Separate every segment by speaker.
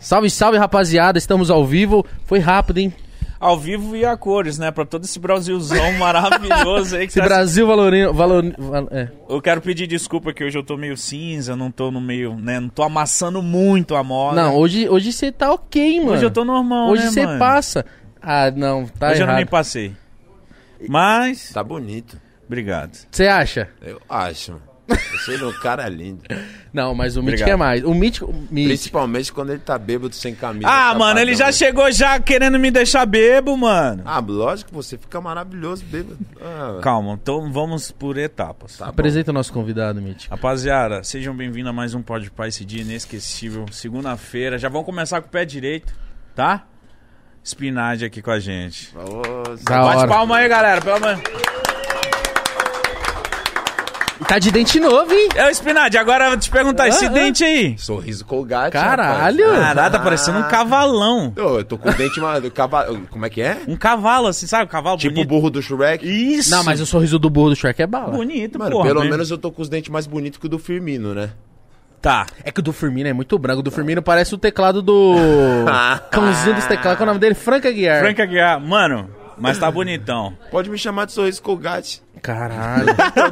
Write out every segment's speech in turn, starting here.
Speaker 1: Salve, salve, rapaziada. Estamos ao vivo. Foi rápido, hein?
Speaker 2: Ao vivo e a cores, né? Pra todo esse Brasilzão maravilhoso aí que
Speaker 1: Esse
Speaker 2: tá
Speaker 1: Brasil valorino... Valor, val- é.
Speaker 2: Eu quero pedir desculpa que hoje eu tô meio cinza, não tô no meio, né? Não tô amassando muito a moda.
Speaker 1: Não, hoje hoje você tá ok, mano.
Speaker 2: hoje eu tô normal,
Speaker 1: Hoje
Speaker 2: né,
Speaker 1: você
Speaker 2: mano?
Speaker 1: passa. Ah, não, tá
Speaker 2: hoje eu não me
Speaker 1: errado.
Speaker 2: passei. Mas,
Speaker 3: Tá bonito.
Speaker 2: obrigado.
Speaker 1: Você acha?
Speaker 3: Eu acho. mano. Você é um cara lindo.
Speaker 1: Não, mas o Mítico
Speaker 2: Obrigado.
Speaker 1: é mais. O Mítico... o Mítico.
Speaker 3: Principalmente quando ele tá bêbado sem camisa.
Speaker 1: Tá
Speaker 3: tá
Speaker 2: Ah,
Speaker 3: acabadão.
Speaker 2: mano, ele já chegou já querendo me deixar bebo, mano.
Speaker 3: Ah, lógico, você fica maravilhoso bêbado. Ah,
Speaker 2: Calma, então vamos por etapas.
Speaker 3: Tá.
Speaker 1: Apresenta o nosso convidado, Mítico. Rapaziada,
Speaker 2: Rapaziada, sejam bem-vindos a mais um Pode Pai, esse dia inesquecível, segunda-feira. Já vamos começar com o pé direito, tá? Spinade aqui com a gente.
Speaker 3: Nossa.
Speaker 1: Da
Speaker 2: Bate
Speaker 1: hora.
Speaker 2: palma aí, galera, pelo amor.
Speaker 1: Tá de dente novo, hein?
Speaker 2: Ô, Spinade, agora eu vou te perguntar, esse
Speaker 1: Ah, ah.
Speaker 2: dente aí?
Speaker 3: Sorriso colgate.
Speaker 1: Caralho!
Speaker 3: rapaz. Ah.
Speaker 2: Caralho, tá parecendo um cavalão.
Speaker 3: Ô, eu tô com o dente, mano. Cavalo, como é que é?
Speaker 2: Um cavalo, assim, sabe? Um cavalo
Speaker 3: Tipo o
Speaker 2: bonito.
Speaker 3: burro do Shrek.
Speaker 2: Isso!
Speaker 1: Não, mas o sorriso do burro do Shrek é bala.
Speaker 2: Bonito,
Speaker 3: Mano,
Speaker 2: porra. né?
Speaker 3: pelo
Speaker 2: bem-
Speaker 3: menos eu tô com os dentes mais bonitos que o do Firmino, né?
Speaker 2: Tá.
Speaker 1: É que o do Firmino é muito branco. O do Firmino parece o teclado do. Cãozinho dos teclados. Qual é o nome dele? Franca Aguiar.
Speaker 2: Franca Guiar, ah, mano, mas tá bonitão.
Speaker 3: Pode me chamar de sorriso colgate.
Speaker 1: Caralho.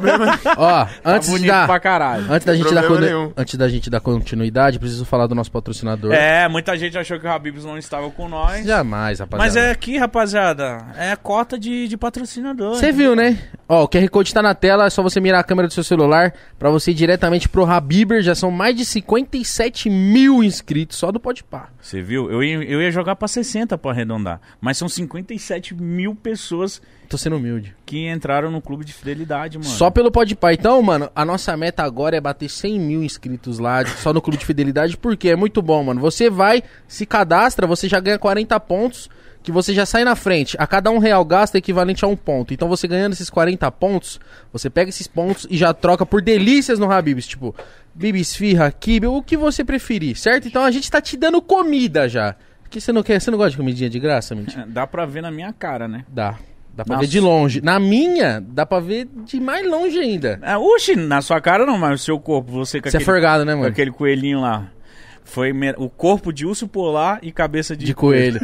Speaker 1: Ó, antes de
Speaker 2: Tá bonito
Speaker 1: dar.
Speaker 2: pra caralho.
Speaker 1: Antes da,
Speaker 3: Não tem
Speaker 1: gente dar
Speaker 3: problema
Speaker 1: con-
Speaker 3: nenhum.
Speaker 1: antes da gente dar continuidade, preciso falar do nosso patrocinador.
Speaker 2: É, muita gente achou que o Habibs não estava com nós.
Speaker 1: Jamais, rapaziada.
Speaker 2: Mas é aqui, rapaziada, é a cota de, de patrocinador.
Speaker 1: Você viu, né? Ó, o QR Code tá na tela, é só você mirar a câmera do seu celular pra você ir diretamente pro Habiber. Já são mais de 57 mil inscritos só do Podpah.
Speaker 2: Você viu? Eu ia, eu ia jogar pra 60 pra arredondar. Mas são 57 mil pessoas
Speaker 1: Tô sendo humilde.
Speaker 2: que entraram no clube de fidelidade, mano.
Speaker 1: Só pelo Podpah. Então, mano, a nossa meta agora é bater 100 mil inscritos lá, de- só no Clube de Fidelidade, porque é muito bom, mano. Você vai, se cadastra, você já ganha 40 pontos, que você já sai na frente. A cada um real gasto é equivalente a um ponto. Então, você ganhando esses 40 pontos, você pega esses pontos e já troca por delícias no Habibs, tipo... Bibis, firra, kibe, o que você preferir, certo? Então a gente tá te dando comida já. Porque você não quer, você não gosta de comidinha de graça, mentira?
Speaker 2: É, Dá pra ver na minha cara, né?
Speaker 1: Dá. Dá pra ver
Speaker 2: Nossa.
Speaker 1: de longe. Na minha, dá pra ver de mais longe ainda.
Speaker 2: É, Oxi, na sua cara não, mas o seu corpo, você com,
Speaker 1: Você é
Speaker 2: aquele,
Speaker 1: forgado, né,
Speaker 2: com
Speaker 1: mano?
Speaker 2: aquele coelhinho lá. Foi me- o corpo de urso polar e cabeça de,
Speaker 1: De coelho.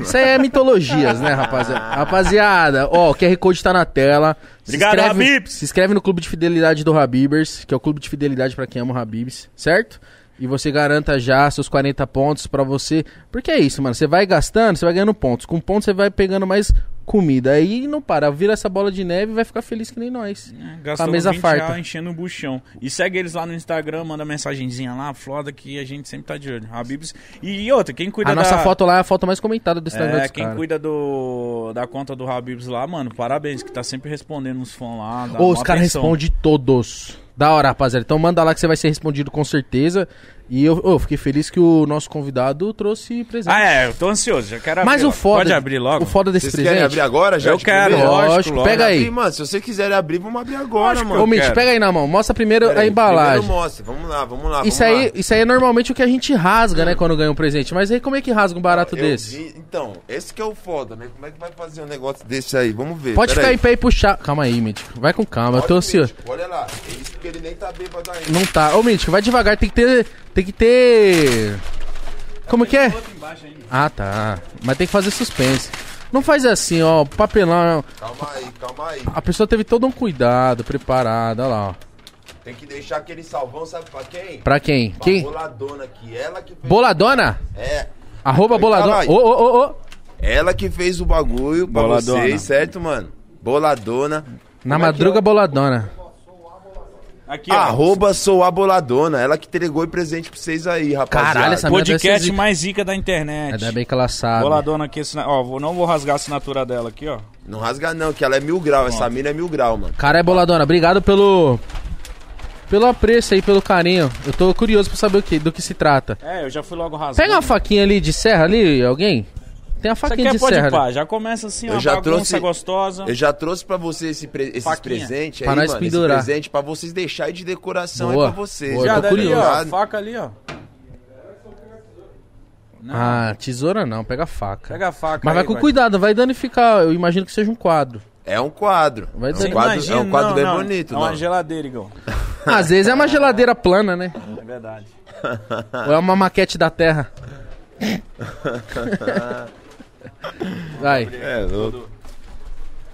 Speaker 1: Isso aí é mitologias, né, rapaziada? Rapaziada, ó, o QR Code tá na tela. Se
Speaker 2: Obrigado,
Speaker 1: inscreve-
Speaker 2: Habibs!
Speaker 1: Se inscreve no Clube de Fidelidade do Habibers, que é o clube de fidelidade pra quem ama o Habibs, certo? E você garanta já seus 40 pontos pra você. Porque é isso, mano. Você vai gastando, você vai ganhando pontos. Com pontos você vai pegando mais comida. Aí não para. Vira essa bola de neve e vai ficar feliz que nem nós.
Speaker 2: É, Gastou
Speaker 1: Com a mesa
Speaker 2: 20
Speaker 1: farta.
Speaker 2: real enchendo o buchão. E segue eles lá no Instagram, manda mensagenzinha lá, floda, que a gente sempre tá de olho. Habibs. E outra, quem cuida
Speaker 1: a nossa
Speaker 2: da...
Speaker 1: foto lá é a foto mais comentada do Instagram
Speaker 2: É,
Speaker 1: dos
Speaker 2: quem
Speaker 1: caras.
Speaker 2: cuida do, da conta do Habibs lá, mano, parabéns, que tá sempre respondendo uns fãs lá.
Speaker 1: Ou
Speaker 2: dá Tá, uma
Speaker 1: os caras
Speaker 2: atenção.
Speaker 1: respondem todos. Da hora, rapaziada. Então manda lá que você vai ser respondido com certeza. E eu, eu fiquei feliz que o nosso convidado trouxe presente.
Speaker 2: Ah, é, eu tô ansioso, já quero abrir.
Speaker 1: Mas o
Speaker 2: logo.
Speaker 1: foda. é-
Speaker 2: Pode abrir logo?
Speaker 1: O foda desse
Speaker 3: Vocês
Speaker 1: presente.
Speaker 3: querem abrir agora? Já
Speaker 2: Eu
Speaker 3: de
Speaker 2: quero,
Speaker 3: primeira?
Speaker 1: lógico, pega aí.
Speaker 3: Abrir, mano, se vocês quiserem abrir, vamos abrir agora,
Speaker 2: Lógico,
Speaker 3: mano.
Speaker 1: Ô, Mitch,
Speaker 2: quero.
Speaker 1: pega aí na mão. Mostra primeiro
Speaker 3: Pera
Speaker 1: a
Speaker 3: aí,
Speaker 1: embalagem.
Speaker 3: primeiro mostra. Vamos lá, vamos lá.
Speaker 1: Isso
Speaker 3: vamos
Speaker 1: aí,
Speaker 3: lá.
Speaker 1: isso aí é normalmente o que a gente rasga, né, quando ganha um presente. Mas aí como é que rasga um barato
Speaker 3: Eu
Speaker 1: desse?
Speaker 3: vi- então, esse que é o foda, né? Como é que vai fazer um negócio desse aí? Vamos ver.
Speaker 1: Pode
Speaker 3: pera
Speaker 1: ficar em pé e puxar. Calma aí, Mítico. Vai com calma. eu tô
Speaker 3: Olha o
Speaker 1: ansioso.
Speaker 3: Mítico, Olha lá. É isso que ele nem tá bêbado ainda.
Speaker 1: Não tá. Ô, Mítico, vai devagar. Tem que ter. Tem que ter. Como que é? Ah, tá. Mas tem que fazer suspense. Não faz assim, ó. Papelão.
Speaker 3: Calma aí, calma aí.
Speaker 1: A pessoa teve todo um cuidado, preparada, olha lá, ó.
Speaker 3: Tem que deixar aquele salvão, sabe pra quem?
Speaker 1: Pra quem?
Speaker 3: Pra
Speaker 1: Quem?
Speaker 3: boladona aqui. Ela que fez.
Speaker 1: Boladona?
Speaker 3: É.
Speaker 1: Arroba
Speaker 3: Ai,
Speaker 1: boladona.
Speaker 3: caralho.
Speaker 1: Ô, ô, ô, ô.
Speaker 3: Ela que fez o bagulho pra
Speaker 2: Boladona.
Speaker 3: vocês, certo, mano? Boladona.
Speaker 1: Na
Speaker 3: Como é que
Speaker 1: madruga boladona.
Speaker 2: Aqui,
Speaker 3: é?
Speaker 2: ó.
Speaker 3: Arroba sou a boladona. Ela que entregou o presente pra vocês aí, rapaziada.
Speaker 1: Caralho, essa merda deve ser
Speaker 2: Podcast
Speaker 1: zica.
Speaker 2: mais zica da internet.
Speaker 1: Ainda bem que ela sabe.
Speaker 2: Boladona aqui, assina- ó, vou- não vou rasgar a assinatura dela aqui, ó.
Speaker 3: Não rasga não, que ela é mil grau. Essa mina é mil grau, mano.
Speaker 1: Caralho, boladona, obrigado pelo. Pelo apreço aí, pelo carinho. Eu tô curioso pra saber o que, do que se trata.
Speaker 2: É, eu já fui logo rasgar.
Speaker 1: Pega uma faquinha ali de serra ali, alguém? Tem a
Speaker 2: Isso aqui
Speaker 1: faquinha
Speaker 2: é
Speaker 1: de serra. né?
Speaker 2: pode
Speaker 1: ali.
Speaker 2: pá, já começa assim,
Speaker 3: Eu
Speaker 2: uma
Speaker 3: já
Speaker 2: bagunça
Speaker 3: trouxe-
Speaker 2: gostosa.
Speaker 3: Eu já trouxe pra vocês esse pre- esses
Speaker 2: Faquinha.
Speaker 3: presentes aí,
Speaker 1: Pra nós
Speaker 3: mano. Esse
Speaker 1: pendurar.
Speaker 3: presente pra vocês deixarem de decoração
Speaker 1: Boa.
Speaker 3: aí pra vocês. Tá
Speaker 1: Boa,
Speaker 2: Já,
Speaker 1: tô
Speaker 2: dali, ó,
Speaker 3: curioso.
Speaker 2: faca ali, ó. Não,
Speaker 1: Ah, tesoura não, pega a faca.
Speaker 2: Pega a faca
Speaker 1: Mas vai
Speaker 2: aí,
Speaker 1: com
Speaker 2: vai.
Speaker 1: cuidado, vai danificar. Eu imagino que seja um quadro.
Speaker 3: É um quadro.
Speaker 1: Vai
Speaker 3: é,
Speaker 1: dar-
Speaker 3: um quadro
Speaker 2: Imagina,
Speaker 3: é um quadro
Speaker 2: não,
Speaker 3: bem
Speaker 2: não,
Speaker 3: bonito,
Speaker 2: É uma
Speaker 3: não.
Speaker 2: geladeira, Igor.
Speaker 1: Às vezes é uma geladeira plana, né?
Speaker 2: É verdade.
Speaker 1: Ou é uma maquete da terra. Vai,
Speaker 3: É, louco.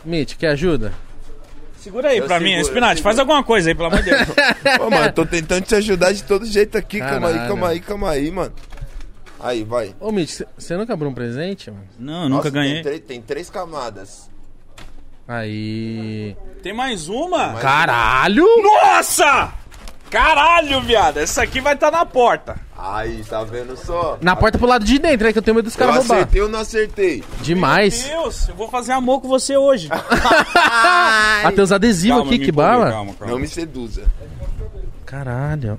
Speaker 1: Mitch, quer ajuda?
Speaker 2: Segura aí
Speaker 3: Eu
Speaker 2: pra mim,
Speaker 3: seguro, eu
Speaker 2: Spinat, faz
Speaker 3: seguro.
Speaker 2: alguma coisa aí, pelo amor de Deus.
Speaker 3: Ô, mano, tô tentando te ajudar de todo jeito aqui. Calma aí,
Speaker 1: Caralho.
Speaker 3: calma aí, calma aí, mano. Aí, vai.
Speaker 1: Ô, Mitch, você nunca abriu um presente, mano?
Speaker 2: Não, eu nunca
Speaker 3: Nossa,
Speaker 2: ganhei.
Speaker 3: Tem, três- tem três camadas.
Speaker 1: Aí.
Speaker 2: Tem mais uma?
Speaker 3: mais-
Speaker 1: Caralho!
Speaker 2: Nossa! Caralho, viado, essa aqui vai estar na porta.
Speaker 3: Aí, tá vendo só?
Speaker 1: Na porta pro lado de dentro, é que eu tenho medo dos
Speaker 3: Eu
Speaker 1: caras roubar.
Speaker 3: acertei ou não acertei?
Speaker 1: Demais.
Speaker 2: Meu Deus, eu vou fazer amor com você hoje.
Speaker 1: Ah, tem os adesivos aqui,
Speaker 2: me
Speaker 1: que
Speaker 2: empolguei,
Speaker 1: bala.
Speaker 2: Calma, calma.
Speaker 3: Não me seduza.
Speaker 1: Caralho.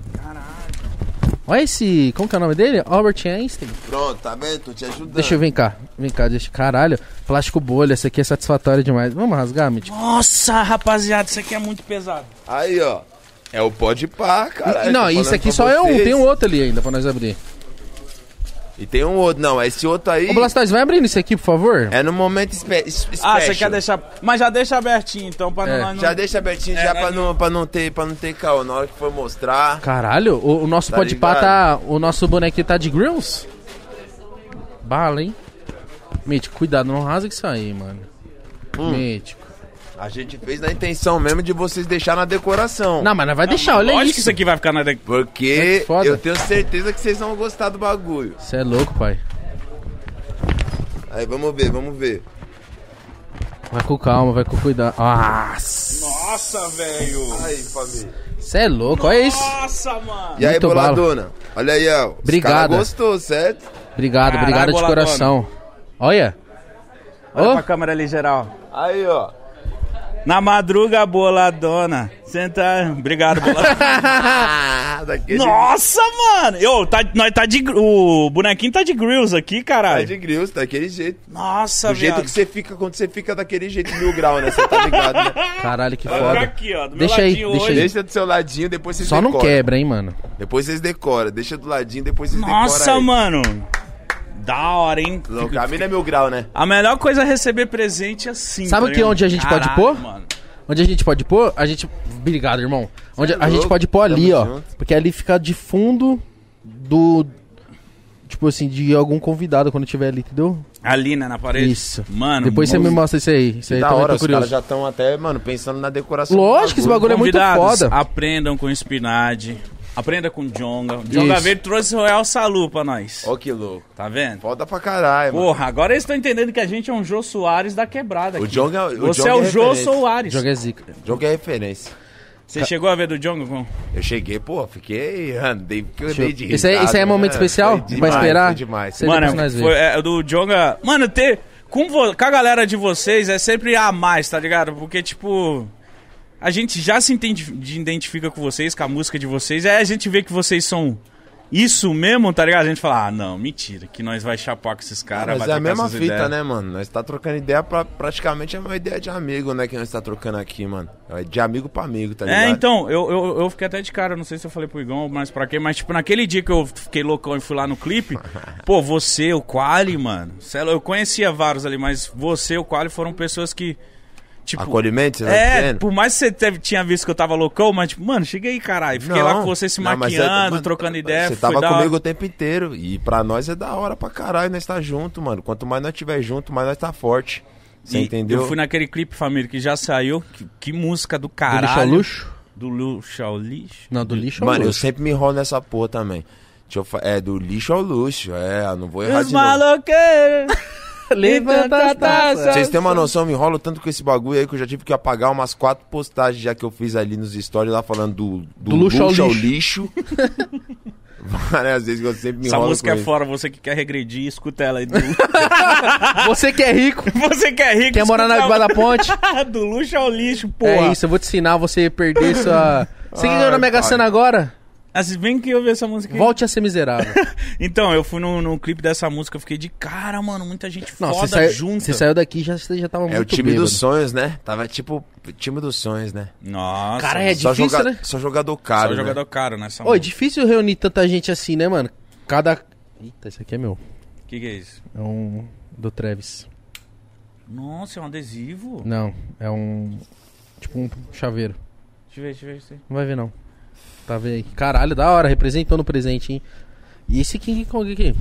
Speaker 1: Olha esse. Como que é o nome dele? Albert Einstein.
Speaker 3: Pronto, tá vendo? Tô te ajudando.
Speaker 1: Deixa eu vir cá. Vem cá, deixa. Caralho. Plástico bolha, essa aqui é satisfatória demais. Vamos rasgar, Mitch?
Speaker 2: Nossa, rapaziada, isso aqui é muito pesado.
Speaker 3: Aí, ó. É o pó de pá, cara.
Speaker 1: não, isso aqui só é um. Tem um outro ali ainda pra nós abrir.
Speaker 3: E tem um outro. Não, esse outro aí
Speaker 1: Ô, Blastoise, vai abrindo isso aqui, por favor.
Speaker 3: é no momento espe es-
Speaker 2: Ah, você
Speaker 3: special.
Speaker 2: quer deixar. Mas já deixa abertinho então pra
Speaker 1: É.
Speaker 2: não. não...
Speaker 3: Já deixa abertinho
Speaker 2: É,
Speaker 3: já
Speaker 2: né,
Speaker 3: pra não, pra não ter, pra não ter caô. Na hora que for mostrar.
Speaker 1: Caralho, o, o nosso
Speaker 3: Tá
Speaker 1: pode pá tá.
Speaker 3: ligado?
Speaker 1: O nosso bonequinho tá de grills? Bala, hein? Mítico, cuidado, não rasga isso aí, mano.
Speaker 2: Hum.
Speaker 1: Mítico.
Speaker 3: A gente fez na intenção mesmo de vocês deixar na decoração.
Speaker 1: Não, mas nós vai deixar,
Speaker 2: Não,
Speaker 1: olha
Speaker 2: Tá Lógico que
Speaker 1: isso.
Speaker 2: isso aqui vai ficar na. de-
Speaker 3: Porque
Speaker 1: Foda.
Speaker 3: eu tenho certeza que vocês vão gostar do bagulho.
Speaker 1: Você é louco, pai.
Speaker 3: Aí, vamos ver, vamos ver.
Speaker 1: Vai com calma, vai com cuidado. Nossa!
Speaker 2: Nossa, velho.
Speaker 3: Aí, família.
Speaker 1: Você é louco, olha isso.
Speaker 2: Nossa, mano.
Speaker 3: E aí,
Speaker 1: Muito bala.
Speaker 3: boladona? Olha aí, ó. Os
Speaker 1: Obrigada.
Speaker 3: cara gostou, certo?
Speaker 1: Obrigado,
Speaker 2: Caralho,
Speaker 1: obrigado de
Speaker 2: boladona.
Speaker 1: coração. Olha.
Speaker 2: Olha
Speaker 1: Ô.
Speaker 2: pra câmera ali, geral.
Speaker 3: Aí, ó.
Speaker 2: Na madruga, boladona. Senta. Obrigado, boladona.
Speaker 3: Ah, daquele
Speaker 2: Nossa, mano. Ô, tá, nós tá de. gr- O bonequinho tá de grills aqui,
Speaker 3: Tá
Speaker 2: caralho.
Speaker 3: de grills, daquele jeito.
Speaker 2: Nossa,
Speaker 3: Do jeito
Speaker 2: viado.
Speaker 3: que você fica quando você fica daquele jeito mil grau, né? Você tá ligado, né?
Speaker 1: Caralho, que
Speaker 2: Vai ficar
Speaker 1: foda.
Speaker 2: aqui, ó. Do meu
Speaker 1: Deixa aí,
Speaker 2: ladinho
Speaker 1: deixa
Speaker 2: hoje.
Speaker 1: aí.
Speaker 3: Deixa do seu ladinho, depois vocês
Speaker 1: Só não
Speaker 3: decoram.
Speaker 1: quebra, hein, mano.
Speaker 3: Depois vocês decoram. Deixa do ladinho, depois vocês
Speaker 2: Nossa,
Speaker 3: decoram. aí.
Speaker 2: mano. Da hora, hein?
Speaker 3: Louco, A mina é mil grau, né?
Speaker 2: A melhor coisa é receber presente assim.
Speaker 1: Sabe
Speaker 2: tá
Speaker 1: que
Speaker 2: ligado?
Speaker 1: onde a gente pode
Speaker 2: Caralho,
Speaker 1: pôr?
Speaker 2: Mano.
Speaker 1: Onde a gente pode pôr, a gente. Obrigado, irmão. Onde
Speaker 3: Cê é
Speaker 1: a gente
Speaker 3: louco,
Speaker 1: pode pôr ali,
Speaker 3: tamo
Speaker 1: ó.
Speaker 3: junto.
Speaker 1: Porque ali fica de fundo do. Tipo assim, de algum convidado quando tiver ali, entendeu?
Speaker 2: Ali, né, na parede.
Speaker 1: Isso.
Speaker 2: Mano,
Speaker 1: Depois você me
Speaker 2: mano.
Speaker 1: mostra isso aí. Isso aí
Speaker 3: da
Speaker 1: também
Speaker 3: hora,
Speaker 1: tô
Speaker 3: os caras
Speaker 1: curioso.
Speaker 3: já estão até, mano, pensando na decoração. do
Speaker 1: Lógico que esse bagulho é muito
Speaker 2: Convidados,
Speaker 1: foda.
Speaker 2: aprendam com o Spinad. Aprenda com o Jonga. O Jonga
Speaker 1: Isso.
Speaker 2: Verde trouxe o Royal Salu pra nós.
Speaker 3: Ó que louco.
Speaker 2: Tá vendo?
Speaker 3: Foda pra caralho, mano.
Speaker 2: Porra, agora eles estão entendendo que a gente é um Jô Soares da quebrada.
Speaker 3: O
Speaker 2: aqui.
Speaker 3: Jonga- o
Speaker 2: Você
Speaker 3: Jonga
Speaker 2: é o
Speaker 3: é
Speaker 2: Jô
Speaker 3: referência.
Speaker 2: Soares.
Speaker 1: Joga é zica.
Speaker 3: O jogo é referência.
Speaker 2: Você chegou a ver do Jonga? com-
Speaker 3: Eu cheguei, pô, fiquei, andei, porque eu
Speaker 1: Deixa eu-
Speaker 3: dei de
Speaker 1: Esse aí-
Speaker 3: risada,
Speaker 1: esse aí é momento
Speaker 3: né?
Speaker 1: especial?
Speaker 3: Foi
Speaker 1: Vai esperar?
Speaker 3: foi demais.
Speaker 1: Você-
Speaker 2: Mano,
Speaker 1: depois nós vê.
Speaker 2: foi, é, o do Jonga. Mano, ter. Com, vo- com a galera de vocês é sempre a mais, tá ligado? Porque, tipo. A gente já se entende- de- identifica com vocês, com a música de vocês. Aí a gente vê que vocês são isso mesmo, tá ligado? A gente fala, ah, não, mentira, que nós vai chapar com esses caras.
Speaker 3: Mas
Speaker 2: vai
Speaker 3: é a
Speaker 2: trocar
Speaker 3: mesma
Speaker 2: essas
Speaker 3: fita,
Speaker 2: ideias."
Speaker 3: né, mano? Nós tá trocando ideia pra, praticamente é uma ideia de amigo, né? Que nós tá trocando aqui, mano. É de amigo pra amigo, tá ligado?
Speaker 2: É, então, eu, eu, eu fiquei até de cara, não sei se eu falei pro Igão ou mais pra quem, mas tipo, naquele dia que eu fiquei loucão e fui lá no clipe, pô, você, o Quali, mano, sei lá, eu conhecia vários ali, mas você, o Quali foram pessoas que, tipo...
Speaker 3: Acolhimento, você tá
Speaker 2: É,
Speaker 3: dizendo?
Speaker 2: por mais que você teve- tinha visto que eu tava loucão, mas tipo, mano, cheguei aí, caralho, fiquei lá com você se
Speaker 3: Não, mas é-
Speaker 2: maquiando,
Speaker 3: mano,
Speaker 2: trocando ideia,
Speaker 3: Você
Speaker 2: foi
Speaker 3: tava
Speaker 2: da hora.
Speaker 3: comigo o tempo inteiro. E pra nós é da hora pra caralho nós tá junto, mano. Quanto mais nós tiver junto, mais nós tá forte. Você
Speaker 2: E
Speaker 3: entendeu?
Speaker 2: Eu fui naquele clipe, família, que já saiu, que, que música do
Speaker 1: Do
Speaker 3: é
Speaker 2: caralho.
Speaker 1: lixo ao luxo?
Speaker 2: Do luxo ao lixo.
Speaker 1: Não, do lixo ao
Speaker 3: Mano, eu
Speaker 1: luxo.
Speaker 3: sempre me enrolo nessa porra também. Deixa eu fa- É do lixo ao luxo. É, eu não vou errar
Speaker 2: Os
Speaker 3: de novo.
Speaker 2: maloqueiros...
Speaker 1: Levanta a taça.
Speaker 3: Vocês têm uma noção, me enrolo tanto com esse bagulho aí que eu já tive que apagar umas quatro postagens já que eu fiz ali nos stories lá falando do,
Speaker 1: Do luxo ao
Speaker 3: lixo. Várias vezes que eu sempre me
Speaker 2: Essa
Speaker 3: enrolo
Speaker 2: música
Speaker 3: com
Speaker 2: é
Speaker 3: isso.
Speaker 2: fora, você que quer regredir, escuta ela aí. Do...
Speaker 1: Você que é rico,
Speaker 2: você que é rico,
Speaker 1: quer morar na
Speaker 2: escuta
Speaker 1: debaixo da ponte.
Speaker 2: ela. Do luxo ao lixo, porra.
Speaker 1: É isso, eu vou te ensinar você a perder sua. Você que ganhou na
Speaker 3: Ai,
Speaker 1: Mega
Speaker 3: pai.
Speaker 1: Sena agora?
Speaker 2: Assim, vem que eu vi essa música. aí.
Speaker 1: Volte a ser miserável.
Speaker 2: Então, eu fui no, no clipe dessa música, eu fiquei de cara, mano, muita gente
Speaker 1: Não,
Speaker 2: foda
Speaker 1: você saiu,
Speaker 2: junta.
Speaker 1: você saiu daqui e já, você já tava muito
Speaker 3: É o time
Speaker 1: bêbado.
Speaker 3: dos sonhos, né? Tava tipo time dos sonhos, né?
Speaker 2: Nossa,
Speaker 1: Cara, é
Speaker 2: só
Speaker 3: só,
Speaker 1: difícil,
Speaker 3: joga-
Speaker 1: né?
Speaker 3: só jogador caro, né?
Speaker 2: jogador caro nessa
Speaker 1: Ô, é
Speaker 2: música.
Speaker 1: difícil reunir tanta gente assim, né, mano? Cada. Eita, esse aqui é meu.
Speaker 2: O que, que é isso?
Speaker 1: É um. Do Travis.
Speaker 2: Nossa, é um adesivo.
Speaker 1: Não, é um. Tipo um chaveiro.
Speaker 2: Deixa eu ver, deixa eu ver isso aí.
Speaker 1: Não vai ver, não. Tá vendo aí. Caralho, da hora, representou no presente, hein? E esse King Kong aqui?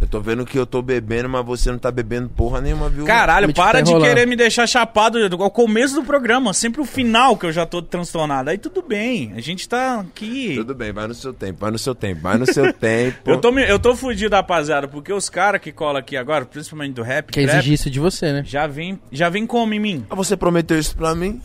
Speaker 3: Eu tô vendo que eu tô bebendo, mas você não tá bebendo porra nenhuma, viu?
Speaker 2: Caralho,
Speaker 1: Realmente
Speaker 2: para
Speaker 1: tá
Speaker 2: de
Speaker 1: enrolando.
Speaker 2: querer me deixar chapado ao começo do programa, sempre o final que eu já tô transtornado. Aí tudo bem, a gente tá aqui.
Speaker 3: Tudo bem, vai no seu tempo, vai no seu tempo, vai no seu tempo.
Speaker 2: Eu tô, me- eu tô fudido, rapaziada, porque os caras que colam aqui agora, principalmente do rap,
Speaker 3: é
Speaker 1: Quer
Speaker 2: trap,
Speaker 1: exigir isso de você, né?
Speaker 2: já vem, já vem como em mim.
Speaker 3: Ah, você prometeu isso pra mim?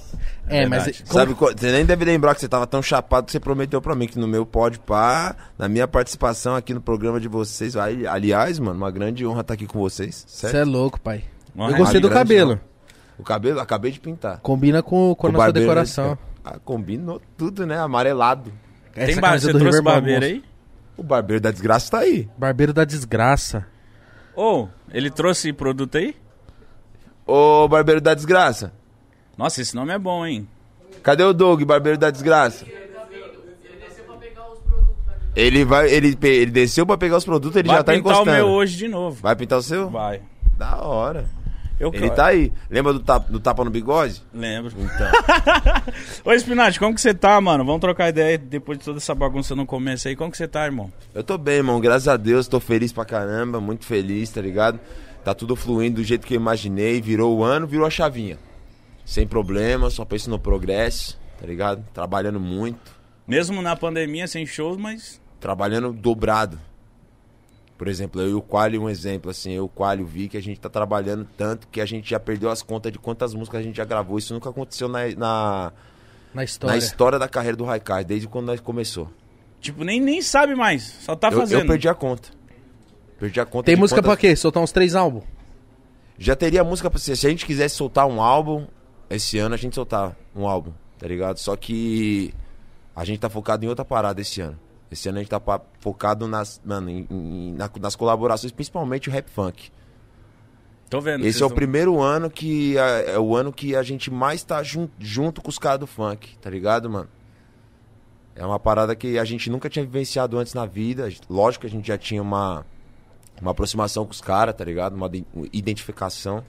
Speaker 1: É,
Speaker 2: verdade.
Speaker 1: mas. como-
Speaker 3: Sabe, qual- você nem deve lembrar que você tava tão chapado que você prometeu pra mim que no meu pode pá, na minha participação aqui no programa de vocês. aí, aliás, mano, uma grande honra estar aqui com vocês.
Speaker 1: Você
Speaker 3: Certo?
Speaker 1: é louco, pai.
Speaker 2: Uma né,
Speaker 1: Eu gostei do
Speaker 3: grande,
Speaker 1: cabelo.
Speaker 3: O cabelo, acabei de pintar.
Speaker 1: Combina com, com a
Speaker 3: O
Speaker 1: nossa
Speaker 3: barbeiro-
Speaker 1: decoração.
Speaker 3: Ah, combinou tudo, né? Amarelado.
Speaker 2: Tem
Speaker 1: Essa
Speaker 2: bar...
Speaker 1: camisa
Speaker 2: Você
Speaker 1: do
Speaker 2: trouxe
Speaker 1: River Bagunça.
Speaker 2: barbeiro aí?
Speaker 3: O barbeiro da desgraça tá aí.
Speaker 1: Barbeiro da desgraça.
Speaker 2: Ou, ele trouxe produto aí?
Speaker 3: Ô, barbeiro da desgraça.
Speaker 2: Nossa, esse nome é bom, hein?
Speaker 3: Cadê o Doug, barbeiro da desgraça? Ele vai, ele, pe- ele desceu pra pegar os produtos, ele
Speaker 2: Vai
Speaker 3: já tá
Speaker 2: pintar
Speaker 3: encostando.
Speaker 2: o meu hoje de novo.
Speaker 3: Vai pintar o seu?
Speaker 2: Vai.
Speaker 3: Da hora.
Speaker 2: Eu
Speaker 3: Ele
Speaker 2: quero-
Speaker 3: tá aí. Lembra do tapa, do tapa no bigode?
Speaker 2: Lembro.
Speaker 3: Então.
Speaker 2: Ô, Spinach, como que você tá, mano? Vamos trocar ideia depois de toda essa bagunça no começo aí. Como que você tá, irmão?
Speaker 3: Eu tô bem, irmão. Graças a Deus, tô feliz pra caramba, muito feliz, tá ligado? Tá tudo fluindo do jeito que eu imaginei. Virou o ano, virou a chavinha. Sem problema, só penso no progresso, tá ligado? Trabalhando muito,
Speaker 2: Mesmo na pandemia, sem shows, mas...
Speaker 3: trabalhando dobrado. Por exemplo, eu e o Quali, um exemplo, assim, eu, o Quali, o Vic, a gente tá trabalhando tanto que a gente já perdeu as contas de quantas músicas a gente já gravou. Isso nunca aconteceu na, na,
Speaker 1: Na
Speaker 3: na
Speaker 1: história.
Speaker 3: história da carreira do Raikai, desde quando nós começou.
Speaker 2: Tipo, nem, nem sabe mais. Só tá
Speaker 3: Eu- eu,
Speaker 2: fazendo.
Speaker 3: perdi a conta. Perdi a conta.
Speaker 1: Tem
Speaker 3: de
Speaker 1: música
Speaker 3: quantas-
Speaker 1: pra quê? Soltar uns três álbuns?
Speaker 3: Já teria música pra você. Se a gente quisesse soltar um álbum, esse ano a gente soltava um álbum, tá ligado? Só que a gente tá focado em outra parada esse ano. Esse ano a gente tá pa- focado nas, mano, em- em- na- nas colaborações, principalmente o rap funk.
Speaker 2: Tô vendo.
Speaker 3: Esse
Speaker 2: vocês
Speaker 3: é o
Speaker 2: tão-
Speaker 3: primeiro ano que a- é o ano que a gente mais tá jun- junto com os caras do funk, tá ligado, mano? É uma parada que a gente nunca tinha vivenciado antes na vida. Lógico que a gente já tinha uma, uma aproximação com os caras, tá ligado? Uma de- uma identificação.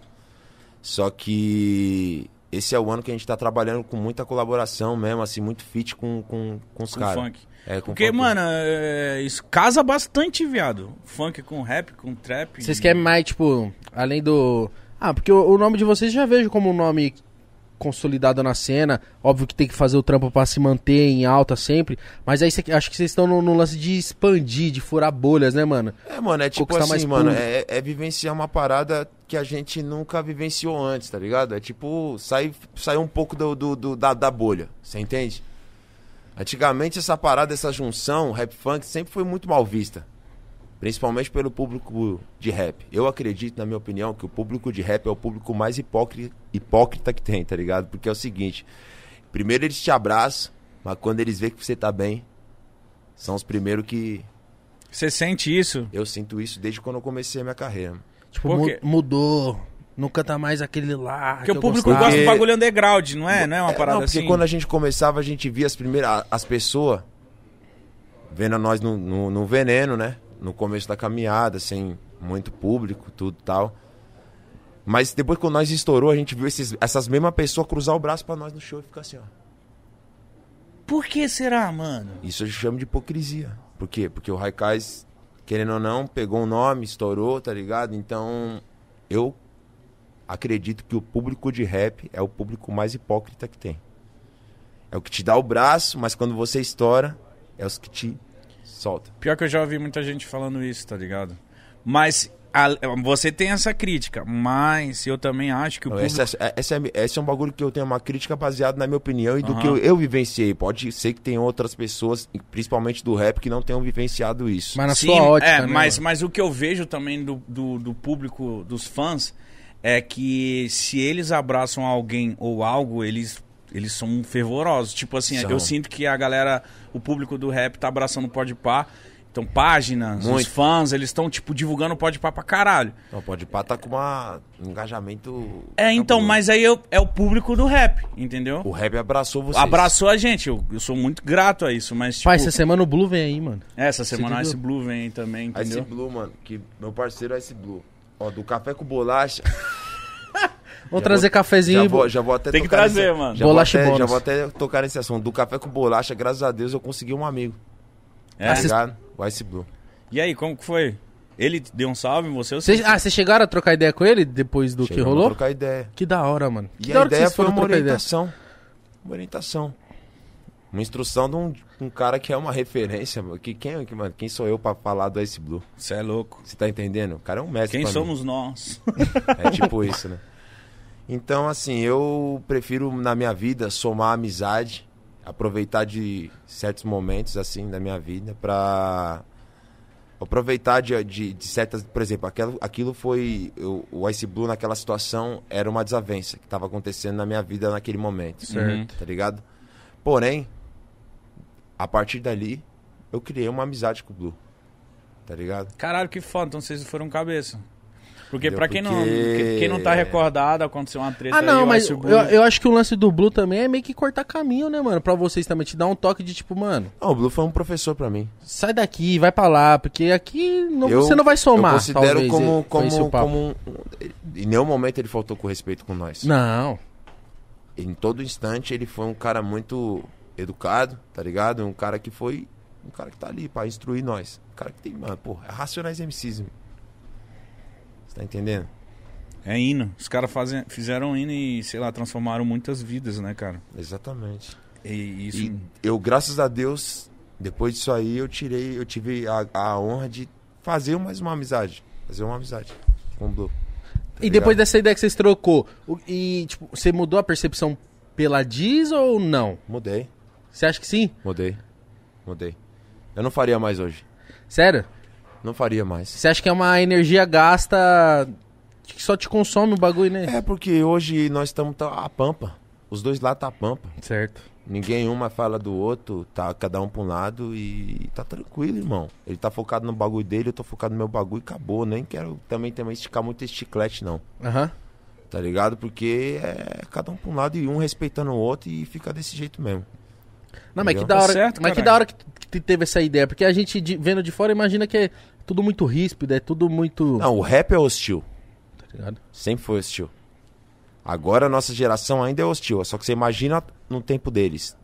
Speaker 3: Só que esse é o ano que a gente tá trabalhando com muita colaboração mesmo, assim, muito fit com, com, com os
Speaker 2: Com
Speaker 3: caras.
Speaker 2: funk.
Speaker 3: É, com
Speaker 2: Porque,
Speaker 3: funk.
Speaker 2: mano, é, isso casa bastante, viado. Funk com rap, com trap.
Speaker 1: Vocês querem mais, tipo, além do. Ah, porque o, o nome de vocês eu já vejo como um nome consolidado na cena. Óbvio que tem que fazer o trampo pra se manter em alta sempre. Mas aí cê- acho que vocês estão no, no lance de expandir, de furar bolhas, né, mano?
Speaker 3: É, mano, é tipo
Speaker 1: Conquistar
Speaker 3: assim,
Speaker 1: mais
Speaker 3: mano,
Speaker 1: público.
Speaker 3: é, é vivenciar uma parada que a gente nunca vivenciou antes, tá ligado? É tipo sair, sair um pouco do, do- do- da, da bolha, você entende? Antigamente essa parada, essa junção, rap funk, sempre foi muito mal vista. Principalmente pelo público de rap. Eu acredito, na minha opinião, que o público de rap é o público mais hipócrita, hipócrita que tem, tá ligado? Porque é o seguinte, primeiro eles te abraçam, mas quando eles veem que você tá bem, são os primeiros que
Speaker 2: Você sente isso?
Speaker 3: eu sinto isso desde quando eu comecei a minha carreira.
Speaker 1: Tipo,
Speaker 2: Por
Speaker 1: mu-
Speaker 2: quê?
Speaker 1: mudou. Não canta mais aquele lá.
Speaker 2: Porque
Speaker 1: que
Speaker 2: o público
Speaker 1: gostava.
Speaker 2: gosta do
Speaker 3: Porque-
Speaker 2: bagulho underground, não é? Não é uma
Speaker 3: É,
Speaker 2: parada
Speaker 3: não, porque
Speaker 2: assim.
Speaker 3: quando a gente começava, a gente via as primeiras a- as pessoas vendo nós no, no- no veneno, né? No começo da caminhada, sem muito público, tudo e tal. Mas depois que nós estourou, a gente viu esses, essas mesmas pessoas cruzar o braço pra nós no show e ficar assim, ó.
Speaker 2: Por que será, mano?
Speaker 3: Isso eu chamo de hipocrisia. Por quê? Porque o Raikais, querendo ou não, pegou um nome, estourou, tá ligado? Então, eu acredito que o público de rap é o público mais hipócrita que tem. É o que te dá o braço, mas quando você estoura, é os que te soltam.
Speaker 2: Pior que eu já ouvi muita gente falando isso, tá ligado? Mas a- você tem essa crítica, mas eu também acho que o
Speaker 3: Então,
Speaker 2: público.
Speaker 3: essa, é- essa, é, essa é um bagulho que eu tenho uma crítica baseada na minha opinião e do
Speaker 2: Aham.
Speaker 3: que eu, eu vivenciei. Pode ser que tem outras pessoas, e principalmente do rap, que não tenham vivenciado isso.
Speaker 1: Mas na
Speaker 2: Sim,
Speaker 1: sua ótica,
Speaker 2: é,
Speaker 1: né,
Speaker 2: mas,
Speaker 1: mano?
Speaker 2: mas o que eu vejo também do, do, do público, dos fãs, é que se eles abraçam alguém ou algo, eles, eles são fervorosos. Tipo assim,
Speaker 3: São.
Speaker 2: eu sinto que a galera, o público do rap tá abraçando o Podpah. Então, páginas, os
Speaker 3: Muito.
Speaker 2: fãs, eles estão, tipo, divulgando o Podpah pra caralho.
Speaker 3: Não, pode pá, tá com uma, um engajamento.
Speaker 1: Tá
Speaker 2: É, então,
Speaker 3: cabuloso.
Speaker 2: mas aí eu- é o público do rap, entendeu?
Speaker 3: O rap abraçou vocês.
Speaker 2: Abraçou a gente, eu, eu sou muito grato a isso, mas, tipo,
Speaker 1: Pai, essa semana o Blue vem aí, mano.
Speaker 2: essa semana
Speaker 1: entendeu?
Speaker 2: esse Blue vem também,
Speaker 3: Ice
Speaker 2: entendeu?
Speaker 3: Blue, mano. Que meu parceiro é Ice Blue. Ó, do café com bolacha.
Speaker 1: Vamos trazer cafezinho
Speaker 3: já
Speaker 1: e.
Speaker 3: vou, já vou até
Speaker 2: Tem que
Speaker 3: tocar
Speaker 2: trazer, mano.
Speaker 3: Já vou,
Speaker 1: Bolacha e
Speaker 3: até,
Speaker 1: bônus.
Speaker 3: já vou até tocar nesse assunto. Do café com bolacha,
Speaker 1: Ah,
Speaker 3: graças a Deus, eu consegui um amigo.
Speaker 2: É.
Speaker 3: Tá ligado? O Ice Blue.
Speaker 2: E aí, como que foi? Ele deu um salve em você? ou
Speaker 1: Cês- ah, vocês chegaram a trocar ideia com ele depois do que
Speaker 3: Chegamos a
Speaker 1: rolou?
Speaker 3: trocar ideia.
Speaker 1: Que da hora, mano. Que
Speaker 3: E
Speaker 1: da
Speaker 3: a
Speaker 1: hora que
Speaker 3: ideia
Speaker 1: vocês
Speaker 3: foi
Speaker 1: foram
Speaker 3: uma
Speaker 1: trocar ideia.
Speaker 3: orientação. Uma orientação. Uma instrução de um, um cara que é uma referência, mano. Que, quem, que, mano, quem sou eu pra falar do Ice Blue?
Speaker 2: Você é louco.
Speaker 3: Você tá entendendo? O cara é um mestre.
Speaker 2: Quem
Speaker 3: pra mim.
Speaker 2: somos nós?
Speaker 3: É tipo isso, né? Então, assim, eu prefiro na minha vida somar a amizade, aproveitar de certos momentos, assim, da minha vida, pra aproveitar de, de- de certas. Por exemplo, aquilo, aquilo foi. eu- o Ice Blue naquela situação era uma desavença que tava acontecendo na minha vida naquele momento.
Speaker 2: Certo.
Speaker 3: Tá ligado? Porém, a partir dali, eu criei uma amizade com o Blue. Tá ligado?
Speaker 2: Caralho, que foda. Então vocês foram cabeça. Porque
Speaker 3: Entendeu?
Speaker 2: pra quem, Não,
Speaker 3: Porque-
Speaker 2: que- quem não tá recordado, aconteceu uma treta
Speaker 1: Ah,
Speaker 2: aí,
Speaker 1: não,
Speaker 2: o
Speaker 1: mas
Speaker 2: Ice
Speaker 1: eu,
Speaker 2: Blue-
Speaker 1: eu acho que o lance do Blue também é meio que cortar caminho, né, mano? Pra vocês também, te dar um toque de tipo, mano,
Speaker 3: Não, o Blue foi um professor pra mim.
Speaker 1: sai daqui, vai pra lá, porque aqui não-
Speaker 3: Eu-
Speaker 1: você não vai somar,
Speaker 3: Eu considero
Speaker 1: talvez,
Speaker 3: como,
Speaker 1: é, foi esse
Speaker 3: como,
Speaker 1: o papo.
Speaker 3: como um- Em nenhum momento ele faltou com respeito com nós.
Speaker 1: Não,
Speaker 3: Tá Em todo instante ele foi um cara muito educado, tá ligado? Um cara que foi... Um cara que tá ali pra instruir nós. Um cara que tem, mano, porra, é Racionais MCs, mano. Você tá entendendo?
Speaker 2: É hino. Os caras fazem- fizeram hino e, sei lá, transformaram muitas vidas, né, cara?
Speaker 3: Exatamente.
Speaker 2: E isso.
Speaker 3: E eu, graças a Deus, depois disso aí, eu tirei, eu tive a, a honra de fazer mais uma amizade. Fazer uma amizade com o Blue.
Speaker 1: E depois dessa ideia que vocês trocou, o- e tipo, você mudou a percepção pela Diz ou não?
Speaker 3: Mudei.
Speaker 1: Você acha que sim?
Speaker 3: Mudei. Mudei. Eu não faria mais hoje.
Speaker 1: Sério?
Speaker 3: Não faria mais.
Speaker 1: Você acha que é uma energia gasta que só te consome o bagulho, né?
Speaker 3: É porque hoje nós estamos tá a pampa. Os dois lá tá a pampa.
Speaker 1: Certo.
Speaker 3: Ninguém uma fala do outro, tá cada um pra um lado e tá tranquilo, irmão. Ele tá focado no bagulho dele, eu tô focado no meu bagulho e acabou. Nem quero também, também esticar muito esse chiclete, não.
Speaker 1: Aham.
Speaker 3: Tá ligado? Porque é cada um pra um lado e um respeitando o outro e fica desse jeito mesmo.
Speaker 1: Não, mas
Speaker 3: Entendeu?
Speaker 1: que da
Speaker 2: Tá
Speaker 1: hora,
Speaker 2: certo,
Speaker 1: mas que
Speaker 2: caralho.
Speaker 1: da hora que tu- que teve essa ideia, porque a gente de- vendo de fora imagina que é tudo muito ríspido, é tudo muito,
Speaker 3: Não, o rap é hostil.
Speaker 1: tá ligado?
Speaker 3: Sempre foi hostil. Agora a nossa geração ainda é hostil. Só que você imagina no tempo deles.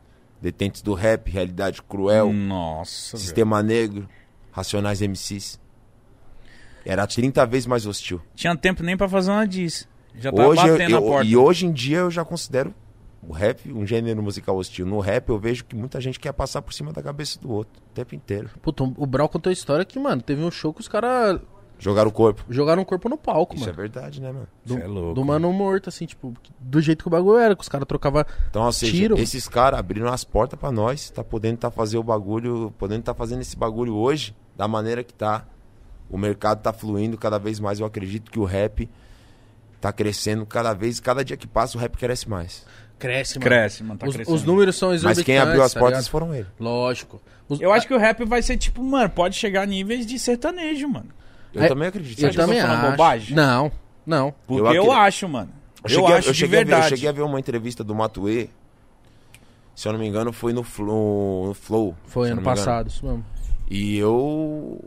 Speaker 3: Detentes do rap, realidade
Speaker 1: Então.
Speaker 3: cruel,
Speaker 2: Nossa. velho.
Speaker 3: sistema negro, racionais MCs. Era 30 vezes mais hostil.
Speaker 2: Tinha tempo nem pra fazer uma diz. Já tava
Speaker 3: Hoje eu-
Speaker 2: batendo
Speaker 3: eu-
Speaker 2: a porta.
Speaker 3: e hoje em dia eu já considero o rap um gênero musical hostil. No rap eu vejo que muita gente quer passar por cima da cabeça do outro o tempo inteiro.
Speaker 1: Puta, o Brau contou a história que, mano, teve um show que os caras
Speaker 3: Jogar o corpo.
Speaker 1: jogaram o corpo no palco,
Speaker 3: Isso é
Speaker 1: mano.
Speaker 3: verdade, né, mano?
Speaker 1: Do,
Speaker 2: Cê é louco.
Speaker 1: do mano morto, assim, tipo, do jeito que o bagulho era, que os caras trocavam
Speaker 3: Então, ou seja,
Speaker 1: Tiro.
Speaker 3: esses caras abriram as portas pra nós, tá podendo tá fazendo o bagulho, podendo tá fazendo esse bagulho hoje da maneira que tá. O mercado tá fluindo cada vez mais, eu acredito que o rap tá crescendo cada vez, cada dia que passa o rap cresce mais.
Speaker 1: Cresce, mano.
Speaker 2: Cresce, mano. Tá
Speaker 1: os,
Speaker 2: crescendo.
Speaker 1: os números são
Speaker 3: Mas
Speaker 1: exorbitantes.
Speaker 3: quem abriu as
Speaker 1: tá
Speaker 3: portas
Speaker 1: ligado?
Speaker 3: foram ele.
Speaker 1: Lógico. Os-
Speaker 2: Eu acho que o rap vai ser tipo, mano, pode chegar a níveis de sertanejo, mano.
Speaker 3: Eu
Speaker 1: É,
Speaker 3: também acredito.
Speaker 1: eu
Speaker 3: nisso.
Speaker 1: também
Speaker 2: eu tô falando
Speaker 1: acho.
Speaker 2: bobagem?
Speaker 1: Não, não.
Speaker 2: Porque eu,
Speaker 3: acre-
Speaker 2: acho, mano. Eu,
Speaker 3: cheguei a-
Speaker 2: acho de
Speaker 3: cheguei a ver-
Speaker 2: verdade.
Speaker 3: eu cheguei a ver uma entrevista do Matuê, se eu não me engano, foi no Flow. no Flow,
Speaker 1: Foi
Speaker 3: se eu
Speaker 1: ano
Speaker 3: não me engano.
Speaker 1: passado, isso mesmo.
Speaker 3: E eu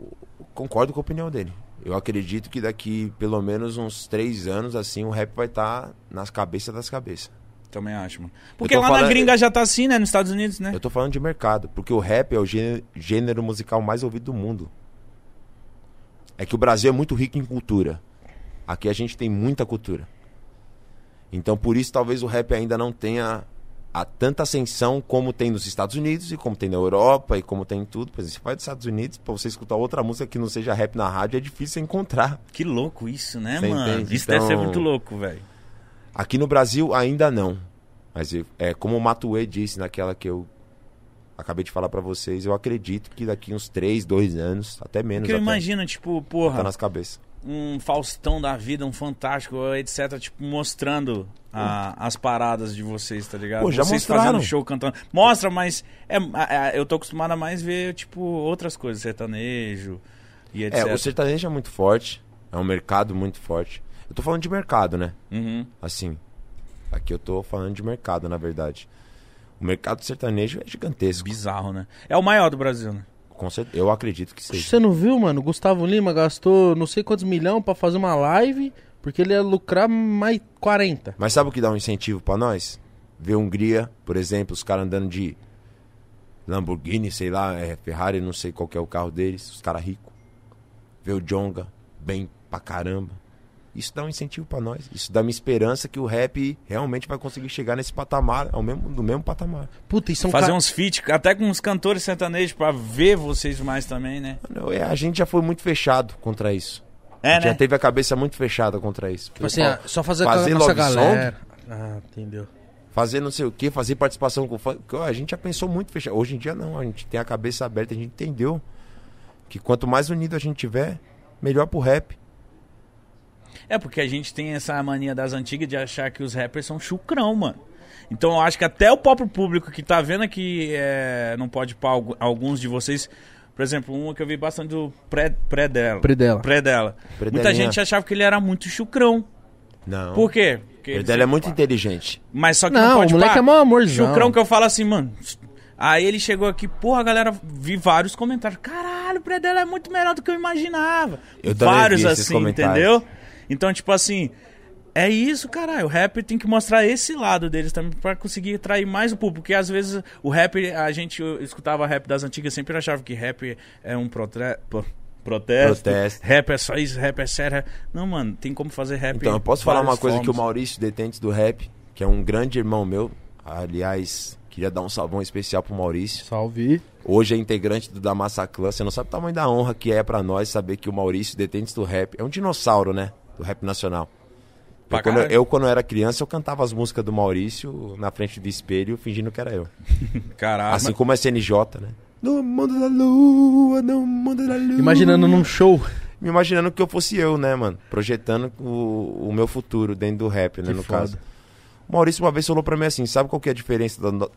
Speaker 3: concordo com a opinião dele. Eu acredito que daqui pelo menos uns três anos, assim, o rap vai estar nas cabeças das cabeças.
Speaker 2: Também acho, mano. Porque
Speaker 3: tô
Speaker 2: lá na
Speaker 3: falando-
Speaker 2: gringa já tá assim, né? Nos Estados Unidos, né?
Speaker 3: Eu tô falando de mercado, porque o rap é o gê- gênero musical mais ouvido do mundo. É que o Brasil é muito rico em cultura. Aqui a gente tem muita cultura. Então por isso talvez o rap ainda não tenha a tanta ascensão como tem nos Estados Unidos e como tem na Europa e como tem em tudo. Por exemplo, você vai dos Estados Unidos, pra você escutar outra música que não seja rap na rádio, é difícil você encontrar.
Speaker 2: Que louco isso, né,
Speaker 3: Você
Speaker 2: mano?
Speaker 3: entende?
Speaker 2: Isso deve ser
Speaker 3: Então-
Speaker 2: muito louco, velho.
Speaker 3: Aqui no Brasil ainda não. Mas eu- é como o Matuê disse naquela que eu acabei de falar pra vocês, eu acredito que daqui uns 3, 2 anos, até menos,
Speaker 2: Porque eu
Speaker 3: até,
Speaker 2: imagino, tipo,
Speaker 3: tá
Speaker 2: porra,
Speaker 3: nas cabeças.
Speaker 2: um Faustão da vida, um Fantástico, etc. Tipo, mostrando a- as paradas de vocês, tá ligado?
Speaker 3: Pô, já
Speaker 2: vocês
Speaker 3: mostraram.
Speaker 2: fazendo show, cantando. Mostra, mas é, a- a- eu tô acostumado a mais ver, tipo, outras coisas, sertanejo e etc.
Speaker 3: É, o sertanejo é muito forte, é um mercado muito forte. Eu tô falando de mercado, né?
Speaker 2: Uhum.
Speaker 3: Assim, aqui eu tô falando de mercado, na verdade. O mercado sertanejo é gigantesco.
Speaker 2: Bizarro, né? É o maior do Brasil, né?
Speaker 3: Com cer- eu acredito que seja.
Speaker 1: Você não viu, mano? Gustavo Lima gastou não sei quantos milhão pra fazer uma live, porque ele ia lucrar mais 40.
Speaker 3: Mas sabe o que dá um incentivo pra nós? Ver Hungria, por exemplo, os caras andando de Lamborghini, sei lá, é, Ferrari, não sei qual que é o carro deles, os caras ricos. ver o Jonga bem pra caramba. Isso dá um incentivo pra nós. Isso dá uma esperança que o rap realmente vai conseguir chegar nesse patamar, ao mesmo, do mesmo patamar.
Speaker 1: Puta, e são
Speaker 2: Fazer um
Speaker 1: ca-
Speaker 2: uns feat, até com uns cantores sertanejos, pra ver vocês mais também, né?
Speaker 3: Mano, é, a gente já foi muito fechado contra isso.
Speaker 2: É,
Speaker 3: já
Speaker 2: né?
Speaker 3: teve a cabeça muito fechada contra isso.
Speaker 1: Tipo assim,
Speaker 3: Pessoal,
Speaker 1: ah, só fazer,
Speaker 3: fazer
Speaker 1: com a nossa
Speaker 3: love song?
Speaker 1: galera. Ah, entendeu.
Speaker 3: fazer não sei o que, fazer participação com fã. que, ó, A gente já pensou muito fechado. Hoje em dia não, a gente tem a cabeça aberta, a gente entendeu que quanto mais unido a gente tiver, melhor pro rap.
Speaker 2: É porque a gente tem essa mania das antigas de achar que os rappers são chucrão, mano. Então eu acho que até o próprio público que tá vendo aqui é, não pode pá, algu- alguns de vocês. Por exemplo, uma que eu vi bastante do pré, pré dela.
Speaker 1: Pré dela.
Speaker 2: Pré dela.
Speaker 3: Predelinha.
Speaker 2: Muita gente achava que ele era muito chucrão.
Speaker 3: Não.
Speaker 2: Por quê? Porque
Speaker 3: Ele
Speaker 2: ele
Speaker 3: dela é
Speaker 2: sempre
Speaker 3: muito
Speaker 2: pá.
Speaker 3: inteligente.
Speaker 2: Mas só que não,
Speaker 1: Não,
Speaker 2: pode
Speaker 1: o moleque
Speaker 2: pá,
Speaker 1: é mó amorzão.
Speaker 2: Chucrão que eu falo assim, mano. Aí ele chegou aqui, porra, a galera, vi vários comentários. Caralho, o Predela é muito melhor do que eu imaginava.
Speaker 3: Eu também
Speaker 2: vários
Speaker 3: vi esses
Speaker 2: assim,
Speaker 3: comentários.
Speaker 2: entendeu? Então, tipo assim, é isso, caralho. O rap tem que mostrar esse lado deles também pra conseguir atrair mais o público. Porque às vezes o rap, a gente eu escutava rap das antigas, sempre achava que rap é um protre- pro- protesto.
Speaker 3: Protesto.
Speaker 2: Rap é só isso, rap é sério. rap- Não, mano, tem como fazer rap.
Speaker 3: Então, eu posso falar uma
Speaker 2: várias
Speaker 3: coisa que o
Speaker 2: formas.
Speaker 3: Maurício Detentes do Rap, que é um grande irmão meu, aliás, queria dar um salvão especial pro Maurício.
Speaker 1: Salve.
Speaker 3: Hoje é integrante do da Massa Clã. Você não sabe o tamanho da honra que é pra nós saber que o Maurício Detentes do Rap é um dinossauro, né? Do rap nacional.
Speaker 2: Pra
Speaker 3: Eu quando,
Speaker 2: caralho.
Speaker 3: eu, quando era criança, eu cantava as músicas do Maurício na frente do espelho, fingindo que era eu.
Speaker 2: Caralho,
Speaker 3: Assim como a CNJ, né? No mundo da lua, no mundo da lua.
Speaker 1: Imaginando num show.
Speaker 3: me imaginando que eu fosse eu, né, mano? Projetando o, o meu futuro dentro do rap, né,
Speaker 1: Que
Speaker 3: no
Speaker 1: foda.
Speaker 3: caso. O Maurício uma vez falou pra mim assim, sabe qual que é a diferença da,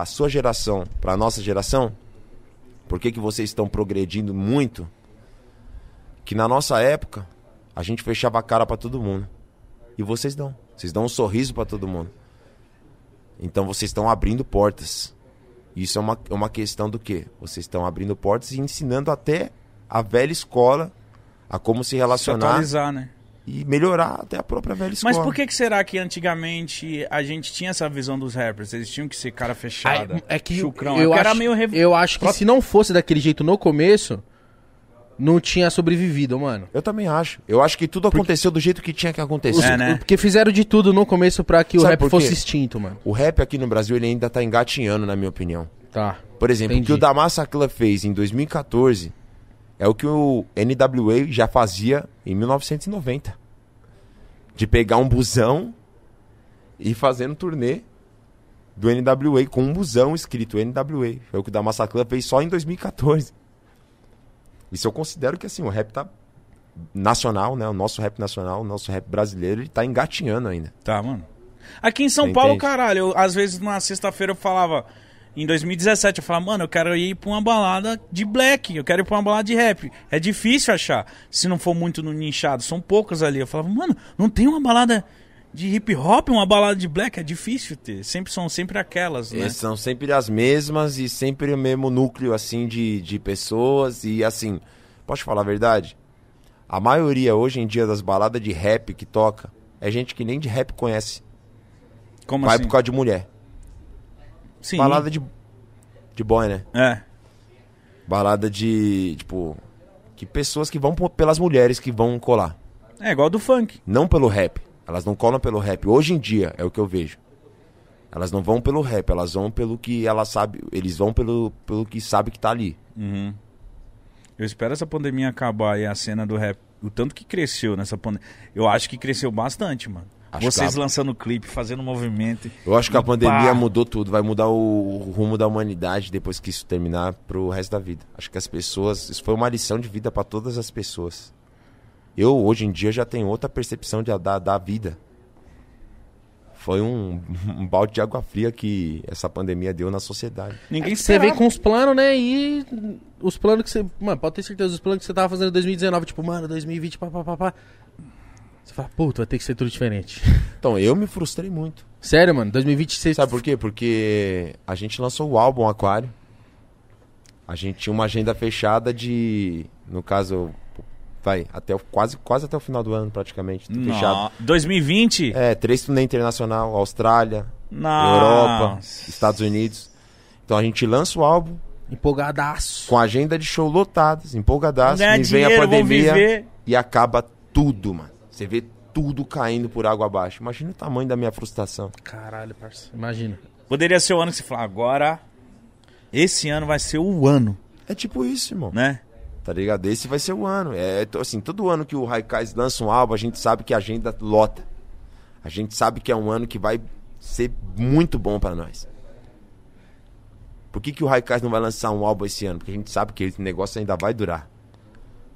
Speaker 3: da sua geração pra nossa geração? Por que, que vocês estão progredindo muito? Que na nossa época, a gente fechava a cara pra todo mundo. E vocês dão. Vocês dão um sorriso pra todo mundo. Então vocês estão abrindo portas. Isso é uma, é uma questão do quê? Vocês estão abrindo portas e ensinando até a velha escola a como se
Speaker 2: se
Speaker 3: relacionar
Speaker 2: atualizar, né?
Speaker 3: e melhorar até a própria velha escola.
Speaker 2: Mas por que, que será que antigamente a gente tinha essa visão dos rappers? Eles tinham que ser cara fechada.
Speaker 1: Ai, é que
Speaker 2: chucrão.
Speaker 1: eu,
Speaker 2: é porque
Speaker 1: acho,
Speaker 2: era meio rev...
Speaker 1: eu acho que se não fosse daquele jeito no começo, não tinha sobrevivido, mano.
Speaker 3: Eu também acho. Eu acho que tudo aconteceu do jeito que tinha que
Speaker 1: Os-
Speaker 3: acontecer.
Speaker 2: É, né?
Speaker 1: Porque fizeram de tudo no começo pra que o
Speaker 3: Sabe
Speaker 1: rap
Speaker 3: por quê?
Speaker 1: fosse extinto, mano.
Speaker 3: O rap aqui no Brasil ele ainda tá engatinhando, na minha opinião.
Speaker 1: Tá.
Speaker 3: Por exemplo, o que
Speaker 1: Entendi.
Speaker 3: o Damassa Clã fez em 2014 é o que o NWA já fazia em 1990. De pegar um busão e ir fazendo turnê do NWA com um busão escrito NWA. É o que o Damassa Clã fez só em 2014. Isso eu considero que assim, o rap tá nacional, né? O nosso rap nacional, o nosso rap brasileiro, ele tá engatinhando ainda.
Speaker 2: Tá, mano. Aqui em São
Speaker 3: Você
Speaker 2: Paulo,
Speaker 3: entende?
Speaker 2: caralho, eu- às vezes na sexta-feira eu falava. Em 2017, eu falava, mano, eu quero ir pra uma balada de black, eu quero ir pra uma balada de rap. É difícil achar, se não for muito no nichado, são poucas ali. Eu falava, mano, não tem uma balada de hip hop, uma balada de black, é difícil ter. Sempre são sempre aquelas, né?
Speaker 3: Eles são sempre as mesmas e sempre o mesmo núcleo, assim, de, de pessoas. E, assim, posso te falar a verdade? A maioria, hoje em dia, das baladas de rap que toca, é gente que nem de rap conhece.
Speaker 2: Como
Speaker 3: Vai
Speaker 2: assim?
Speaker 3: por causa de mulher.
Speaker 2: Sim.
Speaker 3: Balada de, de boy, né?
Speaker 2: É.
Speaker 3: Balada de, tipo... Que pessoas que vão por- pelas mulheres que vão colar.
Speaker 2: É igual do funk.
Speaker 3: Não pelo rap. Elas não colam pelo rap. Hoje em dia é o que eu vejo. Elas não vão pelo rap, elas vão pelo que ela sabe. Eles vão pelo, pelo que sabe que tá ali.
Speaker 2: Uhum. Eu espero essa pandemia acabar e a cena do rap. O tanto que cresceu nessa pandemia. Eu acho que cresceu bastante, mano.
Speaker 3: Acho
Speaker 2: Vocês
Speaker 3: que a-
Speaker 2: lançando clipe, fazendo movimento.
Speaker 3: Eu acho que a
Speaker 2: Pá.
Speaker 3: pandemia mudou tudo, vai mudar o, o rumo da humanidade depois que isso terminar pro resto da vida. Acho que as pessoas, isso foi uma lição de vida pra todas as pessoas. Eu hoje em dia já tenho outra percepção de- da, da vida. Foi um, um balde de água fria que essa pandemia deu na sociedade.
Speaker 2: Ninguém
Speaker 1: Você
Speaker 2: esperava.
Speaker 1: vem com os planos, né? E os planos que você. Mano, pode ter certeza, os planos que você tava fazendo em 2019, tipo, mano, 2020, pá, pá, pá, pá. Você fala, puta, vai ter que ser tudo diferente.
Speaker 3: Então, eu me frustrei muito.
Speaker 1: Sério, mano, 2020 você.
Speaker 3: Sabe por quê? Porque a gente lançou o álbum Aquário. A gente tinha uma agenda fechada de, no caso, vai, até o- quase, quase até o final do ano praticamente, tudo
Speaker 2: Não.
Speaker 3: Tá fechado.
Speaker 2: 2020?
Speaker 3: É, três turnê internacional, Austrália,
Speaker 2: Não.
Speaker 3: Europa, Estados Unidos. Então a gente lança o álbum,
Speaker 1: Empolgadaço.
Speaker 3: Com a agenda de show lotadas, empolgadaço.
Speaker 2: Ganhar
Speaker 3: E vem a
Speaker 2: dinheiro, vão
Speaker 3: pandemia
Speaker 2: viver.
Speaker 3: e acaba tudo, mano. Você vê tudo caindo por água abaixo. Imagina o tamanho da minha frustração.
Speaker 1: Caralho, parceiro. Imagina.
Speaker 2: Poderia ser o ano que você fala, agora. Esse ano vai ser o ano,
Speaker 3: É tipo isso, irmão.
Speaker 2: né?
Speaker 3: Tá ligado? Esse vai ser o ano. É to- assim, todo ano que o Raikais lança um álbum, a gente sabe que a agenda lota. A gente sabe que é um ano que vai ser muito bom pra nós. Por que, que o Raikais não vai lançar um álbum esse ano? Porque a gente sabe que esse negócio ainda vai durar.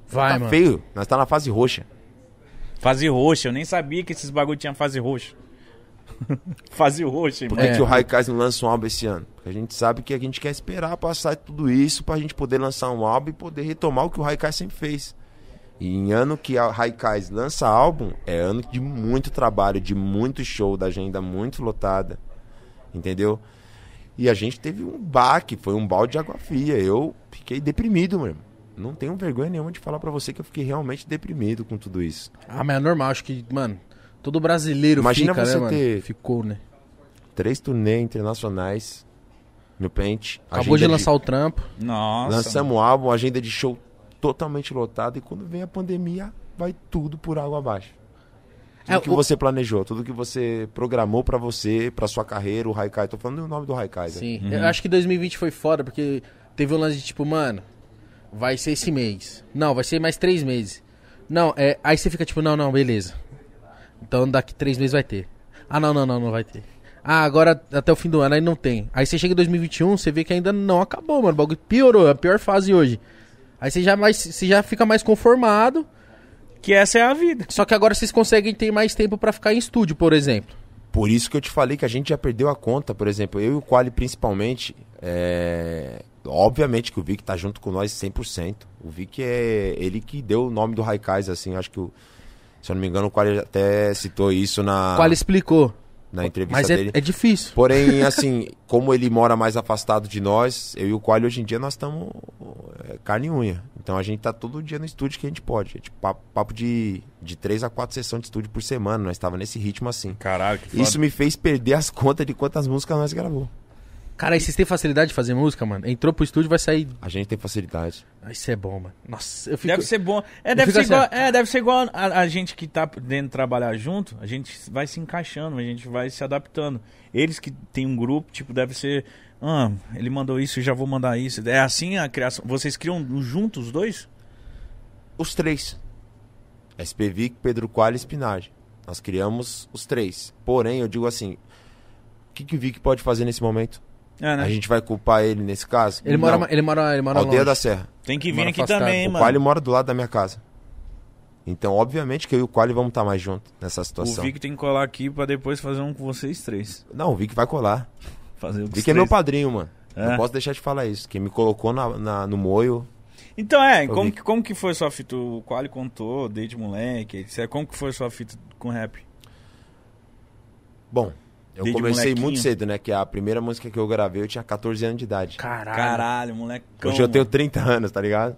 Speaker 1: Vai,
Speaker 3: tá
Speaker 1: mano.
Speaker 3: feio, nós tá na fase roxa.
Speaker 2: Fase roxa, eu nem sabia que esses bagulho tinha fase roxa. fase roxa,
Speaker 3: Por
Speaker 2: irmão.
Speaker 3: que,
Speaker 1: É.
Speaker 3: que o Raikais não lança um álbum esse ano? Porque a gente sabe que a gente quer esperar passar tudo isso pra gente poder lançar um álbum e poder retomar o que o Raikais sempre fez. E em ano que a Raikais lança álbum, é ano de muito trabalho, de muito show, da agenda muito lotada. Entendeu? E a gente teve um baque, foi um balde de água fria. Eu fiquei deprimido, meu irmão. Não tenho vergonha nenhuma de falar pra você que eu fiquei realmente deprimido com tudo isso.
Speaker 1: Ah, mas é normal, acho que, mano, todo brasileiro
Speaker 3: Imagina
Speaker 1: fica,
Speaker 3: você
Speaker 1: né, mano?
Speaker 3: ter-
Speaker 1: Ficou, né?
Speaker 3: Três turnês internacionais no Pente.
Speaker 1: Acabou de
Speaker 3: agenda
Speaker 1: lançar o trampo.
Speaker 2: Nossa.
Speaker 3: Lançamos o álbum, agenda de show totalmente lotada e quando vem a pandemia, vai tudo por água abaixo. Tudo
Speaker 1: É,
Speaker 3: que
Speaker 1: o-
Speaker 3: você planejou, tudo que você programou pra você, pra sua carreira, o Haikai. Tô falando o nome do Haikai. né?
Speaker 1: Sim. Eu acho que 2020 foi foda, porque teve um lance de tipo, mano, vai ser esse mês. Não, vai ser mais três meses. Não, é. Aí você fica tipo, não, não, beleza. Então daqui três meses vai ter. Ah, não, não, não, não vai ter. Ah, agora até o fim do ano aí não tem. Aí você chega em 2021, você vê que ainda não acabou, mano. O bagulho piorou, é a pior fase hoje. Aí você já, mais, você já fica mais conformado.
Speaker 2: Que essa é a vida.
Speaker 1: Só que agora vocês conseguem ter mais tempo pra ficar em estúdio, por exemplo.
Speaker 3: Por isso que eu te falei que a gente já perdeu a conta, por exemplo, eu e o Quali principalmente, é... obviamente que o Vic tá junto com nós 100%. O Vic é ele que deu o nome do Haikais, assim, acho que, o... se eu não me engano, o Quali até citou isso na,
Speaker 1: Qual explicou.
Speaker 3: na entrevista
Speaker 1: Mas
Speaker 3: dele.
Speaker 1: é, é difícil.
Speaker 3: Porém, assim, como ele mora mais afastado de nós, eu e o Quali hoje em dia nós estamos é, carne e unha. Então a gente tá todo dia no estúdio que a gente pode. É tipo papo, papo de, de três a quatro sessões de estúdio por semana. Nós estava nesse ritmo assim.
Speaker 2: Caralho, que foda.
Speaker 3: Isso me fez perder as contas de quantas músicas nós gravou.
Speaker 1: Cara, e vocês têm facilidade de fazer música, mano? Entrou pro estúdio, vai sair.
Speaker 3: A gente tem facilidade.
Speaker 1: Ah, Isso é bom, mano. Nossa, eu fico.
Speaker 2: Deve ser bom. É,
Speaker 1: fico
Speaker 2: deve ser,
Speaker 1: assim,
Speaker 2: igual, é, deve ser igual a, a gente que tá dentro trabalhar junto, a gente vai se encaixando, a gente vai se adaptando. Eles que tem um grupo, tipo, deve ser. Ah, ele mandou isso, eu já vou mandar isso. É assim a criação. Vocês criam juntos os dois?
Speaker 3: Os três. SPV, Pedro Quali e Spinard. Nós criamos os três. Porém, eu digo assim, o que, que o Vic pode fazer nesse momento?
Speaker 2: É, né?
Speaker 3: A gente vai culpar ele nesse caso?
Speaker 1: Ele mora,
Speaker 3: Não.
Speaker 1: ele mora, ele mora
Speaker 3: Aldeia
Speaker 1: longe.
Speaker 3: da Serra.
Speaker 2: Tem que vir
Speaker 1: Mora
Speaker 2: aqui
Speaker 1: afastado.
Speaker 2: também,
Speaker 1: O
Speaker 3: O
Speaker 2: mano.
Speaker 3: Quali mora é do lado da minha casa. Então, obviamente que eu e o Quali vamos estar mais juntos nessa
Speaker 2: o
Speaker 3: situação.
Speaker 2: Vic tem que colar aqui pra depois fazer um com vocês três.
Speaker 3: Não, o Vic vai colar.
Speaker 2: Fazer o
Speaker 3: O Vic é meu padrinho, mano.
Speaker 2: É?
Speaker 3: Não posso deixar de falar isso. Quem me colocou na, na- no moio.
Speaker 2: Então é, como,
Speaker 3: Vic.
Speaker 2: que- como que foi sua fita? O Quali contou, desde moleque, etc. Como que foi sua fita com rap?
Speaker 3: Bom, eu
Speaker 2: Desde
Speaker 3: comecei
Speaker 2: molequinho.
Speaker 3: muito cedo, né? Que a primeira música que eu gravei eu tinha 14 anos de idade.
Speaker 1: Caralho.
Speaker 2: Caralho, moleque.
Speaker 3: Hoje eu tenho 30 anos, tá ligado?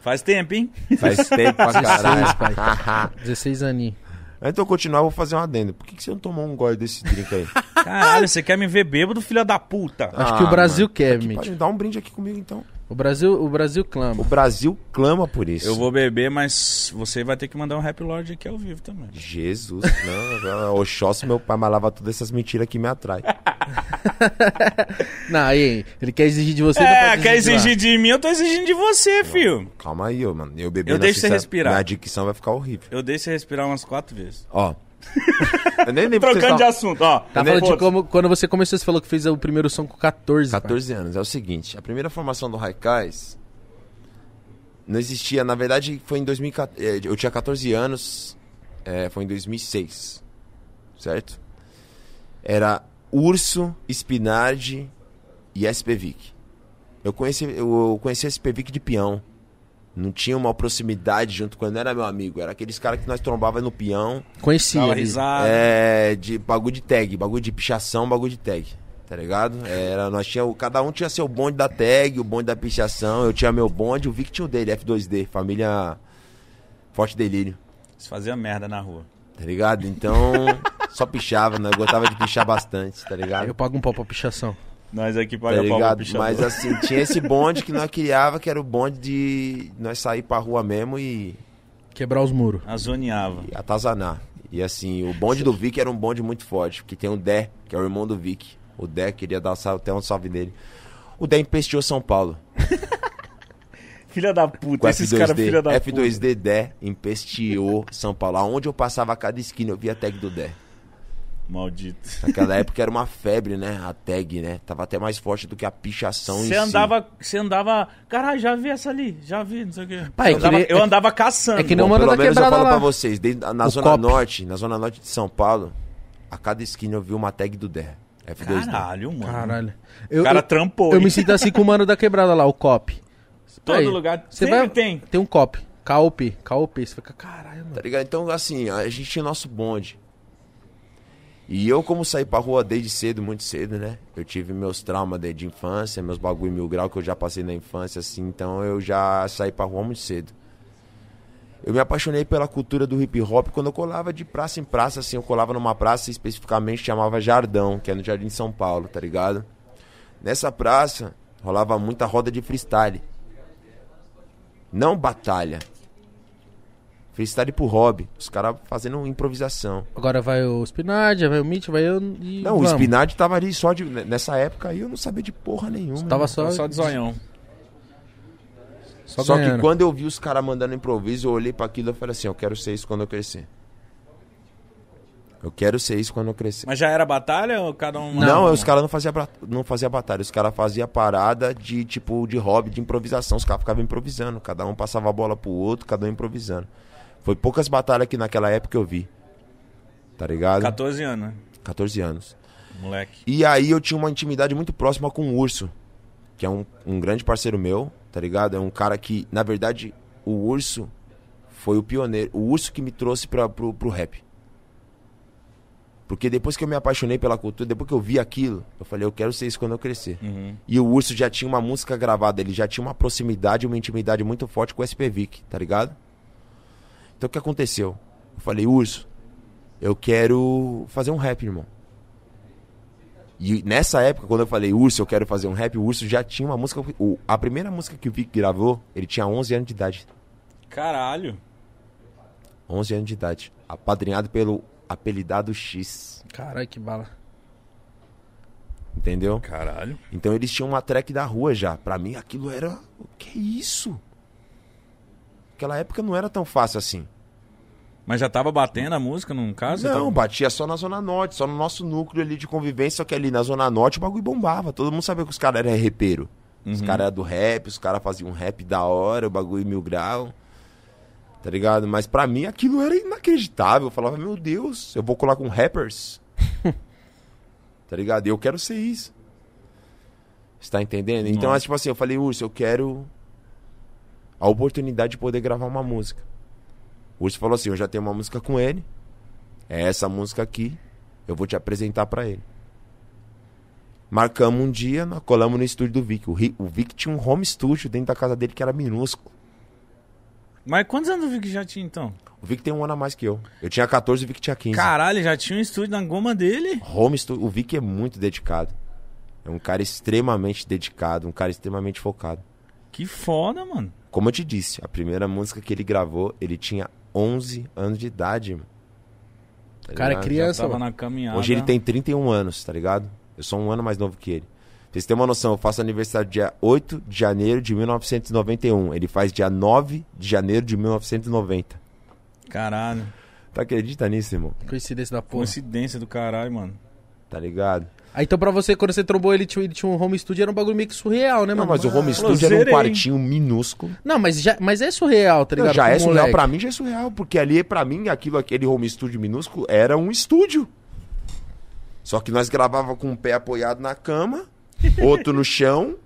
Speaker 2: Faz tempo, hein?
Speaker 3: Faz tempo pra caralho.
Speaker 1: 16, pai. 16 aninhos.
Speaker 3: Antes de eu continuar, eu vou fazer um adendo. Por que, que você não tomou um gole desse drink aí?
Speaker 2: Caralho, você quer me ver bêbado, filha da puta?
Speaker 1: Acho que o
Speaker 3: Ah,
Speaker 1: Brasil quer,
Speaker 3: Que
Speaker 1: Mitch.
Speaker 3: pode dar um brinde aqui comigo, então.
Speaker 1: O Brasil, o Brasil
Speaker 3: O
Speaker 1: clama.
Speaker 3: Brasil clama por isso.
Speaker 2: Eu vou beber, mas você vai ter que mandar um Rap Lord aqui ao vivo também.
Speaker 3: Jesus, não. Oxóssi, meu pai malava todas essas mentiras que me atrai.
Speaker 1: Não,
Speaker 3: não,
Speaker 1: aí, ele quer exigir de você. não
Speaker 2: é,
Speaker 1: pode
Speaker 2: quer
Speaker 1: de lá.
Speaker 2: exigir de mim, eu tô exigindo de você, filho.
Speaker 3: Calma aí, ô, mano. Eu bebi
Speaker 2: Eu deixo você respirar.
Speaker 3: Minha dicção vai ficar horrível.
Speaker 2: Eu deixo você respirar umas quatro vezes.
Speaker 3: Ó. eu nem lembro que vocês
Speaker 2: Trocando de
Speaker 3: tavam-
Speaker 2: assunto, ó.
Speaker 1: Tá falando de como, quando você começou, você falou que fez o primeiro som com 14. pai.
Speaker 3: 14 anos. É o seguinte, a primeira formação do Raikais não existia. Na verdade, foi em 2014. eh, Eu tinha 14 anos. eh, Foi em 2006. Certo? Era Urso, Spinardi e SPVIC. Eu conheci, eu conheci SPVIC de peão. Não tinha uma proximidade junto quando era meu amigo. Era aqueles caras que nós trombava no peão.
Speaker 1: Conheci.
Speaker 2: Dava
Speaker 1: ele.
Speaker 2: risada.
Speaker 3: É, de bagulho de tag, bagulho de pichação, bagulho de tag. Tá ligado? Era, nós tinha, o- cada um tinha seu bonde da tag, o bonde da pichação, eu tinha meu bonde, o Vic tinha o dele, F2D, família Forte Delírio,
Speaker 2: Você fazia merda na rua.
Speaker 3: tá ligado? Então, só pichava, né? Eu gostava de pichar bastante, tá ligado?
Speaker 1: Eu pago um pau pra pichação.
Speaker 2: Nós aqui
Speaker 3: tá
Speaker 2: paga pau pro
Speaker 3: ligado?
Speaker 2: pichador.
Speaker 3: Mas assim, tinha esse bonde que nós criava, que era o bonde de nós sair pra rua mesmo e,
Speaker 1: Quebrar os muros.
Speaker 2: Azoneava.
Speaker 3: e atazanar. E assim, o bonde do Vic era um bonde muito forte, porque tem o Dé, que é o irmão do Vic. O Dé queria dar sal- até um salve nele. O Dé empesteou São Paulo.
Speaker 2: Filha da
Speaker 3: Com
Speaker 2: puta, esses
Speaker 3: F2D.
Speaker 2: caras filha da puta.
Speaker 3: F2D Dé empesteou São Paulo. Aonde eu passava a cada esquina, eu via a tag do Dé.
Speaker 2: Maldito.
Speaker 3: Naquela época era uma febre, né? A tag, né? Tava até mais forte do que a pichação em
Speaker 2: Você
Speaker 3: si.
Speaker 2: andava, você andava, caralho, já vi essa ali, já vi, não sei o quê.
Speaker 1: Pai,
Speaker 2: eu, andava,
Speaker 1: é que nem-
Speaker 2: eu andava caçando.
Speaker 1: é que nem Não
Speaker 3: Bom,
Speaker 1: manda
Speaker 3: pelo
Speaker 1: da
Speaker 3: menos eu
Speaker 1: quebrada
Speaker 3: falo
Speaker 1: lá.
Speaker 3: pra vocês, dentro- na
Speaker 1: O
Speaker 3: Zona
Speaker 1: copo.
Speaker 3: Norte, na Zona Norte de São Paulo, a cada esquina eu vi uma tag do Dé. F2D.
Speaker 2: Caralho, mano.
Speaker 1: Caralho.
Speaker 2: O
Speaker 1: Eu,
Speaker 2: cara tá
Speaker 1: eu-
Speaker 2: trampou.
Speaker 1: eu
Speaker 2: hein?
Speaker 1: me sinto assim com o mano da quebrada lá, o Cop.
Speaker 2: Todo
Speaker 1: Aí,
Speaker 2: lugar.
Speaker 1: você
Speaker 2: Sempre
Speaker 1: vai-
Speaker 2: tem.
Speaker 1: Tem um Cop. K.O.P. K.O.P. Você fica, caralho, mano.
Speaker 3: Tá ligado? Então, assim, a gente tinha o nosso bonde. E eu, como saí pra rua desde cedo, muito cedo, né? Eu tive meus traumas de, de infância, meus bagulho mil grau que eu já passei na infância, assim. Então, eu já saí pra rua muito cedo. Eu me apaixonei pela cultura do hip hop quando eu colava de praça em praça, assim. Eu colava numa praça especificamente chamava Jardão, que é no Jardim de São Paulo, tá ligado? Nessa praça rolava muita roda de freestyle. Não batalha. Freestyle pro hobby. Os caras fazendo improvisação.
Speaker 1: Agora vai o Spinard, vai o Mitch, vai eu e
Speaker 3: Não,
Speaker 1: vamos.
Speaker 3: o Spinard tava ali só de. né, Nessa época aí eu não sabia de porra nenhuma.
Speaker 1: Tava
Speaker 3: né?
Speaker 1: só,
Speaker 2: Só de zoião.
Speaker 1: só
Speaker 3: Só que
Speaker 1: ganhando.
Speaker 3: quando eu vi os caras mandando improviso, eu olhei pra aquilo e falei assim: eu quero ser isso quando eu crescer. Eu quero ser isso quando eu crescer.
Speaker 2: Mas já era batalha ou cada um...
Speaker 3: Não, os caras não faziam não fazia batalha, os caras faziam parada de tipo de hobby, de improvisação. Os caras ficavam improvisando, cada um passava a bola pro outro, cada um improvisando. Foi poucas batalhas que naquela época eu vi. Tá ligado?
Speaker 2: 14 anos, né?
Speaker 3: 14 anos.
Speaker 2: moleque.
Speaker 3: E aí eu tinha uma intimidade muito próxima com o Urso, que é um, um grande parceiro meu, tá ligado? É um cara que, na verdade, o Urso foi o pioneiro, o Urso que me trouxe pra, pro, pro rap. Porque depois que eu me apaixonei pela cultura, depois que eu vi aquilo, eu falei, eu quero ser isso quando eu crescer.
Speaker 2: Uhum.
Speaker 3: E o Urso já tinha uma música gravada, ele já tinha uma proximidade, uma intimidade muito forte com o SPVIC, tá ligado? Então o que aconteceu? Eu falei, Urso, eu quero fazer um rap, irmão. E nessa época, quando eu falei, Urso, eu quero fazer um rap, o Urso já tinha uma música. o- a primeira música que o Vic gravou, ele tinha 11 anos de idade.
Speaker 2: Caralho.
Speaker 3: 11 anos de idade. Apadrinhado pelo apelidado X.
Speaker 1: Caralho, que bala.
Speaker 3: Entendeu?
Speaker 2: Caralho.
Speaker 3: Então eles tinham uma track da rua já. Pra mim aquilo era. O que é isso? Aquela época não era tão fácil assim.
Speaker 2: Mas já tava batendo a música num caso?
Speaker 3: não,
Speaker 2: Tava-
Speaker 3: batia só na Zona Norte, só no nosso núcleo ali de convivência, só que ali na Zona Norte o bagulho bombava. Todo mundo sabia que os caras eram repeiro.
Speaker 2: Uhum.
Speaker 3: Os caras eram do rap, os caras faziam um rap da hora, o bagulho mil grau. Tá ligado? Mas pra mim aquilo era inacreditável. Eu falava, meu Deus, eu vou colar com rappers. tá ligado? Eu quero ser isso. Você tá entendendo? Então,
Speaker 2: Nossa.
Speaker 3: é tipo assim, eu falei, Urso, eu quero a oportunidade de poder gravar uma música. O Urso falou assim, eu já tenho uma música com ele. É essa música aqui. Eu vou te apresentar pra ele. Marcamos um dia, nós colamos no estúdio do Vic. O, Ri- o Vic tinha um home studio dentro da casa dele que era minúsculo.
Speaker 2: Mas quantos anos o Vic já tinha, então?
Speaker 3: O Vic tem um ano a mais que eu. Eu tinha 14 e o Vic tinha 15.
Speaker 2: Caralho, já tinha um estúdio na goma dele?
Speaker 3: Home studio. O Vic é muito dedicado. É um cara extremamente dedicado, um cara extremamente focado.
Speaker 2: Que foda, mano.
Speaker 3: Como eu te disse, a primeira música que ele gravou, ele tinha 11 anos de idade, mano. Tá
Speaker 1: Cara,
Speaker 3: ligado? tá-
Speaker 1: criança,
Speaker 2: Tava
Speaker 1: mano.
Speaker 2: na caminhada.
Speaker 3: Hoje ele tem 31 anos, tá ligado? Eu sou um ano mais novo que ele. Pra vocês terem uma noção, eu faço aniversário dia 8 de janeiro de 1991. Ele faz dia 9 de janeiro de 1990.
Speaker 2: Caralho.
Speaker 3: Tu acredita nisso, irmão?
Speaker 1: Coincidência da porra.
Speaker 2: Coincidência do caralho, mano.
Speaker 3: Tá ligado?
Speaker 1: Aí então pra você, quando você trombou ele, tinha, ele tinha um home studio, era um bagulho meio que surreal, né,
Speaker 3: Não,
Speaker 1: mano?
Speaker 3: mas o home
Speaker 2: Falou,
Speaker 3: studio era um
Speaker 2: zerei.
Speaker 3: quartinho minúsculo.
Speaker 1: Não, mas, já, mas é surreal, tá ligado?
Speaker 3: já
Speaker 1: Pro
Speaker 3: é surreal,
Speaker 1: moleque.
Speaker 3: pra mim já é surreal, porque ali, pra mim, aquilo, aquele home studio minúsculo era um estúdio. Só que nós gravava com um pé apoiado na cama, outro no chão,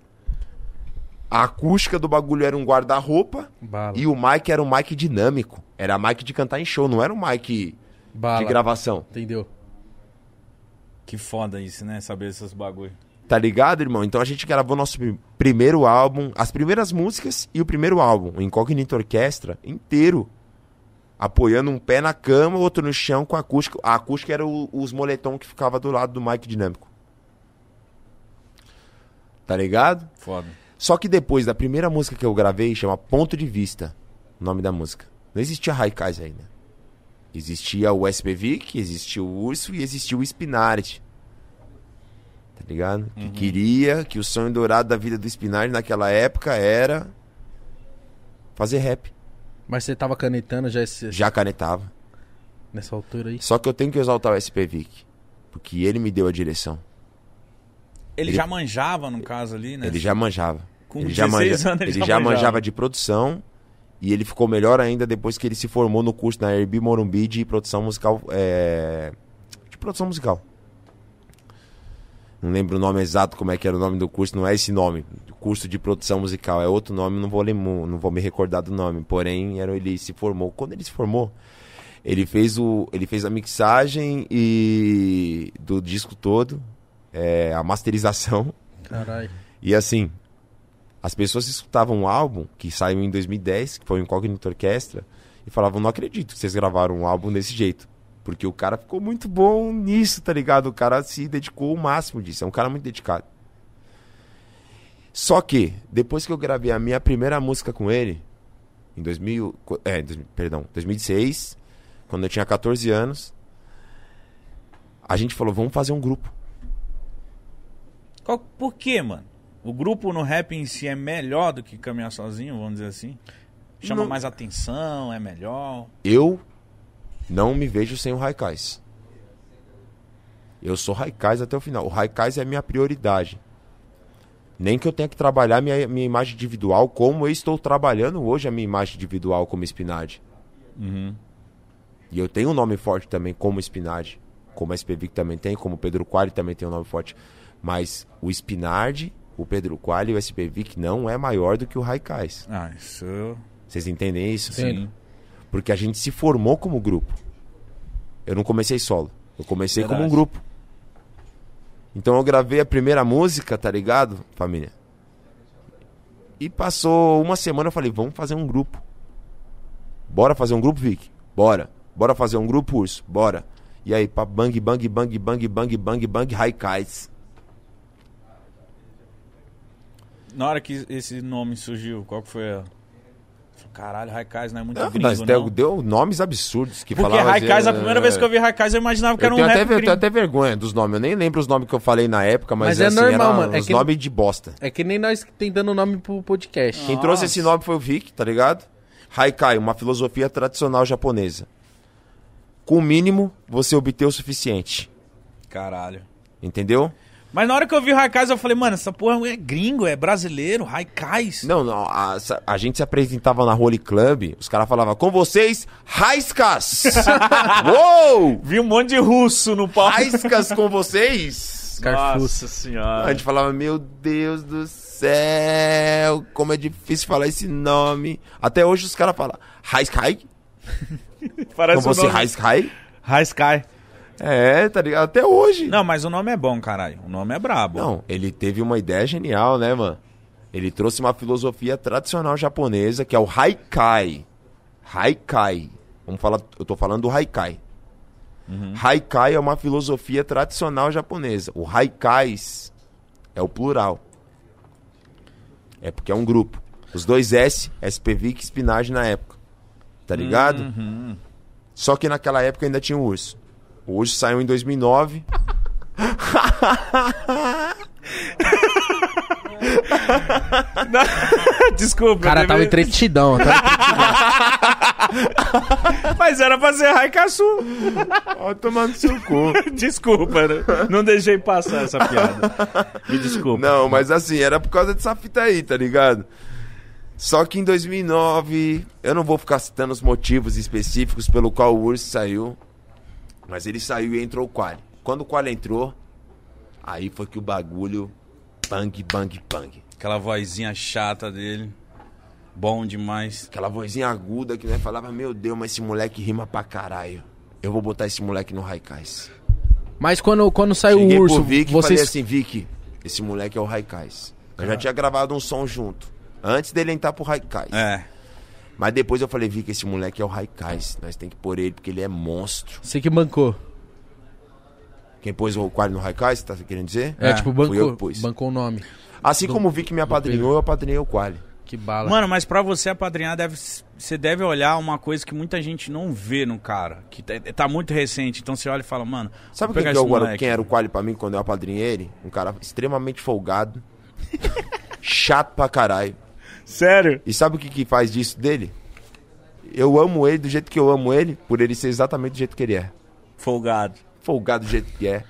Speaker 3: a acústica do bagulho era um guarda-roupa,
Speaker 1: Bala,
Speaker 3: E o mic era um mic dinâmico. Era mic de cantar em show, não era um mic
Speaker 1: bala.
Speaker 3: de gravação.
Speaker 1: Entendeu?
Speaker 2: Que foda isso, né? Saber esses bagulho.
Speaker 3: Tá ligado, irmão? Então a gente gravou nosso prim- primeiro álbum, as primeiras músicas e o primeiro álbum, o Incognito Orquestra, inteiro. Apoiando um pé na cama, outro no chão com acústico. A acústica era o- os moletom que ficava do lado do mic dinâmico. tá ligado?
Speaker 2: Foda.
Speaker 3: Só que depois da primeira música que eu gravei, chama Ponto de Vista, o nome da música. Não existia Raikais ainda. Existia o SPVIC, existia o Urso e existia o Spinard. Tá ligado? Que queria que o sonho dourado da vida do Spinard naquela época era fazer rap.
Speaker 1: Mas você tava canetando já esse-
Speaker 3: Já canetava.
Speaker 1: nessa altura aí?
Speaker 3: Só que eu tenho que exaltar o SPVIC, porque ele me deu a direção.
Speaker 2: Ele,
Speaker 3: Ele-
Speaker 2: já manjava, no caso ali, né?
Speaker 3: Ele já manjava.
Speaker 2: Com
Speaker 3: ele já
Speaker 2: 16
Speaker 3: manja-
Speaker 2: anos, ele
Speaker 3: ele
Speaker 2: já
Speaker 3: já
Speaker 2: manjava.
Speaker 3: manjava de produção e ele ficou melhor ainda depois que ele se formou no curso na Herbi Morumbi de produção musical. é, De produção musical. Não lembro o nome exato, como é que era o nome do curso, não é esse nome. Curso de produção musical, é outro nome, não vou, lembrar, não vou me recordar do nome. Porém, era, ele se formou. Quando ele se formou, ele fez, o, ele fez a mixagem e do disco todo, é, a masterização.
Speaker 1: Caralho.
Speaker 3: E assim, as pessoas escutavam um álbum que saiu em 2010, que foi o Incógnito Orquestra, e falavam, não acredito que vocês gravaram um álbum desse jeito. Porque o cara ficou muito bom nisso, tá ligado? O cara se dedicou o máximo disso, é um cara muito dedicado. Só que, depois que eu gravei a minha primeira música com ele, em 2000, co- é, em 2000, perdão, 2006, quando eu tinha 14 anos, a gente falou, vamos fazer um grupo.
Speaker 2: Qual- Por quê, mano? O grupo no rap em si é melhor do que caminhar sozinho, vamos dizer assim? Chama
Speaker 3: Não-
Speaker 2: mais atenção, é melhor.
Speaker 3: Eu não me vejo sem o Raikais. Eu sou Raikais até o final. O Raikais é a minha prioridade. Nem que eu tenha que trabalhar minha, minha imagem individual, como eu estou trabalhando hoje a minha imagem individual como Spinad. E eu tenho um nome forte também como Spinard, como a SPV que também tem, como o Pedro Quali também tem um nome forte. Mas o Spinard, o Pedro Quali e o SPV que não é maior do que o Raikais.
Speaker 2: Ah, isso. eu-
Speaker 3: Vocês entendem isso?
Speaker 1: Entendo.
Speaker 3: Porque a gente se formou como grupo. Eu não comecei solo. Eu comecei como um
Speaker 2: Verdade.
Speaker 3: grupo. Então eu gravei a primeira música, tá ligado, família? E passou uma semana, eu falei, vamos fazer um grupo. Bora fazer um grupo, Vic? Bora. Bora fazer um grupo, Urso? Bora. E aí, pá, bang, bang, bang, bang, bang, bang, bang, raikais.
Speaker 2: Na hora que esse nome surgiu, qual que foi a. Caralho, Raikais não é muito
Speaker 3: Não,
Speaker 2: gringo,
Speaker 3: Ah, mas deu,
Speaker 2: não.
Speaker 3: deu nomes absurdos que
Speaker 2: Porque
Speaker 3: falava,
Speaker 2: Raikais, a
Speaker 3: eh,
Speaker 2: primeira vez que eu vi Raikais, eu imaginava que
Speaker 3: Eu
Speaker 2: era um
Speaker 3: tenho,
Speaker 2: rap
Speaker 3: até, ver-
Speaker 2: gringo.
Speaker 3: tenho até vergonha dos nomes. Eu nem lembro os nomes que eu falei na época, mas,
Speaker 1: Mas é
Speaker 3: assim,
Speaker 1: normal,
Speaker 3: era
Speaker 1: mano. É
Speaker 3: os
Speaker 1: que-
Speaker 3: nomes de bosta.
Speaker 1: É que nem nós que tem dando nome pro podcast.
Speaker 3: Quem trouxe esse nome foi o Vic, tá ligado? Haikai, uma filosofia tradicional japonesa. Com o mínimo, você obteu o suficiente.
Speaker 2: Caralho.
Speaker 3: Entendeu?
Speaker 2: Mas na hora que eu vi Raikais, eu falei, mano, essa porra é gringo, é brasileiro, Raikais.
Speaker 3: Não, não. A, a gente se apresentava na Holy Club, os caras falavam, com vocês, Raiskas! Uou!
Speaker 2: Vi um monte de russo no palco.
Speaker 3: Raiskas com vocês!
Speaker 1: Carfuça.
Speaker 2: Nossa
Speaker 3: A
Speaker 2: senhora.
Speaker 3: gente falava, meu Deus do céu, como é difícil falar esse nome. Até hoje os caras falam, Raiskai? Com tipo,
Speaker 2: Parece o
Speaker 3: você,
Speaker 2: nome-
Speaker 3: Raiskai?
Speaker 2: Raiskai.
Speaker 3: É, tá ligado? Até hoje.
Speaker 2: Não, mas o nome é bom, caralho. O nome é brabo.
Speaker 3: Não, ele teve uma ideia genial, né, mano? Ele trouxe uma filosofia tradicional japonesa, que é o Haikai. Haikai. Vamos falar, eu tô falando do Haikai. Haikai é uma filosofia tradicional japonesa. O Haikais é o plural. É porque é um grupo. Os dois S, SPV e Spinage na época. Tá ligado? Uhum. Só que naquela época ainda tinha o urso. O urso saiu em 2009.
Speaker 2: Desculpa.
Speaker 1: O cara
Speaker 2: eu
Speaker 1: tava
Speaker 2: devia-
Speaker 1: entretidão. Tá?
Speaker 2: Mas era pra ser Raikasu.
Speaker 3: Ó, tomando seu cu.
Speaker 2: Desculpa, né? não deixei passar essa piada. Me desculpa.
Speaker 3: Não, mas assim, era por causa dessa fita aí, tá ligado? Só que em 2009, eu não vou ficar citando os motivos específicos pelo qual o Urso saiu, mas ele saiu e entrou o Quali. Quando o Quali entrou, aí foi que o bagulho bang, bang, bang.
Speaker 2: Aquela vozinha chata dele. Bom demais.
Speaker 3: Aquela vozinha aguda que né, falava, meu Deus, mas esse moleque rima pra caralho. Eu vou botar esse moleque no Raikais.
Speaker 1: Mas quando, quando saiu
Speaker 3: Cheguei
Speaker 1: o urso,
Speaker 3: pro Vic e
Speaker 1: vocês. Ah.
Speaker 3: falei assim, Vic, esse moleque é o Raikais. Eu já tinha gravado um som junto. Antes dele entrar pro Raikais.
Speaker 2: É.
Speaker 3: Mas depois eu falei, Vic, esse moleque é o Raikais. Nós tem que pôr ele porque ele é monstro.
Speaker 1: Você que bancou.
Speaker 3: Quem pôs o aquário no Haikai, você tá querendo dizer?
Speaker 1: É,
Speaker 2: É,
Speaker 1: tipo,
Speaker 3: fui eu
Speaker 1: bancou,
Speaker 3: que pus.
Speaker 1: bancou o nome.
Speaker 3: Assim como o Vic me apadrinhou, eu apadrinhei o Quali.
Speaker 1: Que bala.
Speaker 2: Mano, mas pra você apadrinhar, deve, você deve olhar uma coisa que muita gente não vê no cara. Que tá, tá muito recente. Então você olha e fala, mano.
Speaker 3: Sabe
Speaker 2: vou
Speaker 3: quem,
Speaker 2: pegar
Speaker 3: que é
Speaker 2: esse
Speaker 3: o Guaro-
Speaker 2: moleque.
Speaker 3: quem era o Quali pra mim quando eu apadrinhei ele? Um cara extremamente folgado. chato pra caralho.
Speaker 2: Sério?
Speaker 3: E sabe o que, que faz disso dele? Eu amo ele do jeito que eu amo ele, por ele ser exatamente do jeito que ele é.
Speaker 2: Folgado.
Speaker 3: Folgado do jeito que é.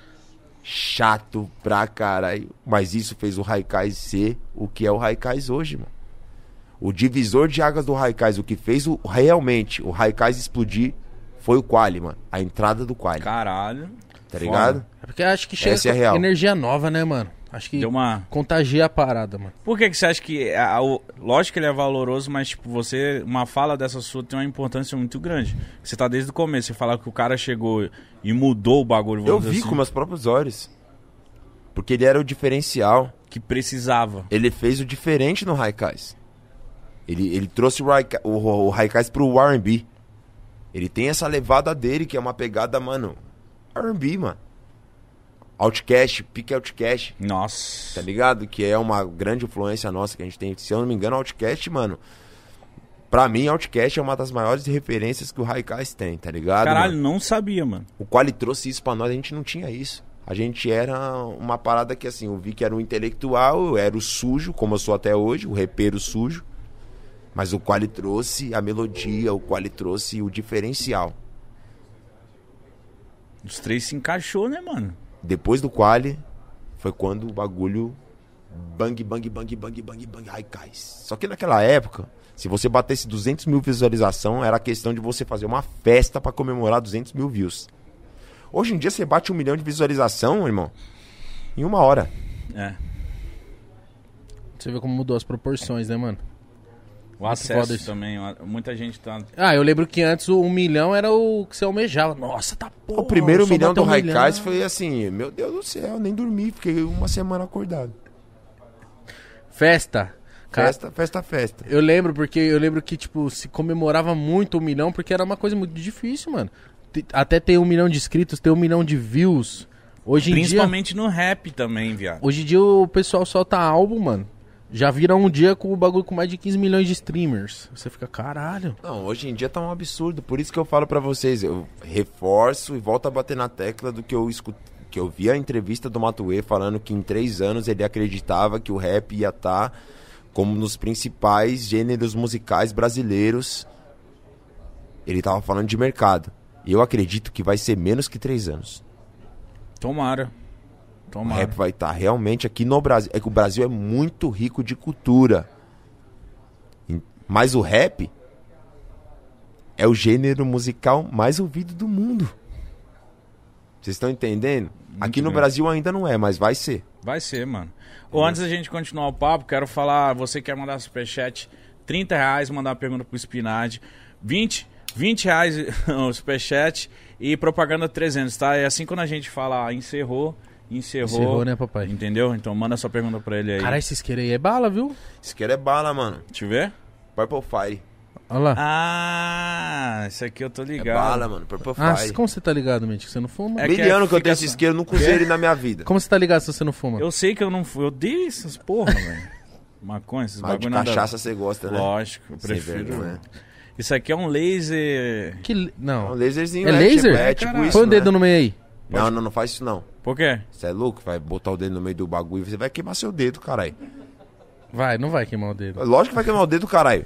Speaker 3: Chato pra caralho. Mas isso fez o Raikais ser o que é o Raikais hoje, mano. O divisor de águas do Raikais, o que fez o, realmente o Raikais explodir, foi o Quali, mano. A entrada do Quali,
Speaker 2: Caralho.
Speaker 3: tá ligado?
Speaker 1: É porque acho que chega
Speaker 3: Essa é
Speaker 1: com
Speaker 3: real.
Speaker 1: energia nova, né, mano? Acho que
Speaker 2: Deu uma.
Speaker 1: contagia a parada, mano.
Speaker 2: Por que, que você acha que. a- o- lógico que ele é valoroso, mas, tipo, você. Uma fala dessa sua tem uma importância muito grande. Você tá desde o começo. Você fala que o cara chegou e mudou o bagulho.
Speaker 3: Eu
Speaker 2: vamos dizer
Speaker 3: vi
Speaker 2: assim,
Speaker 3: com meus próprios olhos. Porque ele era o diferencial.
Speaker 2: Que precisava.
Speaker 3: Ele fez o diferente no Raikais. Ele, ele trouxe o Raika- o- o o Raikais pro R&B. Ele tem essa levada dele, que é uma pegada, mano... R&B, mano. Outcast, pique Outcast, tá
Speaker 2: Nossa.
Speaker 3: ligado? Que é uma grande influência nossa que a gente tem. Se eu não me engano, Outcast, mano... Pra mim, Outcast é uma das maiores referências que o Raikais tem, tá ligado? mano?
Speaker 2: Caralho, não sabia, mano.
Speaker 3: O Quali trouxe isso pra nós, a gente não tinha isso. A gente era uma parada que assim, o Vic era um intelectual, eu era o sujo, como eu sou até hoje, o repeiro sujo. Mas o Quali trouxe a melodia, o Quali trouxe o diferencial.
Speaker 2: Os três se encaixou, né, mano?
Speaker 3: Depois do Quali, foi quando o bagulho bang, bang, bang, bang, bang, bang, raikais. Só que naquela época, se você batesse 200 mil visualização, era questão de você fazer uma festa pra comemorar 200 mil views. Hoje em dia, você bate um milhão de visualização, irmão, em uma hora.
Speaker 2: É.
Speaker 1: Você vê como mudou as proporções, né, mano?
Speaker 2: O
Speaker 1: Muito
Speaker 2: acesso
Speaker 1: foda isso.
Speaker 2: também. o- Muita gente tá.
Speaker 1: Ah, eu lembro que antes o um milhão era o que você almejava. Nossa, tá porra.
Speaker 3: o primeiro
Speaker 1: eu só
Speaker 3: milhão do
Speaker 1: bati um
Speaker 3: Raikais
Speaker 1: milhão.
Speaker 3: foi assim, meu Deus do céu, nem dormi, fiquei uma semana acordado.
Speaker 1: Festa. Cara,
Speaker 3: Festa, festa, festa.
Speaker 1: Eu lembro, porque eu lembro que, tipo, se comemorava muito um milhão, porque era uma coisa muito difícil, mano. Te- Até ter um milhão de inscritos, ter um milhão de views. Hoje em dia.
Speaker 2: Principalmente no rap também, viado.
Speaker 1: Hoje em dia o pessoal solta álbum, mano. Já vira um dia com o bagulho com mais de 15 milhões de streamers. Você fica, caralho.
Speaker 3: Não, hoje em dia tá um absurdo. Por isso que eu falo pra vocês, eu reforço e volto a bater na tecla do que eu escutei. Que eu vi a entrevista do Matuê falando que em três anos ele acreditava que o rap ia estar como nos principais gêneros musicais brasileiros. Ele tava falando de mercado. E eu acredito que vai ser menos que três anos.
Speaker 2: Tomara.
Speaker 3: O
Speaker 2: Tomara.
Speaker 3: rap vai estar realmente aqui no Brasil. É que o Brasil é muito rico de cultura. Em- Mas o rap é o gênero musical mais ouvido do mundo. Vocês estão entendendo? aqui no
Speaker 2: bem.
Speaker 3: Brasil ainda não é, mas vai ser.
Speaker 2: Vai ser, mano. Ou antes da gente continuar o papo, quero falar, você quer mandar superchat, 30 reais, mandar uma pergunta pro Spinard, 20, 20 reais o superchat e propaganda 300, tá? É assim quando a gente fala, ah, encerrou, encerrou.
Speaker 1: Encerrou, né, papai?
Speaker 2: Entendeu? Então manda sua pergunta pra ele aí.
Speaker 1: Caralho, esses isqueiro aí é bala, viu?
Speaker 3: Isqueiro é bala, mano.
Speaker 2: Deixa eu ver.
Speaker 3: Purple Fire.
Speaker 1: Olha lá.
Speaker 2: Ah, isso aqui eu tô
Speaker 3: É
Speaker 2: ligado.
Speaker 3: bala, mano. Purple
Speaker 1: Ah,
Speaker 3: Fire.
Speaker 1: como você tá ligado, mente? Que você não fuma?
Speaker 2: É que
Speaker 3: Miliano que, eu
Speaker 2: fica
Speaker 3: tenho esse
Speaker 2: essa-
Speaker 3: isqueiro, eu nunca usei ele na minha vida.
Speaker 1: Como você tá ligado se você não fuma?
Speaker 2: Eu sei que eu não fui, eu dei essas porra, velho. Maconha, esses
Speaker 3: Mas de
Speaker 2: bagulho nada-
Speaker 3: cachaça você gosta, né?
Speaker 2: Lógico, eu
Speaker 3: Sem
Speaker 2: prefiro.
Speaker 3: vergonha.
Speaker 2: Isso aqui é um laser.
Speaker 1: Que... li-
Speaker 3: É um
Speaker 1: Não.
Speaker 3: laserzinho,
Speaker 1: É
Speaker 3: né?
Speaker 1: laser?
Speaker 3: Tipo, é tipo
Speaker 2: Caralho.
Speaker 3: isso,
Speaker 1: Põe o
Speaker 3: né?
Speaker 1: dedo no meio aí.
Speaker 3: Não, não, não faz isso não.
Speaker 2: Por quê?
Speaker 3: Você é louco? Vai botar o dedo no meio do bagulho e você vai queimar seu dedo, caralho.
Speaker 1: Vai, não vai queimar o dedo.
Speaker 3: Lógico que vai queimar o dedo, caralho.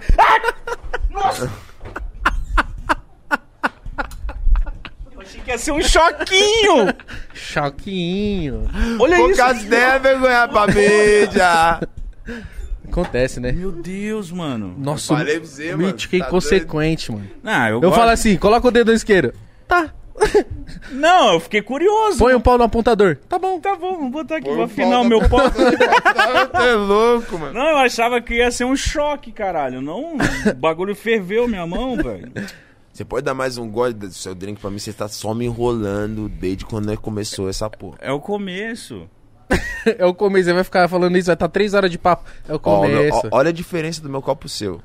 Speaker 2: Achei que ia ser um choquinho!
Speaker 1: Choquinho.
Speaker 2: Olha
Speaker 3: Poucas ideias, vergonha pra mídia.
Speaker 1: Acontece, né?
Speaker 2: Meu Deus, mano.
Speaker 1: Nossa,
Speaker 3: Falei pra você, mano,
Speaker 1: mítico é
Speaker 3: tá
Speaker 1: inconsequente, mano.
Speaker 2: Não, eu,
Speaker 1: Eu
Speaker 2: gosto-
Speaker 1: falo assim, coloca o dedo no isqueiro. Tá.
Speaker 2: assim, Não, eu fiquei curioso.
Speaker 1: Põe um pau no apontador. Tá bom.
Speaker 2: Tá bom, vou botar aqui
Speaker 3: Põe
Speaker 2: pra
Speaker 3: o
Speaker 2: afinar o
Speaker 3: pau
Speaker 2: meu
Speaker 3: na-
Speaker 2: pau.
Speaker 3: Você é louco, mano.
Speaker 2: Não, eu achava que ia ser um choque, caralho. Não, o bagulho ferveu minha mão, velho.
Speaker 3: Você pode dar mais um gole do seu drink pra mim? Você tá só me enrolando desde quando é começou essa porra.
Speaker 2: É o começo.
Speaker 1: É o começo, você vai ficar falando isso, vai estar três horas de papo. É o
Speaker 3: Ó, meu,
Speaker 1: começo.
Speaker 3: ó, olha a diferença do meu copo seu.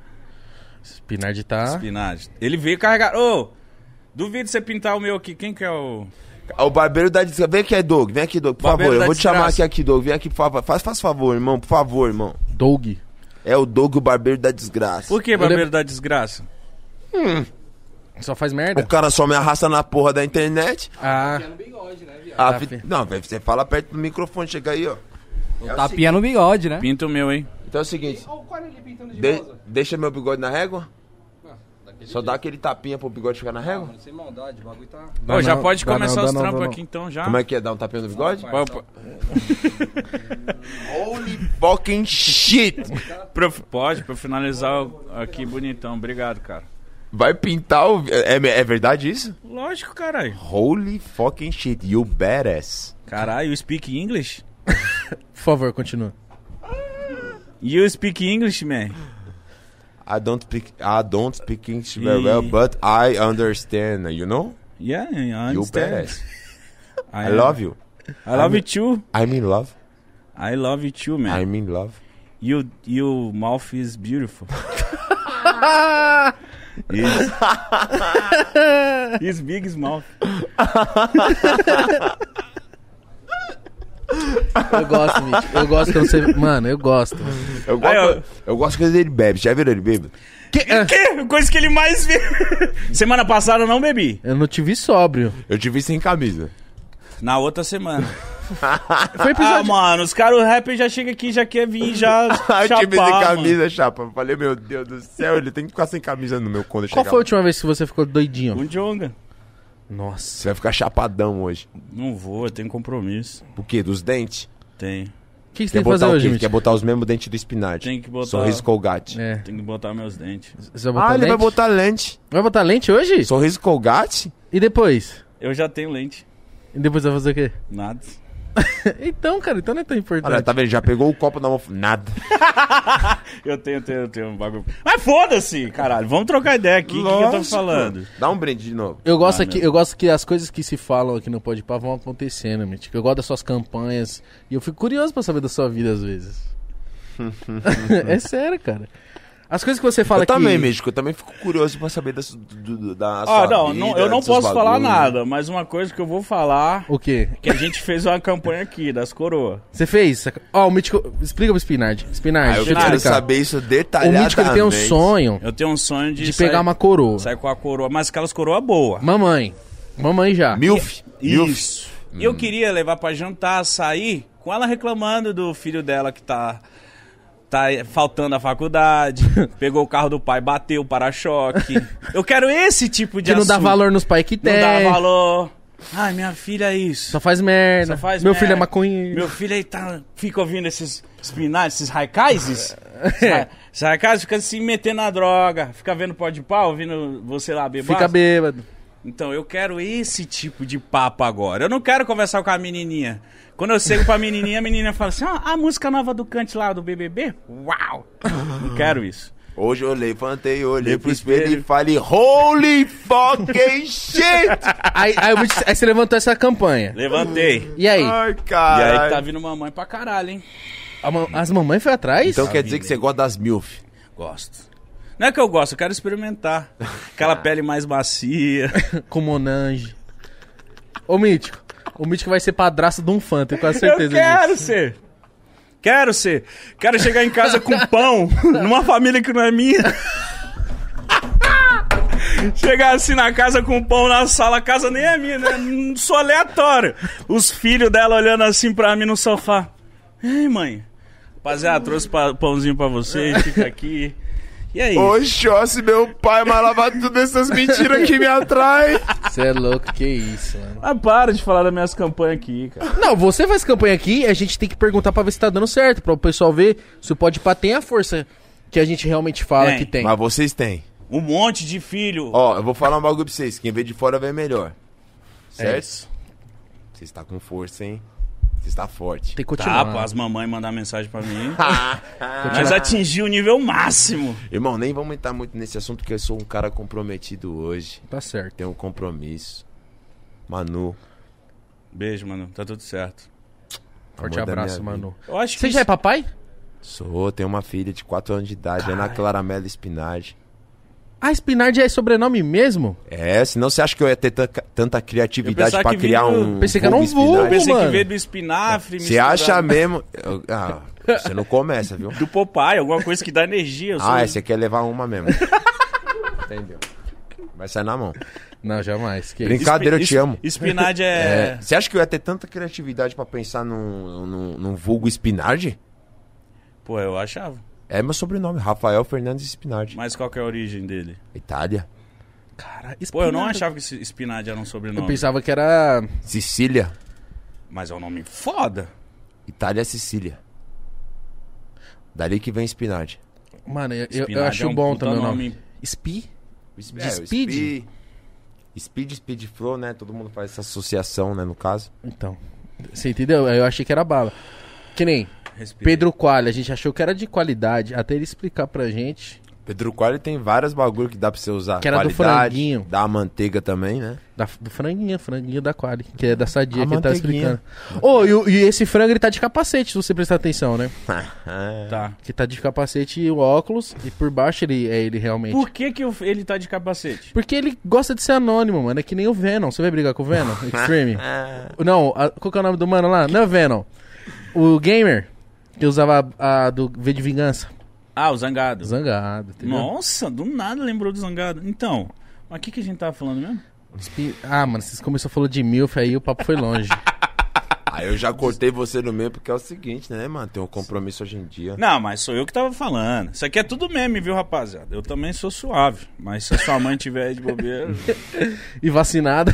Speaker 1: Spinard tá.
Speaker 2: Spinach. Ele veio carregar. Ô, duvido você pintar o meu aqui. Quem que é o.
Speaker 3: O barbeiro dá desgraça. Vem aqui, é Doug. Vem aqui, Doug, por
Speaker 2: Barbeiro
Speaker 3: favor.
Speaker 2: da
Speaker 3: Eu vou te chamar aqui,
Speaker 2: desgraça.
Speaker 3: aqui, Doug. Vem aqui, por favor. Faz, faz favor, irmão. Por favor, irmão.
Speaker 1: Doug.
Speaker 3: É o Doug, o barbeiro da desgraça.
Speaker 2: Por que
Speaker 1: Eu
Speaker 2: barbeiro
Speaker 1: lembro-
Speaker 2: da desgraça?
Speaker 1: Só faz
Speaker 3: O
Speaker 1: merda?
Speaker 3: cara só me arrasta na porra da internet.
Speaker 1: Ah,
Speaker 4: no bigode, né, viado?
Speaker 3: A
Speaker 1: Ah,
Speaker 3: vi-
Speaker 1: fi-
Speaker 3: Não, velho, você fala perto do microfone, chega aí, ó.
Speaker 4: Tapinha no Tá bigode, né?
Speaker 2: Pinto meu, hein?
Speaker 3: Então é o seguinte,
Speaker 4: Olha o cara ali pintando de
Speaker 3: de-
Speaker 4: rosa. Ah,
Speaker 3: deixa meu bigode na régua.
Speaker 4: Daquele Ah,
Speaker 3: Só dá aquele tapinha pro bigode ficar na régua.
Speaker 4: Mano, sem maldade, o bagulho tá.
Speaker 1: Dá
Speaker 2: Ô, já
Speaker 1: não,
Speaker 2: pode
Speaker 1: dá
Speaker 2: começar
Speaker 1: não, dá
Speaker 2: os
Speaker 1: não,
Speaker 2: trampos
Speaker 1: dá não.
Speaker 2: aqui então já.
Speaker 3: Como é que é? Dar um tapinha no bigode?
Speaker 4: Vai.
Speaker 2: Opa.
Speaker 3: Holy fucking shit!
Speaker 2: Pra- pode, pra eu finalizar o- aqui bonitão. Obrigado, cara.
Speaker 3: Vai pintar o. É, é verdade isso?
Speaker 2: Lógico, caralho.
Speaker 3: Holy fucking shit, you badass.
Speaker 2: Caralho, you speak English?
Speaker 1: por favor, continua.
Speaker 2: You speak English, man?
Speaker 3: I don't speak I don't speak English very
Speaker 2: E-
Speaker 3: well, but I understand, you know?
Speaker 2: Yeah, I
Speaker 3: You
Speaker 2: understand. É.
Speaker 3: badass. I love you.
Speaker 2: I love you too.
Speaker 3: I'm in love.
Speaker 2: I love you too, man.
Speaker 3: I'm in love.
Speaker 2: You, you mouth is beautiful. His, his big mouth.
Speaker 1: Eu gosto, Mitch. Eu gosto quando você. Mano, eu gosto.
Speaker 3: Eu
Speaker 2: Aí, ó.
Speaker 3: gosto, eu gosto quando ele bebe. Já viram ele bebe?
Speaker 1: Que- ah,
Speaker 2: Que? Coisa que ele mais vê. Semana passada eu não bebi.
Speaker 1: Eu não te vi sóbrio.
Speaker 3: Eu te vi sem camisa.
Speaker 2: Na outra semana.
Speaker 1: Foi
Speaker 2: Ah,
Speaker 1: episódio.
Speaker 2: mano, os caras, o rapper já chega aqui, já quer vir, já
Speaker 3: eu te vi sem
Speaker 2: chapar,
Speaker 3: tipo camisa, chapa. Eu Falei, meu Deus do céu, ele tem que ficar sem camisa no meu quando eu
Speaker 1: Qual
Speaker 3: chegar
Speaker 1: foi a
Speaker 3: lá.
Speaker 1: última vez que você ficou doidinho?
Speaker 2: mano. Um jonga.
Speaker 1: Nossa.
Speaker 3: Você vai ficar chapadão hoje.
Speaker 2: Não vou, eu tenho compromisso.
Speaker 3: Por quê? Dos dentes?
Speaker 2: Tem.
Speaker 1: O que, que você
Speaker 3: Quer
Speaker 1: tem que fazer
Speaker 3: botar o
Speaker 1: hoje,
Speaker 3: quê?
Speaker 1: Mitch?
Speaker 3: Quer botar os mesmos dentes do espinate.
Speaker 2: Tem que botar-
Speaker 3: Sorriso Colgate.
Speaker 1: É.
Speaker 2: Tem que botar meus dentes.
Speaker 1: Você vai botar
Speaker 3: Ah, ele vai
Speaker 1: lente?
Speaker 3: botar lente.
Speaker 1: Vai botar lente hoje?
Speaker 3: Sorriso Colgate?
Speaker 1: E depois?
Speaker 2: Eu já tenho lente.
Speaker 1: E depois vai fazer o quê?
Speaker 2: Nada.
Speaker 1: Então, cara, então não é tão importante.
Speaker 3: Olha, tá vendo? Já pegou o copo na mão. Nada.
Speaker 2: Eu tenho, eu tenho, eu tenho um bagulho. Mas foda-se, caralho. Vamos trocar ideia aqui. O que, que eu tô
Speaker 3: Lógico.
Speaker 2: falando?
Speaker 3: Dá um brinde de novo.
Speaker 1: Eu gosto,
Speaker 2: Ah,
Speaker 1: aqui,
Speaker 2: meu.
Speaker 1: eu gosto que as coisas que se falam aqui no Podpah vão acontecendo, Mitch. Eu gosto das suas campanhas. E eu fico curioso pra saber da sua vida às vezes. é sério, cara. As coisas que você fala
Speaker 3: eu
Speaker 1: aqui...
Speaker 3: também, Mítico. Eu também fico curioso pra saber da, su- do- do- da
Speaker 2: Ah,
Speaker 3: sua
Speaker 2: não,
Speaker 3: vida,
Speaker 2: não, eu não
Speaker 3: dos seus
Speaker 2: posso falar
Speaker 3: bagulhos.
Speaker 2: nada, mas uma coisa que eu vou falar
Speaker 1: O quê?
Speaker 2: que a gente fez uma campanha aqui das coroas.
Speaker 1: Você fez? Ó, o Mítico... Explica pro Spinard. Spinard,
Speaker 3: Ah, eu
Speaker 1: deixa eu te
Speaker 2: Nada,
Speaker 3: quero
Speaker 1: explicar.
Speaker 3: saber isso
Speaker 1: O
Speaker 3: detalhadamente.
Speaker 1: Mítico, ele tem um sonho
Speaker 2: Eu tenho um sonho de,
Speaker 1: de pegar
Speaker 2: sair,
Speaker 1: uma coroa.
Speaker 2: sair com a coroa, mas aquelas coroa boa.
Speaker 1: Mamãe. Mamãe já.
Speaker 3: Milf. Milf.
Speaker 2: Isso. E eu queria levar pra jantar, sair, com ela reclamando do filho dela que tá tá faltando a faculdade, pegou o carro do pai, bateu o para-choque. Eu quero esse tipo de
Speaker 1: Que não dá
Speaker 2: assunto.
Speaker 1: valor nos pais que
Speaker 2: Não
Speaker 1: tem.
Speaker 2: dá valor. Ai, minha filha é isso.
Speaker 1: Só faz merda.
Speaker 2: Só faz
Speaker 1: Meu
Speaker 2: merda.
Speaker 1: filho é maconheiro.
Speaker 2: Meu filho aí tá, fica ouvindo esses espinais, esses raikaises.
Speaker 1: É.
Speaker 2: Esses raikaises fica se metendo na droga, fica vendo pó de pau, ouvindo você lá beber.
Speaker 1: Fica bêbado.
Speaker 2: Então, eu quero esse tipo de papo agora. Eu não quero conversar com a menininha. Quando eu chego pra menininha, a menina fala assim: ah, a música nova do Cante lá do BBB? Uau! Não quero isso.
Speaker 3: Hoje eu levantei, olhei pro espelho e falei, holy fucking shit!
Speaker 1: Aí, aí, o Mítico- aí você levantou essa campanha.
Speaker 2: Levantei.
Speaker 1: E aí?
Speaker 3: Ai,
Speaker 2: E
Speaker 3: cara.
Speaker 2: aí que tá vindo mamãe pra caralho, hein?
Speaker 1: A ma- As mamães foi atrás?
Speaker 3: Então quer dizer que você gosta das milf.
Speaker 2: Gosto. Não é que eu gosto, eu quero experimentar. Aquela pele mais macia.
Speaker 1: Com Monange. Ô, Mítico. O Mítico vai ser padrasto de um fã, tenho quase
Speaker 2: Eu
Speaker 1: certeza disso.
Speaker 2: quero ser. Quero ser. Quero chegar em casa com pão, numa família que não é minha. Chegar assim na casa com pão na sala, a casa nem é minha, né? Não Sou aleatório. Os filhos dela olhando assim pra mim no sofá. Ei, mãe. Rapaziada, trouxe pa- pãozinho pra vocês, fica aqui. E aí?
Speaker 3: Oxe, ó, se meu pai malava tudo essas mentiras que me atraem.
Speaker 1: Você é louco, que isso, mano.
Speaker 2: Ah, para de falar das minhas campanhas aqui, cara.
Speaker 1: Não, você faz campanha aqui, a gente tem que perguntar pra ver se tá dando certo, pra o pessoal ver se o Pode Pá tem a força que a gente realmente fala
Speaker 2: Tem.
Speaker 1: que tem.
Speaker 3: Mas vocês têm.
Speaker 2: Um monte de filho.
Speaker 3: Ó, eu vou falar um bagulho pra vocês. Quem vê de fora vê melhor.
Speaker 1: É
Speaker 3: Certo?
Speaker 1: isso.
Speaker 3: Você está com força, hein? Você está forte.
Speaker 1: Tem que
Speaker 2: Tá,
Speaker 1: continuar. Tá
Speaker 2: pô, as mamães mandar mensagem pra mim. Nós atingimos o nível máximo.
Speaker 3: Irmão, nem vamos entrar muito nesse assunto porque eu sou um cara comprometido hoje.
Speaker 1: Tá certo.
Speaker 3: Tenho um compromisso. Manu.
Speaker 2: Beijo, mano. Tá tudo certo.
Speaker 1: Forte
Speaker 3: amor da
Speaker 1: abraço,
Speaker 3: minha vida.
Speaker 1: Manu.
Speaker 2: Eu acho
Speaker 1: Você
Speaker 2: que
Speaker 1: já é papai?
Speaker 3: Sou, tenho uma filha de 4 anos de idade, Ana Clara Mello Spinardi.
Speaker 1: Ah, Spinard é sobrenome mesmo?
Speaker 3: É, senão você acha que eu ia ter tanca- tanta criatividade
Speaker 2: Eu pensava
Speaker 3: pra
Speaker 2: que
Speaker 3: criar
Speaker 2: vinha-
Speaker 3: um.
Speaker 1: pensei que era
Speaker 3: vulgo
Speaker 1: um vulgo,
Speaker 3: espinafre?
Speaker 2: Pensei um
Speaker 1: mano.
Speaker 2: que veio do espinafre,
Speaker 3: Você
Speaker 2: misturado
Speaker 3: acha mesmo. Eu- Ah, você não começa, viu?
Speaker 2: Do Popeye, alguma coisa que dá energia. eu sou- um-
Speaker 3: Ah, você quer levar uma mesmo. Entendeu? Vai sair na mão.
Speaker 1: Não, jamais. Que
Speaker 3: Brinca-
Speaker 1: isso?
Speaker 3: Brincadeira, é eu
Speaker 2: Espi-
Speaker 3: te amo.
Speaker 2: Espinade
Speaker 3: É,
Speaker 2: é...
Speaker 3: Você acha que eu ia ter tanta criatividade pra pensar num, num, num vulgo Spinardi?
Speaker 2: Pô, eu achava.
Speaker 3: É meu sobrenome, Rafael Fernandes Spinardi.
Speaker 2: Mas qual que é a origem dele?
Speaker 3: Itália.
Speaker 1: Cara,
Speaker 2: Pô, eu não
Speaker 1: Spinard.
Speaker 2: achava que esse Spinade era um sobrenome.
Speaker 1: Eu pensava que era.
Speaker 3: Sicília.
Speaker 2: Mas é um nome foda.
Speaker 3: Itália, Sicília. Dali que vem Spinardi.
Speaker 1: Mano, eu, eu- eu
Speaker 2: Spinard
Speaker 1: acho
Speaker 2: é um
Speaker 1: bom
Speaker 2: puta
Speaker 1: também o
Speaker 2: nome.
Speaker 1: nome. Spi?
Speaker 3: De
Speaker 1: É, o Speed?
Speaker 3: Speed, Speed Flow, né? Todo mundo faz essa associação, né? No caso.
Speaker 1: Então. Você entendeu? Eu achei que era bala. Que nem
Speaker 2: Respira.
Speaker 1: Pedro Coalho, a gente achou que era de qualidade, até ele explicar pra gente
Speaker 3: Pedro Coelho tem vários bagulho que dá pra você usar.
Speaker 1: Que era do
Speaker 3: Qualidade,
Speaker 1: franguinho.
Speaker 3: Dá a manteiga também, né?
Speaker 1: da, do franguinha, franguinho da Quali, que é da sadia
Speaker 3: A
Speaker 1: que ele tava
Speaker 3: manteiguinha.
Speaker 1: explicando. Ô, e o- e, esse frango ele tá de capacete, se você prestar atenção, né?
Speaker 2: Tá.
Speaker 1: Que tá de capacete e o óculos, e por baixo ele é ele realmente.
Speaker 2: Por que que o- ele tá de capacete?
Speaker 1: Porque ele gosta de ser anônimo, mano. É que nem o Venom. Você vai brigar com o Venom? Extreme? Não, a- qual que é o nome do mano lá? Não é o Venom. O Gamer, que usava a, a do V de Vingança.
Speaker 2: Ah, o Zangado.
Speaker 1: Zangado, tá entendeu?
Speaker 2: Nossa, do nada lembrou do Zangado. Então, mas o que que a gente tava falando mesmo?
Speaker 1: Espi- Ah, mano, vocês começaram falando de milf, aí o papo foi longe.
Speaker 3: Aí eu já cortei você no meio porque é o seguinte, né, mano? Tem um compromisso hoje em dia.
Speaker 2: Não, mas sou eu que tava falando. Isso aqui é tudo meme, viu, rapaziada? Eu também sou suave. Mas se a sua mãe tiver de bobeira.
Speaker 1: e vacinada.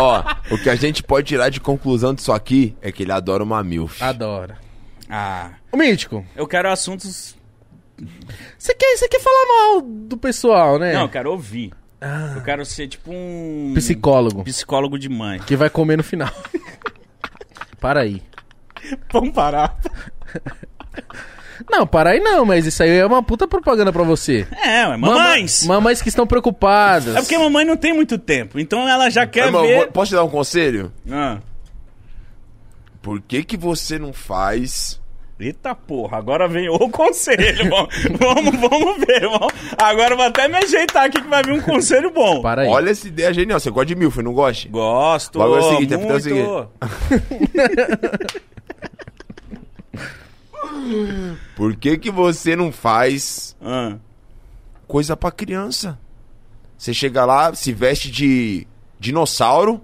Speaker 3: Ó, o que a gente pode tirar de conclusão disso aqui é que ele adora uma milf.
Speaker 1: Adora.
Speaker 2: Ah,
Speaker 1: Ô, Mítico,
Speaker 2: eu quero assuntos.
Speaker 1: você quer, você quer falar mal do pessoal, né?
Speaker 3: É.
Speaker 2: Não, eu quero ouvir.
Speaker 1: Ah.
Speaker 2: Eu quero ser tipo um.
Speaker 1: Psicólogo,
Speaker 2: Psicólogo de mãe.
Speaker 1: que vai comer no final. Para aí.
Speaker 2: Vamos parar.
Speaker 1: Não, para aí não, mas isso aí é uma puta propaganda pra você.
Speaker 2: É, mas mamães!
Speaker 1: Mama- Mamães que estão preocupadas.
Speaker 2: É porque mamãe não tem muito tempo. Então ela já quer
Speaker 3: Irmão,
Speaker 2: ver.
Speaker 3: vou- posso te dar um conselho?
Speaker 2: Ah.
Speaker 3: Por que, que você não faz
Speaker 2: Eita porra, agora vem o conselho. bom. vamos, vamos ver, vamos. Agora eu vou até me ajeitar aqui que vai vir um conselho bom.
Speaker 1: Para aí.
Speaker 3: Olha essa ideia genial. Você gosta de milf, não gosta?
Speaker 2: Gosto,
Speaker 3: O bagulho é o seguinte, é porque é
Speaker 2: muito.
Speaker 3: o seguinte. Por que, que você não faz
Speaker 2: Ah,
Speaker 3: coisa pra criança? Você chega lá, se veste de dinossauro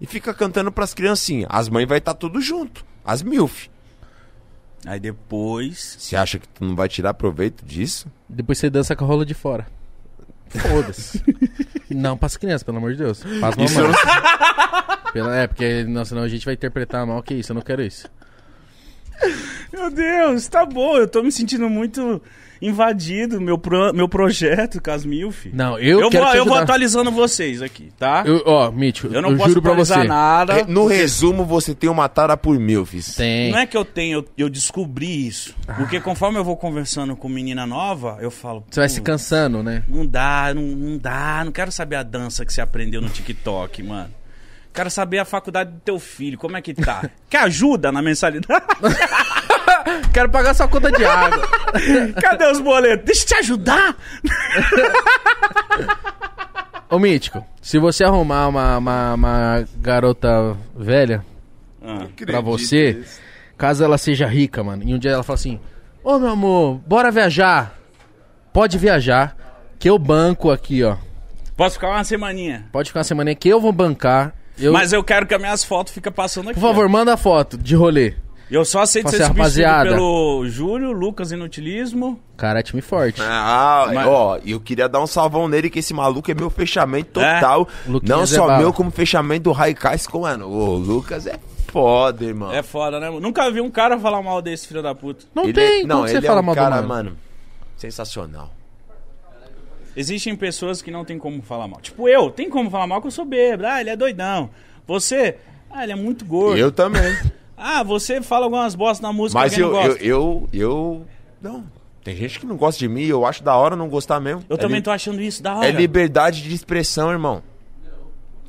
Speaker 3: e fica cantando pras criancinhas. As mães vai estar tudo junto. As milf.
Speaker 2: Aí depois.
Speaker 3: Você acha que tu não vai tirar proveito disso?
Speaker 1: Depois você dança com a rola de fora. Foda-se. não pras crianças, pelo amor de Deus. Pras
Speaker 3: Isso eu
Speaker 1: mamães. Pela... É, porque não, senão a gente vai interpretar mal que isso, eu não quero isso.
Speaker 2: Meu Deus, tá bom. Eu tô me sentindo muito invadido. Meu, pro- meu projeto, Casmilf.
Speaker 1: Não, eu,
Speaker 2: eu,
Speaker 1: quero
Speaker 2: vou,
Speaker 1: te
Speaker 2: eu vou
Speaker 1: ajudar.
Speaker 2: atualizando vocês aqui, tá? Eu,
Speaker 1: Eu, ó, Mitch, eu,
Speaker 2: não posso
Speaker 1: juro pra
Speaker 2: atualizar
Speaker 1: você. É,
Speaker 2: nada.
Speaker 3: Re- No resumo, você tem uma tara por milfs.
Speaker 1: Tem.
Speaker 2: Não é que eu tenho, eu, eu descobri isso.
Speaker 1: Ah.
Speaker 2: Porque conforme eu vou conversando com menina nova, eu falo.
Speaker 1: Você vai se
Speaker 2: "Pô,
Speaker 1: cansando, né?
Speaker 2: Não dá, não, não dá. Não quero saber a dança que você aprendeu no TikTok, mano. Quero saber a faculdade do teu filho, como é que tá? Quer ajuda na mensalidade?
Speaker 1: Quero pagar sua conta de água.
Speaker 2: Cadê os boletos? Deixa eu te ajudar!
Speaker 1: Ô, Mítico, se você arrumar uma, uma, uma garota velha
Speaker 2: Ah,
Speaker 1: pra você, caso ela seja rica, mano, e um dia ela fala assim: Ô, meu amor, bora viajar. Pode viajar, que eu banco aqui, ó.
Speaker 2: posso ficar uma semaninha.
Speaker 1: Pode ficar uma semana que eu vou bancar. Eu...
Speaker 2: Mas eu quero que as minhas fotos fiquem passando aqui.
Speaker 1: Por favor, manda a foto de rolê.
Speaker 2: ó. Eu só aceito
Speaker 1: Fala
Speaker 2: ser
Speaker 1: assim,
Speaker 2: substituído
Speaker 1: rapaziada.
Speaker 2: pelo Júlio, Lucas Inutilismo.
Speaker 1: Cara, é time forte.
Speaker 3: Ah,
Speaker 2: Mas-
Speaker 3: ó, eu queria dar um salvão nele, que esse maluco é meu fechamento
Speaker 2: É?
Speaker 3: total.
Speaker 1: Luquinhas
Speaker 3: Não
Speaker 1: é
Speaker 3: só
Speaker 1: bala.
Speaker 3: meu, como fechamento do Raikais com, mano. O Lucas é foda, irmão.
Speaker 2: É foda, né? mano? Nunca vi um cara falar mal desse filho da puta.
Speaker 1: Não
Speaker 3: Ele
Speaker 1: tem
Speaker 3: é-
Speaker 1: como você
Speaker 3: ele
Speaker 1: fala
Speaker 3: é um
Speaker 1: mal do
Speaker 3: cara,
Speaker 1: mano.
Speaker 3: mano, sensacional.
Speaker 2: Existem pessoas que não tem como falar mal. Tipo eu, tem como falar mal que eu sou bêbado. Ah, ele é doidão. Você, ah, ele é muito gordo.
Speaker 3: Eu também.
Speaker 2: Ah, você fala algumas bostas na música
Speaker 3: Mas
Speaker 2: que alguém
Speaker 3: eu,
Speaker 2: não
Speaker 3: eu,
Speaker 2: gosta. Eu,
Speaker 3: eu, eu- Não. Tem gente que não gosta de mim, eu acho da hora não gostar mesmo. É
Speaker 2: também
Speaker 3: li-
Speaker 2: tô achando isso da hora.
Speaker 3: É liberdade de expressão, irmão.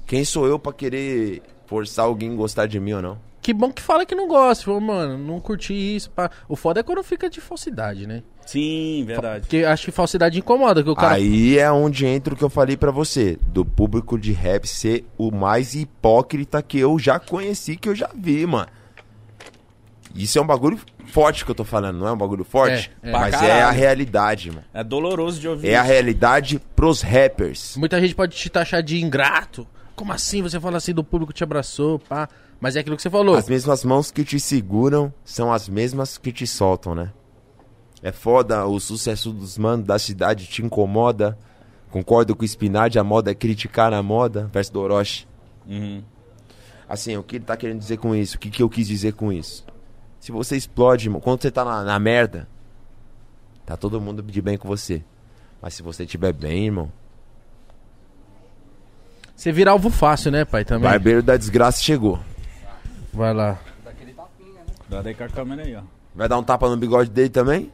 Speaker 3: Quem sou eu pra querer forçar alguém a gostar de mim ou não?
Speaker 1: Que bom que fala que não gosta. Falou, mano, não curti isso. pá. O foda é quando fica de falsidade, né?
Speaker 2: Sim, verdade.
Speaker 1: Porque acho que falsidade incomoda, que o cara.
Speaker 3: Aí é onde entra o que eu falei pra você, do público de rap ser o mais hipócrita que eu já conheci, que eu já vi, mano. Isso é um bagulho forte que eu tô falando, não é um bagulho forte?
Speaker 1: É, é.
Speaker 2: Pra
Speaker 3: Mas é
Speaker 2: caralho.
Speaker 3: a realidade, mano.
Speaker 2: É doloroso de ouvir.
Speaker 3: É a realidade pros rappers.
Speaker 1: Muita gente pode te taxar de ingrato. Como assim você fala assim do público que te abraçou, pá? Mas é aquilo que você falou.
Speaker 3: As mesmas mãos que te seguram são as mesmas que te soltam, né? É foda, o sucesso dos manos da cidade te incomoda. Concordo com o Spinard, a moda é criticar na moda. Verso do Orochi.
Speaker 2: Uhum.
Speaker 3: Assim, o que ele tá querendo dizer com isso? O que, que eu quis dizer com isso? Se você explode, irmão, quando você tá na, na merda, tá todo mundo de bem com você. Mas se você tiver bem, irmão,
Speaker 1: Você vira alvo fácil, né, pai? Também. Vai,
Speaker 3: barbeiro da desgraça chegou.
Speaker 1: lá.
Speaker 4: Daquele tapinha, né?
Speaker 2: Dá daí com a câmera aí, ó.
Speaker 3: Vai dar um tapa no bigode dele também?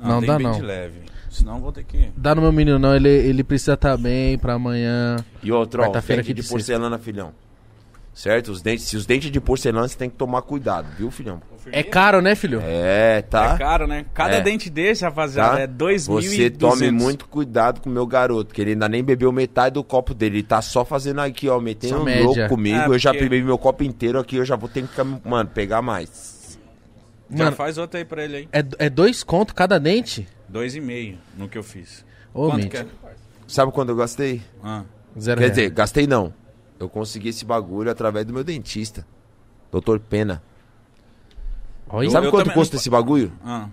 Speaker 1: Não
Speaker 2: tem
Speaker 1: dá,
Speaker 2: bem
Speaker 1: não.
Speaker 2: de leve. Senão eu vou ter que...
Speaker 1: Dá no meu menino, não. Ele, ele precisa estar bem pra amanhã.
Speaker 3: E outro, ó,
Speaker 1: Quarta-feira
Speaker 3: dente
Speaker 1: aqui
Speaker 3: de
Speaker 1: de
Speaker 3: porcelana, filhão. Certo? Os dentes, se os dentes de porcelana, você tem que tomar cuidado, viu, filhão?
Speaker 1: É caro, né, filho?
Speaker 3: É,
Speaker 2: É
Speaker 3: tá?
Speaker 2: caro, né? Cada
Speaker 3: É.
Speaker 2: dente desse, rapaziada,
Speaker 3: tá?
Speaker 2: é 2.200.
Speaker 3: Você tome muito cuidado com o meu garoto, que ele ainda nem bebeu metade do copo dele. Ele tá só fazendo aqui, ó, metendo
Speaker 1: Só
Speaker 3: um
Speaker 1: média.
Speaker 3: louco comigo.
Speaker 2: É,
Speaker 3: Eu já
Speaker 2: porque-
Speaker 3: bebi meu copo inteiro aqui, eu já vou ter que, ficar- mano, pegar mais.
Speaker 2: Já
Speaker 1: Mano,
Speaker 2: faz outra aí pra ele aí.
Speaker 1: é, é dois conto cada dente?
Speaker 2: Dois e meio no que eu fiz.
Speaker 1: Ô,
Speaker 2: Quanto
Speaker 1: mente.
Speaker 2: que é?
Speaker 3: Sabe quando eu gastei?
Speaker 2: Ah,
Speaker 1: Zero
Speaker 3: Quer
Speaker 1: reais.
Speaker 3: dizer, gastei não. Eu consegui esse bagulho através do meu dentista, Dr. Pena.
Speaker 1: Olha,
Speaker 3: Sabe
Speaker 2: eu
Speaker 3: quanto
Speaker 2: também
Speaker 3: custa
Speaker 2: não-
Speaker 3: esse bagulho?
Speaker 2: ah.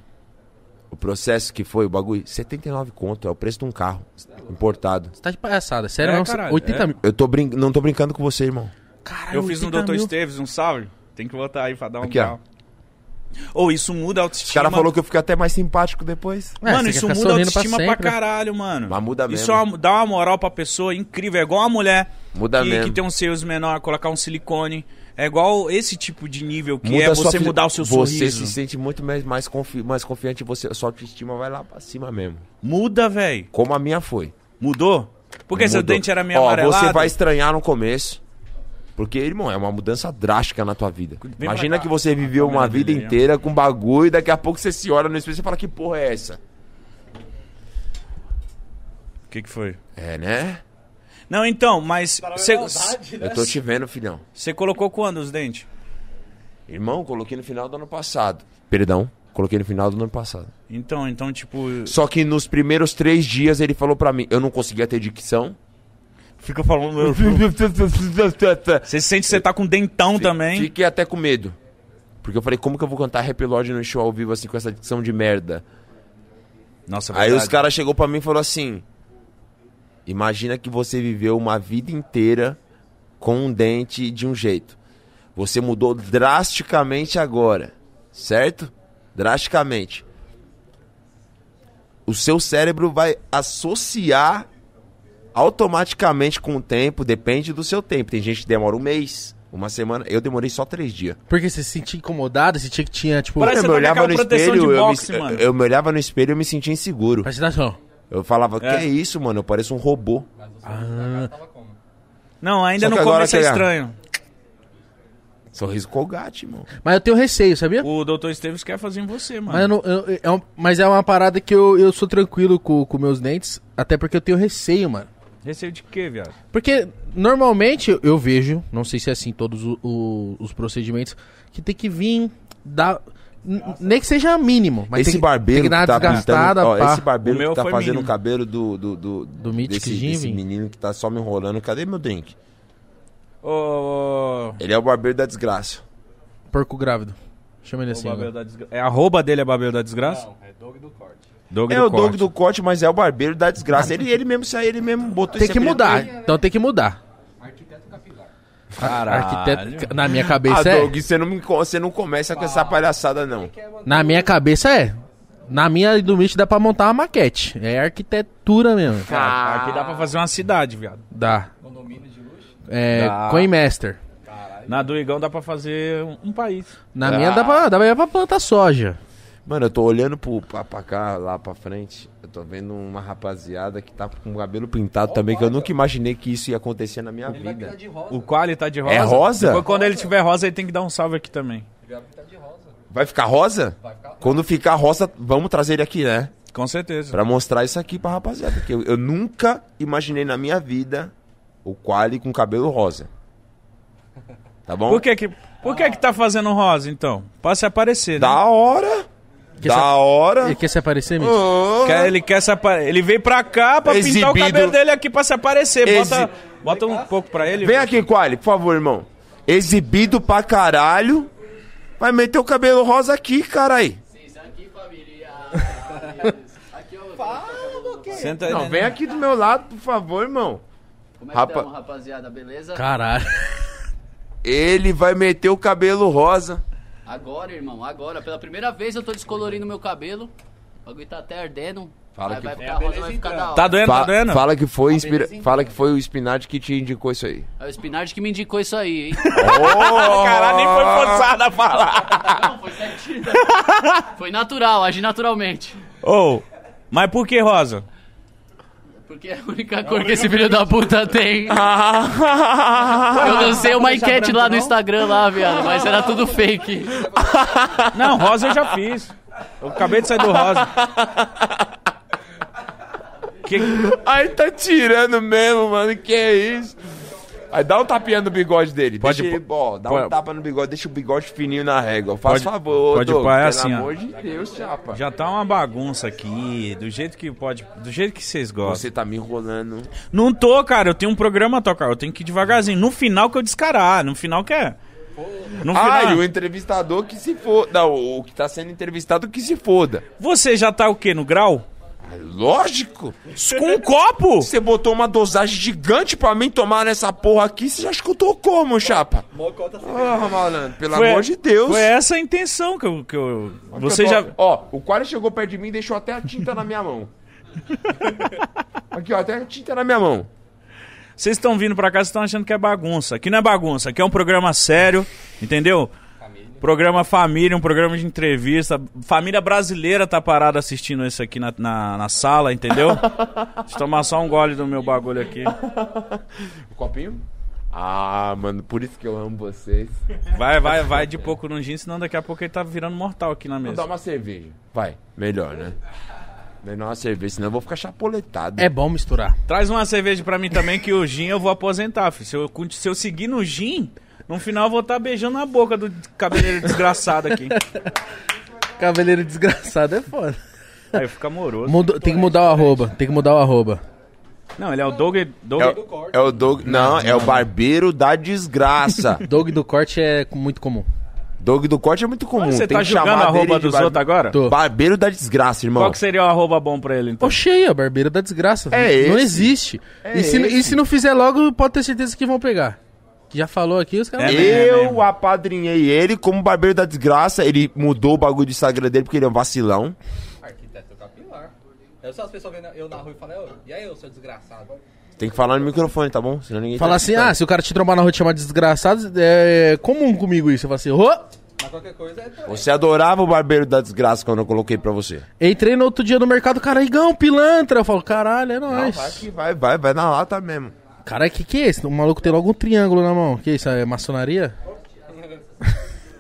Speaker 3: O processo que foi o bagulho, 79 conto, é o preço de um carro importado.
Speaker 1: Você tá de palhaçada. Sério,
Speaker 2: É,
Speaker 1: não?
Speaker 2: caralho,
Speaker 1: 80
Speaker 2: é.
Speaker 1: mil.
Speaker 3: Eu tô brin... não tô brincando com você, irmão.
Speaker 1: Caralho,
Speaker 2: Eu fiz no
Speaker 1: 80
Speaker 2: Dr.
Speaker 1: mil.
Speaker 2: Esteves, um salve. Tem que voltar aí pra dar um
Speaker 3: Aqui, ó.
Speaker 2: grau. Ou isso muda a
Speaker 3: Os
Speaker 2: autoestima.
Speaker 3: cara falou que eu fiquei até mais simpático depois.
Speaker 1: É,
Speaker 2: Mano,
Speaker 1: você quer ficar
Speaker 2: isso muda a
Speaker 1: sorrindo pra
Speaker 2: autoestima pra,
Speaker 1: sempre, né?
Speaker 2: caralho, mano.
Speaker 3: Mas muda
Speaker 2: Isso
Speaker 3: mesmo.
Speaker 2: é uma- dá uma moral pra pessoa incrível. É igual uma mulher
Speaker 3: Muda
Speaker 2: que,
Speaker 3: mesmo.
Speaker 2: que tem um seios menor, colocar um silicone. É igual esse tipo de nível que
Speaker 3: Muda
Speaker 2: é
Speaker 3: a sua
Speaker 2: você
Speaker 3: fi-
Speaker 2: mudar o seu
Speaker 3: Você
Speaker 2: sorriso.
Speaker 3: se sente muito mais, mais, confi... mais confiante, você... a sua autoestima vai lá pra cima mesmo.
Speaker 2: Muda, velho.
Speaker 3: Como a minha foi.
Speaker 2: Mudou? Porque seu
Speaker 3: Mudou.
Speaker 2: dente era meio
Speaker 3: Ó,
Speaker 2: amarelado.
Speaker 3: Você vai estranhar no começo. Porque, irmão, é uma mudança drástica na tua vida.
Speaker 2: pra
Speaker 3: Imagina
Speaker 2: cá.
Speaker 3: que você viveu
Speaker 2: câmera
Speaker 3: uma vida
Speaker 2: dele aí, ó.
Speaker 3: inteira com bagulho e daqui a pouco você se olha no espelho e fala, que porra é essa?
Speaker 2: O que, que foi?
Speaker 3: É, né?
Speaker 2: Não, então, mas.
Speaker 4: né?
Speaker 3: Eu tô te vendo, filhão.
Speaker 2: Você colocou quando os dentes?
Speaker 3: Irmão, coloquei no final do ano passado. Perdão, coloquei no final do ano passado.
Speaker 2: Então, então, tipo.
Speaker 3: Só que nos primeiros três dias ele falou pra mim, eu não conseguia ter dicção.
Speaker 2: Fica falando. Você sente que você tá com dentão também.
Speaker 3: Fiquei até com medo. Porque eu falei, como que eu vou cantar Rap Lord no show ao vivo assim com essa dicção de merda?
Speaker 2: Nossa,
Speaker 3: Aí
Speaker 2: verdade.
Speaker 3: os caras chegou pra mim e falou assim: Imagina que você viveu uma vida inteira com um dente de um jeito. Você mudou drasticamente agora, certo? Drasticamente. O seu cérebro vai associar automaticamente com o tempo, depende do seu tempo. Tem gente que demora um mês, uma semana. Eu demorei só três dias.
Speaker 1: Porque você se sentia incomodado, você tinha que tinha, tipo... Parece...
Speaker 2: Parece- você
Speaker 3: eu me
Speaker 2: tá
Speaker 3: olhava
Speaker 2: naquela
Speaker 3: no
Speaker 2: proteção
Speaker 3: espelho,
Speaker 2: de
Speaker 3: eu,
Speaker 2: boxe,
Speaker 3: me,
Speaker 2: mano.
Speaker 3: eu- eu me olhava no espelho e eu me sentia inseguro.
Speaker 1: Parece assim,
Speaker 3: Eu falava,
Speaker 2: É.
Speaker 3: que é isso, mano? Eu pareço um robô.
Speaker 2: Não, ainda
Speaker 3: Só
Speaker 2: no
Speaker 3: que agora
Speaker 2: começo é
Speaker 3: chega-
Speaker 2: estranho.
Speaker 3: Sorriso Colgate, mano.
Speaker 1: Mas eu tenho receio, sabia?
Speaker 2: O Dr. Esteves quer fazer em você, mano.
Speaker 1: Mas, eu não- eu- é um- mas é uma parada que eu, eu sou tranquilo com, com meus dentes, até porque eu tenho receio, mano.
Speaker 2: Receio de quê, viado?
Speaker 1: Porque normalmente eu- eu vejo, não sei se é assim todos o- o- os procedimentos, que tem que vir dar. n- Nem que seja mínimo, mas
Speaker 3: esse
Speaker 1: tem, que-
Speaker 3: barbeiro
Speaker 1: tem que dar
Speaker 3: que tá
Speaker 1: uma desgastada,
Speaker 3: pintando, ó,
Speaker 1: pá.
Speaker 3: esse barbeiro
Speaker 2: O meu
Speaker 3: que tá
Speaker 2: foi
Speaker 3: fazendo
Speaker 2: mínimo.
Speaker 3: o cabelo do do do,
Speaker 1: Mythic
Speaker 3: desse,
Speaker 1: Jim,
Speaker 3: desse
Speaker 1: hein?
Speaker 3: menino que tá só me enrolando. Cadê meu drink?
Speaker 2: Ô.
Speaker 3: Ele é o barbeiro da desgraça.
Speaker 1: Porco grávido. Chama ele
Speaker 2: o
Speaker 1: assim.
Speaker 2: Babel
Speaker 1: agora.
Speaker 2: da Desgra- É a arroba dele é Babel da Desgraça?
Speaker 4: Não, é Doug do corte.
Speaker 2: Doug
Speaker 3: é
Speaker 2: do
Speaker 3: o Doug
Speaker 2: Corte.
Speaker 3: do corte, mas é o barbeiro da desgraça. Ele ele mesmo saiu, ele mesmo botou
Speaker 1: Ah, Tem
Speaker 3: esse
Speaker 1: que
Speaker 3: apelido
Speaker 1: mudar,
Speaker 3: pra ele.
Speaker 1: então tem que mudar.
Speaker 4: Arquiteto capilar.
Speaker 2: Caralho.
Speaker 1: Arquiteto, na minha
Speaker 3: Ah,
Speaker 1: cabeça é.
Speaker 3: Doug, você não, me co- você não começa com essa palhaçada, não.
Speaker 4: Quer manter
Speaker 1: Na minha cabeça é. Na minha e do Mitch dá pra montar uma maquete. É arquitetura mesmo.
Speaker 2: Cara, aqui dá pra fazer uma cidade, viado.
Speaker 1: Dá.
Speaker 4: condomínio de luxo?
Speaker 1: É,
Speaker 2: Dá.
Speaker 1: Coinmaster.
Speaker 2: Na do Igão dá pra fazer um, um país.
Speaker 1: Na minha dá pra, dá pra plantar soja.
Speaker 3: Mano, eu tô olhando pro, pra, pra cá, lá pra frente. Eu tô vendo uma rapaziada que tá com o cabelo pintado também, que eu nunca imaginei que isso ia acontecer na minha
Speaker 4: Ele vai pintar
Speaker 3: vida.
Speaker 4: de rosa.
Speaker 2: O Quali tá de rosa.
Speaker 3: É rosa?
Speaker 2: Depois, quando ele tiver rosa, ele tem que dar um salve aqui também.
Speaker 4: Ele vai pintar de rosa.
Speaker 3: Vai ficar rosa?
Speaker 4: Vai ficar
Speaker 3: Quando ficar rosa, vamos trazer ele aqui, né?
Speaker 2: Com certeza.
Speaker 3: Pra mostrar isso aqui pra rapaziada. Porque eu, eu nunca imaginei na minha vida o Quali com cabelo rosa. Tá bom?
Speaker 2: Por que que, por que que tá fazendo rosa, então? Pra se aparecer, né?
Speaker 3: Da hora!
Speaker 1: Que
Speaker 3: da
Speaker 1: essa-
Speaker 3: hora!
Speaker 1: Ele quer se aparecer, Mitch?
Speaker 3: Ah.
Speaker 2: Quer- ele quer se apa- Ele veio pra cá pra pintar o
Speaker 3: Exibido.
Speaker 2: cabelo dele aqui pra se aparecer. Bota,
Speaker 3: Exi-
Speaker 2: bota um pouco pra ele.
Speaker 3: Vem aqui, Quali, por favor, irmão. Exibido pra caralho. Vai meter o cabelo rosa aqui, carai.
Speaker 5: é
Speaker 2: Senta aí. né?
Speaker 3: Não, vem aqui do meu lado, por favor, irmão.
Speaker 5: Como é que
Speaker 3: Rapa-
Speaker 5: tamo, rapaziada? Beleza?
Speaker 1: Caralho.
Speaker 3: Ele vai meter o cabelo rosa.
Speaker 5: Agora, irmão, agora. Pela primeira vez eu tô descolorindo meu cabelo. O bagulho tá até ardendo.
Speaker 3: Fala
Speaker 5: vai,
Speaker 3: que-
Speaker 5: vai ficar rosa, vai ficar da hora.
Speaker 2: Tá doendo, tá
Speaker 3: Fa-
Speaker 2: doendo?
Speaker 3: fala, que foi inspira- fala que foi o Spinard que te indicou isso aí.
Speaker 5: É o Spinard que me indicou isso aí, hein?
Speaker 2: Caralho, nem foi forçado a falar.
Speaker 5: Não, foi certinho. Foi natural, agi naturalmente.
Speaker 2: Ô, mas por que rosa?
Speaker 5: Porque é a única cor que esse filho da puta tem. Eu lancei uma enquete lá no Instagram, lá, viado, mas era tudo fake.
Speaker 2: Não, rosa eu já fiz. Eu acabei de sair do rosa. Que...
Speaker 3: Aí tá tirando mesmo, mano. Que é isso? Aí dá um tapinha no bigode dele.
Speaker 2: Pode
Speaker 3: deixa,
Speaker 2: pô-
Speaker 3: ó, dá
Speaker 2: pode-
Speaker 3: um tapa no bigode, deixa o bigode fininho na régua. Faz
Speaker 2: Pode-
Speaker 3: favor,
Speaker 2: pode
Speaker 3: Doug,
Speaker 2: pá, é
Speaker 3: pelo
Speaker 2: assim, ó.
Speaker 3: amor de Deus, chapa.
Speaker 2: Já tá uma bagunça aqui, do jeito que pode, do jeito que vocês gostam.
Speaker 3: Você tá me enrolando.
Speaker 2: Não tô, cara, eu tenho um programa a tocar, eu tenho que ir devagarzinho. No final que eu descarar, no final que é. No final,
Speaker 3: Ah, e o entrevistador que se foda. Não, o que tá sendo entrevistado que se foda.
Speaker 2: você já tá o quê, no grau?
Speaker 3: Ah, Lógico.
Speaker 2: Com um copo?
Speaker 3: Você botou uma dosagem gigante pra mim tomar nessa porra aqui. Você acha que eu tô como, chapa? Ah, malandro, pelo amor de Deus.
Speaker 2: Foi essa a intenção que eu... Que eu você
Speaker 3: Eu tô-
Speaker 2: já...
Speaker 3: Ó, o Quali chegou perto de mim e deixou até a tinta na minha mão. Aqui, ó, até a tinta na minha mão.
Speaker 2: Vocês estão vindo pra cá, vocês estão achando que é bagunça. Aqui não é bagunça, aqui é um programa sério, entendeu? Programa família, um programa de entrevista. Família brasileira tá parada assistindo isso aqui na, na, na sala, entendeu? Deixa eu tomar só um gole do meu bagulho aqui.
Speaker 3: O copinho? Ah, mano, por isso que eu amo vocês.
Speaker 2: Vai, vai, vai de pouco no gin, senão daqui a pouco ele tá virando mortal aqui na
Speaker 3: Vou dar
Speaker 2: mesa.
Speaker 3: uma cerveja. Vai, melhor, né? Melhor uma cerveja, senão eu vou ficar chapoletado.
Speaker 1: É bom misturar.
Speaker 2: Traz uma cerveja pra mim também, que o gin eu vou aposentar, filho. Se eu, conti- se eu seguir no gin, no final eu vou estar beijando a boca do cabeleiro desgraçado aqui.
Speaker 1: Cavaleiro desgraçado é foda.
Speaker 2: Aí fica amoroso.
Speaker 1: Mudou- tem que mudar o arroba. Tem que mudar o arroba.
Speaker 2: Não, ele é o Doug... Doug...
Speaker 3: É o, é o Doug. Não, é o barbeiro da desgraça.
Speaker 1: Dog do corte é muito comum.
Speaker 3: Doug do corte é muito comum.
Speaker 2: Você
Speaker 3: tem
Speaker 2: tá
Speaker 3: que
Speaker 2: julgando
Speaker 3: chamar
Speaker 2: a
Speaker 3: dele
Speaker 2: arroba
Speaker 3: de
Speaker 2: dos
Speaker 3: barbe-
Speaker 2: outros agora?
Speaker 1: Tô.
Speaker 3: Barbeiro da desgraça, irmão.
Speaker 2: Qual que seria o arroba bom pra ele, então?
Speaker 1: Oxe, aí, ó, barbeiro da desgraça.
Speaker 3: É
Speaker 1: não
Speaker 3: esse. É
Speaker 1: existe. e, se, e
Speaker 3: esse.
Speaker 1: se não fizer logo, pode ter certeza que vão pegar. Que já falou aqui, os caras.
Speaker 2: É.
Speaker 3: Eu apadrinhei ele como barbeiro da desgraça. Ele mudou o bagulho do Instagram dele porque ele é um vacilão.
Speaker 4: Arquiteto é capilar. Eu só as pessoas vendo eu na rua e falam, "Ô, e aí, eu seu desgraçado?
Speaker 3: Tem que falar no microfone, tá bom? Senão ninguém
Speaker 1: Falar
Speaker 3: tá
Speaker 1: assim,
Speaker 3: escutando.
Speaker 1: ah, se o cara te trombar na rua e te chamar de desgraçado, é comum comigo isso. Eu falo assim, ô,
Speaker 4: Mas qualquer coisa é doido.
Speaker 3: Você adorava o barbeiro da desgraça quando eu coloquei pra você.
Speaker 1: entrei no outro dia no mercado, cara, igão, pilantra. Eu falo, caralho, é nóis.
Speaker 3: Vai que vai, vai, vai na lata mesmo.
Speaker 1: Caralho, que que é isso? O maluco tem logo um triângulo na mão. Que isso, é maçonaria?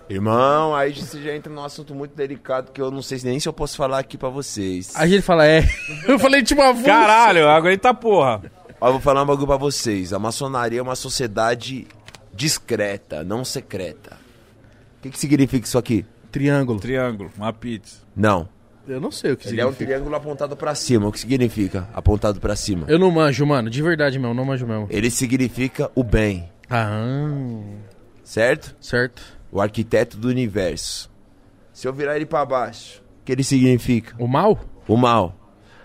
Speaker 3: Irmão, aí você já entra num assunto muito delicado que eu não sei nem se eu posso falar aqui pra vocês.
Speaker 1: Aí ele fala, é. Eu falei, tipo, avulso.
Speaker 2: Caralho, aguenta porra.
Speaker 3: Ó, eu vou falar um bagulho pra vocês. A maçonaria é uma sociedade discreta, não secreta. O que, que significa isso aqui?
Speaker 1: Triângulo.
Speaker 2: Triângulo, uma pizza.
Speaker 3: Não.
Speaker 1: Eu não sei o que
Speaker 3: Ele é um
Speaker 1: significa.
Speaker 3: triângulo apontado pra cima. O que significa apontado pra cima?
Speaker 1: Eu não manjo, mano. De verdade mesmo, não manjo mesmo.
Speaker 3: Ele significa o bem,
Speaker 1: Ah,
Speaker 3: certo?
Speaker 1: certo.
Speaker 3: O arquiteto do universo. Se eu virar ele pra baixo, o que ele significa?
Speaker 1: O mal?
Speaker 3: O mal.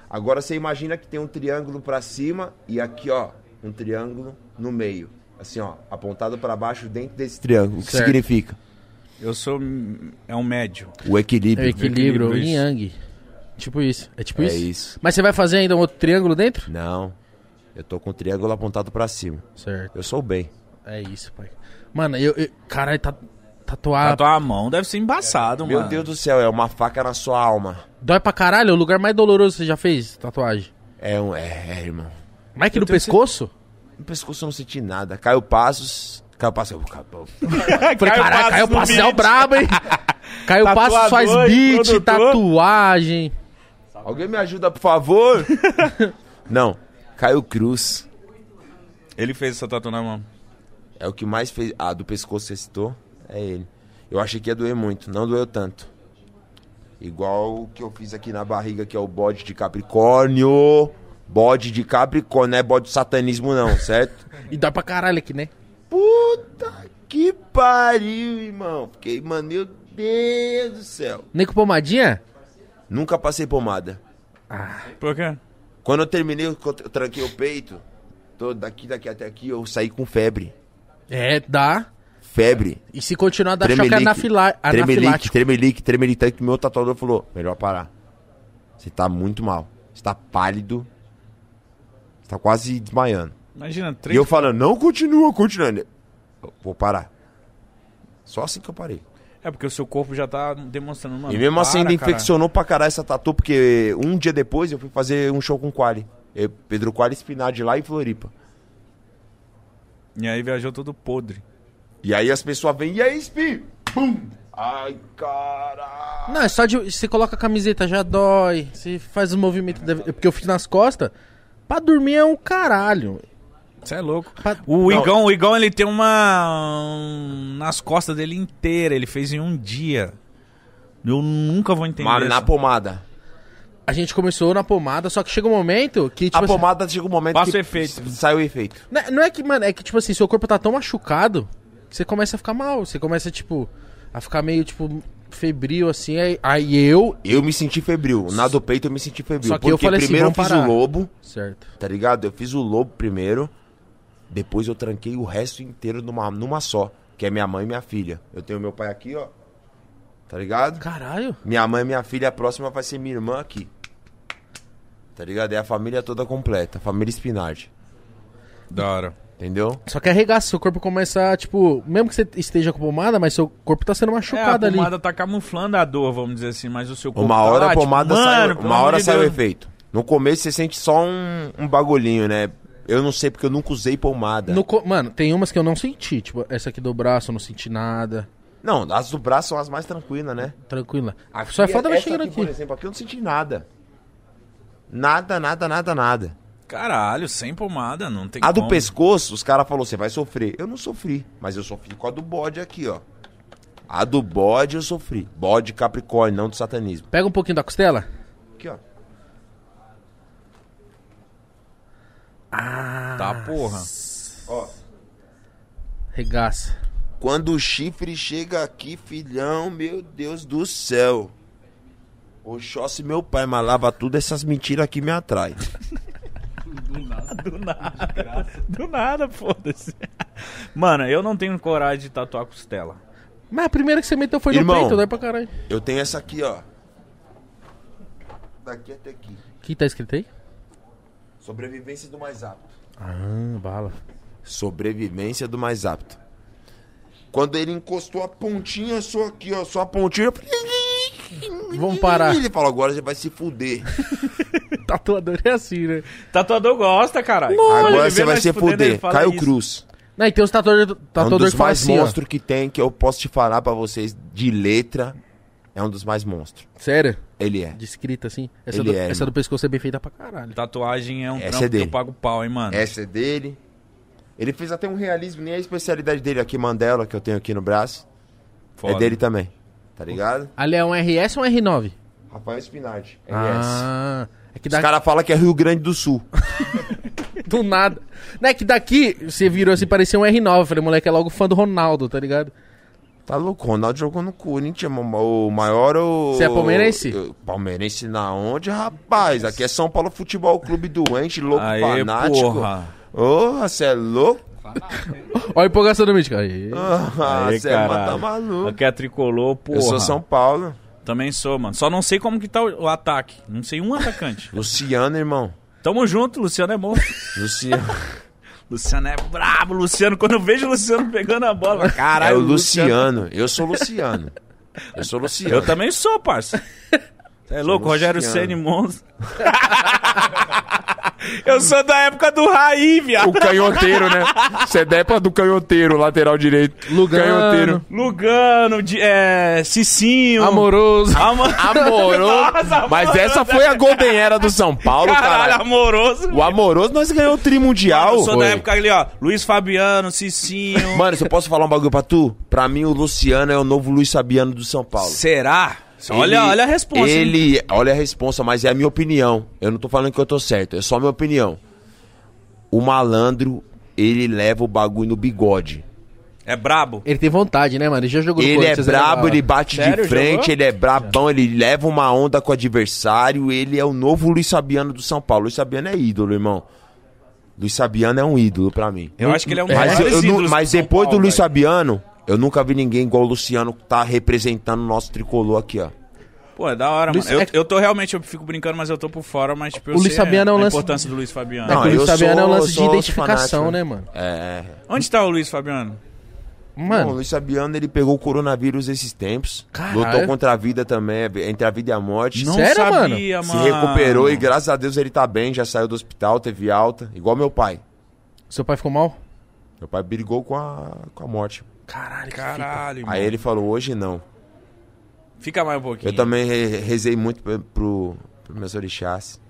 Speaker 3: Agora você imagina que tem um triângulo pra cima e aqui, ó, um triângulo no meio. Assim, ó, apontado pra baixo dentro desse triângulo. O que
Speaker 1: Certo.
Speaker 3: significa?
Speaker 2: Eu sou. hum, É um médio.
Speaker 3: O
Speaker 1: É o
Speaker 3: equilíbrio.
Speaker 1: equilíbrio,
Speaker 2: Equilíbrio,
Speaker 1: o yin
Speaker 2: isso.
Speaker 1: yang. Tipo isso. É tipo
Speaker 3: É
Speaker 1: isso?
Speaker 3: isso.
Speaker 1: Mas você vai fazer ainda um outro triângulo dentro?
Speaker 3: Não. Eu tô com o triângulo apontado pra cima.
Speaker 1: Certo.
Speaker 3: Eu sou o bem.
Speaker 1: É isso, pai. Mano, eu. eu caralho, tá, tatuar.
Speaker 2: A tua mão deve ser embaçado, mano.
Speaker 3: Ah. Meu Deus do céu, é uma faca na sua alma.
Speaker 1: Dói pra caralho, é o lugar mais doloroso que você já fez tatuagem.
Speaker 3: É um. É, é irmão.
Speaker 1: Mas que no pescoço?
Speaker 3: No pescoço eu não senti nada. Caiu passos. Caiu passos. eu-
Speaker 1: Falei,
Speaker 2: Caio
Speaker 1: caralho,
Speaker 2: Passos
Speaker 1: caiu
Speaker 2: no
Speaker 1: pastel
Speaker 2: beat.
Speaker 1: brabo, hein? Caio Passos faz
Speaker 2: Tatuador,
Speaker 1: beat,
Speaker 2: produtor.
Speaker 1: tatuagem.
Speaker 3: Alguém me ajuda, por favor? Não. Caio Cruz
Speaker 2: Ele fez essa tatu na mão.
Speaker 3: é o que mais fez. Ah, do pescoço que você citou? É ele. Eu achei que ia doer muito, não doeu tanto. Igual o que eu fiz aqui na barriga, que é o bode de Capricórnio. Bode de Capricórnio, não é bode de satanismo, não, certo?
Speaker 1: E dá pra caralho aqui, né?
Speaker 3: Puta que pariu, irmão. Fiquei, mano, meu Deus do céu.
Speaker 1: Nem com pomadinha?
Speaker 3: Nunca passei pomada.
Speaker 2: Por quê?
Speaker 3: Quando eu terminei, eu co- eu tranquei o peito. Tô daqui, daqui até aqui, eu saí com febre.
Speaker 1: É, dá.
Speaker 3: Febre.
Speaker 1: E se continuar, dá choque
Speaker 3: Tremelique.
Speaker 1: anafila-
Speaker 3: Tremelique,
Speaker 1: anafilático.
Speaker 3: tremelique, tremelique. Tanto que meu tatuador falou, melhor parar. Você tá muito mal. Você tá pálido. Você tá quase desmaiando.
Speaker 2: Imagina,
Speaker 3: E
Speaker 2: três.
Speaker 3: eu falando, não continua, continua. Eu Vou parar. Só assim que eu parei.
Speaker 2: É porque o seu corpo já tá demonstrando, mano.
Speaker 3: E mesmo assim
Speaker 2: para,
Speaker 3: ainda
Speaker 2: cara.
Speaker 3: infeccionou pra caralho essa tatu, porque um dia depois eu fui fazer um show com o Quali. Eu- Pedro Quali Spinardi lá em Floripa.
Speaker 2: E aí viajou todo podre.
Speaker 3: E aí as pessoas vêm, e aí, Spi? Pum! Ai, caralho!
Speaker 1: Não, é só de. Você coloca a camiseta, já dói. Você faz o movimento. da- Porque eu fiz nas costas. Pra dormir é um caralho.
Speaker 2: Você é louco.
Speaker 1: Pra-
Speaker 2: O Igão, o Igão, ele tem uma. um- nas costas dele inteira. Ele fez em um dia. Eu nunca vou entender.
Speaker 3: Mano, na
Speaker 2: isso.
Speaker 3: pomada.
Speaker 1: A gente começou na pomada, só que chega um momento que, tipo
Speaker 3: a
Speaker 1: assim,
Speaker 3: pomada chega um momento
Speaker 2: Passa
Speaker 3: que
Speaker 2: o efeito.
Speaker 3: s- sai o efeito.
Speaker 1: Não é- Não é que, mano, é que, tipo assim, seu corpo tá tão machucado que você começa a ficar mal. Você começa, tipo, a ficar meio, tipo, febril, assim. Aí, aí eu.
Speaker 3: Eu me senti febril. Na do peito eu me senti febril.
Speaker 1: Só que eu
Speaker 3: porque
Speaker 1: falei assim,
Speaker 3: primeiro
Speaker 1: vamos
Speaker 3: eu fiz
Speaker 1: parar.
Speaker 3: o lobo,
Speaker 1: Certo.
Speaker 3: tá ligado? Eu fiz o lobo primeiro. Depois eu tranquei o resto inteiro numa, numa só. Que é minha mãe e minha filha. Eu tenho meu pai aqui, ó. Tá ligado?
Speaker 1: Caralho.
Speaker 3: Minha mãe, minha filha, a próxima vai ser minha irmã aqui. Tá ligado? É a família toda completa, a família Spinardi.
Speaker 2: Da hora.
Speaker 3: Entendeu?
Speaker 1: Só que arregaça, seu corpo começa, tipo, mesmo que você esteja com pomada, mas seu corpo tá sendo
Speaker 2: É, a
Speaker 1: machucado ali.
Speaker 2: pomada tá camuflando a dor, vamos dizer assim, mas o seu corpo.
Speaker 3: Uma
Speaker 2: tá
Speaker 3: hora
Speaker 2: lá,
Speaker 3: a
Speaker 2: tipo,
Speaker 3: pomada sai,
Speaker 2: "Mano, pelo
Speaker 3: uma
Speaker 2: amor
Speaker 3: hora
Speaker 2: de
Speaker 3: sai o
Speaker 2: Deus".
Speaker 3: efeito. No começo você sente só um, um bagulhinho, né? Eu não sei porque eu nunca usei pomada.
Speaker 1: No co- Mano, tem umas que eu não senti, tipo, essa aqui do braço, eu não senti nada.
Speaker 3: Não, as do braço são as mais tranquilas, né?
Speaker 1: Tranquila.
Speaker 3: Aqui,
Speaker 1: Só é foda vai
Speaker 3: essa
Speaker 1: chegando
Speaker 3: aqui, Por
Speaker 1: aqui.
Speaker 3: exemplo, aqui eu não senti nada. Nada, nada, nada, nada.
Speaker 2: Caralho, sem pomada, não tem
Speaker 3: A do
Speaker 2: como.
Speaker 3: pescoço, os caras falaram, você vai sofrer. Eu não sofri, mas eu sofri com a do bode aqui, ó. A do bode eu sofri. Bode Capricórnio, não do satanismo.
Speaker 1: Pega um pouquinho da costela.
Speaker 3: Aqui, ó.
Speaker 2: Tá, porra.
Speaker 3: Ó.
Speaker 1: Regaça.
Speaker 3: Quando o chifre chega aqui, filhão, meu Deus do céu. Oxóssi, meu pai, mas lava tudo, essas mentiras aqui me atraem.
Speaker 2: Do nada. Do nada, foda-se. Mano, eu não tenho coragem de tatuar costela.
Speaker 1: Mas a primeira que você meteu foi
Speaker 3: Irmão.
Speaker 1: no peito, dói pra caralho.
Speaker 3: Eu tenho essa aqui, ó. Daqui até aqui.
Speaker 1: O que tá escrito aí?
Speaker 3: Sobrevivência do mais apto.
Speaker 1: Ah, bala.
Speaker 3: Sobrevivência do mais apto. Quando ele encostou a pontinha só aqui, ó, só a pontinha, eu falei...
Speaker 1: Vamos parar.
Speaker 3: Ele falou, agora você vai se fuder.
Speaker 1: Tatuador é assim, né?
Speaker 2: Tatuador gosta, caralho.
Speaker 3: agora
Speaker 2: Ele
Speaker 3: você
Speaker 2: vê
Speaker 3: vai
Speaker 2: nós
Speaker 3: se
Speaker 2: fudendo, ele
Speaker 3: fuder.
Speaker 2: fala
Speaker 3: Caio
Speaker 2: isso.
Speaker 3: Cruz.
Speaker 1: Não, e tem os tatuadores
Speaker 3: É um dos
Speaker 1: que fala
Speaker 3: mais
Speaker 1: assim, ó.
Speaker 3: monstros que tem, que eu posso te falar pra vocês de letra. É um dos mais monstros.
Speaker 1: Sério?
Speaker 3: Ele é.
Speaker 1: De escrita, assim. Essa,
Speaker 3: Ele
Speaker 1: do,
Speaker 3: é,
Speaker 1: essa
Speaker 3: irmão.
Speaker 1: do pescoço é bem feita pra caralho.
Speaker 2: Tatuagem é um
Speaker 3: Essa
Speaker 2: trampo que
Speaker 3: é dele.
Speaker 2: eu pago pau, hein, mano.
Speaker 3: Essa é dele. Ele fez até um realismo, nem a especialidade dele aqui, Mandela, que eu tenho aqui no braço.
Speaker 2: Foda.
Speaker 3: É dele também. Tá ligado?
Speaker 1: Ali é um RS ou um R9?
Speaker 3: Rafael Spinardi. RS.
Speaker 1: Ah. É que
Speaker 3: Os
Speaker 1: da...
Speaker 3: caras falam que é Rio Grande do Sul.
Speaker 1: do nada. Não é que daqui você virou assim, parecia um R9. Eu falei, moleque, é logo fã do Ronaldo, tá ligado?
Speaker 3: Tá louco, o Ronaldo jogou no Corinthians, mama. o maior... O...
Speaker 1: Você é palmeirense?
Speaker 3: o- Palmeirense na onde, rapaz? Aqui é São Paulo Futebol Clube doente, louco,
Speaker 2: Aê,
Speaker 3: é fanático.
Speaker 2: porra.
Speaker 3: Porra, você é louco?
Speaker 1: Olha a empolgação do Mítico. Aê.
Speaker 3: Ah,
Speaker 2: Aí,
Speaker 3: você tá
Speaker 2: caralho.
Speaker 3: maluco.
Speaker 2: Aqui é tricolor, porra.
Speaker 3: Eu sou São Paulo.
Speaker 2: Também sou, mano. Só não sei como que tá o o ataque. Não sei um atacante.
Speaker 3: Luciano, irmão.
Speaker 2: Tamo junto, Luciano é bom.
Speaker 3: Luciano.
Speaker 2: Luciano é brabo, Luciano. Quando eu vejo o Luciano pegando a bola, eu falo,
Speaker 3: é
Speaker 2: caralho.
Speaker 3: o Luciano. Eu sou Luciano. Eu sou Luciano.
Speaker 2: Eu também sou, parça. Cê É louco, Rogério
Speaker 3: Luciano.
Speaker 2: Ceni Monza. Eu sou da época do Raí, viado.
Speaker 6: O canhoteiro, né?
Speaker 2: é
Speaker 6: Cedepa do canhoteiro, lateral direito.
Speaker 1: Lugano.
Speaker 6: Canhoteiro.
Speaker 2: Lugano, de, é, Cicinho.
Speaker 1: Amoroso.
Speaker 3: Ah.
Speaker 2: Amor...
Speaker 6: Amoroso.
Speaker 2: Nossa,
Speaker 6: Mas
Speaker 2: amoroso.
Speaker 6: essa foi a Golden Era do São Paulo,
Speaker 2: Caralho,
Speaker 6: cara.
Speaker 2: amoroso.
Speaker 6: O Amoroso nós ganhamos o Trimundial.
Speaker 2: Eu sou
Speaker 6: foi.
Speaker 2: da época ali, ó. Luiz Fabiano, Cicinho.
Speaker 3: Mano, se eu posso falar um bagulho pra tu? Pra mim, o Luciano é o novo Luiz Sabiano do São Paulo.
Speaker 2: Será? olha,
Speaker 3: Ele-
Speaker 2: olha a resposta. hein?
Speaker 3: Ele, olha a resposta, mas é a minha opinião. Eu não tô falando que eu tô certo, é só a minha opinião. O malandro, ele leva o bagulho no bigode.
Speaker 2: É brabo.
Speaker 1: Ele tem vontade, né, mano? Ele já jogou no
Speaker 3: Ele é
Speaker 1: Corinthians. né,
Speaker 3: brabo,
Speaker 1: mano?
Speaker 2: Ah.
Speaker 3: ele bate
Speaker 2: Sério,
Speaker 3: de frente,
Speaker 2: jogou?
Speaker 3: ele é brabão, ele leva uma onda com o adversário, ele é o novo Luiz Sabiano do São Paulo. Luiz Sabiano é ídolo, irmão. Luiz Sabiano é um ídolo pra mim.
Speaker 2: Eu, acho que ele é um dos
Speaker 3: Mas, eu
Speaker 2: maiores
Speaker 3: nu-
Speaker 2: ídolos
Speaker 3: mas
Speaker 2: São
Speaker 3: depois
Speaker 2: Paulo,
Speaker 3: do Luiz
Speaker 2: velho.
Speaker 3: Sabiano, eu nunca vi ninguém igual o Luciano que tá representando o nosso tricolor aqui, ó.
Speaker 2: Pô, é da hora,
Speaker 1: Luiz-
Speaker 2: mano. Eu,
Speaker 1: é-
Speaker 2: eu tô realmente, eu fico brincando, mas eu tô por fora, mas tipo, eu
Speaker 1: O Luiz
Speaker 2: sei
Speaker 1: Fabiano é
Speaker 2: a,
Speaker 1: um
Speaker 2: a
Speaker 1: lance-
Speaker 2: importância do Luiz Fabiano.
Speaker 1: É que o Luiz
Speaker 3: eu
Speaker 1: Fabiano é um
Speaker 3: sou-
Speaker 1: lance de
Speaker 3: sou
Speaker 1: identificação,
Speaker 3: fanático.
Speaker 1: né, mano?
Speaker 3: É.
Speaker 2: Onde tá o Luiz Fabiano?
Speaker 3: Bom, o
Speaker 1: Mano,
Speaker 3: Luiz Fabiano, ele pegou o coronavírus esses tempos.
Speaker 1: Caralho.
Speaker 3: Lutou contra a vida também, entre a vida e a morte.
Speaker 1: Não Sério,
Speaker 2: sabia,
Speaker 3: Se
Speaker 2: mano.
Speaker 3: recuperou e graças a Deus ele tá bem, já saiu do hospital, teve alta. Igual meu pai.
Speaker 1: seu pai ficou mal?
Speaker 3: Meu pai brigou com a, com a morte.
Speaker 1: Caralho,
Speaker 2: Caralho,
Speaker 3: Aí ele falou, hoje não.
Speaker 2: Fica mais um pouquinho.
Speaker 3: Eu também re- rezei muito pro, pro, pro meus orixás.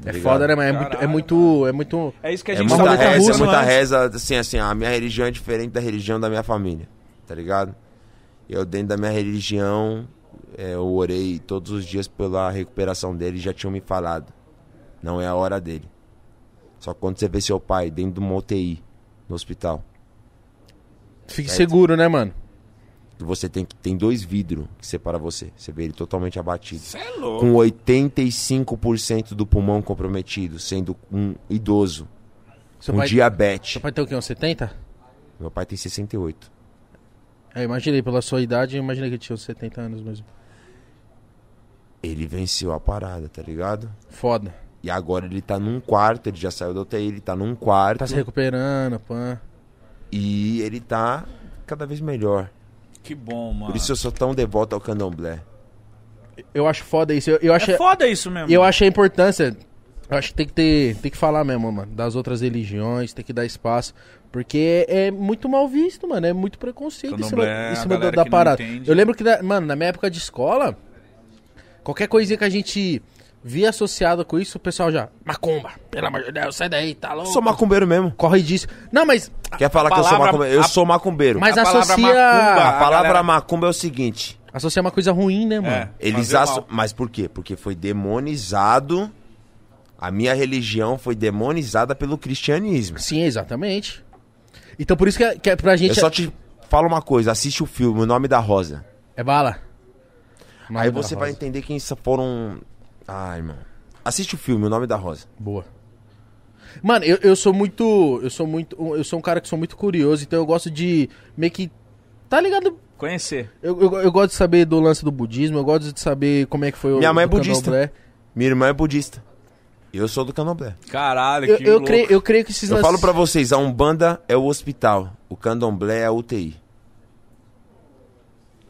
Speaker 1: É
Speaker 3: Obrigado.
Speaker 1: foda, né, mano? É
Speaker 2: Caralho,
Speaker 1: muito. É muito. É muito...
Speaker 2: É isso que a
Speaker 3: É
Speaker 2: gente
Speaker 3: muita
Speaker 1: sabe que tá
Speaker 3: reza,
Speaker 1: russo,
Speaker 3: é muita
Speaker 2: antes.
Speaker 3: reza, assim, assim, a minha religião é diferente da religião da minha família, tá ligado? Eu dentro da minha religião, é, eu orei todos os dias pela recuperação dele, já tinham me falado. Não é a hora dele. Só que quando você vê seu pai dentro de uma UTI, no hospital,
Speaker 1: Fique seguro, né, mano?
Speaker 3: você tem que tem dois vidros que separam você. Você vê ele totalmente abatido.
Speaker 2: Cê é louco.
Speaker 3: Com 85% do pulmão comprometido, sendo um idoso,
Speaker 1: Seu
Speaker 3: um
Speaker 1: pai.
Speaker 3: diabetes.
Speaker 1: Seu pai tem o quê? Uns 70?
Speaker 3: Meu pai tem 68.
Speaker 1: É, imaginei, pela sua idade, eu imaginei que ele tinha uns 70 anos mesmo.
Speaker 3: ele venceu a parada, tá ligado?
Speaker 1: Foda.
Speaker 3: E agora ele tá num quarto, ele já saiu da UTI, ele tá num quarto
Speaker 1: Tá se recuperando, pã.
Speaker 3: e ele tá cada vez melhor.
Speaker 2: Que bom, mano.
Speaker 3: Por isso eu sou tão devoto ao candomblé.
Speaker 1: Eu acho foda isso. Eu, eu acho.
Speaker 2: É foda isso mesmo.
Speaker 1: eu acho a importância. Eu acho que tem que ter, tem que falar mesmo, mano, das outras religiões, tem que dar espaço, porque é muito mal visto, mano, é muito preconceito em cima,
Speaker 2: Candomblé,
Speaker 1: em
Speaker 2: a
Speaker 1: cima da,
Speaker 2: galera
Speaker 1: da
Speaker 2: que não
Speaker 1: parada.
Speaker 2: entende.
Speaker 1: Eu lembro que, da- mano, na minha época de escola, qualquer coisinha que a gente via associada com isso, o pessoal já, macumba, pelo amor de Deus, sai daí, tá louco.
Speaker 3: Sou macumbeiro mesmo.
Speaker 1: Corre disso. Não, mas
Speaker 3: Quer falar que eu sou
Speaker 2: palavra-
Speaker 3: macumbeiro? Eu
Speaker 2: a-
Speaker 3: sou macumbeiro.
Speaker 1: mas
Speaker 2: A palavra
Speaker 1: associa
Speaker 2: macumba-
Speaker 3: a
Speaker 2: a
Speaker 3: palavra
Speaker 2: galera-
Speaker 3: macumba é o seguinte,
Speaker 1: associa uma coisa ruim, né, mano?
Speaker 2: É,
Speaker 3: eles
Speaker 2: fazer
Speaker 3: asso-
Speaker 2: mal.
Speaker 3: mas por quê? Porque foi demonizado. A minha religião foi demonizada pelo cristianismo.
Speaker 1: Sim, exatamente. Então por isso que, é- que é pra
Speaker 3: Eu
Speaker 1: gente
Speaker 3: só te falo uma coisa, assiste o filme O Nome da Rosa.
Speaker 1: é bala.
Speaker 3: Aí
Speaker 1: Nome da
Speaker 3: você vai
Speaker 1: rosa.
Speaker 3: entender quem sa- foram. Ai, irmão. Assiste o filme, O Nome da Rosa.
Speaker 1: Boa. Mano, eu, eu sou muito. Eu sou muito. Eu sou um cara que sou muito curioso, então eu gosto de meio que. Tá ligado?
Speaker 2: Conhecer.
Speaker 1: Eu, eu, eu gosto de saber do lance do budismo, eu gosto de saber como é que foi o.
Speaker 3: Minha mãe é
Speaker 1: do
Speaker 3: budista.
Speaker 1: candomblé.
Speaker 3: Minha irmã é budista. Eu sou do candomblé.
Speaker 2: Caralho,
Speaker 1: Eu,
Speaker 2: que
Speaker 1: eu,
Speaker 2: louco.
Speaker 1: creio, eu creio que esses
Speaker 3: Eu falo pra vocês, a Umbanda é o hospital, o candomblé é a UTI.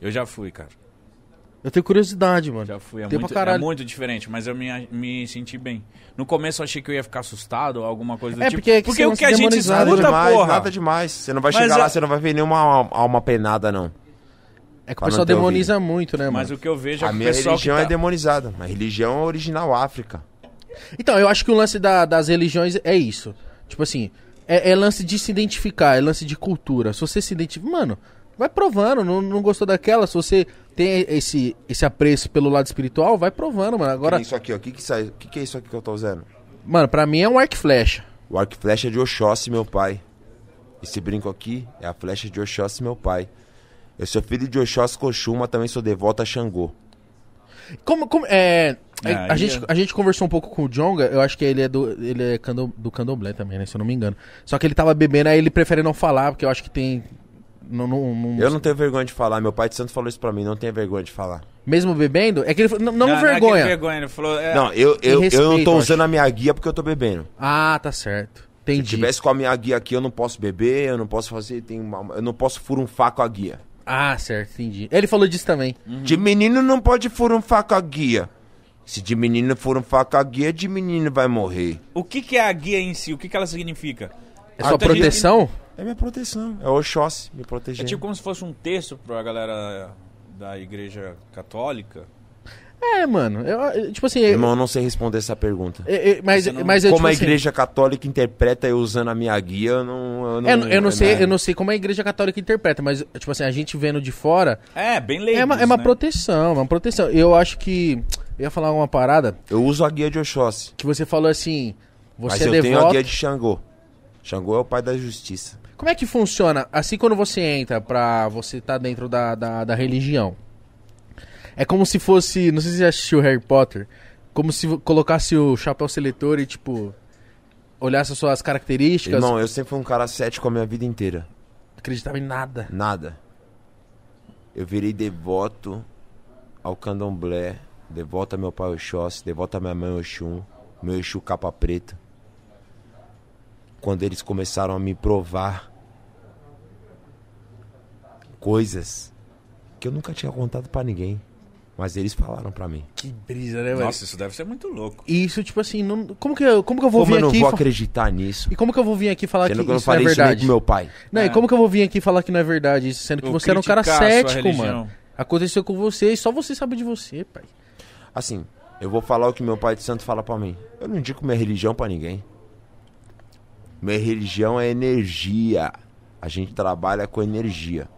Speaker 2: Eu já fui, cara.
Speaker 1: Eu tenho curiosidade, mano.
Speaker 2: Já fui, é
Speaker 1: Tem pra
Speaker 2: muito, é
Speaker 1: caralho.
Speaker 2: muito diferente, mas eu me, me senti bem. No começo eu achei que eu ia ficar assustado ou alguma coisa do
Speaker 1: É,
Speaker 2: tipo.
Speaker 1: porque é que você
Speaker 2: o que a
Speaker 1: não se
Speaker 2: gente
Speaker 1: demonizava.
Speaker 2: escuta,
Speaker 1: Nada
Speaker 3: Nada demais,
Speaker 2: porra.
Speaker 3: nada demais. Você não vai
Speaker 2: Mas
Speaker 3: chegar
Speaker 2: a-
Speaker 3: lá, você não vai ver nenhuma al- alma penada, não.
Speaker 1: É que o
Speaker 3: Fala
Speaker 1: pessoal
Speaker 3: no teu
Speaker 1: demoniza muito, né, mano?
Speaker 2: Mas o que eu vejo é
Speaker 3: A
Speaker 2: que o
Speaker 3: minha
Speaker 2: pessoal que
Speaker 3: religião
Speaker 2: tá...
Speaker 3: é demonizada. A religião é original África.
Speaker 1: Então, eu acho que o lance da- das religiões é isso. Tipo assim, é, é lance de se identificar, é lance de cultura. Se você se identifica. Mano, vai provando, não, não gostou daquela. Se você tem esse, esse apreço pelo lado espiritual, vai provando, mano.
Speaker 3: Agora...
Speaker 1: Agora,
Speaker 3: Isso aqui, ó. O que, que, sai- o que que é isso aqui que eu tô usando?
Speaker 1: mano, pra mim é um arco e flecha.
Speaker 3: O arco e flecha é de Oxóssi, meu pai. Esse brinco aqui é a flecha de Oxóssi, meu pai. Eu sou filho de Oxóssi Coxuma, também sou devoto a Xangô.
Speaker 1: Como, como, é, é,
Speaker 2: Ah,
Speaker 1: a,
Speaker 2: aí
Speaker 1: gente,
Speaker 2: é.
Speaker 1: a gente conversou um pouco com o Jonga, eu acho que ele é do ele é candom- do candomblé também, né? Se eu não me engano. Só que ele tava bebendo, aí ele prefere não falar, porque eu acho que tem. Não, não, não-
Speaker 3: Eu não tenho vergonha de falar, meu pai de santo falou isso pra mim, não tenha vergonha de falar.
Speaker 1: Mesmo bebendo? É que ele falou- não, não,
Speaker 2: Não, não é que
Speaker 1: vergonha.
Speaker 2: vergonha, ele falou... é,
Speaker 3: Não, eu, eu,
Speaker 1: respeito,
Speaker 3: eu não tô
Speaker 1: eu
Speaker 3: usando a minha guia porque eu tô bebendo.
Speaker 1: Ah, tá certo. Entendi.
Speaker 3: Se tivesse com a minha guia aqui, eu não posso beber, eu não posso fazer, tem uma- eu não posso furunfar com a guia. Hum.
Speaker 1: Ah, certo, entendi. Ele falou disso também.
Speaker 3: De menino não pode furunfar com a guia. Se de menina for um faca guia, de menina vai morrer.
Speaker 2: O que, que é a guia em si? O que, que ela significa?
Speaker 1: É sua
Speaker 2: Muita gente-
Speaker 1: proteção?
Speaker 3: É minha proteção. É Oxóssi me protegendo.
Speaker 2: É tipo como se fosse um texto pra galera da igreja católica.
Speaker 1: É, mano. Eu, eu- tipo assim, eu-
Speaker 3: Irmão, eu não sei responder essa pergunta.
Speaker 1: eu- eu- mas,
Speaker 2: Você não-
Speaker 1: mas eu
Speaker 3: Como
Speaker 1: tipo
Speaker 3: a
Speaker 1: assim,
Speaker 3: igreja católica interpreta eu usando a minha guia, eu não... Eu não,
Speaker 1: é, eu não, sei,
Speaker 3: né?
Speaker 1: eu não sei como a igreja católica interpreta, mas tipo assim, a gente vendo de fora
Speaker 2: É, bem leigos,
Speaker 1: é uma, é uma
Speaker 2: né?
Speaker 1: proteção, uma proteção. Eu acho que eu ia falar uma parada
Speaker 3: Eu uso a guia de Oxóssi.
Speaker 1: que você falou assim,
Speaker 3: Mas
Speaker 1: você
Speaker 3: eu
Speaker 1: é
Speaker 3: tenho a
Speaker 1: devoto.
Speaker 3: guia de Xangô. Xangô é o pai da justiça.
Speaker 1: Como é que funciona? Assim, quando você entra pra você tá dentro da, da, da religião, é como se fosse. Não sei se você assistiu Harry Potter. Como se vo- colocasse o chapéu seletor e, tipo, olhasse as suas características. Não
Speaker 3: Irmão, eu sempre fui um cara cético a minha vida inteira.
Speaker 1: acreditava em nada.
Speaker 3: Nada. Eu virei devoto ao candomblé, devoto a meu pai Oxóssi, devoto a minha mãe Oxum, meu Exu capa preta. Quando eles começaram a me provar coisas que eu nunca tinha contado pra ninguém, mas eles falaram pra mim.
Speaker 1: Que brisa, né, velho?
Speaker 2: Nossa, isso deve ser muito louco.
Speaker 1: E isso, tipo assim, não- como, que eu, como que eu vou
Speaker 3: Como
Speaker 1: vir
Speaker 3: eu não
Speaker 1: aqui.
Speaker 3: vou
Speaker 1: e fa-
Speaker 3: acreditar nisso?
Speaker 1: E como que eu vou vir aqui falar que
Speaker 3: Sendo que eu não
Speaker 1: isso não é
Speaker 3: falei isso nem
Speaker 1: verdade?
Speaker 3: pro meu pai.
Speaker 1: Não, e como que eu vou vir aqui falar que não é verdade? isso, Sendo que
Speaker 2: Eu
Speaker 1: você era um cara
Speaker 2: criticar a sua
Speaker 1: cético,
Speaker 2: religião.
Speaker 1: mano. Aconteceu com você e só você sabe de você, pai.
Speaker 3: Assim, eu vou falar o que meu pai de santo fala pra mim. Eu não indico minha religião pra ninguém. Minha religião é energia. A gente trabalha com energia.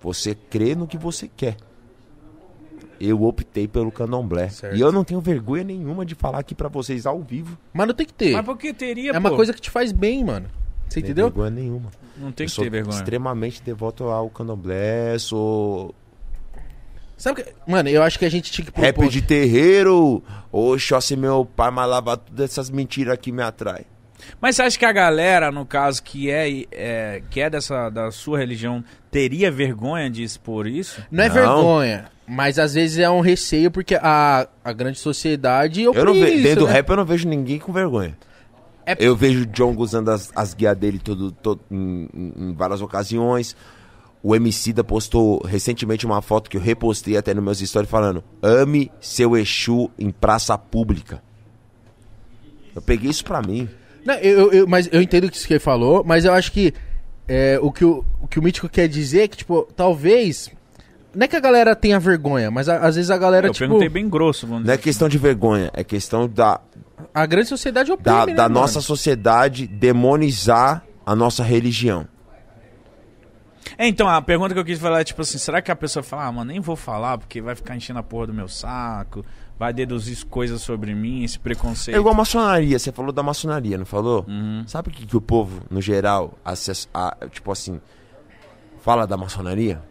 Speaker 3: Você crê no que você quer. Eu optei pelo candomblé.
Speaker 1: Certo.
Speaker 3: E eu não tenho vergonha nenhuma de falar aqui pra vocês ao vivo.
Speaker 1: Mas não tem que ter.
Speaker 2: Mas por que teria,
Speaker 1: É uma
Speaker 2: pô?
Speaker 1: coisa que te faz bem, mano. Você entendeu?
Speaker 3: Vergonha nenhuma.
Speaker 2: Não tem
Speaker 3: eu
Speaker 2: que
Speaker 3: sou
Speaker 2: ter vergonha.
Speaker 3: extremamente devoto ao candomblé, sou
Speaker 1: Sabe que. Mano, eu acho que a gente tinha que
Speaker 3: Rap
Speaker 1: propor.
Speaker 3: de terreiro. Oxóssi, meu pai, mas lavar todas essas mentiras que me atrai.
Speaker 2: Mas você acha que a galera, no caso, que é, é- que é dessa, da sua religião, teria vergonha de expor isso?
Speaker 1: Não é
Speaker 3: Não.
Speaker 1: vergonha. Mas às vezes é um receio, porque a, a grande sociedade.
Speaker 3: Eu não
Speaker 1: oprime
Speaker 3: vejo,
Speaker 1: isso,
Speaker 3: dentro do
Speaker 1: né?
Speaker 3: rap eu não vejo ninguém com vergonha.
Speaker 1: É-
Speaker 3: Eu vejo o John usando as, as guias dele todo, todo- em, em- em várias ocasiões. O MC da postou recentemente uma foto que eu repostei até nos meus stories falando: Ame seu Exu em praça pública. Eu peguei isso pra mim.
Speaker 1: Não, eu, eu- eu- mas eu entendo o que ele falou, mas eu acho que, é, o, que o, o que o Mítico quer dizer é que, tipo, talvez. Não é que a galera tenha vergonha, mas a- às vezes a galera,
Speaker 2: eu
Speaker 1: tipo.
Speaker 2: perguntei bem grosso, vamos
Speaker 3: Não é
Speaker 2: dizer.
Speaker 3: questão de vergonha, é questão da,
Speaker 1: A grande sociedade oprime.
Speaker 3: da,
Speaker 1: né,
Speaker 3: da
Speaker 1: mano?
Speaker 3: nossa sociedade demonizar a nossa religião.
Speaker 2: É, então, a pergunta que eu quis falar é tipo assim, será que a pessoa fala, ah, mano, nem vou falar porque vai ficar enchendo a porra do meu saco, vai deduzir coisas sobre mim, esse preconceito.
Speaker 3: É igual a maçonaria, você falou da maçonaria, não falou?
Speaker 2: Uhum.
Speaker 3: Sabe o que, que o povo, no geral, acess- a- tipo assim, fala da maçonaria?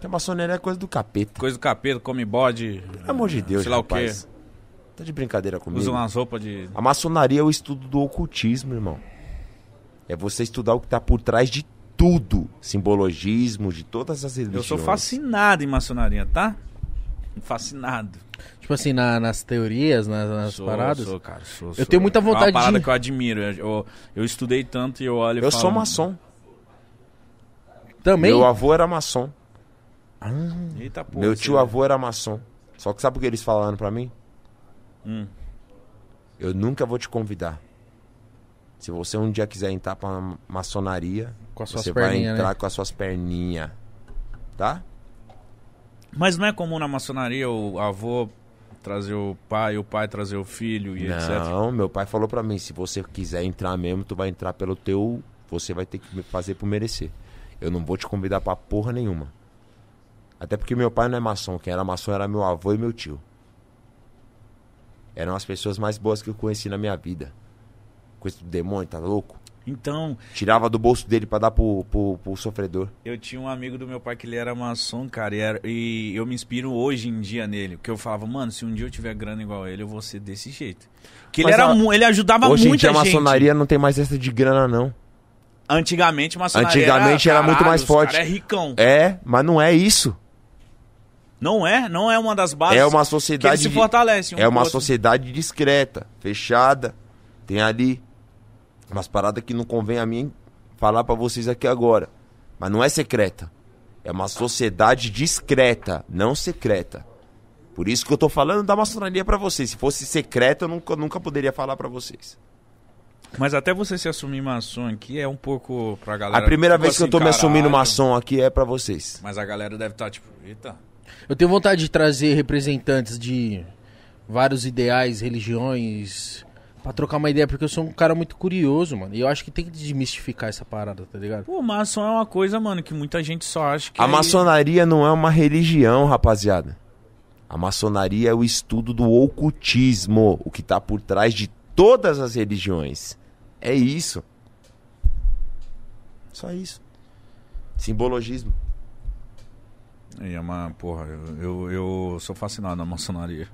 Speaker 3: Que a maçonaria é coisa do capeta.
Speaker 2: Coisa do capeta, come bode,
Speaker 3: Pelo amor de Deus,
Speaker 2: sei lá o quê,
Speaker 3: rapaz. Tá de brincadeira comigo?
Speaker 2: usa umas roupas de...
Speaker 3: A maçonaria é o estudo do ocultismo, irmão. É você estudar o que tá por trás de tudo. Simbologismo, de todas as
Speaker 2: Eu
Speaker 3: religiões.
Speaker 2: sou fascinado em maçonaria, tá? Fascinado.
Speaker 1: Tipo assim, na- nas teorias, na- nas
Speaker 2: Sou,
Speaker 1: paradas.
Speaker 2: sou, cara, sou,
Speaker 1: Eu tenho muita
Speaker 2: É
Speaker 1: vontade
Speaker 2: uma parada
Speaker 1: de-
Speaker 2: que eu admiro. Eu, eu, eu estudei tanto e eu olho e
Speaker 3: Eu
Speaker 2: falo,
Speaker 3: sou maçom.
Speaker 1: Também.
Speaker 3: Meu avô era maçom.
Speaker 2: Eita porra.
Speaker 3: Meu
Speaker 2: você-
Speaker 1: é.
Speaker 3: tio avô era maçom. Só que sabe o que eles falaram pra mim?
Speaker 2: Hum.
Speaker 3: Eu nunca vou te convidar. Se você um dia quiser entrar pra ma- maçonaria,
Speaker 1: Com as suas
Speaker 3: você vai
Speaker 1: perninhas,
Speaker 3: entrar
Speaker 1: né?
Speaker 3: com as suas perninhas. Tá?
Speaker 2: Mas não é comum na maçonaria o avô trazer o pai, o pai trazer o filho e etc.
Speaker 3: Não, meu pai falou pra mim, se você quiser entrar mesmo, tu vai entrar pelo teu, você vai ter que me fazer por merecer. Eu não vou te convidar pra porra nenhuma. Até porque meu pai não é maçom, quem era maçom era meu avô e meu tio. Eram as pessoas mais boas que eu conheci na minha vida. Com esse demônio, tá louco?
Speaker 2: Então,
Speaker 3: Tirava do bolso dele pra dar pro, pro, pro sofredor.
Speaker 2: eu tinha um amigo do meu pai que ele era maçom, cara, e, era- e eu me inspiro hoje em dia nele. Porque eu falava, mano, se um dia eu tiver grana igual ele, eu vou ser desse jeito. Que ele,
Speaker 3: Mas
Speaker 2: era,
Speaker 3: a-
Speaker 2: mu- ele ajudava
Speaker 3: Hoje em
Speaker 2: muita
Speaker 3: dia a
Speaker 2: gente.
Speaker 3: maçonaria não tem mais essa de grana, não.
Speaker 2: Antigamente, maçonaria
Speaker 3: Antigamente era muito mais
Speaker 2: os
Speaker 3: forte.
Speaker 2: cara é ricão.
Speaker 3: É, mas não é isso.
Speaker 2: Não é? Não é uma das bases
Speaker 3: é uma
Speaker 2: que eles
Speaker 3: sociedade.
Speaker 2: se
Speaker 3: de-
Speaker 2: fortalecem. um
Speaker 3: É uma
Speaker 2: com o outro.
Speaker 3: sociedade discreta, fechada. Tem ali umas paradas que não convém a mim falar pra vocês aqui agora. Mas não é secreta. É uma sociedade discreta, não secreta. Por isso que eu tô falando da maçonaria pra vocês. Se fosse secreto, eu nunca, nunca poderia falar pra vocês.
Speaker 2: Mas até você se assumir maçom aqui é um pouco pra
Speaker 3: A
Speaker 2: galera.
Speaker 3: primeira
Speaker 2: tipo
Speaker 3: vez que eu
Speaker 2: assim,
Speaker 3: tô me assumindo
Speaker 2: "Caralho".
Speaker 3: maçom aqui é pra vocês.
Speaker 2: Mas a galera deve estar tipo, eita.
Speaker 1: Eu tenho vontade de trazer representantes de vários ideais, religiões, pra trocar uma ideia, porque eu sou um cara muito curioso, mano. E eu acho que tem que desmistificar essa parada, tá ligado?
Speaker 2: Pô, maçom é uma coisa, mano, que muita gente só acha que. é
Speaker 3: A maçonaria não é uma religião, rapaziada. A maçonaria é o estudo do ocultismo, o que tá por trás de todas as religiões. É isso. Só isso. Simbologismo.
Speaker 2: E é uma, porra, eu, eu, eu sou fascinado na maçonaria.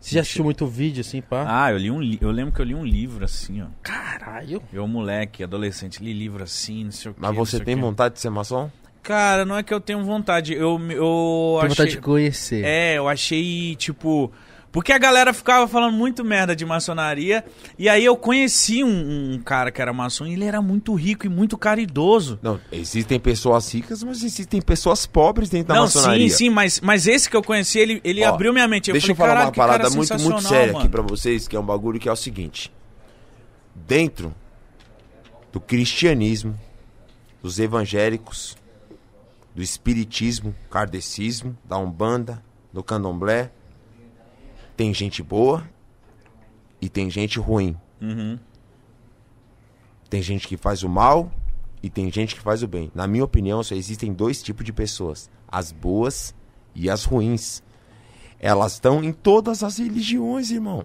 Speaker 1: Você já assistiu muito vídeo, assim, pá?
Speaker 2: Ah, eu li um li- eu lembro que eu li um livro assim, ó.
Speaker 1: Caralho.
Speaker 2: Eu, moleque, adolescente, li livro assim, não sei o que.
Speaker 3: Mas você tem vontade de ser maçom?
Speaker 2: Cara, não é que eu tenho vontade. Eu, me- eu
Speaker 1: Tenho
Speaker 2: achei.
Speaker 1: vontade de conhecer.
Speaker 2: É, eu achei, tipo. Porque a galera ficava falando muito merda de maçonaria. E aí eu conheci um, um cara que era maçom e ele era muito rico e muito caridoso.
Speaker 3: Não, existem pessoas ricas, mas existem pessoas pobres dentro da
Speaker 2: não,
Speaker 3: maçonaria.
Speaker 2: sim, sim, mas, mas esse que eu conheci, ele, ele
Speaker 3: Ó,
Speaker 2: abriu minha mente. Eu
Speaker 3: Deixa eu
Speaker 2: falei, "Caralho,
Speaker 3: falar uma
Speaker 2: que cara
Speaker 3: parada muito, muito
Speaker 2: sensacional,
Speaker 3: séria aqui
Speaker 2: mano."
Speaker 3: pra vocês, que é um bagulho que é o seguinte. Dentro do cristianismo, dos evangélicos, do espiritismo, kardecismo, da umbanda, do candomblé, tem gente boa e tem gente ruim.
Speaker 2: Uhum.
Speaker 3: Tem gente que faz o mal e tem gente que faz o bem. Na minha opinião, só existem dois tipos de pessoas: as boas e as ruins. Elas estão em todas as religiões, irmão.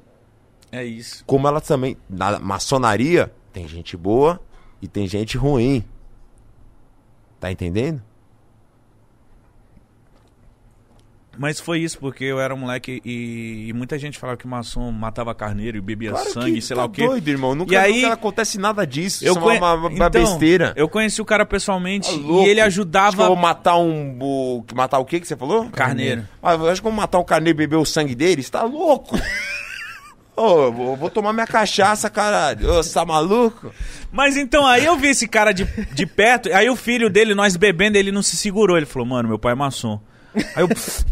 Speaker 2: É isso.
Speaker 3: Como elas também. Na maçonaria, tem gente boa e tem gente ruim. Tá entendendo?
Speaker 2: Mas foi isso, porque eu era um moleque e, e muita gente falava que maçom matava carneiro e bebia É sangue, sei lá o quê.
Speaker 3: tá doido, irmão. Nunca,
Speaker 2: E aí-
Speaker 3: nunca acontece nada disso.
Speaker 2: Eu
Speaker 3: Isso
Speaker 2: conhe-
Speaker 3: é uma, uma- uma
Speaker 2: Então,
Speaker 3: besteira.
Speaker 2: Eu conheci o cara pessoalmente
Speaker 3: Tá
Speaker 2: e
Speaker 3: louco.
Speaker 2: ele
Speaker 3: Acho que eu
Speaker 2: ajudava
Speaker 3: vou matar um. o- Matar o que que você falou?
Speaker 2: Carneiro.
Speaker 3: Ah, eu acho que eu vou matar um carneiro e beber o sangue dele? Você tá louco? Ô, eu vou, vou tomar minha cachaça, caralho. Ô, Você tá maluco?
Speaker 2: Mas então, aí eu vi esse cara de, de perto, aí o filho dele, nós bebendo, ele não se segurou. Ele falou, mano, meu pai é maçom. Aí eu,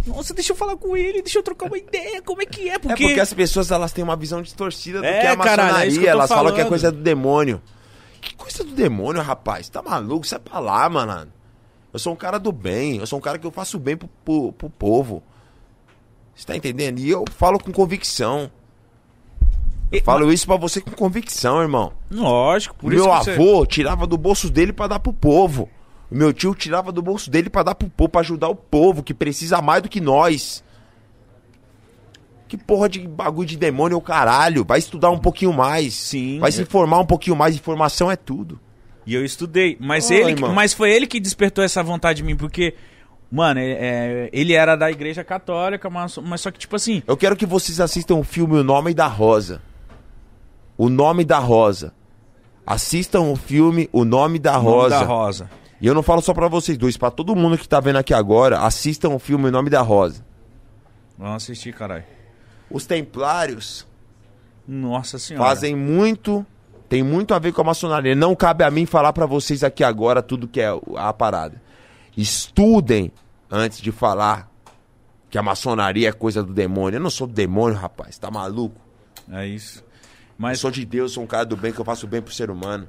Speaker 2: nossa, deixa eu falar com ele, deixa eu trocar uma ideia, como é que é? Porque,
Speaker 3: É porque as pessoas elas têm uma visão distorcida do
Speaker 2: É,
Speaker 3: que é a
Speaker 2: caralho, é
Speaker 3: maçonaria.
Speaker 2: isso que eu tô
Speaker 3: elas falam que é
Speaker 2: falando.
Speaker 3: coisa do demônio. Que coisa do demônio, rapaz? Tá maluco? Sai pra lá, mano. Eu sou um cara do bem. Eu sou um cara que eu faço bem pro, pro, pro povo. Você tá entendendo? E eu falo com convicção. Eu
Speaker 2: E-
Speaker 3: falo isso pra você com convicção, irmão.
Speaker 2: lógico, por
Speaker 3: meu
Speaker 2: isso que você-
Speaker 3: avô tirava do bolso dele pra dar pro povo. O Meu tio tirava do bolso dele pra dar pro povo, pra ajudar o povo que precisa mais do que nós. Que porra de bagulho de demônio é o caralho? Vai estudar um pouquinho mais.
Speaker 2: Sim.
Speaker 3: Vai se informar um pouquinho mais. Informação é tudo.
Speaker 2: E eu estudei. Mas,
Speaker 3: Ô,
Speaker 2: ele,
Speaker 3: irmão.
Speaker 2: mas foi ele que despertou essa vontade em mim, porque, mano, é- é, ele era da igreja católica, mas, mas só que, tipo assim,
Speaker 3: Eu quero que vocês assistam o filme O Nome da Rosa. O Nome da Rosa. Assistam o filme O Nome da
Speaker 2: o nome
Speaker 3: Rosa.
Speaker 2: da Rosa.
Speaker 3: E eu não falo só pra vocês dois, pra todo mundo que tá vendo aqui agora, assistam o filme O Nome da Rosa.
Speaker 2: Vamos assistir, caralho.
Speaker 3: Os templários
Speaker 2: Nossa senhora.
Speaker 3: fazem muito, tem muito a ver com a maçonaria. Não cabe a mim falar pra vocês aqui agora tudo que é o- a parada. Estudem antes de falar que a maçonaria é coisa do demônio. Eu não sou do demônio, rapaz, tá maluco?
Speaker 2: É isso.
Speaker 3: Eu
Speaker 2: Mas
Speaker 3: sou de Deus, sou um cara do bem, que eu faço bem pro ser humano.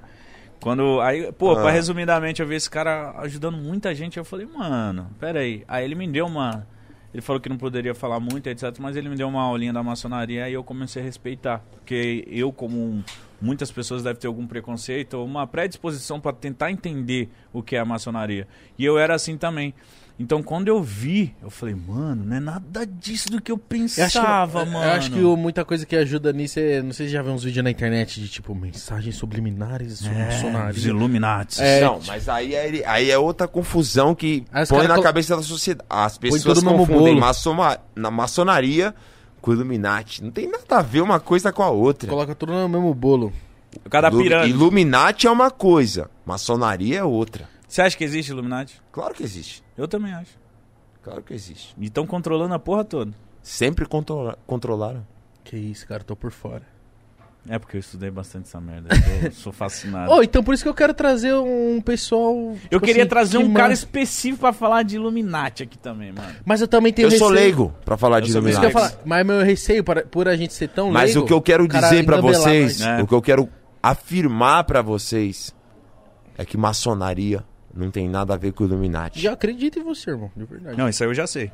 Speaker 2: Quando. Aí, pô, pra
Speaker 3: Ah.
Speaker 2: resumidamente, eu vi esse cara ajudando muita gente. Eu falei, mano, pera aí. Aí ele me deu uma. Ele falou que não poderia falar muito, etc. Mas ele me deu uma aulinha da maçonaria e eu comecei a respeitar. Porque eu, como um- muitas pessoas, deve ter algum preconceito ou uma predisposição pra tentar entender o que é a maçonaria. E eu era assim também. Então, quando eu vi, eu falei, mano, não é nada disso do que eu
Speaker 1: Eu acho que-
Speaker 2: pensava,
Speaker 1: eu-
Speaker 2: mano.
Speaker 1: Eu acho que o- muita coisa que ajuda nisso é. Não sei se já vê uns vídeos na internet de tipo mensagens subliminares, sobre
Speaker 2: é, os
Speaker 1: maçonaria.
Speaker 2: Illuminati.
Speaker 1: É,
Speaker 3: não, mas aí é, ele- aí é outra confusão que
Speaker 1: Aí os
Speaker 3: põe
Speaker 1: cara
Speaker 3: na
Speaker 1: colo-
Speaker 3: cabeça da sociedade. As pessoas
Speaker 1: tudo no mesmo
Speaker 3: confundem
Speaker 1: bolo.
Speaker 3: maçoma- na maçonaria com Illuminati. Não tem nada a ver uma coisa com a outra.
Speaker 1: Coloca tudo no mesmo bolo.
Speaker 2: Cada
Speaker 3: Ilu-
Speaker 2: pirâmide.
Speaker 3: Illuminati é uma coisa, maçonaria é outra.
Speaker 2: Você acha que existe Illuminati?
Speaker 3: Claro que existe.
Speaker 2: Eu também acho.
Speaker 3: Claro que existe.
Speaker 2: E estão controlando a porra toda.
Speaker 3: Sempre controla- controlaram.
Speaker 1: Que isso, cara, tô por fora.
Speaker 2: É porque eu estudei bastante essa merda. Eu sou fascinado.
Speaker 1: Oh, então por isso que eu quero trazer um pessoal.
Speaker 2: eu
Speaker 1: tipo
Speaker 2: queria
Speaker 1: assim,
Speaker 2: trazer
Speaker 1: que
Speaker 2: um cara
Speaker 1: manja.
Speaker 2: específico pra falar de Illuminati aqui também, mano.
Speaker 1: Mas eu também tenho
Speaker 3: Eu sou
Speaker 1: um receio-
Speaker 3: leigo pra falar de
Speaker 2: sou
Speaker 1: Isso que eu ia
Speaker 3: Illuminati.
Speaker 1: falar. Mas meu receio para- por a gente ser tão
Speaker 3: Mas
Speaker 1: leigo, né?
Speaker 3: o que eu quero
Speaker 1: cara
Speaker 3: dizer pra
Speaker 1: engabelar
Speaker 3: vocês,
Speaker 1: nós.
Speaker 2: É.
Speaker 3: o que eu quero afirmar pra vocês é que maçonaria não tem nada a ver com Illuminati.
Speaker 1: Já acredito em você, irmão, de verdade.
Speaker 2: Não, isso aí eu já sei.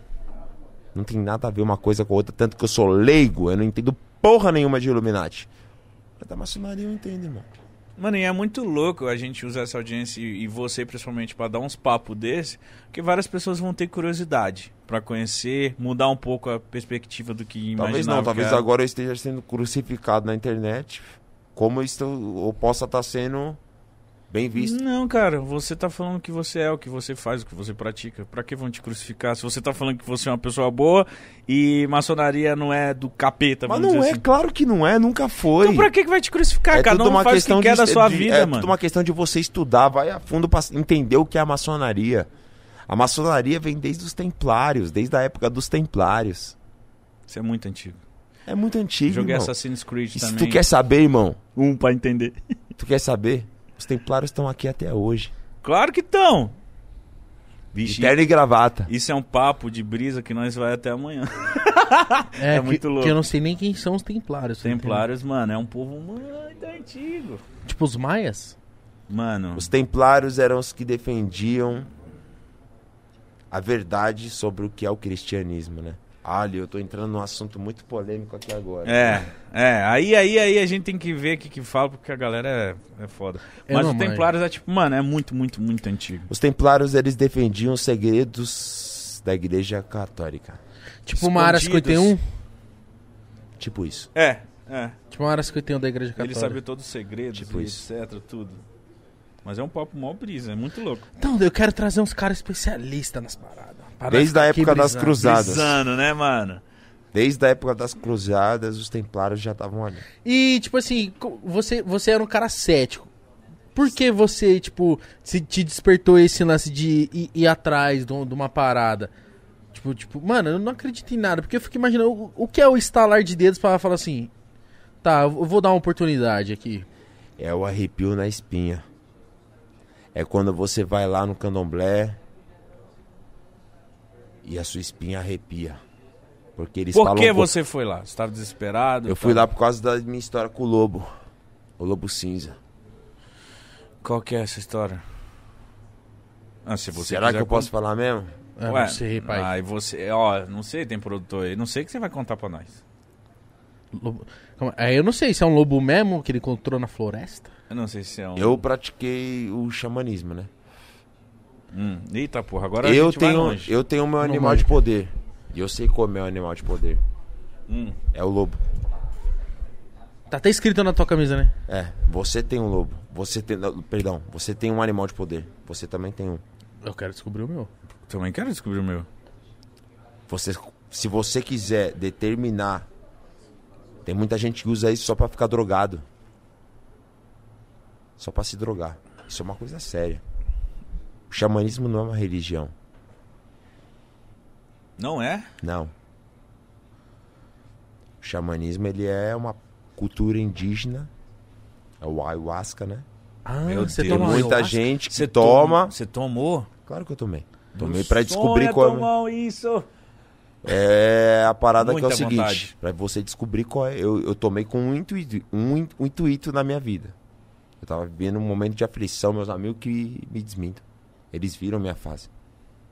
Speaker 3: Não tem nada a ver uma coisa com a outra, tanto que eu sou leigo, eu não entendo porra nenhuma de Illuminati. Mas da maçonaria eu entendo, irmão.
Speaker 2: Mano, e é muito louco a gente usar essa audiência e e você principalmente pra dar uns papos desse, porque várias pessoas vão ter curiosidade pra conhecer, mudar um pouco a perspectiva do que imaginava.
Speaker 3: Talvez não,
Speaker 2: que é.
Speaker 3: talvez
Speaker 2: era.
Speaker 3: agora eu esteja sendo crucificado na internet, como eu, estou, ou possa estar sendo bem visto.
Speaker 2: Não, cara, você tá falando o que você é, o que você faz, o que você pratica. Pra que vão te crucificar se você tá falando que você é uma pessoa boa e maçonaria não é do capeta,
Speaker 3: Mas
Speaker 2: vamos
Speaker 3: não é,
Speaker 2: dizer assim?
Speaker 3: claro que não é, nunca foi.
Speaker 2: Então pra que que vai te crucificar, cara? Não faz o que quer da sua vida,
Speaker 3: é tudo
Speaker 2: mano.
Speaker 3: uma questão de você estudar, vai a fundo pra entender o que é a maçonaria. A maçonaria vem desde os templários, desde a época dos templários.
Speaker 2: Isso é muito antigo.
Speaker 3: É muito antigo,
Speaker 2: Joguei
Speaker 3: irmão.
Speaker 2: Assassin's Creed
Speaker 3: E se
Speaker 2: também.
Speaker 3: tu quer saber, irmão,
Speaker 2: um pra entender.
Speaker 3: tu quer saber, os templários estão aqui até hoje.
Speaker 2: Claro que estão.
Speaker 3: De
Speaker 2: Vixe,
Speaker 3: terno e gravata.
Speaker 2: Isso é um papo de brisa que nós vai até amanhã.
Speaker 1: É,
Speaker 2: É
Speaker 1: que-
Speaker 2: muito louco.
Speaker 1: Que eu não sei nem quem são os templários.
Speaker 2: Os
Speaker 1: você entende?
Speaker 2: Templários, mano, é um povo muito antigo.
Speaker 1: Tipo os maias?
Speaker 2: Mano,
Speaker 3: Os templários eram os que defendiam a verdade sobre o que é o cristianismo, né? Ali, eu tô entrando num assunto muito polêmico aqui agora.
Speaker 2: é, é. Aí, aí, aí a gente tem que ver o que que fala, porque a galera é, é foda.
Speaker 1: Eu
Speaker 2: Mas
Speaker 1: não
Speaker 2: os
Speaker 1: manjo.
Speaker 2: Templários é tipo, mano, é muito, muito, muito antigo.
Speaker 3: Os templários, eles defendiam os segredos da igreja católica.
Speaker 1: Tipo uma área
Speaker 2: Escondidos.
Speaker 1: 51?
Speaker 3: Tipo isso.
Speaker 2: É, é.
Speaker 1: Tipo uma área 51 da Igreja
Speaker 2: Ele
Speaker 1: Católica.
Speaker 2: sabia todos os segredos,
Speaker 3: Tipo
Speaker 2: e
Speaker 3: isso.
Speaker 2: etc, tudo. Mas é um papo mó brisa, é muito louco.
Speaker 1: Então, eu quero trazer uns caras especialistas nas paradas. Parada
Speaker 3: Desde a
Speaker 1: que
Speaker 3: época das
Speaker 1: brisando.
Speaker 3: cruzadas.
Speaker 2: Brisando, né, mano?
Speaker 3: Desde a época das cruzadas, os templários já estavam ali.
Speaker 1: E, tipo assim, co- você, você era um cara cético. Por que você, tipo, se te despertou esse lance de ir, ir atrás de um- de uma parada? Tipo, tipo, mano, eu não acredito em nada. Porque eu fico imaginando o, o que é o estalar de dedos pra falar assim: tá, eu vou dar uma oportunidade aqui.
Speaker 3: É o arrepio na espinha. É quando você vai lá no candomblé e a sua espinha arrepia. Porque eles
Speaker 2: Por
Speaker 3: falam
Speaker 2: que
Speaker 3: um pouco-
Speaker 2: você foi lá? Você tava desesperado?
Speaker 3: Eu fui lá por causa da minha história com o lobo. O lobo cinza.
Speaker 2: Qual que é essa história? Ah, se você
Speaker 3: Será que
Speaker 2: quiser
Speaker 3: eu posso falar mesmo?
Speaker 1: Ah,
Speaker 2: Ué,
Speaker 1: não sei, pai.
Speaker 2: Aí você, é, ó, não sei, tem produtor aí, não sei o que você vai contar pra nós.
Speaker 1: Lobo- Calma, aí eu não sei se é um lobo mesmo que ele encontrou na floresta.
Speaker 2: Eu não sei se é um.
Speaker 3: Eu pratiquei o xamanismo, né?
Speaker 2: Hum, Eita porra, agora a
Speaker 3: Eu
Speaker 2: gente vai
Speaker 3: tenho,
Speaker 2: longe.
Speaker 3: eu tenho meu animal
Speaker 1: manjo.
Speaker 3: de poder. E eu sei como é o animal de poder.
Speaker 2: Hum.
Speaker 3: É o lobo.
Speaker 1: Tá até escrito na tua camisa, né?
Speaker 3: É, você tem um lobo. Você tem. não, Perdão, você tem um animal de poder. Você também tem um.
Speaker 1: Eu quero descobrir o meu.
Speaker 2: Também quero descobrir o meu.
Speaker 3: Você, se você quiser determinar. Tem muita gente que usa isso só pra ficar drogado. Só pra se drogar. Isso é uma coisa séria. O xamanismo não é uma religião.
Speaker 2: Não é?
Speaker 3: Não. O xamanismo ele é uma cultura indígena. É o ayahuasca, né?
Speaker 1: Ah,
Speaker 2: Meu
Speaker 1: você
Speaker 2: Deus.
Speaker 1: toma
Speaker 3: Muita
Speaker 1: ayahuasca?
Speaker 3: gente que toma.
Speaker 2: Você tomou?
Speaker 3: Claro que eu tomei. Tomei pra descobrir
Speaker 2: Sonha
Speaker 3: qual é.
Speaker 2: tomar isso.
Speaker 3: É a parada que é
Speaker 2: Muita
Speaker 3: o seguinte,
Speaker 2: vontade.
Speaker 3: pra você descobrir qual é. Eu, eu tomei com um intuito, um, in- um intuito na minha vida. Eu tava vivendo um momento de aflição, meus amigos que me desmintam. Eles viram minha fase.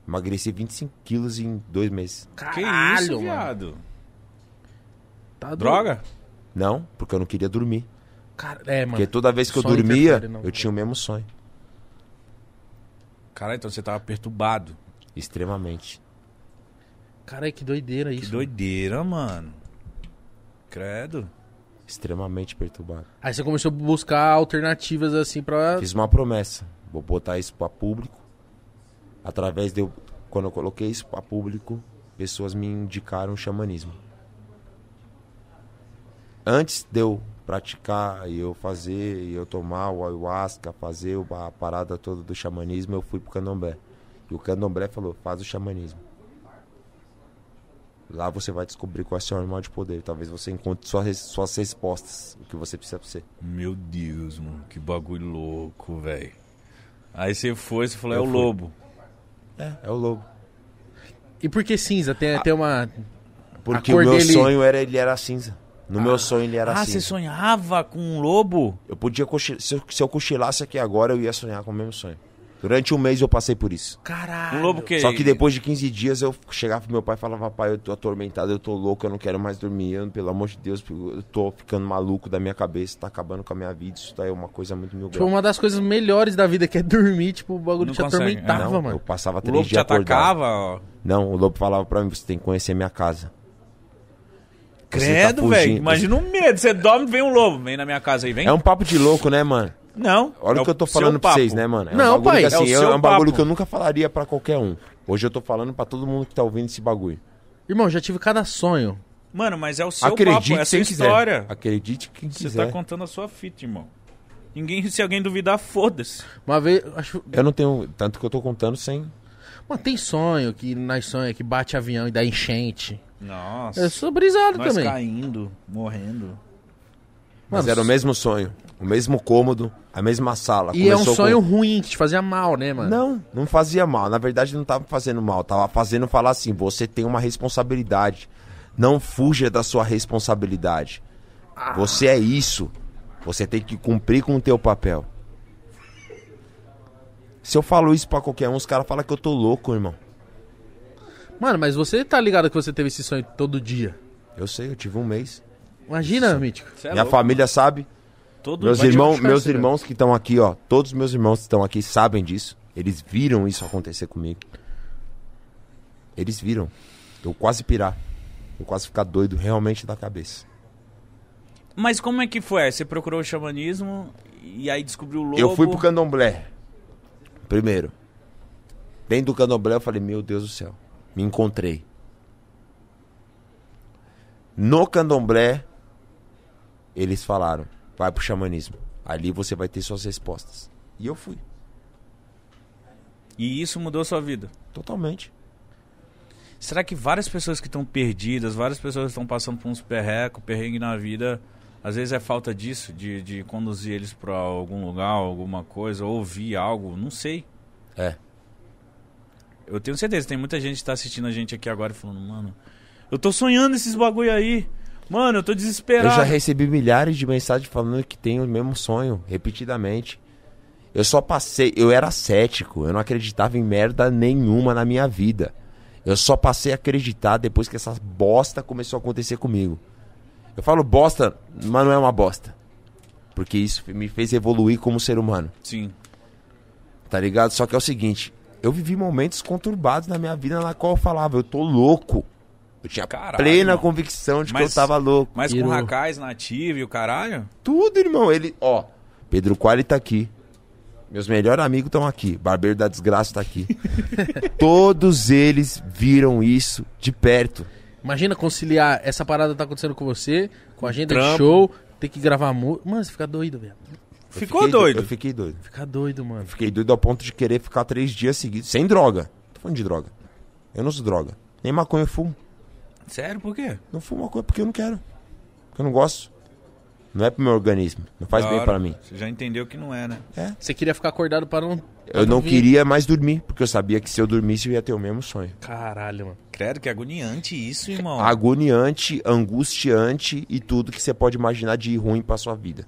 Speaker 3: Emagreci 25 quilos em dois meses.
Speaker 2: Que
Speaker 1: Caralho,
Speaker 2: isso,
Speaker 1: mano.
Speaker 2: viado?
Speaker 1: Tá doido.
Speaker 2: Droga?
Speaker 3: Não, porque eu não queria dormir.
Speaker 1: Cara, é, mano.
Speaker 3: Porque toda vez que eu
Speaker 1: sonho
Speaker 3: dormia,
Speaker 1: interfere, não.
Speaker 3: eu tinha o mesmo sonho.
Speaker 2: Caralho, então você tava perturbado.
Speaker 3: Extremamente.
Speaker 1: Caralho, que doideira
Speaker 2: Que
Speaker 1: isso.
Speaker 2: doideira, mano. Credo.
Speaker 3: Extremamente perturbado.
Speaker 1: Aí você começou a buscar alternativas assim pra.
Speaker 3: Fiz uma promessa. Vou botar isso pra público. Através de eu. Quando eu coloquei isso pra público, pessoas me indicaram o xamanismo. Antes de eu praticar e eu fazer, e eu tomar o ayahuasca, fazer o- a parada toda do xamanismo, eu fui pro candomblé. E o candomblé falou: faz o xamanismo. Lá você vai descobrir qual é o seu animal de poder. Talvez você encontre suas, res- suas respostas, o que você precisa pra ser.
Speaker 2: Meu Deus, mano, que bagulho louco, velho. Aí você foi, você falou, é
Speaker 3: Eu
Speaker 2: o
Speaker 3: fui.
Speaker 2: lobo.
Speaker 3: É o lobo.
Speaker 1: E por que cinza? Tem, tem uma.
Speaker 3: Porque
Speaker 1: A
Speaker 3: o
Speaker 1: cor
Speaker 3: meu
Speaker 1: dele-
Speaker 3: sonho era ele era cinza. No meu sonho ele era assim.
Speaker 2: ah,
Speaker 3: cinza.
Speaker 2: você sonhava com um lobo?
Speaker 3: Eu podia cochil... se, eu, se eu cochilasse aqui agora, eu ia sonhar com o mesmo sonho. Durante um mês eu passei por isso.
Speaker 1: Caralho.
Speaker 2: Um lobo que...
Speaker 3: Só que depois de 15 dias eu chegava pro meu pai e falava, pai, eu tô atormentado, eu tô louco, eu não quero mais dormir, eu, pelo amor de Deus, eu tô ficando maluco da minha cabeça, tá acabando com a minha vida, isso daí é uma coisa muito mil
Speaker 1: Tipo,
Speaker 3: grau.
Speaker 1: uma das coisas melhores da vida, que é dormir, tipo, o bagulho
Speaker 2: Não
Speaker 1: te
Speaker 2: consegue,
Speaker 1: atormentava,
Speaker 3: Não, eu
Speaker 1: mano.
Speaker 3: passava
Speaker 2: O
Speaker 3: três
Speaker 2: lobo te
Speaker 3: dias acordado.
Speaker 2: atacava, ó.
Speaker 3: Não, o lobo falava pra mim, você tem que conhecer minha casa. Você tá
Speaker 2: Credo, velho.
Speaker 3: fugindo.
Speaker 2: Imagina o medo. Você dorme, vem um lobo. Vem na minha casa aí, vem.
Speaker 3: É um papo de louco, né, mano?
Speaker 2: Não.
Speaker 3: Olha
Speaker 2: é
Speaker 3: o que eu tô
Speaker 2: seu
Speaker 3: falando pra
Speaker 2: papo.
Speaker 3: vocês, né, mano? É um
Speaker 1: Não,
Speaker 3: bagulho
Speaker 1: pai.
Speaker 3: que, assim,
Speaker 2: É o
Speaker 3: eu- é
Speaker 2: seu
Speaker 3: um bagulho
Speaker 2: papo.
Speaker 3: que eu nunca falaria pra qualquer um. Hoje eu tô falando pra todo mundo que tá ouvindo esse bagulho.
Speaker 1: Irmão, já tive cada sonho.
Speaker 2: Mano, mas é o seu
Speaker 3: Acredite
Speaker 2: papo, é a sua
Speaker 3: quem quiser.
Speaker 2: história.
Speaker 3: Acredite quem
Speaker 2: Você
Speaker 3: quiser.
Speaker 2: tá contando a sua fita, irmão. Ninguém, se alguém duvidar, foda-se.
Speaker 1: Uma vez. Acho...
Speaker 3: Eu não tenho. Tanto que eu tô contando sem.
Speaker 1: Mano, tem sonho que nós sonha que bate avião e dá enchente.
Speaker 2: Nossa.
Speaker 1: Eu sou brisado
Speaker 2: Nós
Speaker 1: também.
Speaker 2: caindo, morrendo.
Speaker 3: Mas
Speaker 1: Mano,
Speaker 3: era o mesmo sonho. O mesmo cômodo, a mesma sala.
Speaker 1: E é um
Speaker 3: Começou com-
Speaker 1: sonho ruim, que te fazia mal, né, mano?
Speaker 3: Não, não fazia mal. Na verdade, não tava fazendo mal. Tava fazendo falar assim: você tem uma responsabilidade. Não fuja da sua responsabilidade.
Speaker 2: Ah.
Speaker 3: Você é isso. Você tem que cumprir com o teu papel. Se eu falo isso pra qualquer um, os caras falam que eu tô louco, irmão.
Speaker 1: Mano, mas você tá ligado que você teve esse sonho todo dia.
Speaker 3: Eu sei, eu tive um mês.
Speaker 1: Imagina, Mítico.
Speaker 2: Você é
Speaker 3: Minha
Speaker 2: louco.
Speaker 3: família sabe.
Speaker 2: Todo
Speaker 3: Meus,
Speaker 2: dia-
Speaker 3: irmão,
Speaker 1: chance,
Speaker 3: meus
Speaker 1: velho.
Speaker 3: irmãos que estão aqui, ó. Todos os meus irmãos que estão aqui sabem disso. Eles viram isso acontecer comigo. Eles viram. Eu quase pirar. Eu quase ficar doido realmente da cabeça.
Speaker 2: Mas como é que foi? Você procurou o xamanismo e aí descobriu o lobo.
Speaker 3: Eu fui pro candomblé. Primeiro. Dentro do candomblé eu falei, meu Deus do céu. Me encontrei. No candomblé, eles falaram, vai pro xamanismo. Ali você vai ter suas respostas. E eu fui.
Speaker 2: E isso mudou sua vida.
Speaker 3: Totalmente.
Speaker 2: Será que várias pessoas que estão perdidas, várias pessoas que estão passando por uns perrecos, perrengue na vida, às vezes é falta disso, de, de conduzir eles pra algum lugar, alguma coisa, ouvir algo, não sei.
Speaker 3: É.
Speaker 2: Eu tenho certeza, tem muita gente que tá assistindo a gente aqui agora e falando, mano, eu tô sonhando esses bagulho aí. Mano, eu tô
Speaker 3: Eu já
Speaker 2: desesperado.
Speaker 3: recebi milhares de mensagens falando que tem o mesmo sonho, repetidamente. Eu só passei, eu era cético, eu não acreditava em merda nenhuma na minha vida. Eu só passei a acreditar depois que essa bosta começou a acontecer comigo. Eu falo bosta, mas não é uma bosta. Porque isso me fez evoluir como ser humano,
Speaker 2: Sim.
Speaker 3: tá ligado? Só que é o seguinte, eu vivi momentos conturbados na minha vida na qual eu falava, eu tô louco. Eu tinha
Speaker 2: Caralho,
Speaker 3: plena
Speaker 2: mano.
Speaker 3: convicção de que
Speaker 2: Mas-
Speaker 3: eu tava louco.
Speaker 2: Mas
Speaker 1: Iru.
Speaker 2: com racais nativo e o caralho?
Speaker 3: Tudo, irmão. Ele, ó, Pedro Quali tá aqui. Meus melhores amigos estão aqui. Barbeiro da Desgraça tá aqui. Todos eles viram isso de perto.
Speaker 1: Imagina conciliar essa parada que tá acontecendo com você, com a agenda de
Speaker 2: Trampo.
Speaker 1: show, ter que gravar música. Mano, você fica doido, velho.
Speaker 3: Eu
Speaker 2: Ficou
Speaker 3: fiquei
Speaker 2: doido.
Speaker 3: Eu fiquei doido.
Speaker 1: Fica doido, mano.
Speaker 3: Fiquei doido ao ponto de querer ficar três dias seguidos. Sem droga. Tô falando de droga. Eu não uso droga. Nem maconha eu fumo.
Speaker 2: Sério, por quê?
Speaker 3: Não fumo maconha porque eu não quero. Porque eu não gosto. Não é pro meu organismo. Não faz
Speaker 2: Da
Speaker 3: bem
Speaker 2: hora.
Speaker 3: pra mim.
Speaker 2: Você já entendeu que não é, né?
Speaker 1: Você queria ficar acordado para não.
Speaker 3: Eu não
Speaker 1: vir.
Speaker 3: queria mais dormir, porque eu sabia que se eu dormisse eu ia ter o mesmo sonho.
Speaker 1: Caralho, mano.
Speaker 2: Credo que é agoniante isso, irmão.
Speaker 3: agoniante, angustiante e tudo que você pode imaginar de ruim pra sua vida.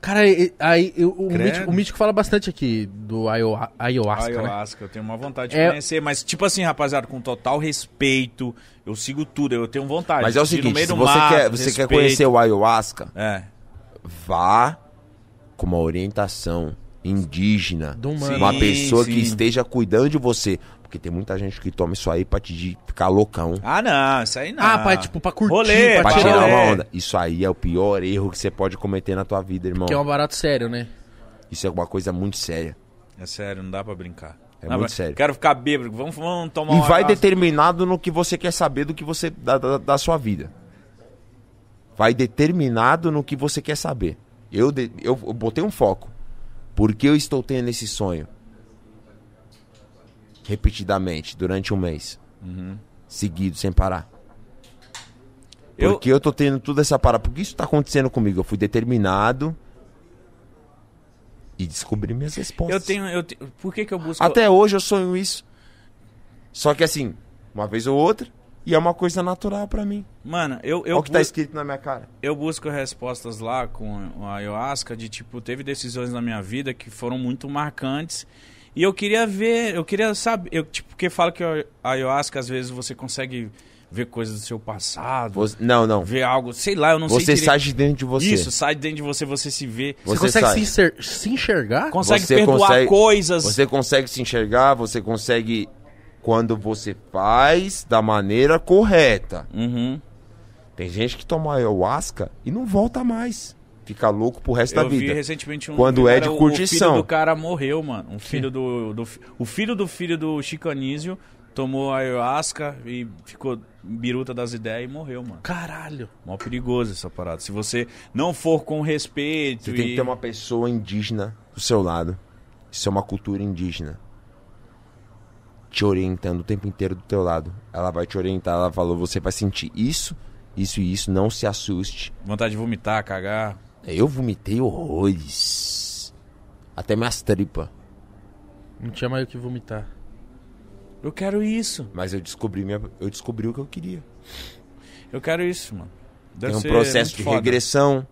Speaker 1: Cara, e- aí eu- o,
Speaker 2: Credo.
Speaker 1: mítico, o Mítico fala bastante aqui do aio- ayahuasca, né?
Speaker 2: Ayahuasca, eu tenho uma vontade de
Speaker 1: É-
Speaker 2: conhecer, mas tipo assim, rapaziada, com total respeito, eu sigo tudo, eu tenho vontade.
Speaker 3: Mas é o
Speaker 2: de ir Ah, no
Speaker 3: seguinte,
Speaker 2: meio
Speaker 3: se
Speaker 2: do
Speaker 3: você,
Speaker 2: mato,
Speaker 3: quer, você quer
Speaker 2: respeito.
Speaker 3: conhecer o ayahuasca,
Speaker 2: É,
Speaker 3: vá com uma orientação indígena,
Speaker 1: Do humano.
Speaker 3: uma
Speaker 2: Sim,
Speaker 3: pessoa
Speaker 2: sim.
Speaker 3: que esteja cuidando de você, porque tem muita gente que toma isso aí pra te de- ficar loucão.
Speaker 2: Ah, não, isso aí não.
Speaker 1: Ah, pra, tipo, pra curtir,
Speaker 2: Rolê,
Speaker 1: pra
Speaker 3: Pra
Speaker 2: pra
Speaker 1: tirar
Speaker 3: tirar
Speaker 2: rolê.
Speaker 3: uma onda. Isso aí é o pior erro que você pode cometer na tua vida, irmão.
Speaker 1: Que é um barato sério, né?
Speaker 3: Isso é uma coisa muito séria.
Speaker 2: É sério, não dá pra brincar.
Speaker 3: É
Speaker 2: Não,
Speaker 3: muito
Speaker 2: mas
Speaker 3: sério.
Speaker 2: Quero ficar bêbado, vamos, vamos tomar
Speaker 3: E
Speaker 2: uma
Speaker 3: vai
Speaker 2: garrafa.
Speaker 3: determinado no que você quer saber do que você da, da, da sua vida. Vai determinado no que você quer saber. Eu, de- eu, eu botei um foco. Por que eu estou tendo esse
Speaker 2: Uhum.
Speaker 3: sonho? Repetidamente, durante um mês. seguido, sem parar.
Speaker 2: Eu-
Speaker 3: Porque eu tô tendo toda essa parada. Por que isso tá acontecendo comigo? Eu fui determinado e descobri minhas respostas.
Speaker 2: Eu tenho. Eu te- Por que, que eu busco.
Speaker 3: Até hoje eu sonho isso. Só que assim, uma vez ou outra, e é uma coisa natural pra mim.
Speaker 2: Mano, eu,
Speaker 3: Olha
Speaker 2: eu,
Speaker 3: o que tá
Speaker 2: bu-
Speaker 3: escrito na minha cara.
Speaker 2: eu busco respostas lá com a ayahuasca de tipo, teve decisões na minha vida que foram muito marcantes. E eu queria ver, eu queria saber. Eu, tipo, porque fala que a ayahuasca, às vezes, você consegue ver coisas do seu passado,
Speaker 3: Você- não, não.
Speaker 2: ver algo, sei lá, eu não
Speaker 3: Você
Speaker 2: sei.
Speaker 3: sai
Speaker 2: direito.
Speaker 3: de dentro de você.
Speaker 2: Isso, sai de dentro de você, você se vê.
Speaker 1: Você,
Speaker 3: Você
Speaker 1: consegue
Speaker 3: sai.
Speaker 1: se, enxer- se enxergar?
Speaker 2: Consegue
Speaker 3: Você
Speaker 2: perdoar
Speaker 3: consegue-
Speaker 2: coisas.
Speaker 3: Você consegue se enxergar, você consegue. Quando você faz da maneira correta.
Speaker 2: Uhum.
Speaker 3: Tem gente que toma ayahuasca e não volta mais. Fica louco pro resto da
Speaker 2: Eu vi
Speaker 3: vida.
Speaker 2: recentemente um
Speaker 3: Quando é de
Speaker 2: o- O
Speaker 3: curtição.
Speaker 2: filho do cara morreu, mano. Um filho do, do fi- o filho do filho do Chicanísio tomou ayahuasca e ficou biruta das ideias e morreu, mano.
Speaker 1: Caralho.
Speaker 2: Mó perigoso essa parada. Se você não for com respeito
Speaker 3: Você
Speaker 2: e...
Speaker 3: tem que ter uma pessoa indígena do seu lado. Isso é uma cultura indígena. Te orientando o tempo inteiro do teu lado. Ela vai te orientar, ela falou, você vai sentir isso, isso e isso, não se assuste.
Speaker 2: vontade de vomitar, cagar.
Speaker 3: Eu vomitei horrores. Até minhas tripas.
Speaker 1: Não tinha mais o que vomitar.
Speaker 2: Eu quero isso.
Speaker 3: Mas eu descobri, minha, eu descobri o que eu queria.
Speaker 2: Eu quero isso, mano. Deve
Speaker 3: Tem um
Speaker 2: ser
Speaker 3: processo
Speaker 2: muito
Speaker 3: de
Speaker 2: foda.
Speaker 3: regressão.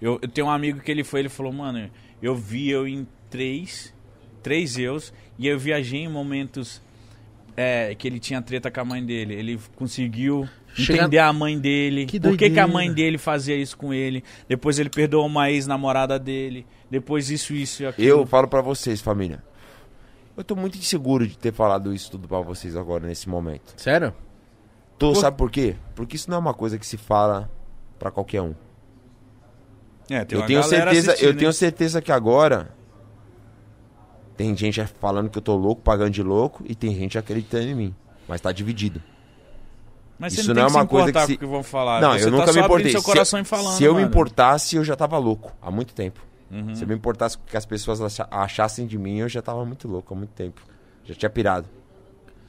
Speaker 2: Eu, eu tenho um amigo que ele foi, ele falou, mano, eu vi eu em três, três eus, e eu viajei em momentos é, que ele tinha treta com a mãe dele. Ele conseguiu
Speaker 1: Chega-
Speaker 2: entender a mãe dele,
Speaker 1: Que
Speaker 2: por que, que a mãe
Speaker 1: doideira.
Speaker 2: dele fazia isso com ele. Depois ele perdoou uma ex-namorada dele, depois isso, isso e aquilo.
Speaker 3: Eu falo pra vocês, família. Eu tô muito inseguro de ter falado isso tudo pra vocês agora, nesse momento.
Speaker 1: Sério?
Speaker 3: Tô, sabe por quê? Porque isso não é uma coisa que se fala pra qualquer um.
Speaker 2: É, tem
Speaker 3: Eu
Speaker 2: uma
Speaker 3: tenho
Speaker 2: galera
Speaker 3: certeza, eu
Speaker 2: assistindo, né?
Speaker 3: tenho
Speaker 2: hein?
Speaker 3: certeza que agora tem gente já falando que eu tô louco, pagando de louco, e tem gente acreditando em mim. Mas tá dividido.
Speaker 2: Mas
Speaker 3: isso
Speaker 2: você não,
Speaker 3: não
Speaker 2: tem
Speaker 3: é
Speaker 2: que
Speaker 3: uma
Speaker 2: se
Speaker 3: coisa
Speaker 2: importar
Speaker 3: que se-
Speaker 2: com o que vão falar.
Speaker 3: não,
Speaker 2: Você tá
Speaker 3: eu nunca
Speaker 2: só
Speaker 3: me
Speaker 2: abrindo
Speaker 3: importei.
Speaker 2: seu coração
Speaker 3: se,
Speaker 2: e falando,
Speaker 3: se eu me
Speaker 2: mano. Uhum.
Speaker 3: importasse, eu já tava louco há muito tempo. Se eu me importasse com o que as pessoas acha- achassem de mim, eu já tava muito louco há muito tempo. Já tinha pirado.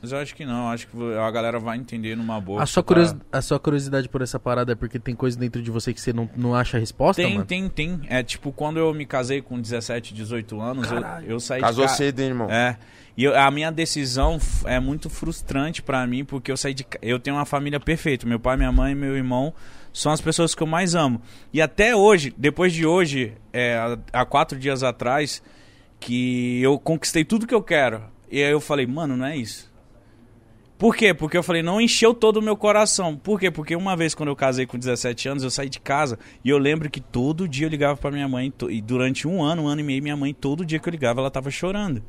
Speaker 2: Mas eu acho que não, acho que a galera vai entender numa boa.
Speaker 1: A sua,
Speaker 2: Tá-
Speaker 1: curiosi- a sua curiosidade por essa parada é porque tem coisa dentro de você que você não, não acha a resposta,
Speaker 2: Tem,
Speaker 1: mano?
Speaker 2: tem, tem. É tipo, quando eu me casei com 17, 18 anos, eu, eu saí
Speaker 3: Casou
Speaker 2: de ca-
Speaker 3: cedo, hein, irmão?
Speaker 2: É. E eu- a minha decisão f- é muito frustrante pra mim, porque eu saí de. ca- Eu tenho uma família perfeita. Meu pai, minha mãe, meu irmão são as pessoas que eu mais amo. E até hoje, depois de hoje, é, há- há quatro dias atrás, que eu conquistei tudo que eu quero. E aí eu falei, mano, não é isso. Por quê? Porque eu falei, não encheu todo o meu coração. Por quê? Porque uma vez quando eu casei com 17 anos, eu saí de casa e eu lembro que todo dia eu ligava pra minha mãe. to- E durante um ano, um ano e meio, minha mãe, todo dia que eu ligava, ela tava chorando.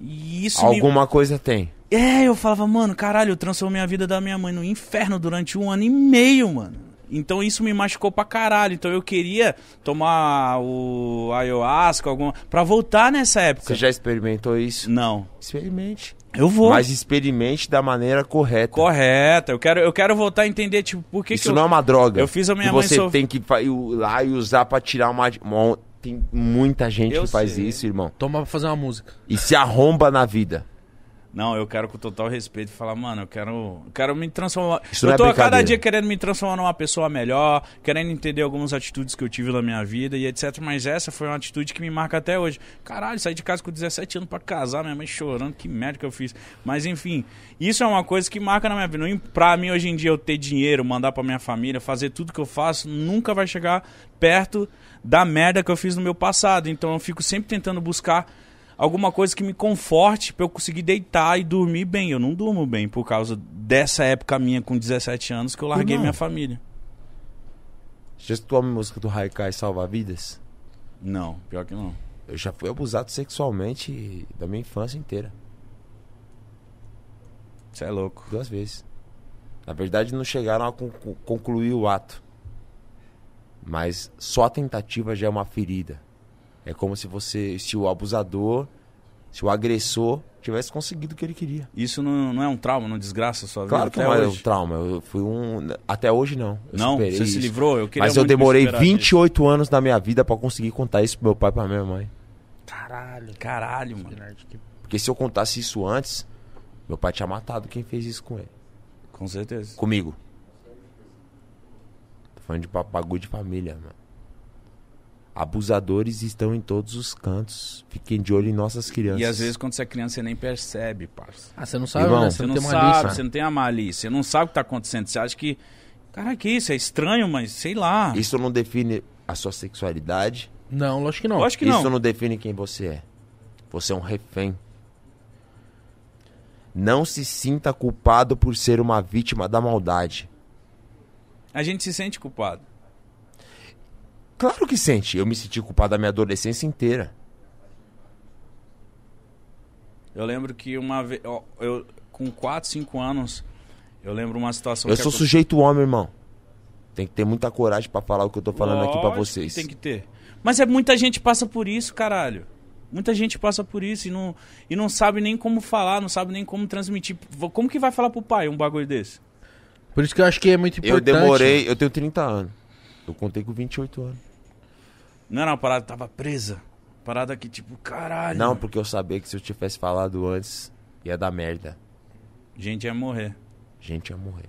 Speaker 2: E isso me-
Speaker 3: Alguma coisa tem.
Speaker 2: é, eu falava, mano, caralho, eu transformei a vida da minha mãe no inferno durante um ano e meio, mano. Então isso me machucou pra caralho. Então eu queria tomar o ayahuasca, alguma. pra voltar nessa época.
Speaker 3: Você já experimentou isso?
Speaker 2: Não.
Speaker 3: Experimente.
Speaker 2: Eu vou.
Speaker 3: Mas experimente da maneira correta.
Speaker 2: Correta. Eu quero, eu quero voltar a entender, tipo, por que,
Speaker 3: Isso
Speaker 2: que eu.
Speaker 3: não é uma droga.
Speaker 2: Eu fiz a minha
Speaker 3: que
Speaker 2: mãe
Speaker 3: você
Speaker 2: sofrer-
Speaker 3: tem que fa- ir lá e usar pra tirar uma... uma- Tem muita gente
Speaker 2: Eu
Speaker 3: que faz
Speaker 2: sei.
Speaker 3: isso, irmão.
Speaker 1: Toma Então pra fazer uma música.
Speaker 3: E se arromba na vida.
Speaker 2: Não, eu quero com total respeito falar, mano, eu quero, eu quero me transformar.
Speaker 3: Isso
Speaker 2: eu
Speaker 3: não é
Speaker 2: tô a cada
Speaker 3: brincadeira.
Speaker 2: dia querendo me transformar numa pessoa melhor, querendo entender algumas atitudes que eu tive na minha vida e etc. Mas essa foi uma atitude que me marca até hoje. Caralho, saí de casa com 17 anos pra casar, minha mãe chorando, que merda que eu fiz. Mas enfim, isso é uma coisa que marca na minha vida. Não im- Pra mim, hoje em dia, eu ter dinheiro, mandar pra minha família, fazer tudo que eu faço, nunca vai chegar perto da merda que eu fiz no meu passado. Então eu fico sempre tentando buscar alguma coisa que me conforte pra eu conseguir deitar e dormir bem. Eu não durmo bem por causa dessa época minha com 17 anos que eu larguei
Speaker 3: Irmão.
Speaker 2: minha família.
Speaker 3: Já escutou a música do Haikai Salva Vidas?
Speaker 2: Não, pior que não.
Speaker 3: Eu já fui abusado sexualmente da minha infância inteira.
Speaker 2: Você é louco.
Speaker 3: Duas vezes. Na verdade, não chegaram a con- con- concluir o ato. Mas só a tentativa já é uma ferida. É como se você, se o abusador, se o agressor tivesse conseguido o que ele queria.
Speaker 2: Isso não, não é um trauma, não desgraça a sua vida
Speaker 3: Claro que
Speaker 2: até
Speaker 3: não era um
Speaker 2: hoje?
Speaker 3: trauma. Eu fui um. Até hoje não. Eu
Speaker 2: Não,
Speaker 3: superei
Speaker 2: você se
Speaker 3: isso.
Speaker 2: livrou? Eu queria
Speaker 3: Mas eu
Speaker 2: muito me
Speaker 3: demorei
Speaker 2: superar
Speaker 3: 28 anos da minha vida pra conseguir contar isso pro meu pai e pra minha mãe.
Speaker 2: disso. Caralho, caralho, mano.
Speaker 3: Porque se eu contasse isso antes, Meu pai tinha matado quem fez isso com ele.
Speaker 2: Com certeza.
Speaker 3: Comigo. Tô falando de pa- bagulho de família, mano. Abusadores estão em todos os cantos. Fiquem de olho em nossas crianças.
Speaker 2: E às vezes quando você é criança você nem percebe, parça.
Speaker 1: Ah, você não sabe,
Speaker 3: Irmão,
Speaker 1: né?
Speaker 2: Você não,
Speaker 1: tem
Speaker 2: sabe,
Speaker 1: malícia.
Speaker 2: você não tem a malícia, você não sabe o que tá acontecendo. Você acha que. Cara, que isso? É estranho, mas sei lá.
Speaker 3: Isso não define a sua sexualidade.
Speaker 1: Não, lógico que não.
Speaker 2: Eu acho que não.
Speaker 3: Isso não define quem você é. Você é um refém. Não se sinta culpado por ser uma vítima da maldade.
Speaker 2: A gente se sente culpado.
Speaker 3: Claro que sente. Eu me senti culpado a minha adolescência inteira.
Speaker 2: Eu lembro que uma vez. ó, Eu, com 4, 5 anos, eu lembro uma situação
Speaker 3: eu
Speaker 2: Então que
Speaker 3: sou
Speaker 2: aconte-
Speaker 3: sujeito homem, irmão. Tem que ter muita coragem pra falar o que eu tô falando aqui pra
Speaker 2: Lógico que
Speaker 3: vocês.
Speaker 2: Tem que ter. Mas é muita gente passa por isso, caralho. Muita gente passa por isso e não, e não sabe nem como falar, não sabe nem como transmitir. Vo- Como que vai falar pro pai um bagulho desse?
Speaker 1: Por isso que eu acho que é muito
Speaker 3: Eu
Speaker 1: importante.
Speaker 3: demorei, eu tenho 30 anos. Eu contei com 28 anos.
Speaker 2: Não era uma parada que tava presa. Parada que tipo, caralho.
Speaker 3: Não, porque eu sabia que se eu tivesse falado antes, ia dar merda.
Speaker 2: Gente ia morrer.
Speaker 3: A gente ia morrer.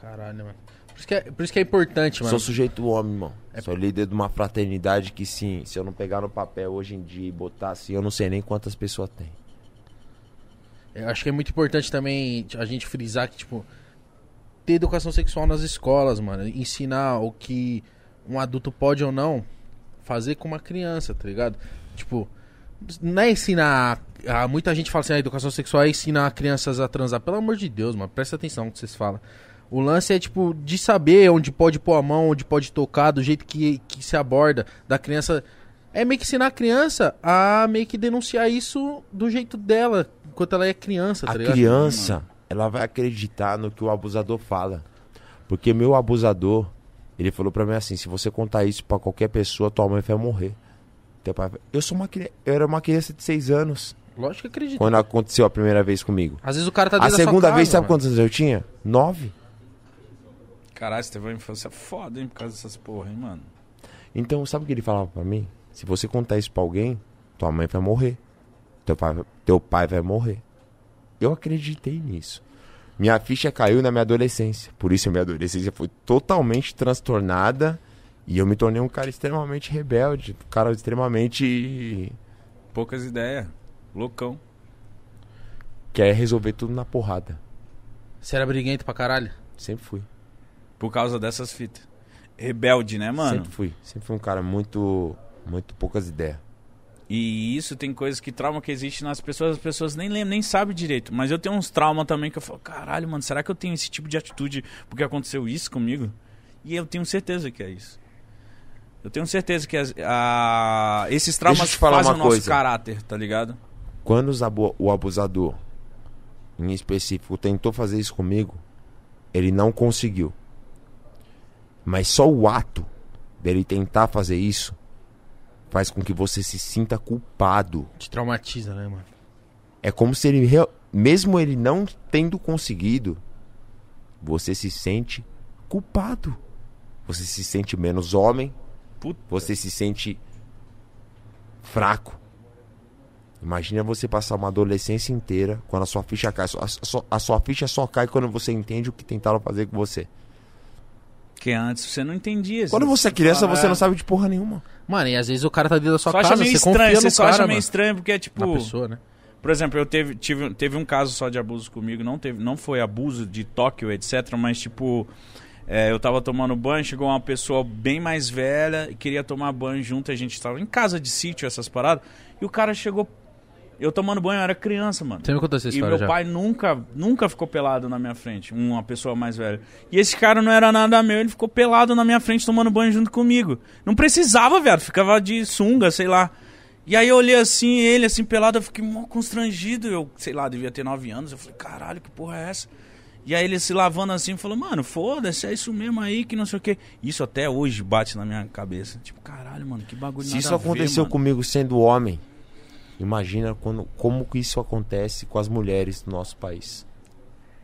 Speaker 1: Caralho, mano. Por isso que é, por isso que é importante, mano.
Speaker 3: Sou sujeito homem, irmão.
Speaker 1: É
Speaker 3: Sou líder de uma fraternidade que, sim, se eu não pegar no papel hoje em dia e botar assim, eu não sei nem quantas pessoas tem.
Speaker 1: Eu acho que é muito importante também a gente frisar que, tipo, ter educação sexual nas escolas, mano. Ensinar o que um adulto pode ou não fazer com uma criança, tá ligado? Tipo, não é ensinar. ah, muita gente fala assim, a educação sexual é ensinar crianças a transar. Pelo amor de Deus, mano, presta atenção no que vocês falam. O lance é, tipo, de saber onde pode pôr a mão, onde pode tocar, do jeito que, que se aborda, da criança. É meio que ensinar a criança a meio que denunciar isso do jeito dela, enquanto ela é criança, tá
Speaker 3: a
Speaker 1: ligado?
Speaker 3: criança, ela vai acreditar no que o abusador fala. Porque meu abusador, ele falou pra mim assim: se você contar isso pra qualquer pessoa, tua mãe vai morrer. Teu pai vai- Eu sou uma criança, eu era uma criança de 6 anos
Speaker 1: Lógico que acredita.
Speaker 3: quando aconteceu a primeira vez comigo.
Speaker 1: Às vezes o cara tá
Speaker 3: A
Speaker 1: dentro da sua
Speaker 3: segunda
Speaker 1: casa,
Speaker 3: vez, sabe
Speaker 1: mano.
Speaker 3: quantos anos eu tinha? Nove.
Speaker 2: Caralho, você teve uma infância foda, hein, por causa dessas porra, hein, mano.
Speaker 3: Então, sabe o que ele falava pra mim? Se você contar isso pra alguém, tua mãe vai morrer. Teu pai, teu pai vai morrer. Eu acreditei nisso. Minha ficha caiu na minha adolescência. Por isso, a minha adolescência foi totalmente transtornada. E eu me tornei um cara extremamente rebelde. Um cara extremamente.
Speaker 2: Poucas ideias. Loucão.
Speaker 3: Quer resolver tudo na porrada.
Speaker 1: Você era briguento pra caralho?
Speaker 3: Sempre fui.
Speaker 2: Por causa dessas fitas. Rebelde, né, mano?
Speaker 3: Sempre fui. Sempre fui um cara muito. Muito poucas ideias.
Speaker 2: E isso tem coisas que trauma que existe nas pessoas, as pessoas nem lembram, nem sabem direito. Mas eu tenho uns traumas também que eu falo, caralho, mano, será que eu tenho esse tipo de atitude porque aconteceu isso comigo? E eu tenho certeza que é isso. Eu tenho certeza que as- a- esses traumas
Speaker 3: Deixa eu te falar
Speaker 2: fazem
Speaker 3: uma
Speaker 2: o nosso
Speaker 3: coisa.
Speaker 2: caráter, tá ligado?
Speaker 3: Quando os abo- o abusador, em específico, tentou fazer isso comigo, ele não conseguiu. Mas só o ato dele tentar fazer isso faz com que você se sinta culpado.
Speaker 1: Te traumatiza, né, mano?
Speaker 3: É como se ele, real- mesmo ele não tendo conseguido, você se sente culpado. Você se sente menos homem.
Speaker 2: Puta.
Speaker 3: Você se sente fraco. Imagina você passar uma adolescência inteira quando a sua ficha cai. A, sua- a sua ficha só cai quando você entende o que tentaram fazer com você.
Speaker 2: Que antes você não entendia.
Speaker 3: Quando você é criança,
Speaker 2: fala,
Speaker 3: você não
Speaker 2: "Ah,
Speaker 3: sabe de porra nenhuma.
Speaker 1: Mano, e às vezes o cara tá dentro da sua
Speaker 2: Só
Speaker 1: casa,
Speaker 2: acha meio
Speaker 1: você
Speaker 2: estranho,
Speaker 1: confia
Speaker 2: você
Speaker 1: no
Speaker 2: só
Speaker 1: cara,
Speaker 2: acha
Speaker 1: mano.
Speaker 2: meio estranho, porque é tipo.
Speaker 1: Na pessoa, né?
Speaker 2: Por exemplo, eu teve, tive, teve um caso só de abuso comigo, não, teve, não foi abuso de Tóquio, etc. Mas, tipo, é, eu tava tomando banho, chegou uma pessoa bem mais velha e queria tomar banho junto. A gente tava em casa de sítio, essas paradas. E o cara chegou. Eu tomando banho, eu era criança, mano.
Speaker 1: Você me contou essa
Speaker 2: E
Speaker 1: história
Speaker 2: meu
Speaker 1: já.
Speaker 2: pai nunca, nunca ficou pelado na minha frente, uma pessoa mais velha. E esse cara não era nada meu, ele ficou pelado na minha frente tomando banho junto comigo. Não precisava, velho, ficava de sunga, sei lá. E aí eu olhei assim, ele assim pelado, eu fiquei mó constrangido. Eu, sei lá, devia ter nove anos. Eu falei, caralho, que porra é essa? E aí ele se lavando assim, falou, mano, foda-se, é isso mesmo aí, que não sei o quê. Isso até hoje bate na minha cabeça. Tipo, caralho, mano, que bagulho
Speaker 3: Se
Speaker 2: nada
Speaker 3: isso
Speaker 2: a ver,
Speaker 3: aconteceu
Speaker 2: mano.
Speaker 3: comigo sendo homem, imagina quando, como que isso acontece com as mulheres do nosso país.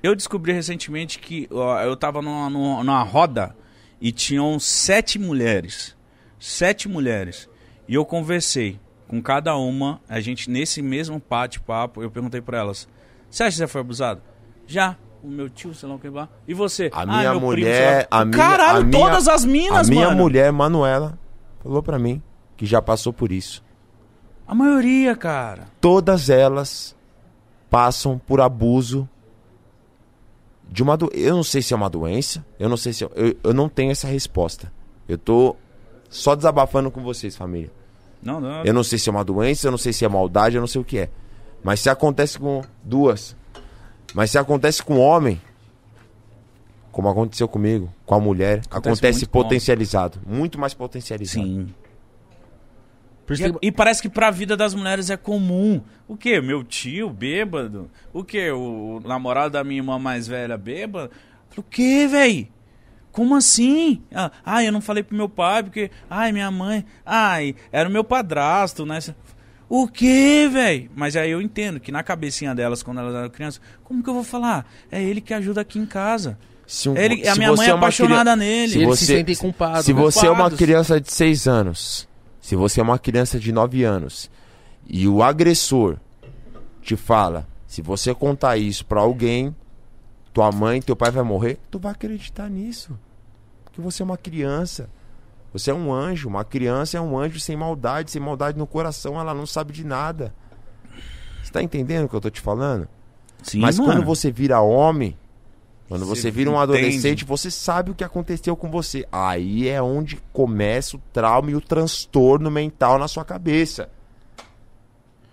Speaker 2: Eu descobri recentemente que ó, eu tava numa, numa, numa roda e tinham sete mulheres. Sete mulheres. E eu conversei com cada uma, a gente nesse mesmo bate-papo, eu perguntei pra elas: Você acha que já foi abusado? Já. O meu tio, sei lá o que lá. E você?
Speaker 3: A
Speaker 2: Ah,
Speaker 3: minha
Speaker 2: meu primo,
Speaker 3: mulher,
Speaker 2: sei lá.
Speaker 3: a minha-
Speaker 2: Caralho,
Speaker 3: a minha-
Speaker 2: todas as minas,
Speaker 3: a minha
Speaker 2: mano.
Speaker 3: mulher, Manuela, falou pra mim que já passou por isso.
Speaker 2: A maioria, cara.
Speaker 3: Todas elas passam por abuso de uma do... Eu não sei se é uma doença, eu não sei se... é- Eu, eu não tenho essa resposta. Eu tô só desabafando com vocês, família.
Speaker 2: Não, não.
Speaker 3: Eu não sei se é uma doença, eu não sei se é maldade, eu não sei o que é. Mas se acontece com duas, mas se acontece com um homem, como aconteceu comigo, com a mulher, acontece,
Speaker 2: muito com
Speaker 3: potencializado. Muito mais potencializado.
Speaker 2: Sim.
Speaker 1: Por isso que-
Speaker 2: E, e parece que pra vida das mulheres é comum. O quê? Meu tio bêbado? O quê? O, o namorado da minha irmã mais velha bêbado? O quê, véi? Como assim? Ah, ai, eu não falei pro meu pai porque. Ai, minha mãe. Ai, era o meu padrasto, né? O quê, véi? Mas aí eu entendo que na cabecinha delas, quando elas eram crianças, como que eu vou falar? É ele que ajuda aqui em casa.
Speaker 3: Se um-
Speaker 2: Ele- a
Speaker 3: se
Speaker 2: minha mãe
Speaker 3: você
Speaker 2: é
Speaker 3: uma
Speaker 2: apaixonada
Speaker 3: criança-
Speaker 2: nele.
Speaker 3: Se
Speaker 2: Eles
Speaker 1: se
Speaker 3: você,
Speaker 1: sentem culpados,
Speaker 3: se
Speaker 1: né?
Speaker 3: você é uma
Speaker 1: Culpados.
Speaker 3: criança de 6 anos, se você é uma criança de 9 anos e o agressor te fala, se você contar isso pra alguém, tua mãe, teu pai vai morrer, tu vai acreditar nisso. Porque você é uma criança. Você é um anjo, uma criança é um anjo sem maldade, sem maldade no coração, ela não sabe de nada. Você tá entendendo o que eu tô te falando?
Speaker 2: Sim,
Speaker 3: Mas quando você vira homem, quando
Speaker 2: Você
Speaker 3: você, vira um
Speaker 2: entende.
Speaker 3: adolescente, você sabe o que aconteceu com você. Aí é onde começa o trauma e o transtorno mental na sua cabeça.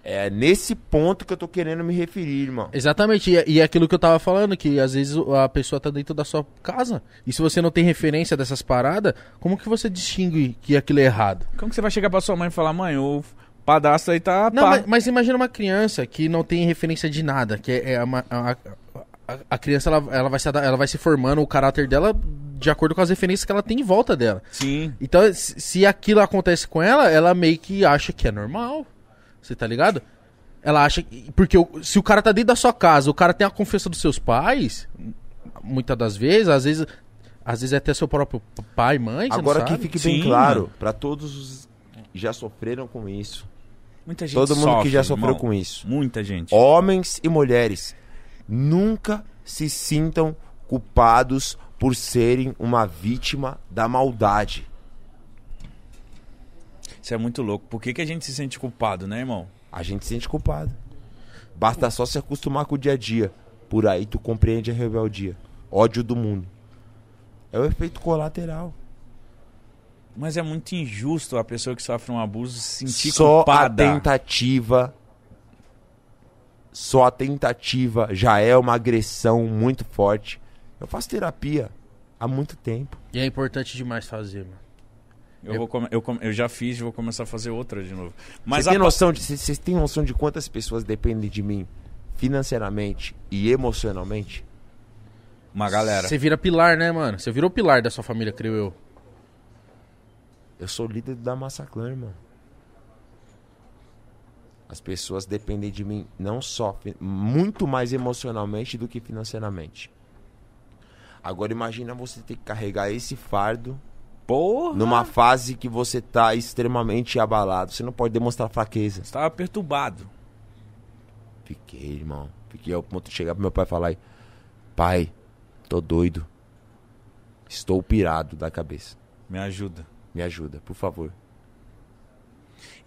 Speaker 3: É nesse ponto que eu tô querendo me referir, irmão.
Speaker 1: Exatamente, e, e é aquilo que eu tava falando, que às vezes o- a pessoa tá dentro da sua casa, e se você não tem referência dessas paradas, como que você distingue que aquilo é errado?
Speaker 2: Como que você vai chegar pra sua mãe e falar, mãe, o padrasto aí tá.
Speaker 1: Não,
Speaker 2: pá.
Speaker 1: mas, mas imagina uma criança que não tem referência de nada, que é, é uma- a, a- a criança ela, ela vai se, ada- ela vai se formando o caráter dela de acordo com as referências que ela tem em volta dela.
Speaker 2: Sim.
Speaker 1: Então, se se aquilo acontece com ela, ela meio que acha que é normal. Você tá ligado? Ela acha que. Porque o- se o cara tá dentro da sua casa, o cara tem a confiança dos seus pais, m- muitas das vezes, às vezes. Às vezes é até seu próprio p- pai, mãe. você
Speaker 3: Agora
Speaker 1: não
Speaker 3: que
Speaker 1: sabe.
Speaker 3: fique bem
Speaker 2: Sim,
Speaker 3: claro,
Speaker 2: mano.
Speaker 3: pra todos os que já sofreram com isso.
Speaker 2: Muita gente
Speaker 3: Todo mundo
Speaker 2: sofre,
Speaker 3: que já sofreu
Speaker 2: irmão.
Speaker 3: com isso.
Speaker 2: Muita gente.
Speaker 3: Homens e mulheres, nunca se sintam culpados por serem uma vítima da maldade.
Speaker 2: Isso é muito louco. Por que, que a gente se sente culpado, né, irmão?
Speaker 3: a gente se sente culpado. Basta só se acostumar com o dia a dia. Por aí tu compreende a rebeldia. Ódio do mundo. É o efeito colateral.
Speaker 2: Mas é muito injusto a pessoa que sofre um abuso se sentir
Speaker 3: só
Speaker 2: culpada.
Speaker 3: a tentativa. Só a tentativa já é uma agressão muito forte. Eu faço terapia há muito tempo.
Speaker 1: E é importante demais fazer, mano.
Speaker 2: Eu, vou come- eu, come- eu já fiz e vou começar a fazer outra de novo. Mas
Speaker 3: Vocês
Speaker 2: a
Speaker 3: têm
Speaker 2: pa-
Speaker 3: noção de- Vocês vocês têm noção de quantas pessoas dependem de mim financeiramente e emocionalmente?
Speaker 2: uma galera.
Speaker 1: Você vira pilar, né, mano? Você virou pilar da sua família, creio eu.
Speaker 3: Eu sou líder da Massaclan, irmão. As pessoas dependem de mim não só, fi- muito mais emocionalmente do que financeiramente. Agora imagina você ter que carregar esse fardo
Speaker 2: Porra!
Speaker 3: numa fase que você tá extremamente abalado. Você não pode demonstrar fraqueza.
Speaker 2: Você tava perturbado.
Speaker 3: Fiquei, irmão. Fiquei ao ponto de chegar pro meu pai e falar: aí, Pai, tô doido. Estou pirado da cabeça.
Speaker 2: Me ajuda.
Speaker 3: Me ajuda, por favor.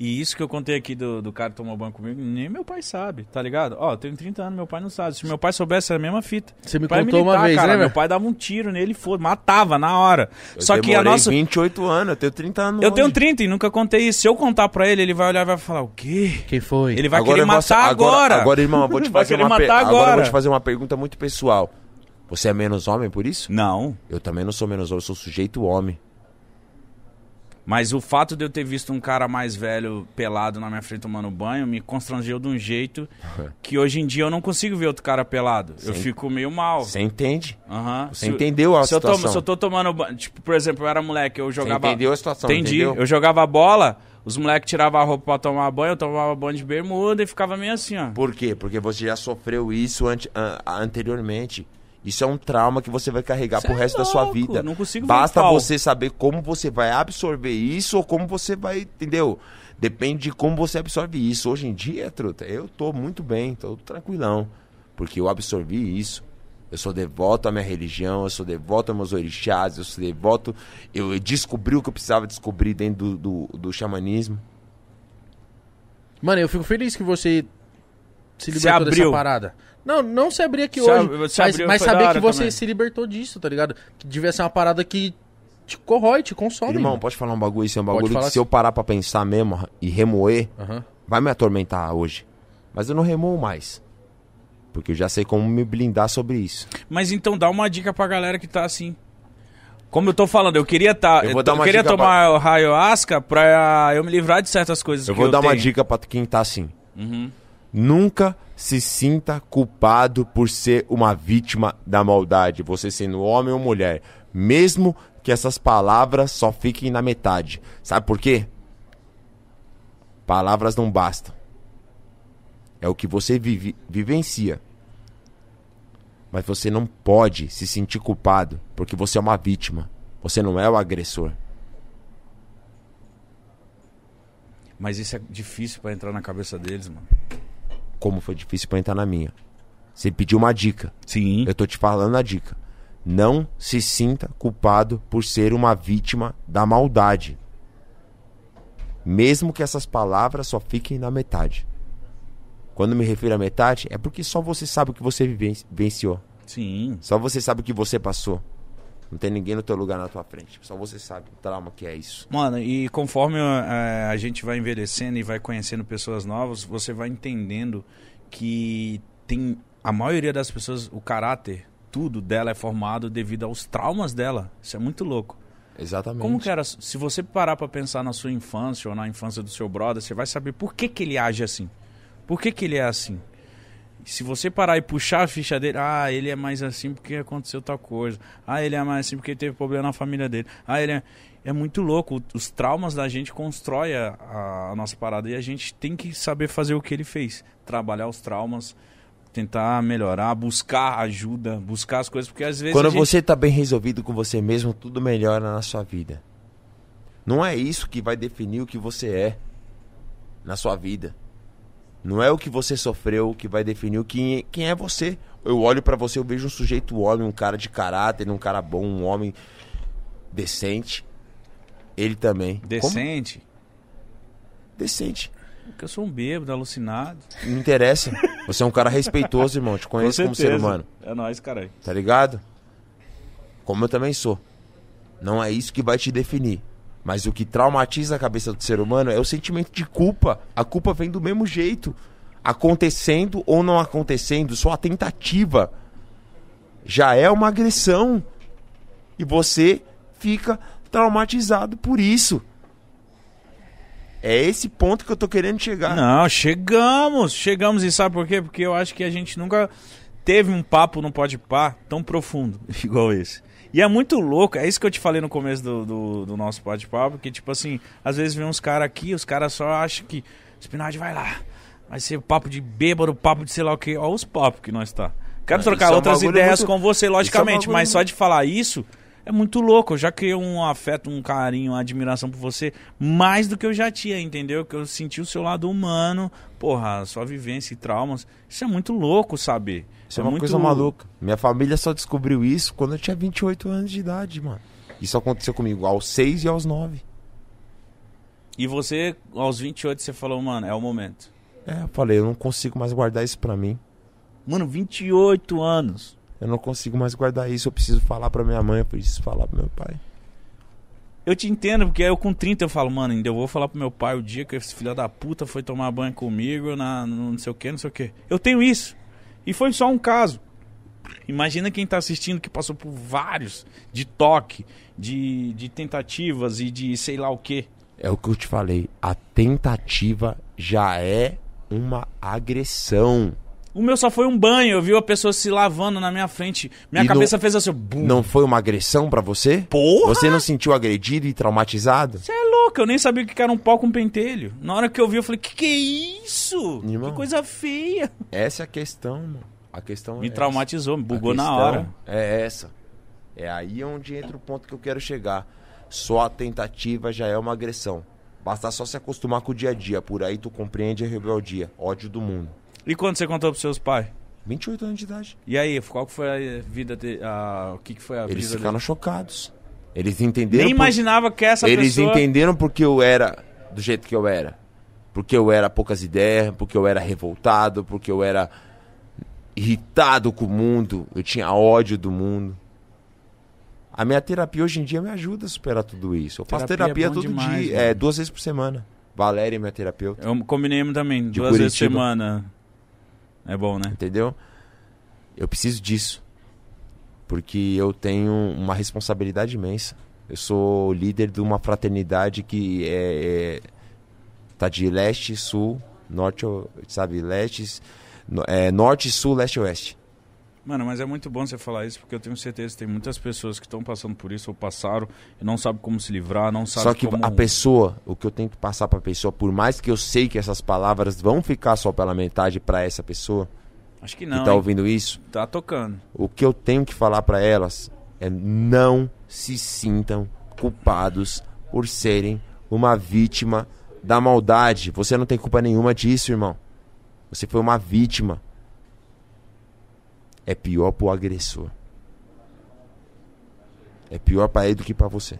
Speaker 2: E isso que eu contei aqui do, do cara que tomou banho comigo, nem meu pai sabe, tá ligado? Ó, eu tenho 30 anos, meu pai não sabe. Se meu pai soubesse, era a mesma fita.
Speaker 1: Você me
Speaker 2: Meu pai é
Speaker 1: contou uma
Speaker 2: militar,
Speaker 1: vez,
Speaker 2: cara.
Speaker 1: né,
Speaker 2: Meu
Speaker 1: velho?
Speaker 2: pai dava um tiro nele e foda, matava na hora.
Speaker 3: Eu
Speaker 2: Só que a
Speaker 3: demorei
Speaker 2: nossa.
Speaker 3: 28 anos, eu tenho 30 anos.
Speaker 2: Eu tenho
Speaker 3: hoje.
Speaker 2: 30 e nunca contei isso. Se eu contar pra ele, ele vai olhar e vai falar: o quê?
Speaker 1: Quem foi?
Speaker 2: Ele vai
Speaker 3: eu
Speaker 2: querer
Speaker 3: vou-
Speaker 2: matar agora.
Speaker 3: agora. irmão, eu vou te
Speaker 2: Vai
Speaker 3: fazer
Speaker 2: querer
Speaker 3: uma per-
Speaker 2: matar
Speaker 3: agora. eu vou
Speaker 2: agora.
Speaker 3: te fazer uma pergunta muito pessoal. Você é menos homem por isso?
Speaker 2: Não,
Speaker 3: Eu também não sou menos homem, eu sou sujeito homem.
Speaker 2: mas o fato de eu ter visto um cara mais velho pelado na minha frente tomando banho me constrangeu de um jeito que hoje em dia eu não consigo ver outro cara pelado. Eu
Speaker 3: Sim.
Speaker 2: fico meio mal.
Speaker 3: Você entende?
Speaker 2: Aham.
Speaker 3: Você
Speaker 2: Se-
Speaker 3: entendeu a
Speaker 2: se eu,
Speaker 3: situação?
Speaker 2: tomo, se eu tô tomando banho, tipo, por exemplo, eu era moleque, eu jogava.
Speaker 3: entendeu a situação,
Speaker 2: Entendi.
Speaker 3: entendeu?
Speaker 2: Eu jogava bola, os moleques tiravam a roupa pra tomar banho, eu tomava banho de bermuda e ficava meio assim, ó.
Speaker 3: Por quê? Porque você já sofreu isso ante- an- anteriormente. Isso é um trauma que você vai carregar
Speaker 2: Cê
Speaker 3: pro
Speaker 2: é
Speaker 3: resto da sua
Speaker 2: louco,
Speaker 3: vida.
Speaker 2: não consigo ver
Speaker 3: Basta
Speaker 2: um pau.
Speaker 3: você saber como você vai absorver isso ou como você vai, entendeu? Depende de como você absorve isso. Hoje em dia, truta, eu tô muito bem, tô tranquilão. Porque eu absorvi isso. Eu sou devoto à minha religião, eu sou devoto aos meus orixás, eu sou devoto. Eu eu descobri o que eu precisava descobrir dentro do, do, do xamanismo.
Speaker 1: Mano, eu fico feliz que você se
Speaker 2: Se
Speaker 1: libertou dessa
Speaker 2: abriu.
Speaker 1: parada. Não, não se abrir aqui
Speaker 2: Se
Speaker 1: hoje,
Speaker 2: ab- se
Speaker 1: mas,
Speaker 2: abriu,
Speaker 1: mas
Speaker 2: foi da
Speaker 1: saber
Speaker 2: hora
Speaker 1: que você
Speaker 2: também.
Speaker 1: se libertou disso, tá ligado? Que devia ser uma parada que te corrói, te consome.
Speaker 3: Irmão,
Speaker 1: mano.
Speaker 3: pode falar um bagulho? Isso é um
Speaker 1: Pode
Speaker 3: bagulho que
Speaker 1: falar
Speaker 3: se
Speaker 1: sim. Ah.
Speaker 3: eu parar pra pensar mesmo e remoer,
Speaker 1: Aham.
Speaker 3: vai me atormentar hoje. Mas eu não remoo mais. Porque eu já sei como me blindar sobre isso.
Speaker 2: Mas então dá uma dica pra galera que tá assim. Como eu tô falando, eu queria tá,
Speaker 3: Eu
Speaker 2: eu,
Speaker 3: vou dar uma
Speaker 2: queria
Speaker 3: dica
Speaker 2: tomar o ayahuasca pra eu me livrar de certas coisas
Speaker 3: Eu
Speaker 2: que
Speaker 3: vou dar uma
Speaker 2: tenho. Uhum.
Speaker 3: dica pra quem tá assim. Nunca se sinta culpado por ser uma vítima da maldade, você sendo homem ou mulher. Mesmo que essas palavras só fiquem na metade. Sabe por quê? Palavras não bastam. É o que você vive- vivencia. Mas você não pode se sentir culpado, porque você é uma vítima. Você não é o agressor.
Speaker 2: Mas isso é difícil pra entrar na cabeça deles, mano.
Speaker 3: Como foi difícil pra entrar na minha. Você pediu uma dica.
Speaker 2: Sim.
Speaker 3: Eu tô te falando a dica. Não se sinta culpado por ser uma vítima da maldade. Mesmo que essas palavras só fiquem na metade. Quando me refiro à metade, é porque só você sabe o que você viven- vivenciou.
Speaker 2: Sim.
Speaker 3: Só você sabe o que você passou. Não tem ninguém no teu lugar na tua frente. Só você sabe o trauma que é isso.
Speaker 2: Mano, e conforme eh, a gente vai envelhecendo e vai conhecendo pessoas novas, você vai entendendo que tem a maioria das pessoas, o caráter, tudo dela é formado devido aos traumas dela. Isso é muito louco.
Speaker 3: Exatamente.
Speaker 2: Como que era? Se você parar pra pensar na sua infância ou na infância do seu brother, você vai saber por que, que ele age assim. Por que, que ele é assim? Se você parar e puxar a ficha dele, ah, ele é mais assim porque aconteceu tal coisa. Ah, ele é mais assim porque teve problema na família dele. Ah, ele é. É muito louco. Os traumas da gente constrói a, a nossa parada e a gente tem que saber fazer o que ele fez. Trabalhar os traumas, tentar melhorar, buscar ajuda, buscar as coisas, porque às vezes. a
Speaker 3: Quando
Speaker 2: gente-
Speaker 3: você tá bem resolvido com você mesmo, tudo melhora na sua vida. Não é isso que vai definir o que você é na sua vida. Não é o que você sofreu que vai definir o que, quem é você. Eu olho pra você, eu vejo um sujeito homem, um cara de caráter, um cara bom, um homem decente. Ele também. Como?
Speaker 2: Decente.
Speaker 3: Decente.
Speaker 2: Porque eu sou um bêbado, alucinado.
Speaker 3: Não interessa. Você é um cara respeitoso, irmão. Te conheço como ser humano.
Speaker 2: É nóis, caralho.
Speaker 3: tá ligado? Como eu também sou. Não é isso que vai te definir. Mas o que traumatiza a cabeça do ser humano é o sentimento de culpa. A culpa vem do mesmo jeito. Acontecendo ou não acontecendo, só a tentativa já é uma agressão. E você fica traumatizado por isso. É esse ponto que eu tô querendo chegar.
Speaker 2: Não, chegamos, chegamos e sabe por quê? Porque eu acho que a gente nunca teve um papo no Pode Pá tão profundo igual esse. E é muito louco, é isso que eu te falei no começo do, do, do nosso Pode Pá, porque tipo assim, às vezes vem uns caras aqui, os caras só acham que Spinard vai lá, vai ser papo de bêbado, papo de sei lá o quê, olha os papos que nós tá. Quero
Speaker 3: Ah,
Speaker 2: trocar
Speaker 3: isso é um
Speaker 2: outras
Speaker 3: bagulho
Speaker 2: ideias
Speaker 3: muito- é um
Speaker 2: com você, logicamente,
Speaker 3: bagulho
Speaker 2: mas
Speaker 3: muito-
Speaker 2: só de falar isso é muito louco. Eu já criei um afeto, um carinho, uma admiração por você, mais do que eu já tinha, entendeu? Que eu senti o seu lado humano, porra, a sua vivência e traumas. Isso é muito louco saber.
Speaker 3: Isso é uma
Speaker 2: muito...
Speaker 3: coisa maluca. Minha família só descobriu isso quando eu tinha 28 anos de idade, mano. Isso aconteceu comigo aos 6 e aos 9.
Speaker 2: E você, aos 28, você falou, mano, é o momento.
Speaker 3: É, eu falei, eu não consigo mais guardar isso pra mim.
Speaker 2: Mano, 28 anos.
Speaker 3: Eu não consigo mais guardar isso, eu preciso falar pra minha mãe, eu preciso falar pro meu pai.
Speaker 2: Eu te entendo, porque eu com 30 eu falo, mano, ainda eu vou falar pro meu pai o dia que esse filho da puta foi tomar banho comigo, na, no não sei o que, não sei o que. Eu tenho isso. E foi só um caso. Imagina quem tá assistindo que passou por vários de toque, de, de tentativas e de sei lá o que.
Speaker 3: É o que eu te falei, a tentativa já é uma agressão.
Speaker 2: O meu só foi um banho, eu vi a pessoa se lavando na minha frente. Minha
Speaker 3: E não-
Speaker 2: cabeça fez assim, bum.
Speaker 3: Não foi uma agressão pra você?
Speaker 2: Porra!
Speaker 3: Você não sentiu agredido e traumatizado?
Speaker 2: Você é louco, eu nem sabia o que era um pau com pentelho. Na hora que eu vi, eu falei, que que é isso?
Speaker 3: Irmão.
Speaker 2: Que coisa feia.
Speaker 3: Essa é a questão, mano. A questão
Speaker 2: Me
Speaker 3: é essa.
Speaker 2: traumatizou, me
Speaker 3: A
Speaker 2: bugou na
Speaker 3: questão
Speaker 2: hora.
Speaker 3: É essa. É aí onde entra o ponto que eu quero chegar. Só a tentativa já é uma agressão. Basta só se acostumar com o dia a dia. Por aí tu compreende a rebeldia, ódio do mundo.
Speaker 2: E quando você contou pros seus pais?
Speaker 3: 28 anos de idade.
Speaker 2: E aí, qual que foi a vida de, a- o que, que foi a
Speaker 3: Eles
Speaker 2: vida
Speaker 3: ficaram
Speaker 2: dele?
Speaker 3: chocados. Eles entenderam.
Speaker 2: Nem
Speaker 3: por-
Speaker 2: imaginava que essa
Speaker 3: Eles
Speaker 2: pessoa...
Speaker 3: entenderam porque eu era do jeito que eu era. Porque eu era poucas ideias, porque eu era revoltado, porque eu era irritado com o mundo, eu tinha ódio do mundo. A minha terapia hoje em dia me ajuda a superar tudo isso. Eu faço
Speaker 2: Terapia
Speaker 3: terapia,
Speaker 2: é bom
Speaker 3: todo
Speaker 2: demais,
Speaker 3: dia,
Speaker 2: né?
Speaker 3: é, duas vezes por semana. Valéria, é minha terapeuta,
Speaker 2: Eu combinei também,
Speaker 3: De
Speaker 2: duas vezes por
Speaker 3: Curitiba.
Speaker 2: semana. É bom, né?
Speaker 3: entendeu? Eu preciso disso. Porque eu tenho uma responsabilidade imensa. Eu sou líder de uma fraternidade que é, é, tá de leste, sul, norte, o- sabe, leste, no- é, norte, sul, leste, oeste.
Speaker 2: Mano, mas é muito bom você falar isso, porque eu tenho certeza que tem muitas pessoas que estão passando por isso, ou passaram, e não sabem como se livrar, não sabem
Speaker 3: Só que
Speaker 2: como...
Speaker 3: a pessoa, o que eu tenho que passar pra pessoa, por mais que eu sei que essas palavras vão ficar só pela metade pra essa pessoa
Speaker 2: Acho que não,
Speaker 3: que tá
Speaker 2: hein?
Speaker 3: ouvindo isso,
Speaker 2: tá tocando.
Speaker 3: o que eu tenho que falar pra elas é não se sintam culpados por serem uma vítima da maldade. Você não tem culpa nenhuma disso, irmão. Você foi uma vítima. É pior pro agressor. É pior pra ele do que pra você.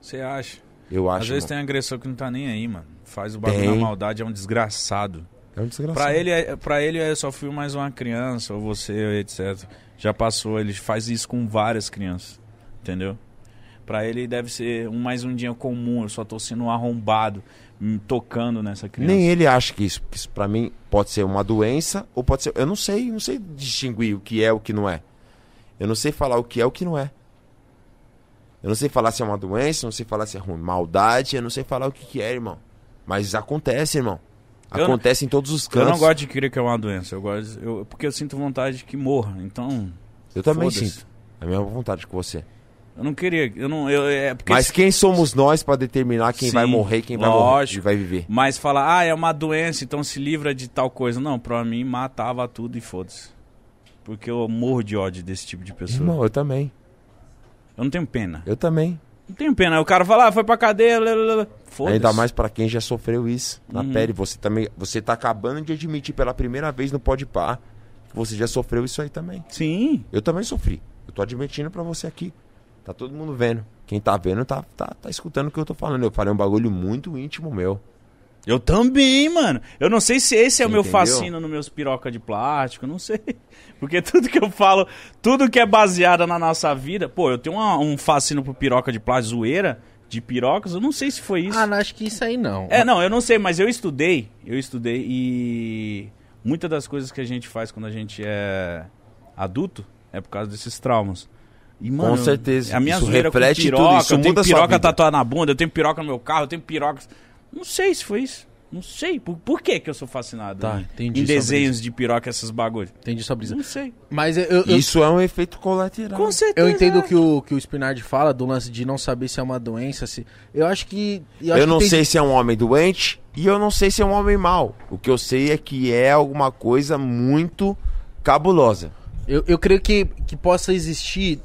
Speaker 2: Você acha?
Speaker 3: Eu
Speaker 2: Às
Speaker 3: acho.
Speaker 2: vezes
Speaker 3: irmão.
Speaker 2: tem agressor que não tá nem aí, mano. Faz o bagulho
Speaker 3: Tem.
Speaker 2: na maldade, é um desgraçado.
Speaker 3: É um desgraçado.
Speaker 2: Pra ele, é- pra ele, eu só fui mais uma criança, ou você, etc. Já passou, ele faz isso com várias crianças, entendeu? Pra ele deve ser um mais um dia comum, eu só tô sendo um arrombado, hum, tocando nessa criança.
Speaker 3: Nem ele acha que isso, porque isso pra mim pode ser uma doença ou pode ser. Eu não sei, não sei distinguir o que é e o que não é. Eu não sei falar o que é e o que não é. Eu não sei falar se é uma doença, eu não sei falar se é ruim, maldade, eu não sei falar o que, que é, irmão. Mas acontece, irmão.
Speaker 2: Eu não-
Speaker 3: Acontece em todos os
Speaker 2: eu
Speaker 3: cantos.
Speaker 2: não gosto de crer que é uma doença, eu gosto, eu, porque eu sinto vontade de que morra, então...
Speaker 3: Eu também
Speaker 2: foda-se.
Speaker 3: sinto. É a mesma vontade que você.
Speaker 2: Eu não queria, eu não... Eu, é porque
Speaker 3: Mas quem somos nós pra determinar quem
Speaker 2: Sim,
Speaker 3: vai morrer, quem vai
Speaker 2: lógico.
Speaker 3: morrer, quem vai viver?
Speaker 2: Mas falar, ah, é uma doença, então se livra de tal coisa. Não, pra mim matava tudo e foda-se. Porque eu morro de ódio desse tipo de pessoa.
Speaker 3: Irmão, eu também.
Speaker 2: Eu não tenho pena.
Speaker 3: Eu também.
Speaker 2: Não tenho pena. Aí o cara fala, ah, foi pra cadeia, blá, blá, blá. foda-se.
Speaker 3: Ainda mais pra quem já sofreu isso na
Speaker 2: Uhum.
Speaker 3: pele. Você também, você tá acabando de admitir pela primeira vez no Pode Par que você já sofreu isso aí também.
Speaker 2: Sim.
Speaker 3: Eu também sofri. Eu tô admitindo pra você aqui. Tá todo mundo vendo. Quem tá vendo tá, tá, tá escutando o que eu tô falando. Eu falei um bagulho muito íntimo meu.
Speaker 2: Eu também, mano. Eu não sei se esse é o
Speaker 3: Você
Speaker 2: meu
Speaker 3: entendeu?
Speaker 2: fascínio no meus piroca de plástico, não sei. Porque tudo que eu falo, tudo que é baseado na nossa vida, pô, eu tenho uma- um fascínio pro piroca de plástico, zoeira de pirocas, eu não sei se foi isso.
Speaker 1: Ah, não, acho que isso aí não.
Speaker 2: É, não, eu não sei, mas eu estudei. Eu estudei e muitas das coisas que a gente faz quando a gente é adulto é por causa desses traumas. E, mano, eu-
Speaker 3: certeza.
Speaker 2: A minha
Speaker 3: Isso
Speaker 2: zoeira
Speaker 3: reflete
Speaker 2: com piroca,
Speaker 3: tudo, isso
Speaker 2: eu tenho
Speaker 3: muda a sua
Speaker 2: piroca
Speaker 3: vida.
Speaker 2: tatuada na bunda, eu tenho piroca no meu carro, eu tenho piroca. Não sei se foi isso. Não sei. Por, por que que eu sou fascinado
Speaker 1: Tá,
Speaker 2: em-
Speaker 1: entendi
Speaker 2: em
Speaker 1: sobre
Speaker 2: desenhos de piroca, essas bagulhos?
Speaker 1: Entendi sua brisa.
Speaker 2: Não sei.
Speaker 1: Mas eu, eu, eu-
Speaker 3: Isso é um efeito colateral.
Speaker 2: Com certeza. é.
Speaker 1: eu entendo o que o que o Spinardi fala do lance de não saber se é uma doença. Se... Eu acho que. acho
Speaker 3: Eu não
Speaker 1: que tem-
Speaker 3: sei se é um homem doente e eu não sei se é um homem mau. O que eu sei é que é alguma coisa muito cabulosa.
Speaker 1: Eu, eu creio que, que possa existir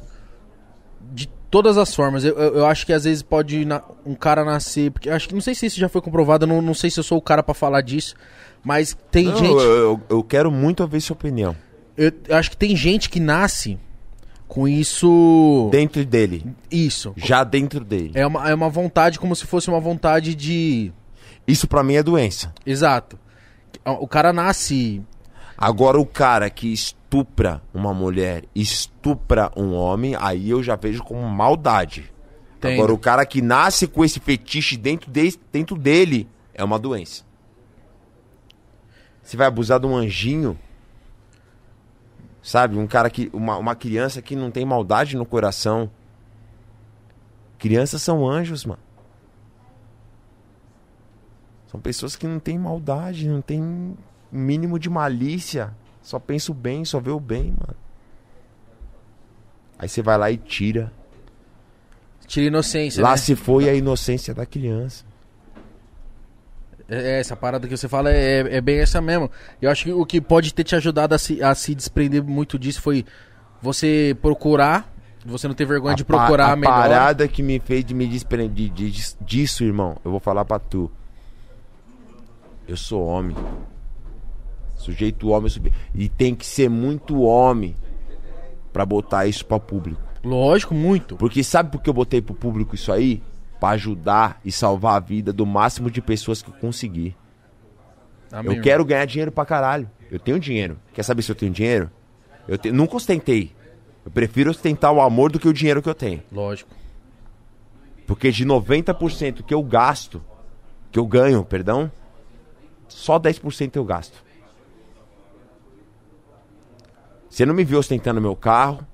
Speaker 1: de todas as formas. Eu, eu, eu acho que às vezes pode na- um cara nascer. Porque eu acho que não sei se isso já foi comprovado, eu não, não sei se eu sou o cara pra falar disso. Mas tem
Speaker 3: Não,
Speaker 1: gente.
Speaker 3: eu,
Speaker 1: Eu...
Speaker 3: eu- eu quero muito ouvir sua opinião.
Speaker 1: eu acho que tem gente que nasce com isso.
Speaker 3: Dentro dele.
Speaker 1: Isso.
Speaker 3: Já dentro dele.
Speaker 1: É uma, é uma vontade como se fosse uma vontade de.
Speaker 3: Isso pra mim é doença.
Speaker 1: Exato. O cara nasce.
Speaker 3: Agora, o cara que estupra uma mulher, estupra um homem, aí eu já vejo como maldade.
Speaker 1: Entendo.
Speaker 3: Agora, o cara que nasce com esse fetiche dentro, de, dentro dele é uma doença. Você vai abusar de um anjinho, sabe? Um cara que. Uma, uma criança que não tem maldade no coração. Crianças são anjos, mano. São pessoas que não têm maldade, não têm mínimo de malícia. Só pensa o bem, só vê o bem, mano. Aí você vai lá e tira.
Speaker 1: Tira a inocência.
Speaker 3: lá
Speaker 1: né?
Speaker 3: se foi a inocência da criança.
Speaker 1: É, essa parada que você fala é, é bem essa mesmo. Eu acho que o que pode ter te ajudado a se, a se desprender muito disso foi você procurar, você não ter vergonha de
Speaker 3: pa-
Speaker 1: procurar
Speaker 3: a
Speaker 1: melhor.
Speaker 3: parada que me fez de me desprender de- de- disso, irmão. Eu vou falar pra tu. Eu sou homem. Sujeito homem subir. E tem que ser muito homem pra botar isso pra público.
Speaker 1: Lógico, muito.
Speaker 3: Porque sabe por que eu botei pro público isso aí? Pra ajudar e salvar a vida do máximo de pessoas que eu conseguir. Eu quero ganhar dinheiro pra caralho. Eu tenho dinheiro. Quer saber se eu tenho dinheiro? Eu te- nunca ostentei. Eu prefiro ostentar o amor do que o dinheiro que eu tenho.
Speaker 1: Lógico.
Speaker 3: Porque de 90% que eu gasto, que eu ganho, perdão, só 10% eu gasto. Você não me viu ostentando meu carro,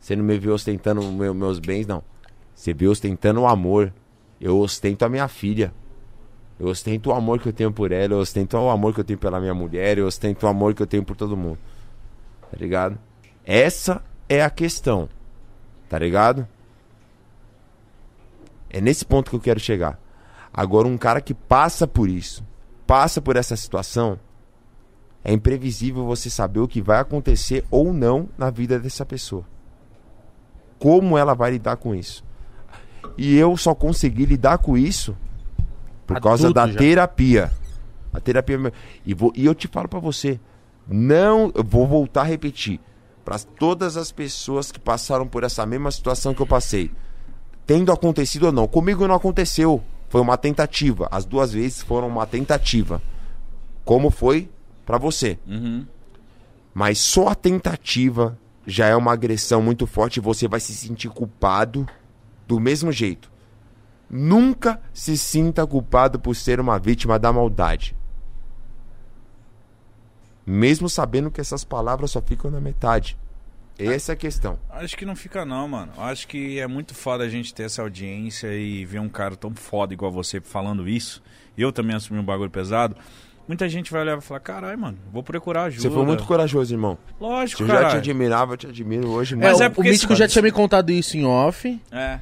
Speaker 3: você não me viu ostentando meu- meus bens, não. Você viu ostentando o amor. Eu ostento a minha filha. Eu ostento o amor que eu tenho por ela, eu ostento o amor que eu tenho pela minha mulher, eu ostento o amor que eu tenho por todo mundo. Tá ligado? Essa é a questão. Tá ligado? É nesse ponto que eu quero chegar. Agora, um cara que passa por isso, passa por essa situação, é imprevisível você saber o que vai acontecer ou não na vida dessa pessoa. Como ela vai lidar com isso. E eu só consegui lidar com isso por causa
Speaker 1: Adulto
Speaker 3: da
Speaker 1: já.
Speaker 3: terapia. A terapia. me- E, vou- e eu te falo pra você, não. Eu vou voltar a repetir. Pra todas as pessoas que passaram por essa mesma situação que eu passei tendo acontecido ou não. Comigo não aconteceu. Foi uma tentativa. As duas vezes foram uma tentativa. Como foi pra você. Mas só a tentativa já é uma agressão muito forte e você vai se sentir culpado do mesmo jeito. Nunca se sinta culpado por ser uma vítima da maldade. Mesmo sabendo que essas palavras só ficam na metade. Essa é a questão.
Speaker 2: Acho que não fica não, mano. Acho que é muito foda a gente ter essa audiência e ver um cara tão foda igual você falando isso. Eu também assumi um bagulho pesado. Muita gente vai olhar e falar, caralho, mano, vou procurar ajuda.
Speaker 3: Você foi muito corajoso, irmão.
Speaker 2: Lógico,
Speaker 3: Eu já te
Speaker 2: cara.
Speaker 3: admirava, eu te admiro hoje
Speaker 2: Tipo, Mas
Speaker 3: muito.
Speaker 1: É,
Speaker 2: é
Speaker 1: o-
Speaker 2: porque
Speaker 1: o Mítico
Speaker 2: esse-
Speaker 1: já tinha me contado isso em off.
Speaker 2: É.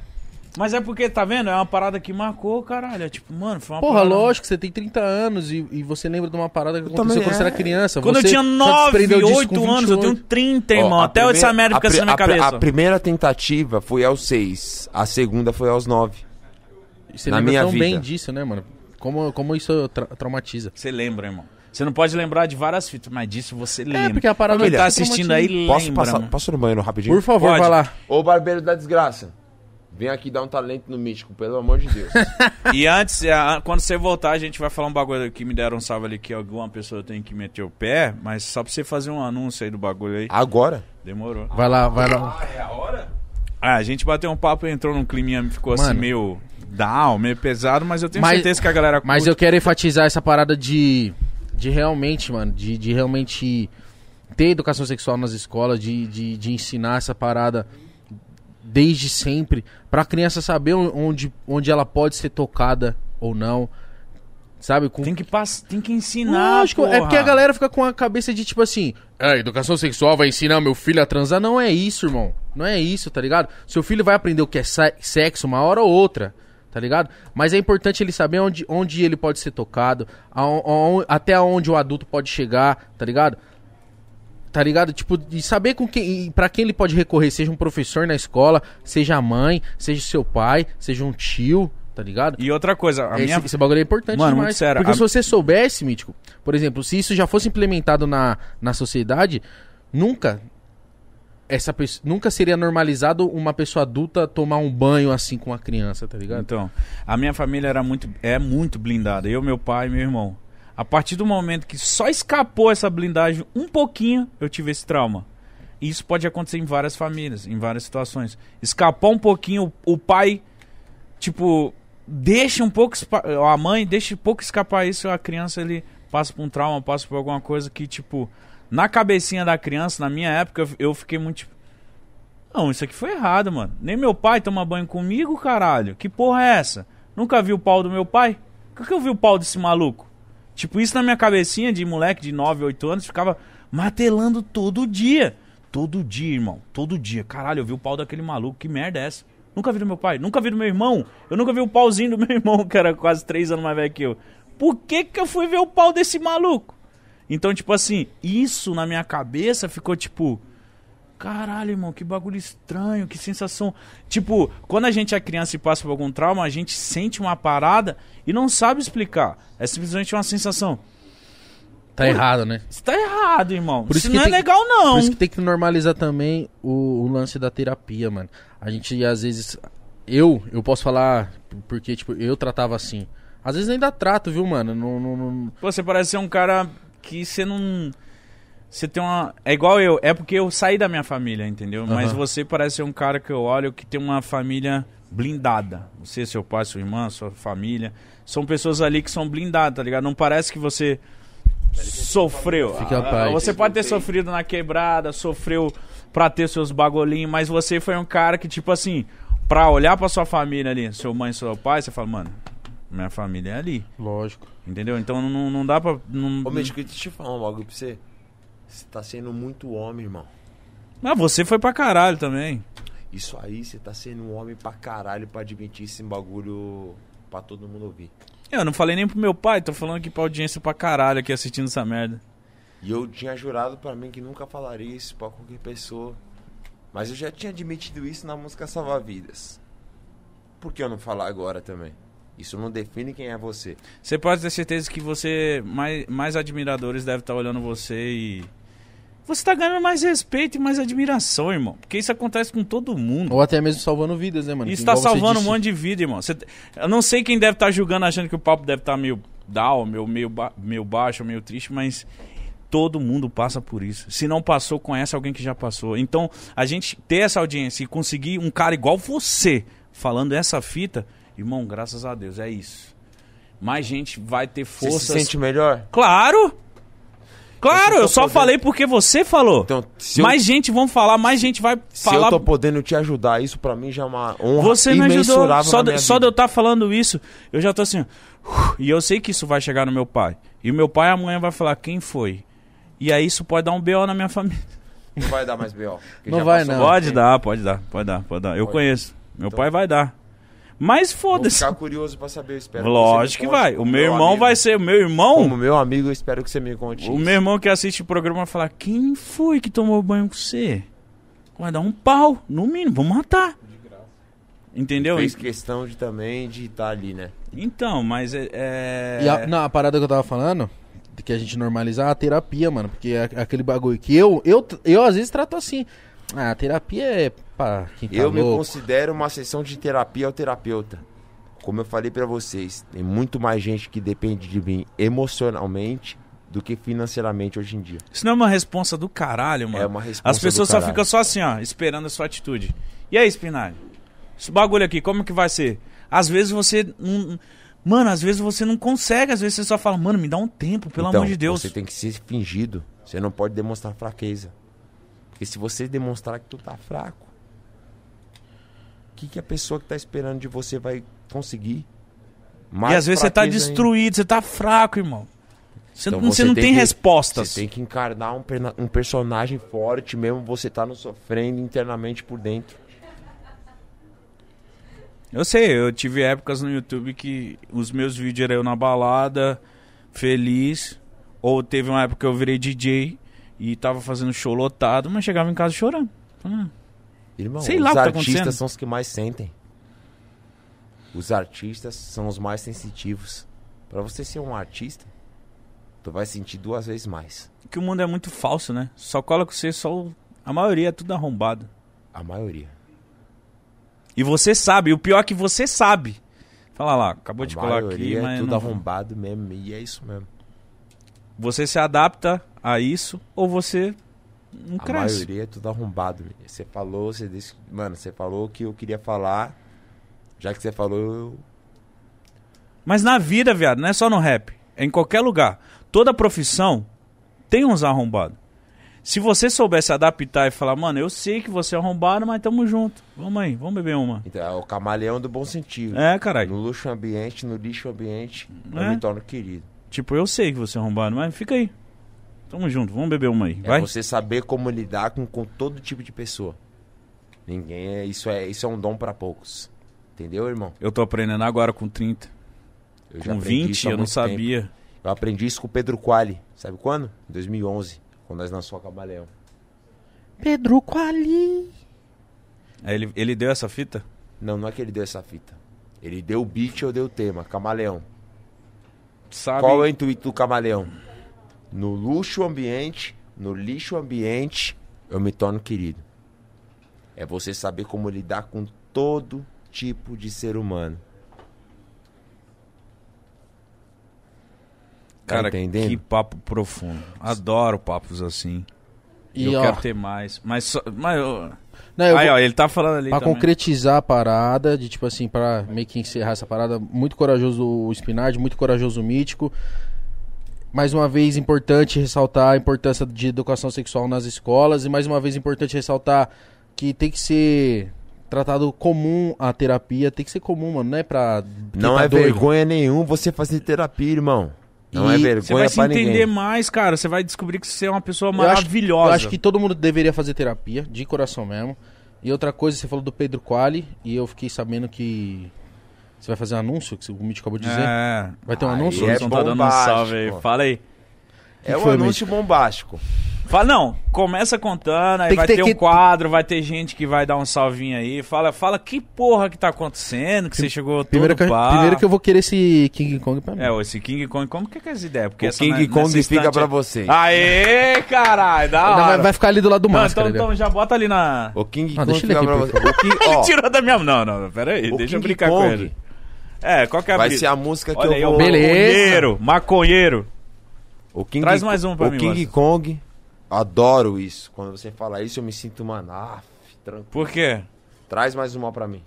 Speaker 2: Mas é porque, tá vendo? É uma parada que marcou, caralho. É tipo, mano, foi uma
Speaker 1: Porra,
Speaker 2: parada...
Speaker 1: lógico, você tem 30 anos e, e você lembra de uma parada que aconteceu
Speaker 3: também
Speaker 1: quando você
Speaker 3: é.
Speaker 1: era criança.
Speaker 2: Quando
Speaker 1: você
Speaker 2: eu tinha
Speaker 1: só
Speaker 2: 9,
Speaker 1: desprendeu disso
Speaker 2: 8
Speaker 1: com
Speaker 2: anos, eu tenho
Speaker 1: 28.
Speaker 2: 30,
Speaker 3: Ó,
Speaker 2: irmão.
Speaker 3: a
Speaker 2: Até
Speaker 3: primeira-
Speaker 2: essa merda
Speaker 3: a
Speaker 2: fica
Speaker 3: pri-
Speaker 2: assim na minha
Speaker 3: a pri-
Speaker 2: cabeça.
Speaker 3: A primeira tentativa foi aos seis, a segunda foi aos nove.
Speaker 1: E Você
Speaker 3: na
Speaker 1: lembra
Speaker 3: minha
Speaker 1: tão bem
Speaker 3: vida.
Speaker 1: disso, né, mano? Como, como isso tra- traumatiza.
Speaker 2: Você lembra, irmão. Você não pode lembrar de várias fitas, mas disso você lembra.
Speaker 1: porque a parada
Speaker 2: Quem
Speaker 1: é
Speaker 2: tá assistindo aí lembra,
Speaker 3: Posso passar?
Speaker 2: mano.
Speaker 3: Posso ir no banheiro rapidinho?
Speaker 1: Por favor,
Speaker 2: Pode.
Speaker 1: vai lá.
Speaker 3: Ô barbeiro da desgraça, vem aqui dar um talento no mítico, pelo amor de Deus.
Speaker 2: E antes, é, a- quando você voltar, a gente vai falar um bagulho que me deram um salve ali que alguma pessoa tem que meter o pé, mas só pra você fazer um anúncio aí do bagulho aí.
Speaker 3: Agora?
Speaker 2: Demorou.
Speaker 1: Vai lá, vai lá.
Speaker 2: Ah, a gente bateu um papo, entrou num climinha, ficou assim
Speaker 1: Mano.
Speaker 2: meio down, meio pesado, mas eu tenho
Speaker 1: Mas-
Speaker 2: certeza que a galera
Speaker 1: Mas
Speaker 2: curte.
Speaker 1: eu quero enfatizar essa parada de, de realmente, mano, de, de realmente ter educação sexual nas escolas, de, de, de ensinar essa parada desde sempre, pra criança saber onde, onde ela pode ser tocada ou não. Sabe? Com
Speaker 2: Tem que, pass... tem que ensinar,
Speaker 1: Lógico, é
Speaker 2: porra.
Speaker 1: porque a galera fica com a cabeça de tipo assim: "Ah, educação sexual vai ensinar meu filho a transar. Não é isso, irmão. Não é isso, tá ligado? Seu filho vai aprender o que é se- sexo uma hora ou outra, tá ligado? Mas é importante ele saber onde, onde ele pode ser tocado, aon- aon- até onde o adulto pode chegar, tá ligado? Tá ligado? Tipo, de saber com quem, e pra quem ele pode recorrer, seja um professor na escola, seja a mãe, seja seu pai, seja um tio, tá ligado?
Speaker 2: E outra coisa, a
Speaker 1: esse,
Speaker 2: minha...
Speaker 1: esse bagulho é importante
Speaker 2: Mano,
Speaker 1: demais.
Speaker 2: muito sério,
Speaker 1: porque
Speaker 2: a-
Speaker 1: se você soubesse, Mítico, por exemplo, se isso já fosse implementado na, na sociedade, nunca essa pessoa, nunca seria normalizado uma pessoa adulta tomar um banho assim com uma criança, tá ligado?
Speaker 2: Então, a minha família era muito, é muito blindada. Eu, meu pai e meu irmão. A partir do momento que só escapou essa blindagem um pouquinho, eu tive esse trauma. E isso pode acontecer em várias famílias, em várias situações. Escapou um pouquinho, o o pai, tipo, deixa um pouco, espa- a mãe deixa um pouco escapar isso, a criança ele passa por um trauma, passa por alguma coisa que, tipo, na cabecinha da criança, na minha época, eu- eu fiquei muito, tipo, não, isso aqui foi errado, mano. Nem meu pai toma banho comigo, caralho. Que porra é essa? Nunca vi o pau do meu pai? Por que eu vi o pau desse maluco? Tipo, isso na minha cabecinha de moleque de 9, 8 anos ficava martelando todo dia. Todo dia, irmão. Todo dia. Caralho, eu vi o pau daquele maluco. Que merda é essa? Nunca vi do meu pai. Nunca vi do meu irmão. Eu nunca vi o pauzinho do meu irmão, que era quase 3 anos mais velho que eu. Por que que eu fui ver o pau desse maluco? Então, tipo assim, isso na minha cabeça ficou tipo. Caralho, irmão, que bagulho estranho, que sensação. Tipo, quando a gente é criança e passa por algum trauma, a gente sente uma parada e não sabe explicar. É simplesmente uma sensação.
Speaker 1: Tá errado, né?
Speaker 2: Isso tá errado, irmão.
Speaker 1: Por
Speaker 2: Isso,
Speaker 1: isso que
Speaker 2: não é
Speaker 1: tem-
Speaker 2: legal, não.
Speaker 1: Por isso que tem que normalizar também o, o lance da terapia, mano. A gente, às vezes. Eu, eu posso falar porque, tipo, eu tratava assim. Às vezes ainda trato, viu, mano? Não, não, não-
Speaker 2: Pô, você parece ser um cara que você não. Você tem uma. É igual eu, é porque eu saí da minha família, entendeu? Mas
Speaker 1: Aham.
Speaker 2: você parece ser um cara que eu olho que tem uma família blindada. Você, seu pai, sua irmã, sua família. São pessoas ali que são blindadas, tá ligado? Não parece que você sofreu.
Speaker 1: Fique à
Speaker 2: Ah,
Speaker 1: paz.
Speaker 2: Você pode ter sofrido na quebrada, sofreu pra ter seus bagulhinhos, mas você foi um cara que, tipo assim, pra olhar pra sua família ali, seu mãe e seu pai, você fala, mano, minha família é ali.
Speaker 1: Lógico.
Speaker 2: Entendeu? Então não, não dá pra. Não...
Speaker 3: Ô, Mítico, deixa eu falar um bagulho pra você. Você tá sendo muito homem, irmão.
Speaker 2: Ah, você foi pra caralho também.
Speaker 3: Isso aí, você tá sendo um homem pra caralho pra admitir esse bagulho pra todo mundo ouvir.
Speaker 2: Eu não falei nem pro meu pai, tô falando aqui pra audiência pra caralho aqui assistindo essa merda.
Speaker 3: E eu tinha jurado pra mim que nunca falaria isso pra qualquer pessoa. Mas eu já tinha admitido isso na música Salvar Vidas. Por que eu não falar agora também? Isso não define quem é você.
Speaker 2: Você pode ter certeza que você. Mais, mais admiradores devem estar olhando você e. Você tá ganhando mais respeito e mais admiração, irmão. Porque isso acontece com todo mundo.
Speaker 1: Ou até mesmo salvando vidas, né, mano?
Speaker 2: Isso tá
Speaker 1: Igual você
Speaker 2: salvando um
Speaker 1: disse.
Speaker 2: monte de vida, irmão. Você- eu não sei quem deve estar julgando, achando que o papo deve estar meio down, meio, meio, ba- meio baixo, meio triste, mas todo mundo passa por isso. Se não passou, conhece alguém que já passou. Então, a gente ter essa audiência e conseguir um cara igual você falando essa fita, irmão, graças a Deus, é isso. Mais gente vai ter
Speaker 3: Você se
Speaker 2: força.
Speaker 3: sente melhor?
Speaker 2: Claro! Claro,
Speaker 3: Eu
Speaker 2: eu
Speaker 3: só
Speaker 2: só
Speaker 3: podendo-
Speaker 2: falei porque você falou.
Speaker 3: Então, se eu,
Speaker 2: mais gente vão falar, mais gente vai
Speaker 3: se
Speaker 2: falar
Speaker 3: eu tô podendo te ajudar, isso pra mim já é uma honra
Speaker 2: você me ajudou.
Speaker 3: imensurável
Speaker 2: Só,
Speaker 3: na
Speaker 2: de,
Speaker 3: minha
Speaker 2: só de
Speaker 3: vida.
Speaker 2: eu estar falando isso, eu já tô assim. ó, E eu sei que isso vai chegar no meu pai. E meu pai amanhã vai falar quem foi. E aí isso pode dar um BO na minha família.
Speaker 3: Não vai dar mais B.O. porque
Speaker 1: Não
Speaker 3: já
Speaker 1: vai,
Speaker 3: passou.
Speaker 1: não.
Speaker 2: pode dar, pode dar, pode dar, pode dar. Eu
Speaker 3: Pode. Então
Speaker 2: conheço. Meu pai vai dar. Mas
Speaker 3: Vou
Speaker 2: foda-se.
Speaker 3: ficar curioso pra saber, eu espero. que
Speaker 2: Lógico
Speaker 3: você
Speaker 2: que
Speaker 3: me conte,
Speaker 2: vai. O
Speaker 3: como
Speaker 2: meu irmão
Speaker 3: amigo.
Speaker 2: vai ser. O meu irmão.
Speaker 3: Como meu amigo, eu espero que você me conte.
Speaker 2: O
Speaker 3: isso.
Speaker 2: meu irmão que assiste o programa vai falar: quem foi que tomou banho com você? Vai dar um pau, no mínimo, vou matar. Entendeu?
Speaker 3: Fez questão de também de estar ali, né?
Speaker 2: Então, mas é. é-
Speaker 1: E a, não, a parada que eu tava falando, de que a gente normalizar é a terapia, mano. Porque é aquele bagulho que eu, eu, eu às vezes trato assim. Ah, a terapia é pra quem tá
Speaker 3: eu me
Speaker 1: louco.
Speaker 3: considero uma sessão de terapia ao terapeuta. Como eu falei pra vocês, tem muito mais gente que depende de mim emocionalmente do que financeiramente hoje em dia.
Speaker 2: Isso não é uma responsa do caralho, mano.
Speaker 3: É uma resposta.
Speaker 2: As pessoas
Speaker 3: do
Speaker 2: só
Speaker 3: caralho.
Speaker 2: ficam só assim, ó, esperando a sua atitude. E aí, Spinalho? Esse bagulho aqui, como que vai ser? Às vezes você não. Mano, às vezes você não consegue, às vezes você só fala, mano, me dá um tempo, pelo
Speaker 3: Então,
Speaker 2: amor de Deus.
Speaker 3: Você tem que ser fingido. Você não pode demonstrar fraqueza. Porque se você demonstrar que tu tá fraco, o que, que a pessoa que tá esperando de você vai conseguir? Mais
Speaker 2: E às vezes você tá
Speaker 3: fraqueza ainda.
Speaker 2: destruído, você tá fraco, irmão. Você,
Speaker 3: Então
Speaker 2: não- você
Speaker 3: você
Speaker 2: não
Speaker 3: tem
Speaker 2: tem
Speaker 3: que-
Speaker 2: respostas.
Speaker 3: Você tem que encarnar um, perna- um personagem forte, mesmo você tá no sofrendo internamente por dentro.
Speaker 2: Eu sei, eu tive épocas no YouTube que os meus vídeos eram eu na balada, feliz. Ou teve uma época que eu virei DJ e tava fazendo show lotado, mas chegava em casa chorando. Falando,
Speaker 3: Irmão,
Speaker 2: Sei
Speaker 3: os
Speaker 2: lá o que tá
Speaker 3: artistas
Speaker 2: acontecendo.
Speaker 3: são os que mais sentem. Os artistas são os mais sensitivos. Pra você ser um artista, tu vai sentir duas vezes mais.
Speaker 2: que o mundo é muito falso, né? Só cola com você, só o- a maioria é tudo arrombado.
Speaker 3: A maioria.
Speaker 2: E você sabe, e o pior é que você sabe. Fala lá, acabou
Speaker 3: a
Speaker 2: de colar aqui,
Speaker 3: maioria
Speaker 2: mas
Speaker 3: é tudo
Speaker 2: não-
Speaker 3: arrombado mesmo. E é isso mesmo.
Speaker 2: você se adapta a isso ou você não
Speaker 3: a
Speaker 2: cresce.
Speaker 3: maioria é tudo arrombado. menino. Você falou, você disse. Mano, você falou o que eu queria falar. Já que você falou, eu
Speaker 2: Mas na vida, viado, não é só no rap. É em qualquer lugar. Toda profissão tem uns arrombados. Se você souber se adaptar e falar, mano, eu sei que você é arrombado, mas tamo junto. Vamos aí, vamos beber uma.
Speaker 3: Então, é o camaleão do bom sentido.
Speaker 2: É, caralho.
Speaker 3: No luxo ambiente, no lixo ambiente,
Speaker 2: É.
Speaker 3: eu me torno querido.
Speaker 2: Tipo, eu sei que você é arrombado, mas fica aí. Tamo junto, vamos beber uma aí.
Speaker 3: É
Speaker 2: Vai.
Speaker 3: você saber como lidar com, com todo tipo de pessoa. Ninguém é. Isso é, isso é um dom pra poucos. Entendeu, irmão?
Speaker 2: Eu tô aprendendo agora com 30.
Speaker 3: Eu
Speaker 2: com
Speaker 3: aprendi
Speaker 2: 20,
Speaker 3: isso há
Speaker 2: eu não
Speaker 3: muito tempo.
Speaker 2: sabia.
Speaker 3: Eu aprendi isso com o Pedro Quali. Sabe quando? Em 2011, quando nós lançou a Camaleão.
Speaker 1: Pedro Quali.
Speaker 2: Aí ele, ele deu essa fita?
Speaker 3: Não, não é que ele deu essa fita. Ele deu o beat, eu dei o tema, Camaleão.
Speaker 2: Sabe?
Speaker 3: Qual é o intuito do Camaleão? No luxo ambiente, no lixo ambiente, eu me torno querido. É você saber como lidar com todo tipo de ser humano. Tá
Speaker 2: Cara,
Speaker 3: entendendo?
Speaker 2: que papo profundo. Adoro papos assim.
Speaker 1: E,
Speaker 2: eu
Speaker 1: ó,
Speaker 2: quero ter mais. Mas só. Mas, ó,
Speaker 1: não, eu
Speaker 2: aí,
Speaker 1: vou-
Speaker 2: ó, ele tá falando ali.
Speaker 1: Pra
Speaker 2: também.
Speaker 1: concretizar a parada, de tipo assim, pra meio que encerrar essa parada, muito corajoso o Spinard, muito corajoso o Mítico. Mais uma vez, importante ressaltar a importância de educação sexual nas escolas. E mais uma vez, importante ressaltar que tem que ser tratado comum a terapia. Tem que ser comum, mano, não é pra. quem
Speaker 3: Não
Speaker 1: tá
Speaker 3: é
Speaker 1: doido.
Speaker 3: vergonha nenhum você fazer terapia, irmão. Não é
Speaker 1: E
Speaker 2: Você vai
Speaker 3: vergonha
Speaker 2: se
Speaker 3: pra
Speaker 2: entender
Speaker 3: ninguém.
Speaker 2: mais, cara. Você vai descobrir que você é uma pessoa
Speaker 1: Eu acho-
Speaker 2: maravilhosa.
Speaker 1: Eu acho que todo mundo deveria fazer terapia, de coração mesmo. E outra coisa, você falou do Pedro Quali, e eu fiquei sabendo que. Você vai fazer um anúncio, que o Mítico acabou de dizer.
Speaker 2: É.
Speaker 1: Vai ter um
Speaker 3: Aí
Speaker 2: O
Speaker 1: anúncio?
Speaker 3: é
Speaker 2: Wilson tá dando um
Speaker 3: bombástico.
Speaker 2: salve aí. Fala aí.
Speaker 3: É um
Speaker 1: foi,
Speaker 3: anúncio bombástico.
Speaker 2: Fala, não, começa contando,
Speaker 1: Tem
Speaker 2: aí
Speaker 1: que
Speaker 2: vai
Speaker 1: ter
Speaker 2: ter,
Speaker 1: que-
Speaker 2: um quadro, vai ter gente que vai dar um salvinho aí. Fala, fala que porra que tá acontecendo, que você chegou todo
Speaker 1: Primeiro, que,
Speaker 2: pá.
Speaker 1: primeiro que eu vou querer esse King Kong pra mim.
Speaker 2: É, esse King Kong, como que é que é essa ideia? Porque
Speaker 3: O
Speaker 2: essa
Speaker 3: King
Speaker 2: na-
Speaker 3: Kong
Speaker 2: nessa
Speaker 3: fica
Speaker 2: estante
Speaker 3: pra
Speaker 2: aí-
Speaker 3: vocês.
Speaker 2: Aê, caralho, da
Speaker 1: Ainda
Speaker 2: hora.
Speaker 1: vai, vai ficar ali do lado do tá
Speaker 2: Não,
Speaker 1: máscara.
Speaker 2: então,
Speaker 1: entendeu?
Speaker 2: então já bota ali na...
Speaker 3: O King
Speaker 1: Ah,
Speaker 3: Kong
Speaker 1: deixa ele
Speaker 3: fica
Speaker 1: aqui,
Speaker 3: pra
Speaker 1: por
Speaker 3: vocês. O King,
Speaker 2: Ele
Speaker 3: ó,
Speaker 2: tirou da minha... Não, não, não, pera aí,
Speaker 3: o
Speaker 2: deixa eu
Speaker 3: King
Speaker 2: brincar com
Speaker 3: Kong
Speaker 2: ele. É, qual que é a
Speaker 3: vai
Speaker 2: brisa?
Speaker 3: ser a música que
Speaker 2: Olha aí,
Speaker 3: eu
Speaker 2: ó,
Speaker 3: vou...
Speaker 1: Beleza.
Speaker 2: maconheiro, maconheiro.
Speaker 3: O King,
Speaker 2: Traz mais um pra
Speaker 3: o
Speaker 2: mim,
Speaker 3: King
Speaker 2: Márcio.
Speaker 3: Kong, adoro isso. Quando você fala isso, eu me sinto, mano, ah, tranquilo.
Speaker 2: Por quê?
Speaker 3: Traz mais uma pra mim.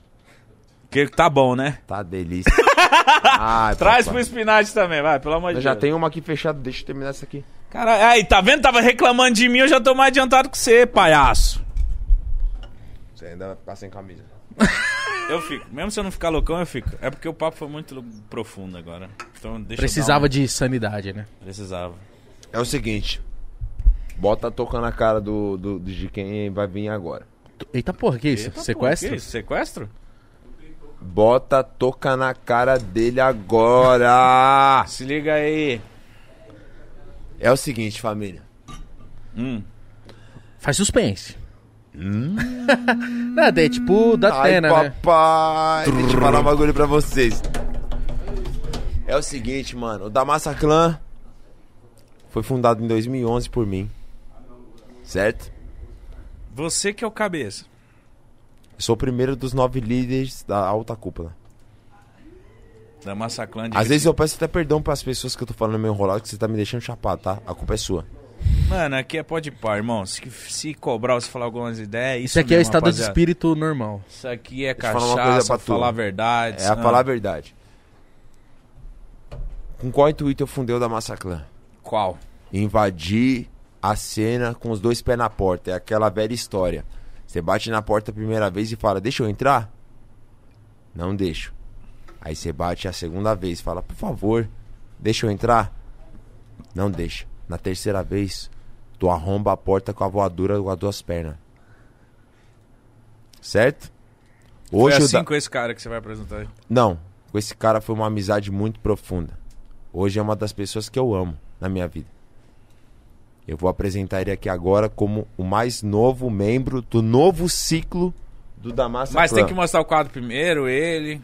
Speaker 2: Porque tá bom, né?
Speaker 3: Tá delícia. Ai,
Speaker 2: Traz pro
Speaker 3: papai.
Speaker 2: Spinach também, vai, pelo amor de
Speaker 3: É, tá Eu
Speaker 2: Deus.
Speaker 3: já tenho uma aqui fechada, deixa eu terminar essa aqui.
Speaker 2: Caralho, aí, tá vendo? Tava reclamando de mim, eu já tô mais adiantado que você, palhaço.
Speaker 3: Você ainda vai ficar sem camisa.
Speaker 2: Eu fico. Mesmo se eu não ficar loucão, eu fico. É porque o papo foi muito profundo agora. Então deixa
Speaker 1: Precisava
Speaker 2: eu dar
Speaker 1: de sanidade, né?
Speaker 2: uma- Precisava.
Speaker 3: É o seguinte. Bota a touca na cara do, do, do- de quem vai vir agora.
Speaker 1: Eita porra, que isso?
Speaker 2: Eita, pô,
Speaker 1: Sequestro?
Speaker 2: que isso? tá Sequestro?
Speaker 3: Bota a touca na cara dele agora.
Speaker 2: Se liga aí.
Speaker 3: É o seguinte, família.
Speaker 2: Hum.
Speaker 1: Faz suspense. Nada, é tipo da
Speaker 3: Ai,
Speaker 1: Atena, né?
Speaker 3: papai. Deixa eu falar um bagulho pra vocês. É o seguinte, mano. O Damassa Clan foi fundado em 2011 por mim. Certo?
Speaker 2: Você que é o cabeça.
Speaker 3: Eu sou o primeiro dos nove líderes da alta cúpula.
Speaker 2: Da Massaclã de.
Speaker 3: Às vezes eu peço até perdão pras pessoas que eu tô falando meio enrolado, que você tá me deixando chapado, tá? A culpa é sua.
Speaker 2: Mano, aqui é pode par, irmão. Se, se cobrar ou se falar algumas ideias. Isso,
Speaker 1: Isso aqui é o
Speaker 2: mesmo,
Speaker 1: estado de
Speaker 2: rapaziada.
Speaker 1: espírito normal.
Speaker 2: Isso aqui é
Speaker 3: eu falar uma coisa
Speaker 2: cachaça,
Speaker 3: pra tu.
Speaker 2: falar a verdade.
Speaker 3: É a
Speaker 2: né?
Speaker 3: falar a verdade. Com qual intuito eu fundei o Damassa Clan?
Speaker 2: Qual?
Speaker 3: invadir a cena com os dois pés na porta. É aquela velha história. Você bate na porta a primeira vez e fala, deixa eu entrar? Não deixo. Aí você bate a segunda vez, fala, por favor, deixa eu entrar? Não deixa. Na terceira vez, tu arromba a porta com a voadura com as duas pernas. Certo?
Speaker 2: Foi
Speaker 3: Hoje eu
Speaker 2: assim
Speaker 3: da-
Speaker 2: com esse cara que você vai apresentar aí.
Speaker 3: Não, com esse cara foi uma amizade muito profunda. Hoje é uma das pessoas que eu amo na minha vida. Eu vou apresentar ele aqui agora como o mais novo membro do novo ciclo do Damassa
Speaker 2: Mas
Speaker 3: Clan.
Speaker 2: tem que mostrar o quadro primeiro, ele.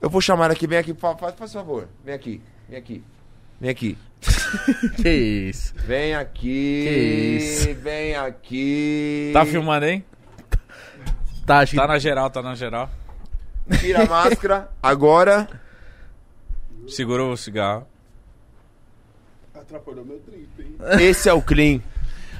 Speaker 3: Eu vou chamar ele aqui, vem aqui, fa- faz, faz favor. Vem aqui, vem aqui, vem aqui.
Speaker 1: Que isso?
Speaker 3: Vem aqui,
Speaker 1: Que
Speaker 3: vem aqui.
Speaker 2: Tá filmando, hein?
Speaker 1: Tá, acho que...
Speaker 2: Tá na geral, tá na geral.
Speaker 3: Tira a máscara. Agora,
Speaker 2: Segurou o cigarro.
Speaker 3: esse é o Clean.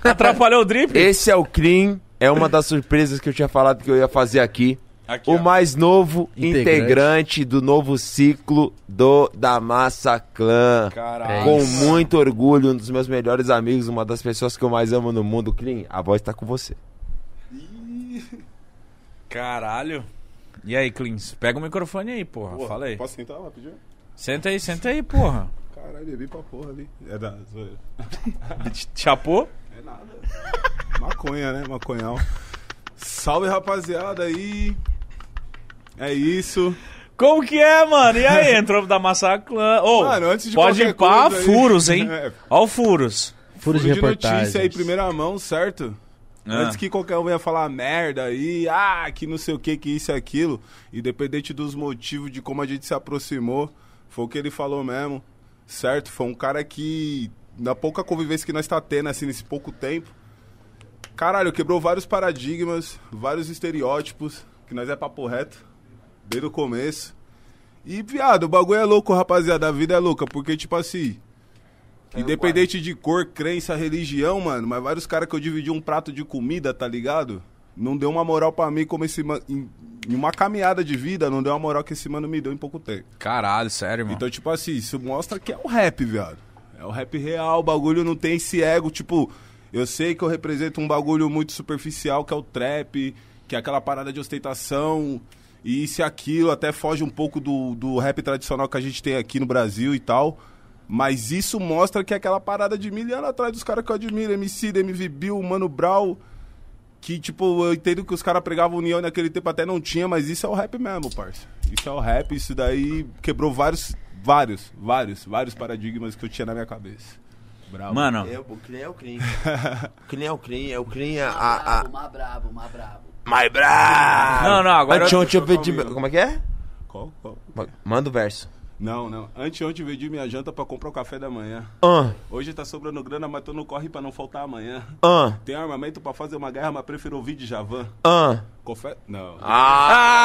Speaker 2: Atrapalhou o drip?
Speaker 3: Esse é o Clean. É uma das surpresas que eu tinha falado que eu ia fazer aqui.
Speaker 2: Aqui,
Speaker 3: O
Speaker 2: ó.
Speaker 3: mais novo
Speaker 1: Integrante.
Speaker 3: integrante, do novo ciclo do da Massa Clã.
Speaker 2: Caralho.
Speaker 3: Com muito orgulho, um dos meus melhores amigos, uma das pessoas que eu mais amo no mundo, Clean. A voz tá com você.
Speaker 2: Caralho. E aí, Clins? Pega o microfone aí, porra.
Speaker 7: Porra,
Speaker 2: Fala aí.
Speaker 7: Posso sentar rapidinho?
Speaker 2: Senta aí, senta aí, porra.
Speaker 7: Caralho, bebi pra porra ali. É da zoeira. É
Speaker 2: Te Chapou?
Speaker 7: Maconha, né? Maconhão. Salve, rapaziada aí. É isso.
Speaker 2: Como que é, mano? E aí, entrou da Massaclan. Ô,
Speaker 7: Mano, antes de
Speaker 2: pode ir
Speaker 7: qualquer
Speaker 2: pá,
Speaker 7: coisa aí-
Speaker 2: furos, hein?
Speaker 7: É.
Speaker 2: Ó o furos.
Speaker 1: Furo de,
Speaker 7: Furo
Speaker 1: reportagem.
Speaker 7: notícia aí, primeira mão, certo?
Speaker 2: Ah.
Speaker 7: Antes que qualquer um venha falar merda aí, ah, que não sei o que, que isso e aquilo. Independente dos motivos de como a gente se aproximou, foi o que ele falou mesmo, certo? Foi um cara que na pouca convivência que nós tá tendo, assim, nesse pouco tempo, caralho, quebrou vários paradigmas, vários estereótipos, que nós é papo reto, desde o começo. E, viado, o bagulho é louco, rapaziada, a vida é louca, porque, tipo assim, Independente de cor, crença, religião, mano, mas vários caras que eu dividi um prato de comida, tá ligado? Não deu uma moral pra mim como esse mano. Em, em uma caminhada de vida, não deu uma moral que esse mano me deu em pouco tempo.
Speaker 2: Caralho, sério, mano.
Speaker 7: Então, tipo assim, isso mostra que é o rap, viado. É o rap real, o bagulho não tem esse ego, tipo, eu sei que eu represento um bagulho muito superficial, que é o trap, que é aquela parada de ostentação, e isso e aquilo, até foge um pouco do, do rap tradicional que a gente tem aqui no Brasil e tal. Mas isso mostra que é aquela parada de mil anos atrás dos caras que eu admiro, MC, MV Bill, Mano Brown, que, tipo, eu entendo que os caras pregavam união e naquele tempo até não tinha, mas isso é o rap mesmo, parça. Isso é o rap, isso daí quebrou vários, vários, vários, vários paradigmas que eu tinha na minha cabeça. Bravo.
Speaker 2: Mano,
Speaker 3: É, o clean é o clean. O clean é o clean, é o clean é a... a...
Speaker 5: Brabo, má brabo, má brabo.
Speaker 3: My bravo!
Speaker 2: Não, não, agora eu-
Speaker 3: Anteontem eu pedi... Como é que é?
Speaker 7: Qual, qual?
Speaker 3: Manda o verso.
Speaker 7: Não, não. Anteontem vendi minha janta pra comprar o café da manhã.
Speaker 3: Ah,
Speaker 7: Hoje tá sobrando grana, mas tô no corre pra não faltar amanhã.
Speaker 3: ah,
Speaker 7: Tem armamento pra fazer uma guerra, mas prefiro ouvir de Javan.
Speaker 3: ah.
Speaker 7: Confere. Não.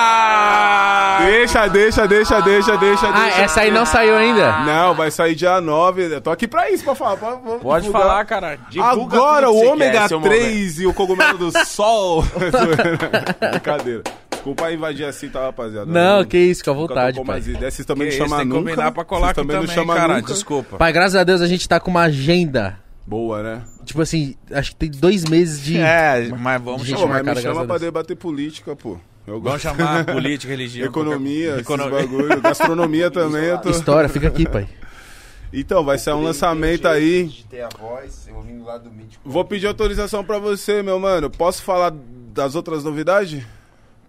Speaker 2: Ah!
Speaker 7: Deixa, deixa, deixa, deixa, deixa,
Speaker 1: Ah,
Speaker 7: deixa.
Speaker 1: essa aí não saiu
Speaker 2: Ah.
Speaker 1: ainda.
Speaker 7: Não, vai sair dia 9. Eu tô aqui pra isso, pra falar. pra- pra
Speaker 2: Pode
Speaker 7: divulgar.
Speaker 2: falar, cara.
Speaker 7: Ah,
Speaker 2: Divulga
Speaker 7: Agora
Speaker 2: tudo
Speaker 7: o
Speaker 2: que você quer,
Speaker 7: ômega
Speaker 2: seu
Speaker 7: 3 e o cogumelo do sol. Brincadeira. Desculpa invadir assim, tá, rapaziada?
Speaker 1: Não, que isso, fica à
Speaker 7: Nunca tô
Speaker 1: vontade,
Speaker 7: com
Speaker 1: pai.
Speaker 7: mais ideia. Vocês também
Speaker 2: Que
Speaker 7: não
Speaker 2: isso,
Speaker 7: chamam
Speaker 2: tem que
Speaker 7: nunca.
Speaker 2: combinar pra colar
Speaker 7: Vocês
Speaker 2: aqui também,
Speaker 7: não chamam
Speaker 2: cara.
Speaker 7: nunca.
Speaker 2: Desculpa.
Speaker 1: Pai, graças a Deus a gente tá com uma agenda.
Speaker 7: Boa, né?
Speaker 1: Tipo assim, acho que tem dois meses de.
Speaker 2: É, mas vamos
Speaker 1: Gente,
Speaker 7: Pô,
Speaker 2: chamar.
Speaker 7: mas
Speaker 1: marcada,
Speaker 7: me
Speaker 1: graças a
Speaker 7: chama pra
Speaker 1: Deus.
Speaker 7: debater política, pô. Eu
Speaker 2: Vamos
Speaker 7: gosto.
Speaker 2: chamar política, religião.
Speaker 7: Economia, esses
Speaker 2: Economia.
Speaker 7: bagulho. Gastronomia também. eu tô-
Speaker 1: História, fica aqui, pai.
Speaker 7: Então, vai sair um lançamento aí.
Speaker 3: Digitei a voz, eu vim lá do mítico.
Speaker 7: Vou pedir autorização pra você, meu mano. Posso falar das outras novidades?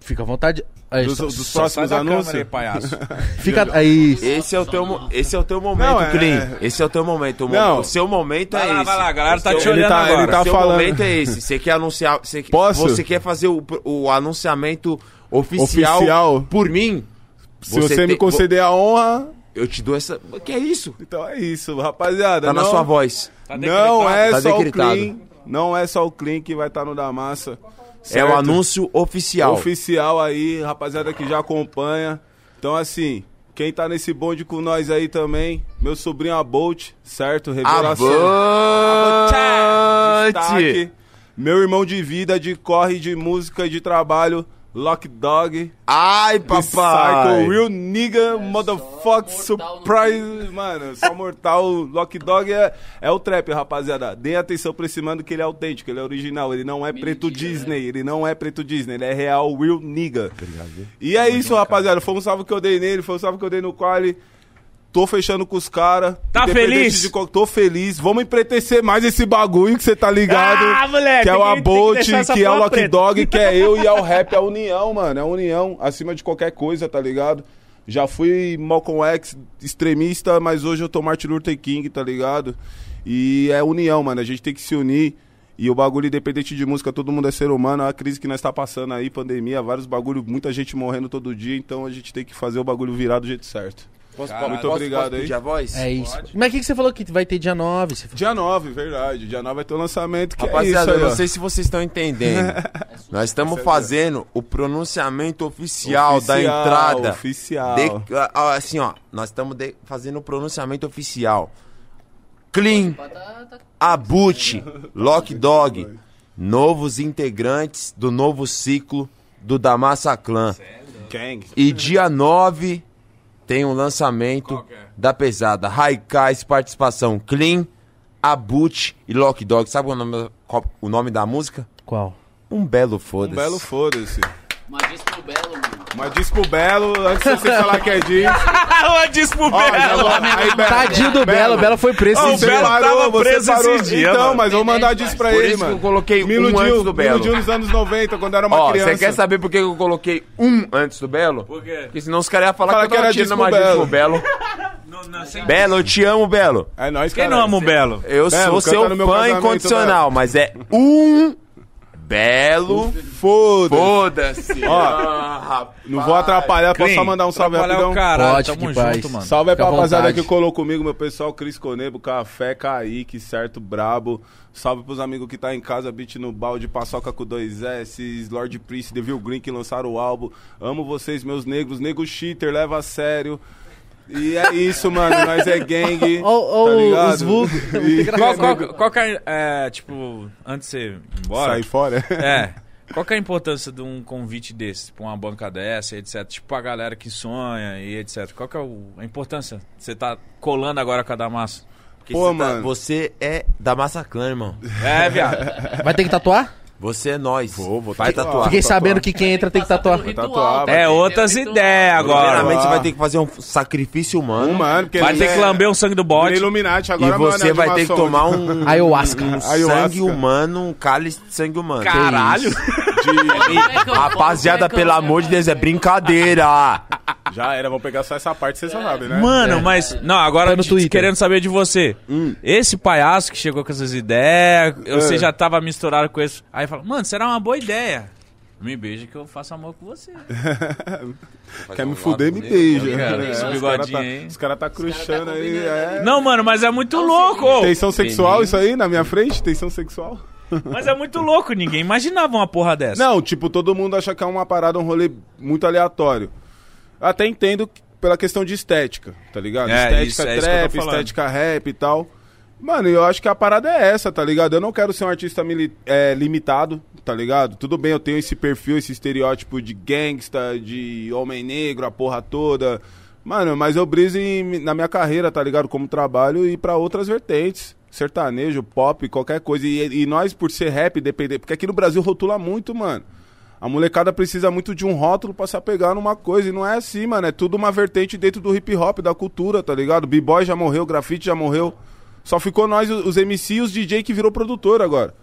Speaker 1: Fica à vontade. Aí,
Speaker 7: Dos,
Speaker 1: só-
Speaker 7: dos
Speaker 1: só-
Speaker 7: próximos
Speaker 2: Sai da
Speaker 7: anúncios? É
Speaker 2: câmera aí, palhaço.
Speaker 1: fica aí.
Speaker 3: Esse é o teu, mo- esse é o teu momento,
Speaker 7: Não, é-
Speaker 3: Clean. Esse é o teu momento. O, mo-
Speaker 7: Não.
Speaker 3: o seu momento
Speaker 2: Vai
Speaker 3: é
Speaker 2: lá,
Speaker 3: esse.
Speaker 2: vai lá, a galera
Speaker 3: O
Speaker 2: tá
Speaker 3: seu-
Speaker 2: te olhando
Speaker 7: ele tá-
Speaker 2: agora.
Speaker 7: ele tá-
Speaker 3: o seu
Speaker 7: falando.
Speaker 3: momento é esse. Você quer anunciar. Você,
Speaker 7: Posso?
Speaker 3: você quer fazer o, o anunciamento oficial,
Speaker 7: Oficial?
Speaker 3: por mim?
Speaker 7: Se você, me
Speaker 3: tem-
Speaker 7: conceder a honra,
Speaker 3: Eu te dou essa. Que é isso?
Speaker 7: então é isso, rapaziada.
Speaker 3: Tá na
Speaker 7: Não-
Speaker 3: sua voz.
Speaker 2: Tá
Speaker 7: Não
Speaker 2: decretado.
Speaker 7: é
Speaker 3: Tá
Speaker 7: só
Speaker 3: decretado.
Speaker 7: o Clean. Não é só o Clean que vai estar no da massa.
Speaker 3: É
Speaker 7: certo?
Speaker 3: o anúncio oficial.
Speaker 7: oficial aí, rapaziada que já acompanha. Então, assim, quem tá nesse bonde com nós aí também, meu sobrinho Abolt, certo? Revelação.
Speaker 3: Avante!
Speaker 7: Destaque. Meu irmão de vida, de corre, de música e de trabalho, Lock Dog.
Speaker 3: Ai, papai!
Speaker 7: Psycho, real nigga, motherfucker,
Speaker 5: só mortal no
Speaker 7: surprise, mano, só mortal, Lock Dog é, é o trap, rapaziada, deem atenção pra esse mano que ele é autêntico, ele é original, ele não é preto Disney, ele não é preto Disney, ele é real, real nigga. E é isso, rapaziada, foi um salve que eu dei nele, foi um salve que eu dei no Quali, tô fechando com os caras.
Speaker 2: Tá feliz?
Speaker 7: Tô feliz, vamos empretecer mais esse bagulho que você tá ligado.
Speaker 2: Ah, moleque,
Speaker 7: Que é o
Speaker 2: tem que
Speaker 7: Abolt,
Speaker 2: deixar essa
Speaker 7: que é o
Speaker 2: porra
Speaker 7: Lock
Speaker 2: preta.
Speaker 7: Dog. Dog, que é eu e é o rap, é a união, mano. É a união acima de qualquer coisa, tá ligado? Já fui Malcolm X extremista, mas hoje eu tô Martin Luther King, tá ligado? E é união, mano. A gente tem que se unir. E o bagulho, independente de música, todo mundo é ser humano. A crise que nós tá passando aí, pandemia, vários bagulho, muita gente morrendo todo dia. Então a gente tem que fazer o bagulho virar do jeito certo.
Speaker 3: Posso,
Speaker 7: Caralho. Muito obrigado aí.
Speaker 3: pedir a voz?
Speaker 1: É isso. Mas o que, que você falou que vai ter dia 9? Você falou-
Speaker 7: Dia 9, verdade. Dia 9 vai ter o lançamento, que
Speaker 3: Rapaziada,
Speaker 7: é isso aí,
Speaker 3: eu
Speaker 7: ó. É
Speaker 3: não sei se vocês estão entendendo. Nós estamos fazendo o pronunciamento oficial, da
Speaker 7: Oficial,
Speaker 3: entrada.
Speaker 7: Oficial.
Speaker 3: De- ah, ah, assim, ó, nós estamos de- fazendo o pronunciamento oficial. Clean, Abut, Lock Dog, novos integrantes do novo ciclo do Damassa Clã.
Speaker 7: Gang.
Speaker 3: E dia 9 tem o lançamento
Speaker 7: é?
Speaker 3: da pesada. Raikais, participação Clean, Abut e Lock Dog. Sabe o nome, qual o nome da música?
Speaker 1: Qual?
Speaker 3: Um belo
Speaker 7: Um
Speaker 3: foda-se.
Speaker 7: belo foda-se.
Speaker 5: Mas diz pro Belo, mano.
Speaker 7: Mas diz pro Belo, antes de você falar que é diz.
Speaker 2: Ah, eu disse pro
Speaker 7: Ó, já
Speaker 2: Belo.
Speaker 7: vou-
Speaker 3: né?
Speaker 7: aí, Belo.
Speaker 1: Tadinho do Belo, o Belo foi preso.
Speaker 7: Ó,
Speaker 1: esse
Speaker 7: o
Speaker 2: Esse
Speaker 1: dia.
Speaker 7: Belo
Speaker 2: Belo
Speaker 7: parou,
Speaker 2: tava
Speaker 7: você
Speaker 2: preso
Speaker 7: parou.
Speaker 2: esses dias,
Speaker 7: Então,
Speaker 2: mano.
Speaker 7: mas eu vou mandar disso pra
Speaker 3: Por
Speaker 7: ele,
Speaker 3: isso que
Speaker 7: mano.
Speaker 3: eu coloquei
Speaker 7: me
Speaker 3: um
Speaker 7: iludiu,
Speaker 3: antes do Belo.
Speaker 7: Me iludiu nos anos 90, quando era uma
Speaker 3: Ó,
Speaker 7: criança.
Speaker 3: você quer saber por que eu coloquei um antes do Belo?
Speaker 2: Por quê?
Speaker 3: Porque senão os caras iam falar que
Speaker 7: Fala
Speaker 3: eu
Speaker 7: que
Speaker 3: tava
Speaker 7: era
Speaker 3: tirando
Speaker 7: disco
Speaker 3: uma dica pro Belo.
Speaker 2: Não, não, sem-
Speaker 3: Belo, eu te amo, Belo.
Speaker 7: É nóis,
Speaker 2: Quem
Speaker 7: cara.
Speaker 2: não ama o Belo?
Speaker 3: Eu
Speaker 7: Belo,
Speaker 3: sou
Speaker 7: canta no
Speaker 3: seu
Speaker 7: meu
Speaker 3: fã
Speaker 7: casamento,
Speaker 3: incondicional, mas é um Belo.
Speaker 7: Foda!
Speaker 3: Foda-se.
Speaker 7: Ó,
Speaker 3: Ah, rapaz.
Speaker 7: Não vou atrapalhar, posso só
Speaker 2: Clean.
Speaker 7: mandar um salve
Speaker 2: Atrapalhar
Speaker 7: rapidão?
Speaker 2: o caralho,
Speaker 1: Pode,
Speaker 2: tamo
Speaker 1: que
Speaker 2: junto,
Speaker 1: paz.
Speaker 2: mano.
Speaker 7: Salve aí
Speaker 1: Fica
Speaker 7: pra
Speaker 1: à
Speaker 7: rapaziada
Speaker 1: vontade.
Speaker 7: que colou comigo, meu pessoal, Cris Conebo, Café, Kaique, certo, brabo. Salve pros amigos que tá em casa, Beat no Balde, Paçoca com 2S, Lord Priest, Devil Green, que lançaram o álbum. Amo vocês, meus negros, nego cheater, leva a sério. E é isso, mano, nós é gangue,
Speaker 1: Ó, ó,
Speaker 7: tá ligado?
Speaker 1: os vulgos.
Speaker 7: E-
Speaker 2: Qual, qual, qual que é, é, tipo, antes de você ir embora,
Speaker 7: Sai fora.
Speaker 2: é, qual que é a importância de um convite desse, pra uma banca dessa, etc, tipo a galera que sonha e etc, qual que é o- a importância? Você tá colando agora com a da massa.
Speaker 3: Porque você
Speaker 7: Pô,
Speaker 3: tá-
Speaker 7: mano.
Speaker 3: você é da Massa Clã, irmão.
Speaker 2: É, viado.
Speaker 1: Vai ter que tatuar?
Speaker 3: Você é nós.
Speaker 7: Vou, vou
Speaker 3: Vai
Speaker 7: tatuar.
Speaker 3: tatuar.
Speaker 1: Fiquei
Speaker 7: tatuar.
Speaker 1: sabendo que quem entra tem que tatuar.
Speaker 5: Passa pelo
Speaker 7: Tatuar,
Speaker 5: ritual,
Speaker 7: vai
Speaker 5: tem
Speaker 2: É
Speaker 5: que ter
Speaker 2: outras
Speaker 5: um ritual.
Speaker 2: ideias agora.
Speaker 3: Primeiramente, você
Speaker 7: Agora.
Speaker 3: vai ter que fazer um sacrifício humano.
Speaker 7: Mano, porque
Speaker 2: Vai
Speaker 7: ele
Speaker 2: ter
Speaker 7: é-
Speaker 2: que lamber o sangue do
Speaker 7: ele é
Speaker 2: bode.
Speaker 7: Illuminati
Speaker 3: E
Speaker 7: agora, mano,
Speaker 3: você
Speaker 7: é
Speaker 3: vai ter que
Speaker 7: animação.
Speaker 3: tomar um,
Speaker 1: Ayahuasca.
Speaker 3: um
Speaker 7: Ayahuasca.
Speaker 3: sangue humano, um cálice de sangue humano.
Speaker 2: Caralho.
Speaker 3: E, Rapaziada, pelo amor de Deus, é brincadeira. um-
Speaker 7: Já era, vamos pegar só essa parte,
Speaker 1: É.
Speaker 7: vocês já sabem, né?
Speaker 2: Mano, mas. Não, agora
Speaker 1: Tá no
Speaker 2: t-
Speaker 1: Twitter.
Speaker 2: querendo saber de você. Esse palhaço que chegou com essas ideias, você já tava misturado com isso. Aí fala, mano, será uma boa ideia. Me beija que eu faço amor com você.
Speaker 7: Quer me fuder, me beija.
Speaker 2: ligado?
Speaker 7: É,
Speaker 2: Esse
Speaker 7: os
Speaker 2: bigodinho
Speaker 7: cara tá-
Speaker 2: aí.
Speaker 7: Os caras tá cruxando aí. é.
Speaker 2: Não, mano, mas é muito louco. ô.
Speaker 7: Tensão sexual, isso aí, na minha frente? Tensão sexual?
Speaker 2: Mas é muito louco, ninguém imaginava uma porra dessa.
Speaker 7: Não, tipo, todo mundo acha que é uma parada, um rolê muito aleatório. Até entendo que- pela questão de estética, tá ligado?
Speaker 2: É,
Speaker 7: estética
Speaker 2: isso- é isso que eu tô
Speaker 7: trap,
Speaker 2: falando.
Speaker 7: estética rap e tal. Mano, eu acho que a parada é essa, tá ligado? Eu não quero ser um artista mili- é, limitado, tá ligado? Tudo bem, eu tenho esse perfil, esse estereótipo de gangsta, de homem negro, a porra toda. Mano, mas eu briso em- na minha carreira, tá ligado? Como trabalho e pra outras vertentes. Sertanejo, pop, qualquer coisa. E, e nós, por ser rap, depender. Porque aqui no Brasil rotula muito, mano. A molecada precisa muito de um rótulo pra se apegar numa coisa. E não é assim, mano. É tudo uma vertente dentro do hip hop, da cultura, tá ligado? B-boy já morreu, grafite já morreu. Só ficou nós, os MC e os DJ que virou produtor agora.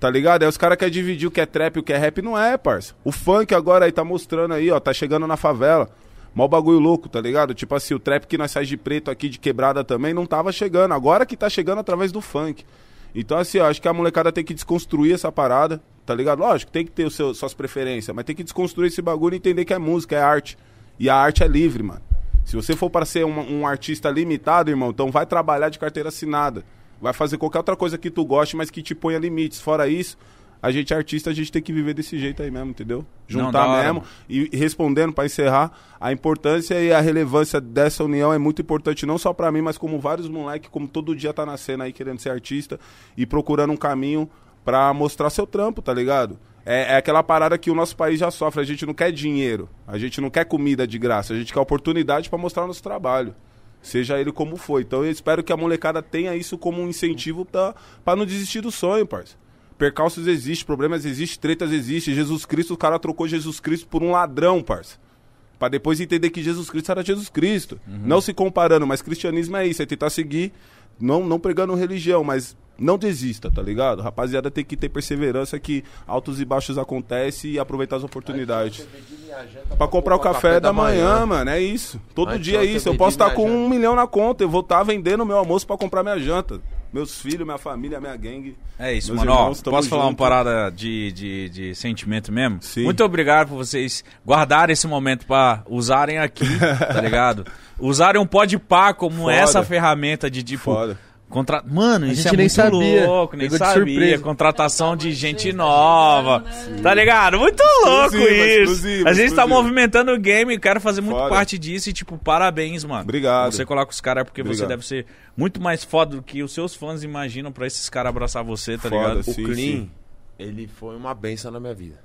Speaker 7: Tá ligado? Aí os caras querem dividir o que é trap e o que é rap. Não é, parça. O funk agora aí tá mostrando aí, ó. Tá chegando na favela. Mó bagulho louco, tá ligado? Tipo assim, o trap que nós sai de preto aqui, de quebrada também, não tava chegando. Agora que tá chegando através do funk. Então, assim, ó, acho que a molecada tem que desconstruir essa parada, tá ligado? Lógico, tem que ter o seu, suas preferências, mas tem que desconstruir esse bagulho e entender que é música, é arte. E a arte é livre, mano. Se você for pra ser um, um artista limitado, irmão, então vai trabalhar de carteira assinada. Vai fazer qualquer outra coisa que tu goste, mas que te ponha limites. Fora isso, a gente é artista, a gente tem que viver desse jeito aí mesmo, entendeu? Juntar
Speaker 2: da hora,
Speaker 7: mesmo. E respondendo pra encerrar, a importância e a relevância dessa união é muito importante, não só pra mim, mas como vários moleques, como todo dia tá nascendo aí querendo ser artista e procurando um caminho pra mostrar seu trampo, tá ligado? É, é aquela parada que o nosso país já sofre. A gente não quer dinheiro, a gente não quer comida de graça, a gente quer oportunidade pra mostrar nosso trabalho. Seja ele como for. Então eu espero que a molecada tenha isso como um incentivo pra, pra não desistir do sonho, parça. Percalços existem, problemas existem, tretas existem. Jesus Cristo, o cara trocou Jesus Cristo por um ladrão, parça. Pra depois entender que Jesus Cristo era Jesus Cristo. Não se comparando, mas cristianismo é isso, é tentar seguir, não, não pregando religião, mas não desista, tá ligado? Rapaziada tem que ter perseverança que altos e baixos acontecem e aproveitar as oportunidades. Pra comprar o café, da, manhã, mano, é isso. Todo
Speaker 3: Antes
Speaker 7: dia é
Speaker 3: ontem eu
Speaker 7: isso. Eu
Speaker 3: vendi
Speaker 7: posso estar
Speaker 3: minha
Speaker 7: com
Speaker 3: janta.
Speaker 7: um milhão na conta, eu vou estar vendendo meu almoço pra comprar minha janta. Meus filhos, minha família, minha gangue.
Speaker 2: É isso,
Speaker 7: Meus
Speaker 2: mano. Ó,
Speaker 7: irmãos, tamo
Speaker 2: posso falar uma
Speaker 7: junto.
Speaker 2: parada de, de, de sentimento mesmo?
Speaker 7: Sim.
Speaker 2: Muito obrigado por vocês guardarem esse momento pra usarem aqui, tá ligado? Usarem um pode pá como
Speaker 7: Foda.
Speaker 2: essa ferramenta de tipo.
Speaker 7: Foda.
Speaker 2: Contra... Mano, isso
Speaker 1: gente
Speaker 2: é
Speaker 1: nem
Speaker 2: muito
Speaker 1: sabia.
Speaker 2: louco, nem
Speaker 1: Pegou de
Speaker 2: sabia.
Speaker 1: surpresa.
Speaker 2: Contratação de gente nova. Tá ligado? Muito louco
Speaker 7: Exclusivo,
Speaker 2: isso.
Speaker 7: exclusivo,
Speaker 2: a gente tá
Speaker 7: exclusivo.
Speaker 2: movimentando o game e quero fazer muito
Speaker 7: Foda.
Speaker 2: parte disso. E, tipo, parabéns, mano.
Speaker 7: Obrigado.
Speaker 2: Você coloca os caras porque você
Speaker 7: Obrigado.
Speaker 2: deve ser muito mais foda do que os seus fãs imaginam pra esses caras abraçar você, tá
Speaker 7: Foda,
Speaker 2: ligado?
Speaker 7: sim.
Speaker 3: O Clean, ele foi uma benção na minha vida.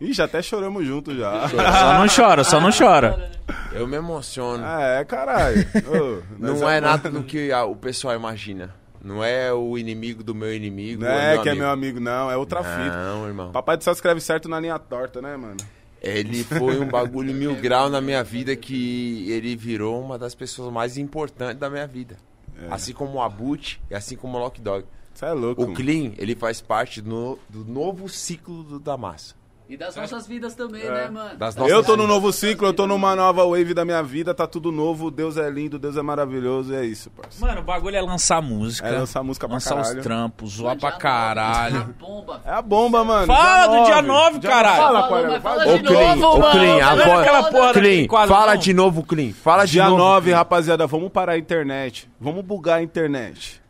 Speaker 7: Ih, já até choramos junto já.
Speaker 2: Só não chora, só não chora.
Speaker 3: Eu me emociono.
Speaker 7: Ah, é, caralho. Ô, nós
Speaker 3: não é nada do que a- o pessoal imagina. Não é o inimigo do meu inimigo.
Speaker 7: Não é que é meu
Speaker 3: amigo.
Speaker 7: amigo, não. É outra fita.
Speaker 3: Não, irmão.
Speaker 7: Papai do céu escreve certo na linha torta, né, mano?
Speaker 3: Ele foi um bagulho mil grau na minha vida que ele virou uma das pessoas mais importantes da minha vida.
Speaker 7: É.
Speaker 3: Assim como o Abut e assim como o Lock Dog.
Speaker 7: Você é louco.
Speaker 3: O
Speaker 7: mano.
Speaker 3: Clean, ele faz parte do, do novo ciclo do, da massa.
Speaker 5: E das nossas vidas também, né, mano?
Speaker 3: Das nossas
Speaker 7: É. Eu tô num
Speaker 3: vidas.
Speaker 7: novo ciclo, eu tô numa nova wave da minha vida, tá tudo novo, Deus é lindo, Deus é maravilhoso, e é isso, parceiro.
Speaker 2: Mano, o bagulho é lançar música.
Speaker 7: É lançar música pra
Speaker 2: lançar
Speaker 7: caralho.
Speaker 2: os trampos, zoar
Speaker 5: Dia
Speaker 2: pra
Speaker 5: nove,
Speaker 2: caralho.
Speaker 5: uma bomba.
Speaker 7: É a bomba, mano.
Speaker 2: Fala do dia nove, caralho.
Speaker 7: Fala,
Speaker 5: Fala,
Speaker 7: Aquarela,
Speaker 5: mas fala
Speaker 7: fala.
Speaker 5: de
Speaker 3: Ô, Clean,
Speaker 5: novo,
Speaker 3: ô,
Speaker 5: mano.
Speaker 3: Clean,
Speaker 5: Tá vendo
Speaker 3: agora-
Speaker 5: aquela porra
Speaker 2: Clean.
Speaker 5: daquele-
Speaker 2: Tem quadro,
Speaker 3: Fala
Speaker 2: não?
Speaker 3: de novo, Clean. Fala de
Speaker 7: Dia
Speaker 3: novo.
Speaker 7: 9, rapaziada, vamos parar a internet. Vamos bugar a internet.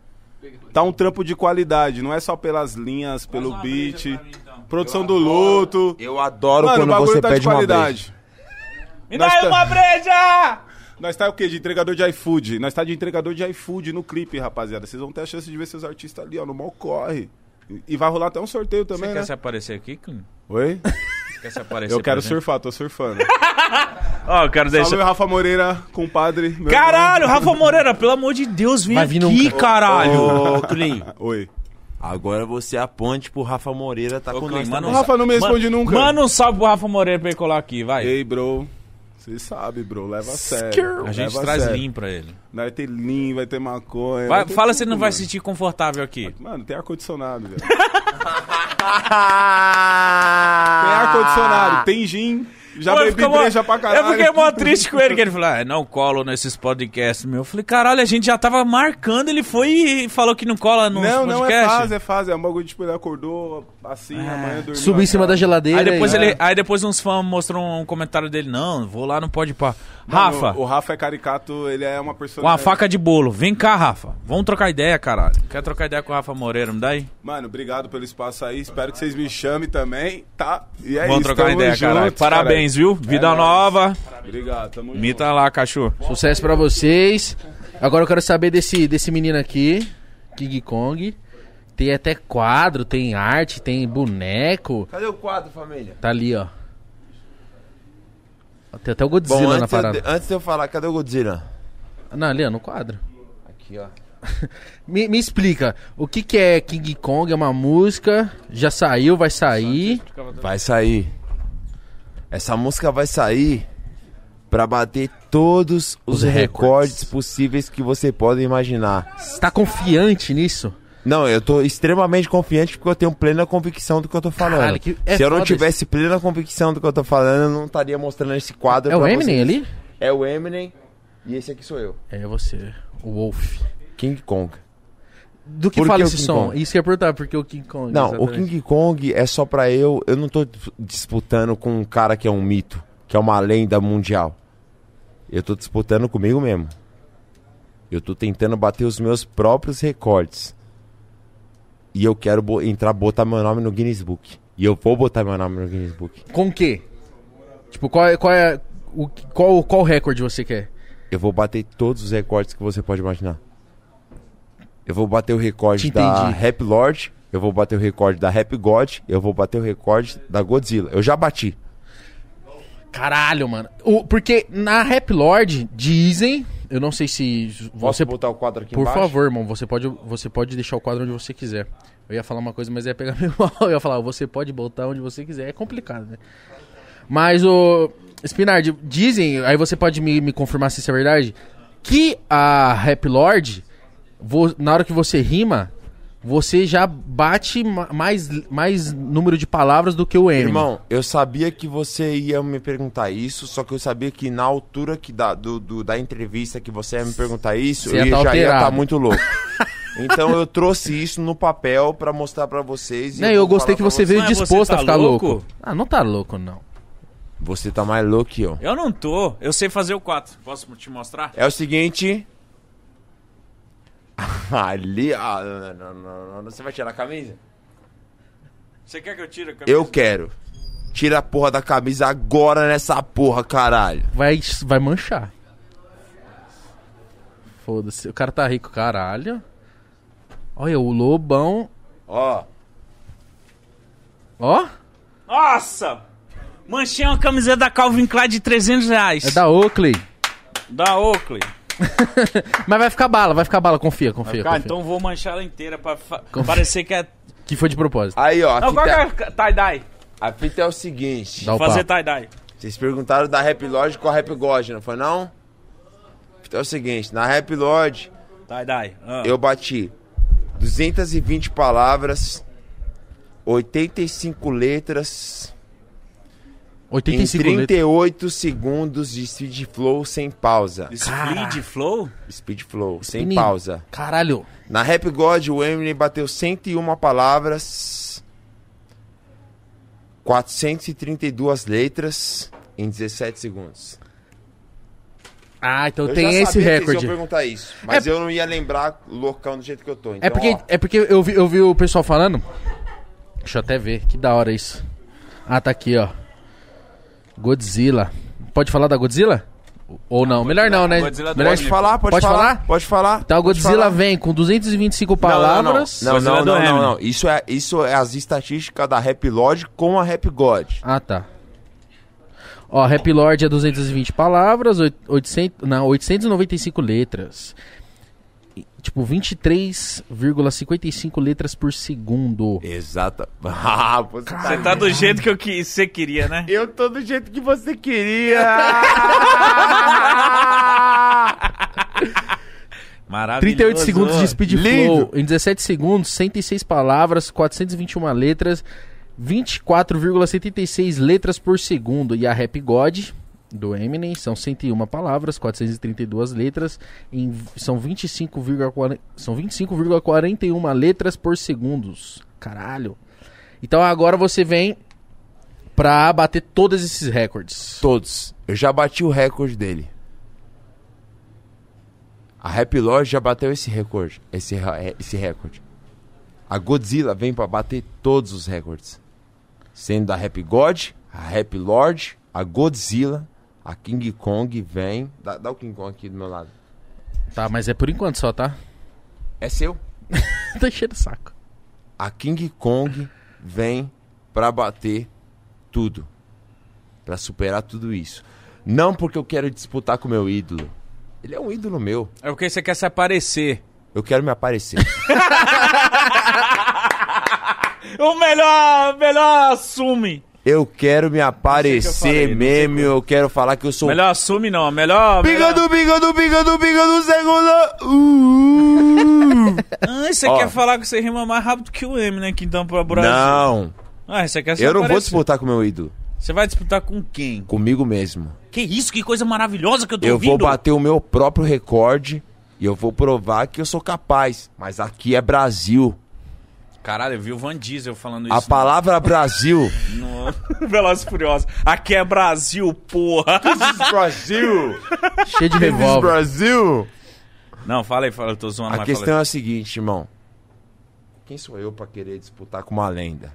Speaker 7: Tá um trampo de qualidade, não é só pelas linhas, pelo beat, produção do luto.
Speaker 3: então. Eu adoro
Speaker 7: Mano, o
Speaker 3: quando
Speaker 7: bagulho
Speaker 3: você
Speaker 7: tá de
Speaker 3: pede uma breja.
Speaker 7: qualidade.
Speaker 2: Me
Speaker 7: Nós
Speaker 2: dá aí
Speaker 7: tá-
Speaker 2: uma breja!
Speaker 7: Nós tá o quê? De entregador de iFood. Nós tá de entregador de iFood no clipe, rapaziada. Vocês vão ter a chance de ver seus artistas ali, ó, no mal corre. E- E vai rolar até um sorteio
Speaker 2: Você
Speaker 7: também,
Speaker 2: quer
Speaker 7: né?
Speaker 2: se aparecer aqui, Clean?
Speaker 7: Oi?
Speaker 2: Você Quer se aparecer
Speaker 7: Eu quero
Speaker 2: pra gente?
Speaker 7: surfar, tô surfando.
Speaker 2: Ó, eu quero
Speaker 7: Salve,
Speaker 2: deixar...
Speaker 7: Rafa Moreira, compadre. meu
Speaker 2: Caralho, Rafa Moreira, pelo amor de Deus, vem
Speaker 1: Vai
Speaker 2: aqui,
Speaker 1: vir num
Speaker 2: caralho.
Speaker 3: Ô, Clean.
Speaker 7: irmão. Ah, Oi.
Speaker 3: Agora você aponte pro Rafa Moreira, tá
Speaker 2: Ô,
Speaker 3: com
Speaker 2: Clean,
Speaker 3: nós
Speaker 2: manda
Speaker 7: O
Speaker 2: um
Speaker 3: também.
Speaker 7: Rafa não me responde nunca.
Speaker 2: Manda um salve pro Rafa Moreira pra ele colar aqui, vai.
Speaker 7: Ei, bro. Você sabe, bro. Leva a sério.
Speaker 2: A gente
Speaker 7: leva
Speaker 2: traz
Speaker 7: sério.
Speaker 2: lean pra ele.
Speaker 7: Vai ter lean, vai ter maconha.
Speaker 2: Vai-
Speaker 7: vai ter
Speaker 2: fala
Speaker 7: tudo,
Speaker 2: se ele não vai
Speaker 7: mano.
Speaker 2: se sentir confortável aqui.
Speaker 7: Mano, tem ar-condicionado, velho. Tem
Speaker 3: Ah!
Speaker 7: ar-condicionado, tem gin. Já
Speaker 2: Pô, eu
Speaker 7: bebi
Speaker 2: fiquei mó-
Speaker 7: breja pra caralho.
Speaker 2: Eu fiquei mó triste com ele, que ele falou, ah, não colo nesses podcasts, meu. Eu falei, caralho, a gente já tava marcando, ele foi e falou que não cola nos
Speaker 7: Não, não, é
Speaker 2: podcasts.
Speaker 7: fase, é fase. É um bagulho, tipo, ele acordou assim,
Speaker 2: É.
Speaker 7: amanhã dormiu.
Speaker 1: Subir em cima da
Speaker 7: atrás.
Speaker 1: geladeira.
Speaker 2: Aí depois,
Speaker 1: e-
Speaker 2: ele, aí depois uns fãs mostraram um comentário dele, não, vou lá, não pode pá.
Speaker 7: Mano,
Speaker 2: Rafa,
Speaker 7: O Rafa é caricato, ele é uma pessoa.
Speaker 2: com a faca de bolo, vem cá, Rafa. Vamos trocar ideia, caralho. Quer trocar ideia com o Rafa Moreira, me dá aí?
Speaker 7: Mano, obrigado pelo espaço aí. Espero que vocês me chamem também, tá? E é
Speaker 2: Vamos
Speaker 7: isso,
Speaker 2: trocar uma
Speaker 7: tamo
Speaker 2: ideia,
Speaker 7: junto, É
Speaker 2: caralho. Parabéns, viu? Vida
Speaker 7: nóis.
Speaker 2: nova.
Speaker 7: Obrigado, tamo junto.
Speaker 2: Mita lá, cachorro.
Speaker 1: Sucesso pra vocês. Agora eu quero saber desse, desse menino aqui, King Kong. Tem até quadro, tem arte, tem boneco.
Speaker 3: Cadê o quadro, família?
Speaker 1: Tá ali, ó. Tem até o Godzilla
Speaker 3: Bom,
Speaker 1: na
Speaker 3: antes, eu,
Speaker 1: parada.
Speaker 3: de- antes de eu falar, cadê o Godzilla?
Speaker 1: Não, ali, ó, no quadro.
Speaker 3: Aqui, ó.
Speaker 1: Me, me explica, o que, que é King Kong? É uma música? Já saiu, vai sair?
Speaker 3: Vai sair. Essa música vai sair pra bater todos os,
Speaker 1: Os recordes.
Speaker 3: recordes. possíveis que você pode imaginar.
Speaker 1: Você tá confiante nisso?
Speaker 3: Não, eu tô extremamente confiante porque eu tenho plena convicção do que eu tô falando.
Speaker 1: Caralho, que- é
Speaker 3: Se eu não
Speaker 1: foda
Speaker 3: tivesse plena convicção do que eu tô falando, eu não estaria mostrando esse quadro
Speaker 1: É o
Speaker 3: pra
Speaker 1: Eminem
Speaker 3: vocês.
Speaker 1: ali?
Speaker 3: É o Eminem e esse aqui sou eu.
Speaker 1: É você, o Wolf.
Speaker 3: King Kong.
Speaker 1: Do que
Speaker 3: Por que
Speaker 1: fala
Speaker 3: o
Speaker 1: esse
Speaker 3: King
Speaker 1: som?
Speaker 3: Kong?
Speaker 1: Isso que eu ia perguntar, porque o King Kong.
Speaker 3: Não, o
Speaker 1: exatamente.
Speaker 3: King Kong é só pra eu. Eu não tô dis- disputando com um cara que é um mito, que é uma lenda mundial. Eu tô disputando comigo mesmo. Eu tô tentando bater os meus próprios recordes. E eu quero bo- entrar, botar meu nome no Guinness Book. E eu vou botar meu nome no Guinness Book.
Speaker 1: Com o quê? Tipo, qual é. Qual, é o, que- qual, qual recorde você quer?
Speaker 3: Eu vou bater todos os recordes que você pode imaginar. Eu vou bater o recorde
Speaker 1: Te
Speaker 3: da
Speaker 1: entendi.
Speaker 3: Rap Lord. Eu vou bater o recorde da Rap God. Eu vou bater o recorde da Godzilla. Eu já bati.
Speaker 1: Caralho, mano. O- porque na Rap Lord dizem. Eu não sei se.
Speaker 3: Posso
Speaker 1: Você,
Speaker 3: botar o quadro aqui
Speaker 1: por
Speaker 3: embaixo?
Speaker 1: favor, irmão, você pode, você pode deixar o quadro onde você quiser. Eu ia falar uma coisa, mas ia pegar meio mal. Eu ia falar, você pode botar onde você quiser. É complicado, né? Mas o. Spinard, dizem, aí você pode me, me confirmar se isso é verdade, que a Rap Lord, vo- na hora que você rima, você já bate ma- mais, mais número de palavras do que o Eminem.
Speaker 3: Irmão, eu sabia que você ia me perguntar isso, só que eu sabia que na altura que da, do, do- da entrevista que você ia me perguntar isso,
Speaker 1: Você ia
Speaker 3: eu
Speaker 1: tá
Speaker 3: já ia estar
Speaker 1: alterado.
Speaker 3: muito louco. então eu trouxe isso no papel pra mostrar pra vocês. e
Speaker 1: Né, eu
Speaker 3: vou
Speaker 1: gostei
Speaker 3: falar
Speaker 1: que
Speaker 3: pra
Speaker 1: você
Speaker 3: vocês.
Speaker 1: veio
Speaker 2: Mas você
Speaker 1: disposto
Speaker 2: tá
Speaker 1: a ficar louco?
Speaker 2: louco?
Speaker 1: Ah, não tá louco, não.
Speaker 3: Você tá mais louco que eu.
Speaker 2: Eu não tô, eu sei fazer o 4. Posso te mostrar?
Speaker 3: É o seguinte. Ali. Ah, não, não, não, não, não. Você vai tirar a camisa?
Speaker 2: Você quer que eu tire a camisa?
Speaker 3: Eu quero. Tira a porra da camisa agora nessa porra, caralho.
Speaker 1: Vai, vai manchar. Foda-se, o cara tá rico, caralho. Olha, o lobão.
Speaker 3: Ó.
Speaker 1: Ó,
Speaker 2: Nossa! Manchei uma camiseta da Calvin Klein de 300 reais.
Speaker 1: é da Oakley.
Speaker 2: da Oakley.
Speaker 1: Mas vai ficar bala, vai ficar bala, confia, confia.
Speaker 2: Cara,
Speaker 1: confia.
Speaker 2: então vou manchar ela inteira pra fa- parecer que é...
Speaker 1: Que foi de propósito.
Speaker 3: Aí, ó. tá- A
Speaker 2: Não, qual que
Speaker 3: fita,
Speaker 2: é tie-dye?
Speaker 3: a fita é o seguinte.
Speaker 1: Dá o
Speaker 2: Fazer
Speaker 1: papo.
Speaker 2: tie-dye.
Speaker 3: Vocês perguntaram da Rap Lodge com a Rap God, não foi não? Então é o seguinte, na Rap Lodge
Speaker 2: Tie-dye. Ah.
Speaker 3: eu bati 220 palavras, 85 letras, Em
Speaker 1: 85 letras.
Speaker 3: 38 segundos de speed flow sem pausa.
Speaker 2: Speed Flow?
Speaker 3: Speed flow, sem
Speaker 1: Spinning.
Speaker 3: pausa.
Speaker 1: Caralho.
Speaker 3: Na Rap God, o Eminem bateu 101 palavras, 432 letras em 17 segundos.
Speaker 1: Ah, então
Speaker 3: Eu já
Speaker 1: tem esse
Speaker 3: sabia que é eles
Speaker 1: recorde.
Speaker 3: iam perguntar isso, mas eu não ia lembrar loucão do jeito que eu tô. Então,
Speaker 1: É porque,
Speaker 3: ó,
Speaker 1: é porque eu, vi, eu vi o pessoal falando. Deixa eu até ver, que da hora isso. Ah, tá aqui, ó. Godzilla. Pode falar da Godzilla? Ou não? Melhor não, né?
Speaker 2: Godzilla
Speaker 1: Melhor
Speaker 2: do
Speaker 3: pode falar, pode,
Speaker 1: Pode
Speaker 3: falar,
Speaker 1: falar?
Speaker 3: Pode falar.
Speaker 1: Então a
Speaker 3: pode
Speaker 1: Godzilla
Speaker 3: falar.
Speaker 1: vem com 225 palavras.
Speaker 3: Não,
Speaker 2: Godzilla
Speaker 3: não, não,
Speaker 2: do
Speaker 3: não, não,
Speaker 2: Eminem.
Speaker 3: não. Isso é, isso é as estatísticas da Rap Lodge com a Rap God.
Speaker 1: Ah, tá. Ó, Rap Lord é 220 palavras, oit- 800, não, 895 letras. E, Tipo, 23,55 letras por segundo.
Speaker 3: Exata. Ah, você tá-
Speaker 2: Você tá do jeito que eu que você queria, né?
Speaker 3: Eu tô do jeito que você queria.
Speaker 2: Maravilhoso.
Speaker 1: 38 segundos de speed
Speaker 3: Lindo.
Speaker 1: flow em 17 segundos, 106 palavras, 421 letras, 24,76 letras por segundo. E a Rap God do Eminem são 101 palavras, 432 letras, em, são 25,41 são 25,41 letras por segundos. Caralho. Então agora você vem pra bater todos esses recordes.
Speaker 3: Todos. Eu já bati o recorde dele. A Rap Lodge já bateu esse recorde. Esse, re- é, esse recorde. A Godzilla vem pra bater todos os recordes. Sendo da Rap God, a Rap Lord, a Godzilla, a King Kong vem. Dá, dá o King Kong aqui do meu lado.
Speaker 1: Tá, mas é por enquanto só, tá?
Speaker 3: É seu?
Speaker 1: Tá cheio de saco.
Speaker 3: a King Kong vem pra bater tudo. Pra superar tudo isso. Não porque eu quero disputar com meu ídolo. Ele é um ídolo meu.
Speaker 2: É porque você quer se aparecer.
Speaker 3: Eu quero me aparecer.
Speaker 2: O melhor, melhor assume.
Speaker 3: Eu quero me aparecer
Speaker 2: falei, não sei
Speaker 3: mesmo. Eu quero falar que eu sou.
Speaker 2: Melhor assume não, melhor...
Speaker 3: Pinga
Speaker 2: melhor...
Speaker 3: do, pinga do, pinga do, pinga do, segunda. Uh.
Speaker 2: Ah, você
Speaker 3: Ó.
Speaker 2: quer falar que você rima mais rápido que o M, né? Que então pro Brasil.
Speaker 3: não,
Speaker 2: Ah, você quer se
Speaker 3: eu não vou
Speaker 2: aparecer.
Speaker 3: disputar com meu ídolo.
Speaker 2: Você vai disputar com quem?
Speaker 3: Comigo mesmo.
Speaker 2: Que isso, que coisa maravilhosa que eu tô
Speaker 3: Eu
Speaker 2: ouvindo.
Speaker 3: vou bater o meu próprio recorde e eu vou provar que eu sou capaz. Mas aqui é Brasil.
Speaker 2: Caralho, eu vi o Van Diesel falando isso.
Speaker 3: A palavra Brasil.
Speaker 2: No... no Velozes e Furiosos. Aqui é Brasil, porra.
Speaker 3: Brasil!
Speaker 1: Cheio de revólver.
Speaker 3: Brasil!
Speaker 2: Não, fala aí, fala, eu tô zoando.
Speaker 3: A
Speaker 2: mas
Speaker 3: questão
Speaker 2: fala
Speaker 3: é a seguinte, irmão. Quem sou eu pra querer disputar com uma lenda?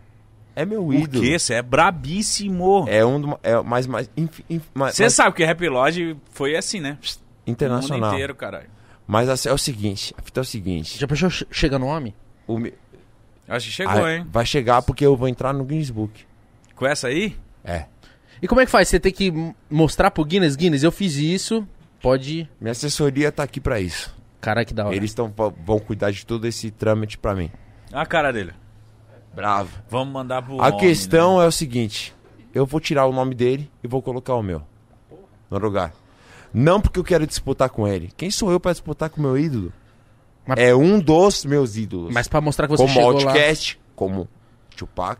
Speaker 3: É meu
Speaker 2: aí. O
Speaker 3: ídolo.
Speaker 2: quê? Você é brabíssimo.
Speaker 3: É um do, é mais mais, inf- inf- mais,
Speaker 2: Você
Speaker 3: mais
Speaker 2: sabe que Rap Lodge foi assim, né? O mundo
Speaker 3: internacional.
Speaker 2: inteiro, caralho.
Speaker 3: Mas assim, é o seguinte, a fita é o seguinte.
Speaker 1: Já pensou che- chegar no homem?
Speaker 3: o me-
Speaker 2: Acho que chegou,
Speaker 3: Ah,
Speaker 2: hein?
Speaker 3: Vai chegar porque eu vou entrar no Guinness Book.
Speaker 2: Com essa aí?
Speaker 3: É.
Speaker 1: E como é que faz? Você tem que m- mostrar pro Guinness, Guinness, eu fiz isso, pode.
Speaker 3: Minha assessoria tá aqui pra isso.
Speaker 1: Caraca, que da hora.
Speaker 3: Eles tão, vão cuidar de todo esse trâmite pra mim.
Speaker 2: Olha a cara dele.
Speaker 3: Bravo.
Speaker 2: Vamos mandar pro
Speaker 3: A
Speaker 2: homem, né?
Speaker 3: questão é o seguinte: eu vou tirar o nome dele e vou colocar o meu no lugar. Não porque eu quero disputar com ele. Quem sou eu pra disputar com o meu ídolo?
Speaker 1: Mas-
Speaker 3: É um dos meus ídolos.
Speaker 1: Mas pra mostrar que você
Speaker 3: como
Speaker 1: chegou
Speaker 3: Outcast, como Tupac,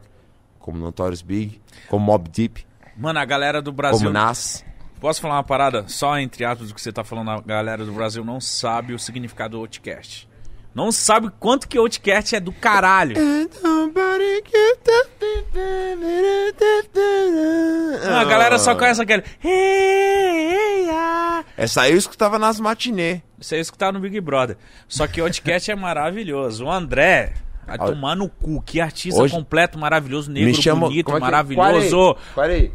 Speaker 3: como Notorious Big, como Mob Deep,
Speaker 2: né? Mano, a galera do Brasil...
Speaker 3: como Nas.
Speaker 2: Posso falar uma parada? Só entre aspas do que você tá falando, a galera do Brasil não sabe o significado do Outcast. Não sabe quanto que Outcast é do caralho. Não, Ah, a galera só conhece aquele... "Hey, hey, ah".
Speaker 3: Essa aí eu escutava nas matinê.
Speaker 2: Você ia escutar no Big Brother. Só que o Outcast é maravilhoso. O André... Vai
Speaker 3: Olha.
Speaker 2: tomar no cu, que artista
Speaker 3: Hoje-
Speaker 2: completo, maravilhoso, negro,
Speaker 3: chama-
Speaker 2: bonito,
Speaker 3: como é que-
Speaker 2: maravilhoso.
Speaker 3: Para aí.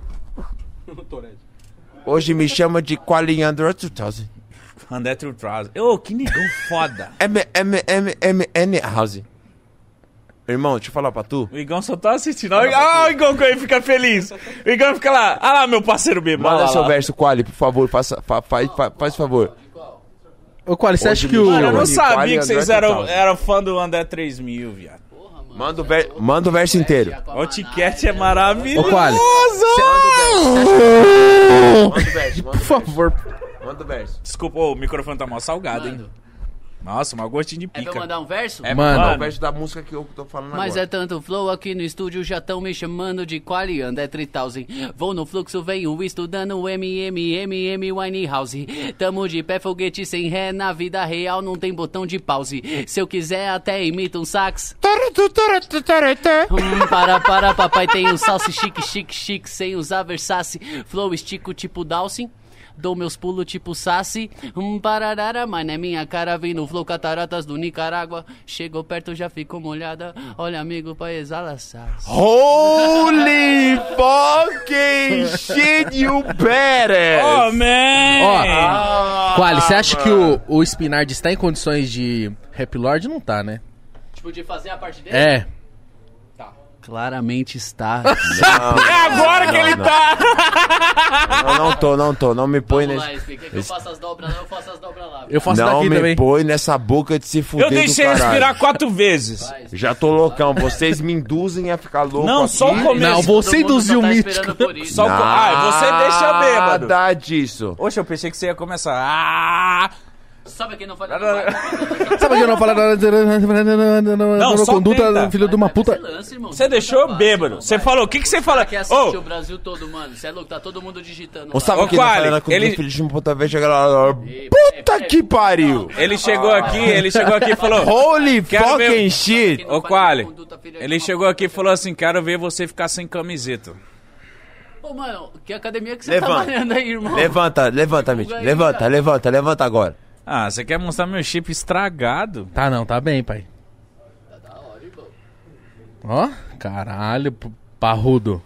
Speaker 3: Hoje me chama de Qualin Android 2000. é?
Speaker 2: André Trutraz. Ô, que negão foda.
Speaker 3: M, M, M, M, N House. Irmão, deixa eu falar pra tu.
Speaker 2: O Igão só tá assistindo. Olha
Speaker 3: é
Speaker 2: ah, o Igão que aí fica feliz. O Igão fica lá. Ah lá, meu parceiro bêbado.
Speaker 3: Manda
Speaker 2: lá,
Speaker 3: seu
Speaker 2: lá.
Speaker 3: verso, Quali, por favor. Faça, fa, faz, fa, faz favor.
Speaker 1: lá. Ô, Quali, você acha que o.
Speaker 2: Mano, eu não
Speaker 3: Olha,
Speaker 2: sabia
Speaker 3: Qualy
Speaker 2: que vocês
Speaker 3: André
Speaker 2: eram
Speaker 3: 3000.
Speaker 2: era fã do André 3000, viado.
Speaker 3: Manda o, ver, manda o verso inteiro.
Speaker 2: O Outcast
Speaker 5: né?
Speaker 2: é maravilhoso.
Speaker 1: Ô, Quali,
Speaker 3: Manda o verso, manda
Speaker 1: por favor.
Speaker 3: Manda o verso.
Speaker 2: Desculpa, ô, o microfone tá mal salgado, hein? Nossa, mas gostinho de
Speaker 5: É pra eu
Speaker 2: pica.
Speaker 5: mandar um verso?
Speaker 1: É, mano.
Speaker 3: O verso da música que eu tô falando
Speaker 5: Mas é
Speaker 3: agora.
Speaker 5: tanto flow aqui no estúdio, já tão me chamando de Qualianda 3000. Vou no fluxo, venho estudando MMMM Winehouse. Tamo de pé, foguete sem ré, na vida real não tem botão de pause. Se eu quiser, até imito um sax. Hum, para, para, papai, tem um salse chique, chique, chique, sem usar Versace. Flow estico tipo Dawson. Dou meus pulos tipo Sassi. Hum, pararara, mas na minha cara vem no flow cataratas do Nicarágua. Chegou perto, já ficou molhada. Olha, amigo, pra exala Sassi.
Speaker 6: Holy fucking shit, you better!
Speaker 2: Oh, man!
Speaker 1: Ó,
Speaker 3: Ah,
Speaker 1: Quali, você acha que o, o Spinard está em condições de Rap Lord? Não tá, né?
Speaker 5: Tipo, de fazer a parte dele?
Speaker 1: É.
Speaker 5: Claramente está.
Speaker 2: É Agora que ele tá.
Speaker 3: Não, não tô, não tô. Não me põe
Speaker 5: Vamos lá,
Speaker 3: nesse...
Speaker 5: explica. Que eu faço as dobras lá, eu faço as dobras lá.
Speaker 1: Eu faço
Speaker 3: Não
Speaker 1: daqui
Speaker 3: me
Speaker 1: também.
Speaker 3: põe nessa boca de se fuder
Speaker 2: Eu deixei
Speaker 3: do caralho.
Speaker 2: respirar quatro vezes.
Speaker 5: Faz.
Speaker 3: Já tô loucão. Vocês me induzem a ficar louco
Speaker 2: Não,
Speaker 3: aqui.
Speaker 2: só o começo.
Speaker 1: Não, você
Speaker 5: Todo mundo
Speaker 1: induziu um o
Speaker 5: só tá
Speaker 1: místico.
Speaker 5: esperando por isso.
Speaker 2: Só o co- Ah, você deixa eu bêbado.
Speaker 3: Nada disso.
Speaker 2: Oxe, eu pensei que você ia começar. Ah!
Speaker 5: Sabe quem não fala? Não, vai.
Speaker 1: Sabe que eu não falo
Speaker 2: Não, só tenta.
Speaker 1: conduta, filho de uma
Speaker 5: Vai, vai,
Speaker 1: puta.
Speaker 5: Você, lança, irmão.
Speaker 2: Você
Speaker 5: Não
Speaker 2: deixou
Speaker 5: tá
Speaker 2: eu
Speaker 5: fácil,
Speaker 2: bêbado.
Speaker 5: irmão,
Speaker 2: Você
Speaker 5: vai.
Speaker 2: falou, o que, que você fala?
Speaker 5: Aqui
Speaker 2: Ô,
Speaker 5: assiste o Brasil todo, mano. Você é louco, tá todo mundo digitando.
Speaker 3: Ou
Speaker 5: lá.
Speaker 3: sabe
Speaker 2: Ô,
Speaker 3: o que ele tá
Speaker 2: Qualy,
Speaker 3: falando com
Speaker 2: ele-
Speaker 3: o filho de uma puta vez, chega lá...
Speaker 5: Ei,
Speaker 3: Puta
Speaker 5: peraí,
Speaker 3: que
Speaker 5: peraí.
Speaker 3: pariu!
Speaker 2: ele
Speaker 5: Ah.
Speaker 2: chegou aqui, ele chegou aqui e falou.
Speaker 3: Holy
Speaker 2: Quero
Speaker 3: fucking
Speaker 2: ver-
Speaker 3: shit!
Speaker 2: Ô, Quali, ele chegou aqui e falou assim: quero ver você ficar sem camiseta.
Speaker 5: Ô, mano, que academia que você tá
Speaker 3: Levanta.
Speaker 5: trabalhando aí, irmão?
Speaker 3: Levanta, levanta, Mitch.
Speaker 5: Divulga aí,
Speaker 3: Levanta,
Speaker 5: cara.
Speaker 3: levanta, levanta agora.
Speaker 2: Ah, você quer mostrar meu chip estragado?
Speaker 1: Tá não, tá bem, pai. Ó, caralho, p- parrudo.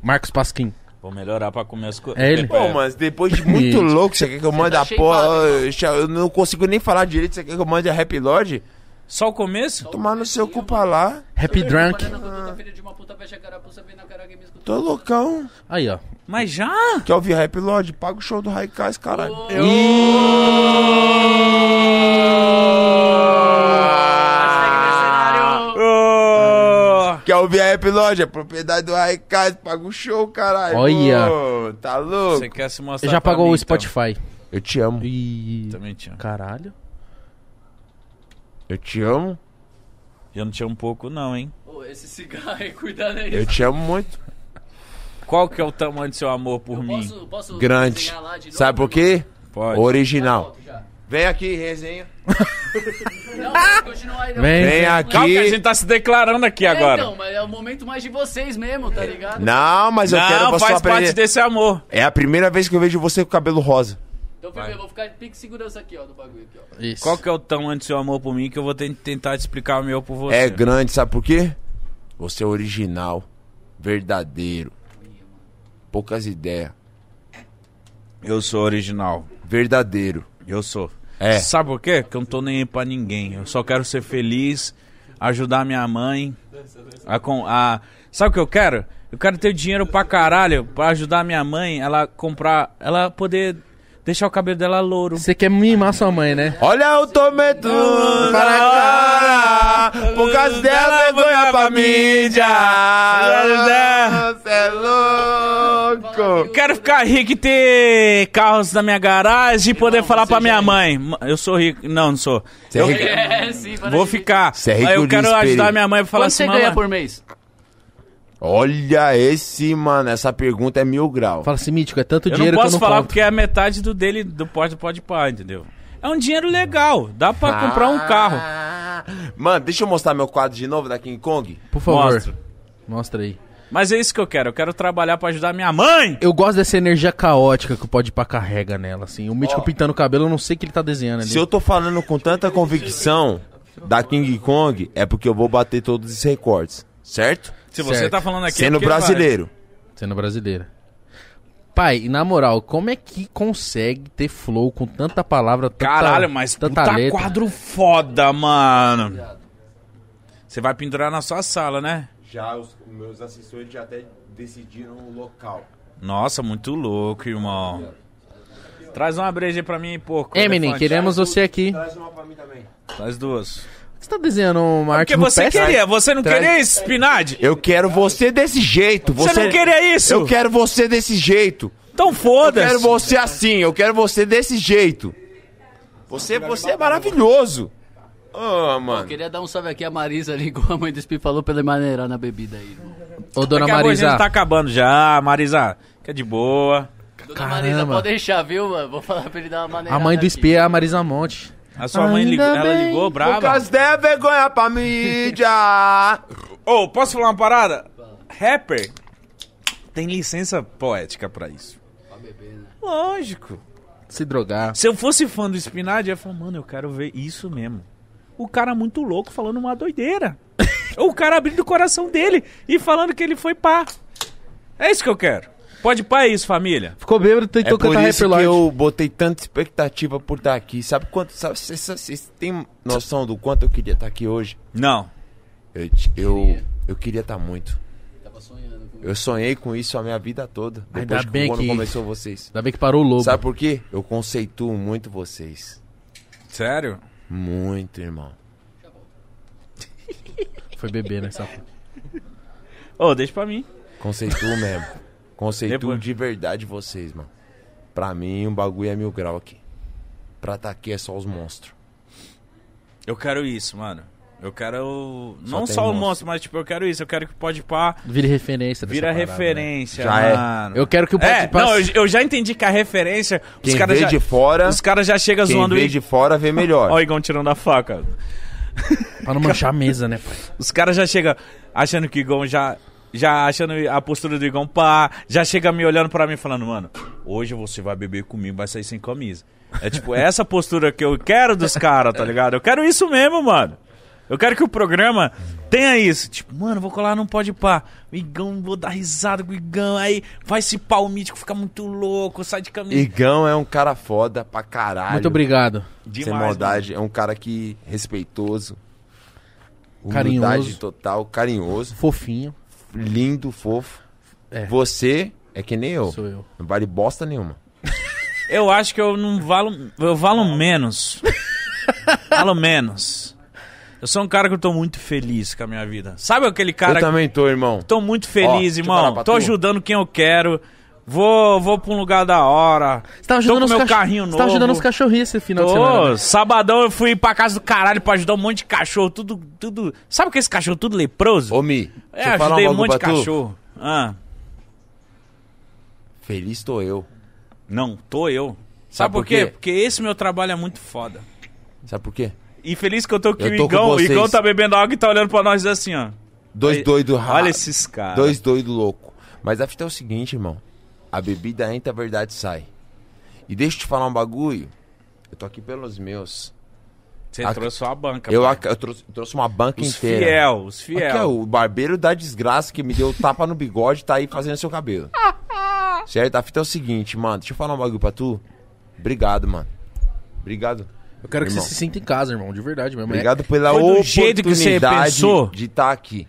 Speaker 1: Marcos Pasquim.
Speaker 2: Vou melhorar pra comer as coisas.
Speaker 1: É ele?
Speaker 3: Pô, mas depois de muito
Speaker 1: Mitch.
Speaker 3: louco, você quer que eu mande
Speaker 5: tá
Speaker 3: a
Speaker 5: shapeado,
Speaker 3: porra?
Speaker 5: irmão.
Speaker 3: Eu já- Eu não consigo nem falar direito, você quer que eu mande a Rap Lord?
Speaker 2: Só o começo?
Speaker 3: Tomar no seu cu pra lá.
Speaker 1: Happy
Speaker 5: Tá
Speaker 1: Drunk.
Speaker 3: Tô loucão.
Speaker 1: Aí, ó.
Speaker 2: Mas já?
Speaker 3: Quer ouvir Rap Lord? Paga o show do Raikais, caralho.
Speaker 2: Ah. Ô,
Speaker 3: Quer ouvir a Rap Lord? É propriedade do Raikais, paga o show, caralho.
Speaker 1: Olha.
Speaker 3: Ô, tá louco?
Speaker 2: Você quer se
Speaker 1: Você
Speaker 2: mostrar?
Speaker 1: já
Speaker 2: pra
Speaker 1: pagou
Speaker 2: mim,
Speaker 1: o
Speaker 2: então?
Speaker 1: Spotify.
Speaker 3: Eu te amo.
Speaker 1: Ih,
Speaker 2: Também te amo.
Speaker 1: caralho.
Speaker 3: Eu te amo.
Speaker 2: Eu não tinha um pouco, não, hein?
Speaker 5: Esse cigarro aí, cuidado aí.
Speaker 3: Eu te amo muito.
Speaker 2: Qual que é o tamanho do seu amor por mim?
Speaker 5: Posso, posso
Speaker 3: Grande.
Speaker 5: desenhar lá de novo,
Speaker 3: Sabe por
Speaker 5: irmão?
Speaker 3: quê?
Speaker 2: Pode.
Speaker 3: Original.
Speaker 5: Volto já.
Speaker 3: Vem aqui, resenha.
Speaker 5: Não,
Speaker 2: Ah!
Speaker 5: pode continuar aí. não.
Speaker 1: Vem.
Speaker 3: Vem
Speaker 5: Não,
Speaker 3: aqui.
Speaker 2: Calma que a gente tá se declarando aqui
Speaker 5: É,
Speaker 2: agora.
Speaker 5: Então, mas é o momento mais de vocês mesmo, tá ligado?
Speaker 3: Não, mas eu quero
Speaker 2: Não,
Speaker 3: você
Speaker 2: faz
Speaker 3: aprender.
Speaker 2: parte desse amor.
Speaker 3: É a primeira vez que eu vejo você com cabelo rosa.
Speaker 5: Então, firmeza, eu vou ficar em pique segurança aqui, ó, do bagulho aqui, ó.
Speaker 1: Isso.
Speaker 2: Qual que é o tamanho do seu amor por mim que eu vou ten- tentar te explicar o meu por você?
Speaker 3: É grande, sabe por quê? Você é original, verdadeiro. Poucas ideias.
Speaker 2: Eu sou original.
Speaker 3: Verdadeiro.
Speaker 2: Eu sou.
Speaker 3: É.
Speaker 2: Sabe por quê? Que eu não tô nem aí pra ninguém. Eu só quero ser feliz, ajudar minha mãe. A, com- a- Sabe o que eu quero? Eu quero ter dinheiro pra caralho pra ajudar minha mãe ela comprar. Ela poder deixar o cabelo dela louro.
Speaker 1: Você quer mimar sua mãe, né?
Speaker 3: Olha, eu tô metendo na cara. Por causa dela, vergonha pra mídia. Você é louco.
Speaker 2: Eu quero ficar rico e ter carros na minha garagem e poder falar pra minha mãe. "Ma- Eu sou rico. Não, não sou.
Speaker 3: é Você é rico,
Speaker 5: É, sim, para
Speaker 2: Vou
Speaker 5: de-
Speaker 2: ficar.
Speaker 3: Você é rico
Speaker 2: Aí eu
Speaker 3: de
Speaker 2: quero
Speaker 3: espírito.
Speaker 2: ajudar minha mãe e falar
Speaker 5: Quanto
Speaker 2: assim,
Speaker 5: você ganha
Speaker 2: mamãe.
Speaker 5: por mês?
Speaker 3: Olha esse, mano. Essa pergunta é mil grau.
Speaker 1: Fala assim, mítico, é tanto
Speaker 2: Eu não
Speaker 1: dinheiro que eu
Speaker 2: posso
Speaker 1: não
Speaker 2: falar
Speaker 1: conto.
Speaker 2: porque é a metade do dele do pode pode pá, entendeu? É um dinheiro legal, dá pra comprar um carro.
Speaker 3: Ah. Mano, deixa eu mostrar meu quadro de novo da King Kong.
Speaker 1: Por favor.
Speaker 2: Mostra.
Speaker 1: Mostra aí.
Speaker 2: Mas é isso que eu quero, eu quero trabalhar pra ajudar minha mãe.
Speaker 1: Eu gosto dessa energia caótica que o Pode Pá carrega nela, assim. O mítico pintando o cabelo, eu não sei o que ele tá desenhando ali.
Speaker 3: Se eu tô falando com tanta convicção da King Kong, é porque eu vou bater todos os recordes, certo?
Speaker 2: Se você
Speaker 1: Certo.
Speaker 2: tá falando aqui é
Speaker 3: Sendo
Speaker 2: porque
Speaker 3: brasileiro.
Speaker 1: Sendo brasileira. Pai, e na moral, como é que consegue ter flow com tanta palavra, tanta,
Speaker 2: vai. Caralho, mas
Speaker 1: tanta
Speaker 2: puta
Speaker 1: letra?
Speaker 2: quadro foda, mano. Você vai pendurar na sua sala, né?
Speaker 3: Já os meus assessores já até decidiram o local.
Speaker 2: Nossa, muito louco, irmão. Traz uma breja aí pra mim, porco.
Speaker 1: É, menino,
Speaker 2: elefante.
Speaker 1: queremos você aqui.
Speaker 3: Traz uma pra mim também.
Speaker 2: Traz duas.
Speaker 1: Você tá desenhando uma arte
Speaker 2: Porque você
Speaker 1: rupestre?
Speaker 2: queria, você não
Speaker 3: Traz-
Speaker 2: queria isso, Spinade?
Speaker 3: Eu quero você desse jeito. Você,
Speaker 2: Você, não queria isso?
Speaker 3: Eu quero você desse jeito.
Speaker 2: Então
Speaker 3: Eu quero
Speaker 2: foda-se.
Speaker 3: você assim, eu quero você desse jeito. Você, você é maravilhoso. Ah,
Speaker 5: Eu
Speaker 3: mano.
Speaker 5: queria dar um salve aqui a Marisa, ligou a mãe do Spi, falou pela maneirar é na bebida aí, irmão.
Speaker 1: Ô, dona
Speaker 2: Daqui a pouco a
Speaker 1: Marisa.
Speaker 2: gente tá acabando já, Marisa. Fica de boa.
Speaker 5: Dona Marisa,
Speaker 1: Caramba.
Speaker 5: pode deixar, viu, mano? Vou falar pra ele dar uma maneirada
Speaker 1: A mãe do
Speaker 5: aqui.
Speaker 1: Espia é a Marisa Monte.
Speaker 2: A sua mãe ligou,
Speaker 1: Ainda
Speaker 2: ela
Speaker 1: bem.
Speaker 2: ligou, brava.
Speaker 3: Lucas der vergonha pra mídia.
Speaker 2: Ô, posso falar uma parada? Rapper tem licença poética pra isso. Lógico.
Speaker 1: Se drogar.
Speaker 2: Se eu fosse fã do Spinard, eu ia falar, mano, eu quero ver isso mesmo. O cara muito louco falando uma doideira. o cara abrindo o coração dele e falando que ele foi pá. É isso que eu quero. Pode pá é isso, família.
Speaker 1: Ficou bêbado, tentou
Speaker 3: É por
Speaker 1: cantar
Speaker 3: isso
Speaker 1: Rapper
Speaker 3: que
Speaker 1: tá Lodge.
Speaker 3: eu botei tanta expectativa por estar aqui. Sabe quanto? Sabe, vocês- vocês têm noção do quanto eu queria estar aqui hoje?
Speaker 2: Não.
Speaker 3: Eu, te- eu, eu queria estar muito.
Speaker 5: Tava sonhando com-
Speaker 3: Eu sonhei com isso a minha vida toda.
Speaker 1: Ainda
Speaker 3: Depois que
Speaker 1: bem
Speaker 3: o ano
Speaker 1: que-
Speaker 3: começou vocês.
Speaker 1: Ainda bem que parou o lobo.
Speaker 3: Sabe por quê? Eu conceituo muito vocês.
Speaker 2: Sério?
Speaker 3: Muito, irmão.
Speaker 1: Foi beber né? nessa.
Speaker 2: Ô, deixa pra mim.
Speaker 3: Conceituo mesmo. Conceituo
Speaker 2: Depois.
Speaker 3: de verdade vocês, mano. Pra mim, um bagulho é mil grau aqui. Pra tá aqui é só os monstros.
Speaker 2: Eu quero isso, mano. Eu quero.
Speaker 3: Só
Speaker 2: não
Speaker 3: tem
Speaker 2: só o
Speaker 3: monstro.
Speaker 2: monstro, mas tipo, eu quero isso. Eu quero que o Pode Pá
Speaker 1: Vira referência. dessa
Speaker 2: vira
Speaker 1: parada, né?
Speaker 2: referência,
Speaker 3: Já é.
Speaker 2: mano.
Speaker 1: Eu quero que o Pode
Speaker 2: É,
Speaker 1: Pá-
Speaker 2: não, eu, eu já entendi que a referência. Os
Speaker 3: Quem
Speaker 2: caras
Speaker 3: vê
Speaker 2: já,
Speaker 3: de fora,
Speaker 2: os cara já chegam
Speaker 3: quem
Speaker 2: zoando o
Speaker 3: vê de fora vê melhor.
Speaker 2: Ó, o Igão tirando a faca.
Speaker 1: Pra não manchar a mesa, né, pai?
Speaker 2: Os caras já chegam achando que o Igão já. Já achando a postura do Igão pá. Já chega me olhando pra mim falando, mano, hoje você vai beber comigo, vai sair sem camisa. É tipo, é essa postura que eu quero dos caras, tá ligado? Eu quero isso mesmo, mano. Eu quero que o programa tenha isso. Tipo, mano, vou colar num pode pá. O Igão, vou dar risada com o Igão. Aí vai se pá, o mítico fica muito louco, sai de camisa.
Speaker 3: Igão é um cara foda pra caralho.
Speaker 1: Muito obrigado.
Speaker 3: Sem
Speaker 2: Demais, né?
Speaker 3: maldade, é um cara que respeitoso. Humildade
Speaker 1: Carinhoso.
Speaker 3: total, carinhoso,
Speaker 1: Fofinho.
Speaker 3: lindo, fofo.
Speaker 1: É.
Speaker 3: Você é que nem eu.
Speaker 1: Sou eu.
Speaker 3: Não vale bosta nenhuma.
Speaker 2: Eu acho que eu não valo. Eu valo menos. valo menos. Eu sou um cara que eu tô muito feliz com a minha vida. Sabe aquele cara
Speaker 3: eu
Speaker 2: que
Speaker 3: também tô, irmão.
Speaker 2: tô muito
Speaker 3: Ó,
Speaker 2: feliz,
Speaker 3: deixa eu falar
Speaker 2: irmão?
Speaker 3: pra
Speaker 2: Tô
Speaker 3: tu.
Speaker 2: ajudando quem eu quero. Vou, vou pra um lugar da hora.
Speaker 1: Você tá ajudando
Speaker 2: tô com
Speaker 1: os
Speaker 2: meu
Speaker 1: cach-
Speaker 2: carrinho
Speaker 1: Você
Speaker 2: novo.
Speaker 1: tá ajudando os cachorrinhos esse final de semana.
Speaker 2: Tô,
Speaker 1: né?
Speaker 2: sabadão eu fui pra casa do caralho pra ajudar um monte de cachorro, tudo, tudo. Sabe que é esse cachorro tudo leproso?
Speaker 3: Ô, Mi,
Speaker 2: é,
Speaker 3: deixa eu falar
Speaker 2: ajudei um
Speaker 3: bagulho
Speaker 2: monte de
Speaker 3: pra tu.
Speaker 2: cachorro. Ah,
Speaker 3: Feliz tô eu.
Speaker 2: não, tô eu. Sabe, por quê? Porque esse meu trabalho é muito foda.
Speaker 3: Sabe por quê?
Speaker 2: E feliz que eu tô que
Speaker 3: Eu
Speaker 2: o
Speaker 3: tô
Speaker 2: Igão,
Speaker 3: com
Speaker 2: o
Speaker 3: vocês.
Speaker 2: Igão tá bebendo água e tá olhando pra nós assim, ó.
Speaker 3: Dois
Speaker 2: Olha-
Speaker 3: doidos ra-
Speaker 2: Olha esses caras.
Speaker 3: Dois doidos loucos. Mas a fita é o seguinte, irmão. A bebida entra, a verdade sai. E deixa eu te falar um bagulho. Eu tô aqui pelos meus.
Speaker 2: Você
Speaker 3: Ac-
Speaker 2: trouxe sua banca.
Speaker 3: Eu,
Speaker 2: pai.
Speaker 3: ac- eu trouxe, trouxe uma banca
Speaker 2: Os
Speaker 3: inteira.
Speaker 2: fiel, os fiel.
Speaker 3: Aqui é o barbeiro da desgraça que me deu tapa no bigode tá aí fazendo seu cabelo. certo? A fita é o seguinte, mano. Deixa eu falar um bagulho pra tu. Obrigado, mano. Obrigado.
Speaker 1: Eu quero que
Speaker 3: Irmão.
Speaker 1: você se sinta em casa, irmão. De verdade mesmo. É-
Speaker 3: Obrigado pela
Speaker 2: Né? Foi do
Speaker 3: oportunidade
Speaker 2: jeito que você pensou.
Speaker 3: de estar aqui.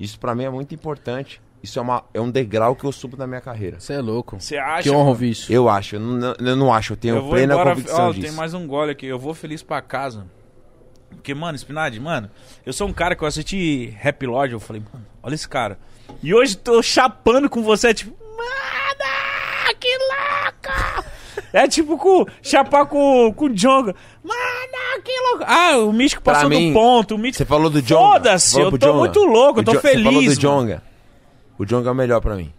Speaker 3: Isso pra mim é muito importante. Isso é, uma, é um degrau que eu subo na minha carreira.
Speaker 1: Você é louco.
Speaker 2: Você acha?
Speaker 1: Que honra ouvir isso.
Speaker 3: Eu acho, eu não, eu não acho, eu tenho
Speaker 2: eu vou
Speaker 3: plena
Speaker 2: embora.
Speaker 3: convicção
Speaker 2: Ó, tem
Speaker 3: disso.
Speaker 2: mais um gole aqui. Eu vou feliz pra casa. Porque, mano, Spinade, mano, eu sou um cara que eu assisti Rap Lodge, eu falei, mano, olha esse cara. E hoje tô chapando com você, tipo, mano, que louco! É tipo com, chapar com, com o Jonga. Mano, que louco! Ah, o Mítico
Speaker 3: Pra
Speaker 2: passou
Speaker 3: mim,
Speaker 2: do ponto, o Mítico...
Speaker 3: Você falou do Jonga.
Speaker 2: Foda-se,
Speaker 3: Falou
Speaker 2: eu
Speaker 3: pro
Speaker 2: tô
Speaker 3: Jonga.
Speaker 2: muito louco, eu
Speaker 3: O
Speaker 2: tô
Speaker 3: Jo- Você falou do
Speaker 2: feliz, mano.
Speaker 3: Jonga. O Jonga é o melhor pra mim.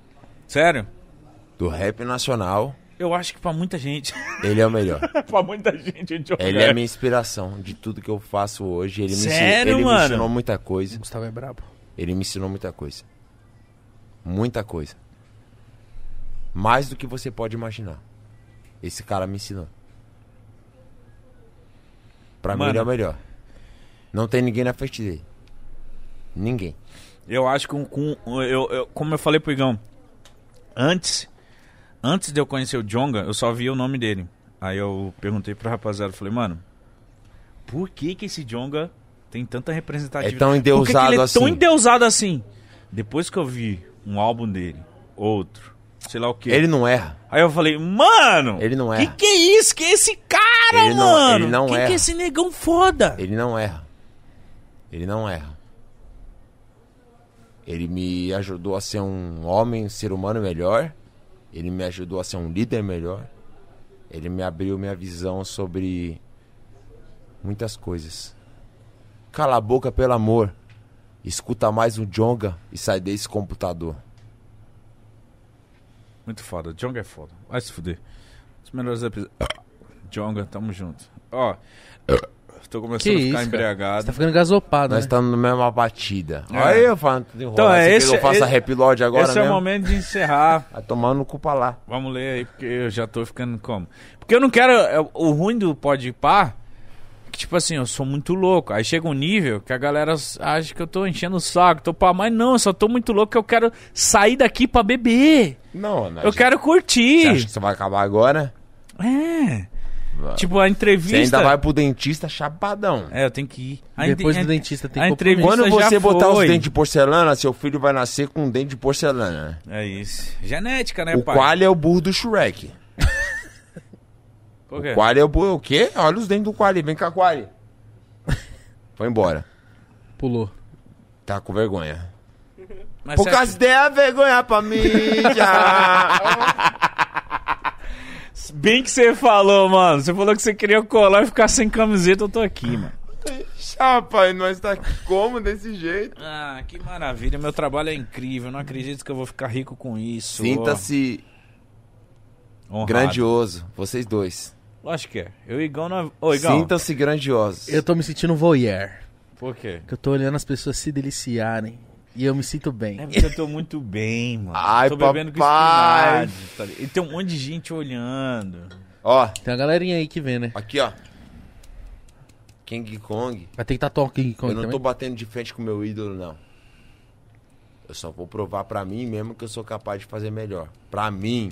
Speaker 2: Sério?
Speaker 3: Do rap nacional,
Speaker 2: Eu acho que pra muita gente.
Speaker 3: ele é o melhor.
Speaker 2: pra muita gente, o John
Speaker 3: Ele é
Speaker 2: Lennon.
Speaker 3: a minha inspiração de tudo que eu faço hoje. Ele me, ensi-
Speaker 2: Sério,
Speaker 3: ele
Speaker 2: mano?
Speaker 3: me ensinou muita coisa.
Speaker 1: Gustavo é brabo.
Speaker 3: Ele me ensinou muita coisa. Muita coisa. Mais do que você pode imaginar. Esse cara me ensinou. Pra mim
Speaker 2: Mano.
Speaker 3: ele é o melhor. Não tem ninguém na frente dele. Ninguém.
Speaker 2: Eu acho que um- com, eu, eu- como eu falei pro Igão, antes, antes de eu conhecer o Jonga, eu só via o nome dele. Aí eu perguntei pro rapaziada, eu falei, mano, por que que esse Jonga tem tanta representatividade?
Speaker 3: É tão
Speaker 2: Por que que ele é
Speaker 3: endeusado
Speaker 2: tão
Speaker 3: assim?
Speaker 2: endeusado assim? Depois que eu vi um álbum dele, outro, sei lá o quê.
Speaker 3: Ele não erra.
Speaker 2: Aí eu falei, mano,
Speaker 3: Ele não
Speaker 2: que
Speaker 3: erra.
Speaker 2: que é isso? Que é esse cara,
Speaker 3: Ele não-
Speaker 2: mano?
Speaker 3: ele não
Speaker 2: que
Speaker 3: erra.
Speaker 2: que é esse negão foda?
Speaker 3: Ele não erra. Ele não erra. Ele me ajudou a ser um homem, um ser humano melhor. Ele me ajudou a ser um líder melhor. Ele me abriu minha visão sobre muitas coisas. Cala a boca pelo amor. Escuta mais um Jonga e sai desse computador.
Speaker 2: Muito foda. Jonga é foda. Vai se fuder. Os melhores episódios. Jonga, tamo junto. Ó. Tô começando
Speaker 1: Que
Speaker 2: a
Speaker 1: isso,
Speaker 2: ficar
Speaker 1: cara?
Speaker 2: embriagado.
Speaker 1: Você tá ficando gasopado,
Speaker 3: Nós
Speaker 1: né?
Speaker 3: estamos na mesma batida.
Speaker 2: É.
Speaker 3: Aí eu falo, tudo enrolado.
Speaker 2: Então, é
Speaker 3: Você quer
Speaker 2: esse-
Speaker 3: que eu faça
Speaker 2: esse-
Speaker 3: rap lodge agora
Speaker 2: Esse é o
Speaker 3: mesmo?
Speaker 2: momento de encerrar.
Speaker 3: Vai tomando no cu pra lá.
Speaker 2: Vamos ler aí, porque eu já tô ficando como. Porque eu não quero. é, O ruim do pode par que, tipo assim, eu sou muito louco. Aí chega um nível que a galera s- acha que eu tô enchendo o saco, tô pra mais. Não, eu só tô muito louco que eu quero sair daqui pra beber.
Speaker 3: Não, não.
Speaker 2: Eu quero
Speaker 3: Você acha
Speaker 2: curtir.
Speaker 3: que você vai acabar agora?
Speaker 2: É. Tipo, a
Speaker 3: Você
Speaker 2: entrevista.
Speaker 3: ainda vai pro dentista chapadão.
Speaker 2: É, eu tenho que ir. A
Speaker 1: Depois
Speaker 2: ente-
Speaker 1: do dentista tem
Speaker 2: a
Speaker 1: que
Speaker 2: entrevista
Speaker 3: Quando
Speaker 2: já
Speaker 3: você botar
Speaker 2: foi.
Speaker 3: os dentes de porcelana, seu filho vai nascer com um dente de porcelana.
Speaker 2: É isso. Genética, né,
Speaker 3: o
Speaker 2: pai?
Speaker 3: qual é o burro do Shrek?
Speaker 2: Por quê?
Speaker 3: Qual é o burro? O quê? Olha os dentes do Quali. Vem cá, Quali. Foi embora.
Speaker 1: Pulou.
Speaker 3: Tá com vergonha.
Speaker 2: Mas
Speaker 3: Por
Speaker 2: você
Speaker 3: causa dela, vergonha pra mídia.
Speaker 2: acha- Bem que você falou, mano. Você falou que você queria colar e ficar sem camiseta, eu tô aqui, mano.
Speaker 3: Chapa, e nós tá como desse jeito?
Speaker 2: Ah, que maravilha. Meu trabalho é incrível. Não acredito que eu vou ficar rico com isso.
Speaker 3: Sinta-se
Speaker 2: Ó, honrado.
Speaker 3: grandioso, vocês dois.
Speaker 2: Lógico que é. Eu e Igão não... Ô, Igão.
Speaker 3: Sintam-se grandiosos.
Speaker 1: Eu tô me sentindo voyeur.
Speaker 2: Por quê?
Speaker 1: Que eu tô olhando as pessoas se deliciarem. E eu me sinto
Speaker 2: É
Speaker 1: bem.
Speaker 2: porque eu tô muito bem, mano.
Speaker 3: Ai,
Speaker 2: tô bebendo com
Speaker 3: papai.
Speaker 2: espinafre. Tá ligado? e tem um monte de gente olhando.
Speaker 3: Ó,
Speaker 1: Tem uma galerinha aí que vê, né?
Speaker 3: aqui ó. King Kong.
Speaker 1: Vai ter que tatuar o King Kong
Speaker 3: eu não
Speaker 1: também.
Speaker 3: tô batendo de frente com o meu ídolo, não. Eu só vou provar pra mim mesmo que eu sou capaz de fazer melhor. Pra mim,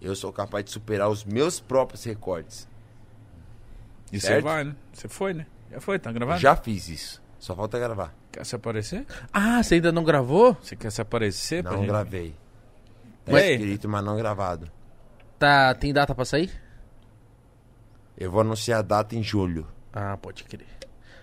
Speaker 3: eu sou capaz de superar os meus próprios recordes.
Speaker 2: E você
Speaker 3: Certo.
Speaker 2: vai, né? Você foi, né? Já foi, tá gravando?
Speaker 3: Já fiz isso. Só falta gravar.
Speaker 2: Quer se aparecer?
Speaker 1: Ah, você ainda não gravou?
Speaker 2: Você quer se aparecer? pra
Speaker 3: não
Speaker 2: gente?
Speaker 3: gravei. Tá
Speaker 2: Mas-
Speaker 3: escrito, mas não gravado.
Speaker 1: Tá, tem data pra sair?
Speaker 3: Eu vou anunciar a data em julho.
Speaker 1: Ah, pode crer.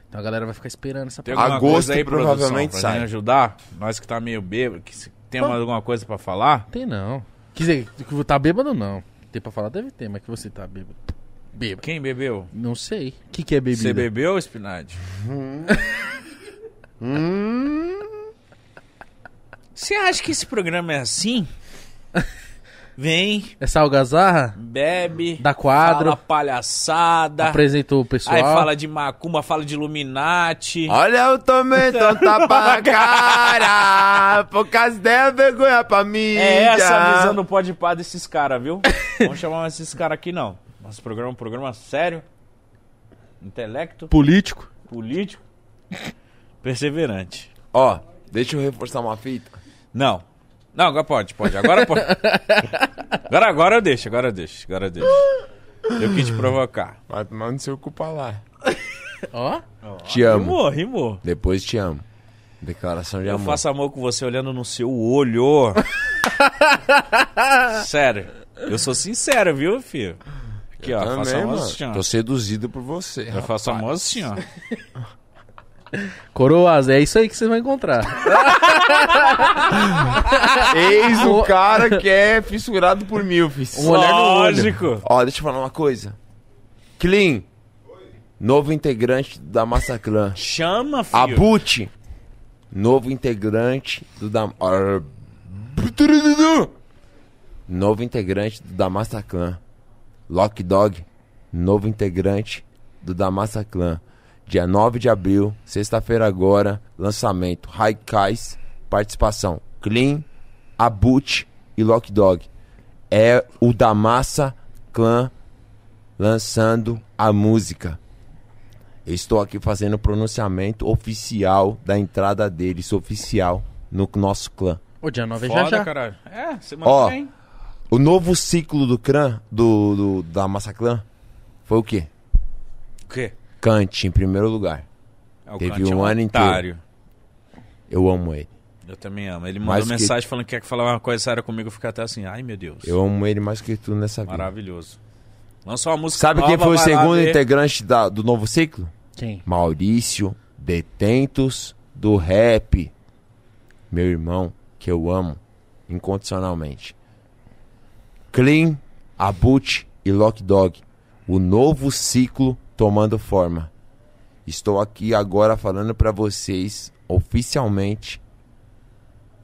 Speaker 1: Então a galera vai ficar esperando essa
Speaker 2: Tem
Speaker 1: porra.
Speaker 2: alguma
Speaker 3: Agosto
Speaker 2: coisa aí, produção,
Speaker 3: provavelmente
Speaker 2: pra
Speaker 3: sai.
Speaker 2: me ajudar? Nós que tá meio bêbado, que se- tem mais alguma coisa pra falar?
Speaker 1: Tem não. Quer dizer, que tá bêbado não. Tem pra falar, deve ter, mas que você tá bêbado. Bêbado.
Speaker 2: Quem bebeu?
Speaker 1: Não sei. O que, que é bebida?
Speaker 2: Você bebeu, Spinade?
Speaker 1: Hum.
Speaker 2: Hum. Você acha que esse programa é assim? Vem,
Speaker 1: Essa algazarra?
Speaker 2: bebe,
Speaker 1: Dá quadro.
Speaker 2: fala palhaçada,
Speaker 1: Apresenta o pessoal.
Speaker 2: Ah. aí fala de macumba, fala de Illuminati.
Speaker 3: Olha, eu tomei tanta pra cara. Por causa dela, vergonha pra mim.
Speaker 2: É essa a visão do pode pá desses caras, viu? Vamos chamar esses caras aqui, não. Nosso programa é um programa sério, intelecto,
Speaker 1: Político.
Speaker 2: político, perseverante.
Speaker 3: Ó, deixa eu reforçar uma fita.
Speaker 2: Não. Não, agora pode, pode. Agora pode. Agora, agora eu deixo, agora eu deixo, agora eu deixo. Eu quis te provocar.
Speaker 3: Vai tomar no seu cu pra lá.
Speaker 1: Ó.
Speaker 3: Te amo.
Speaker 2: Rimou, rimou.
Speaker 3: Depois te amo. Declaração de
Speaker 2: Eu
Speaker 3: amor.
Speaker 2: faço amor com você olhando no seu olho. Sério. Eu sou sincero, viu, filho? Aqui, ó.
Speaker 3: Também,
Speaker 2: faço amor
Speaker 3: mano.
Speaker 2: assim, ó.
Speaker 3: Tá, Tô seduzido por você.
Speaker 2: Eu faço amor assim, ó.
Speaker 1: Coroas, é isso aí que você vai encontrar.
Speaker 3: Eis o cara que é fissurado por milfis.
Speaker 1: Um olhar no olho.
Speaker 2: Lógico.
Speaker 3: Ó, deixa eu falar uma coisa. Clean. Novo integrante da Massa Clã.
Speaker 2: Chama, filho.
Speaker 3: Abut. Novo integrante do da... Ar- Novo integrante do da Massa Clã. Lock Dog. Novo integrante do da Massa Clã. Dia 9 de abril, sexta-feira agora, lançamento. Raikais, participação. Clean, Abut e Lock Dog. É o da Massa Clã lançando a música. Eu estou aqui fazendo o pronunciamento oficial da entrada deles, oficial, no nosso clã.
Speaker 1: Ô, dia 9 é já
Speaker 2: Foda,
Speaker 1: já.
Speaker 2: caralho. É, semana
Speaker 3: Ó,
Speaker 2: que vem.
Speaker 3: o novo ciclo do clã, do, do- da Massa Clã, foi o quê?
Speaker 2: O quê?
Speaker 3: Cante, em primeiro lugar.
Speaker 2: É, o
Speaker 3: teve
Speaker 2: Kant é
Speaker 3: um ano inteiro.
Speaker 2: otário.
Speaker 3: Eu amo ele.
Speaker 2: Eu também amo. Ele mandou
Speaker 3: Mais que-
Speaker 2: mensagem falando que quer falar uma coisa séria comigo. Eu fico até assim, ai meu Deus.
Speaker 3: Eu amo ele mais que tudo nessa vida.
Speaker 2: Maravilhoso. Lançou uma música
Speaker 3: Sabe
Speaker 2: nova,
Speaker 3: quem foi
Speaker 2: vai
Speaker 3: o
Speaker 2: lá
Speaker 3: segundo
Speaker 2: ver.
Speaker 3: integrante da- do novo ciclo?
Speaker 1: Quem?
Speaker 3: Maurício Detentos do Rap. Meu irmão, que eu amo incondicionalmente. Clean, Abut e Lock Dog, o novo ciclo tomando forma. Estou aqui agora falando pra vocês oficialmente.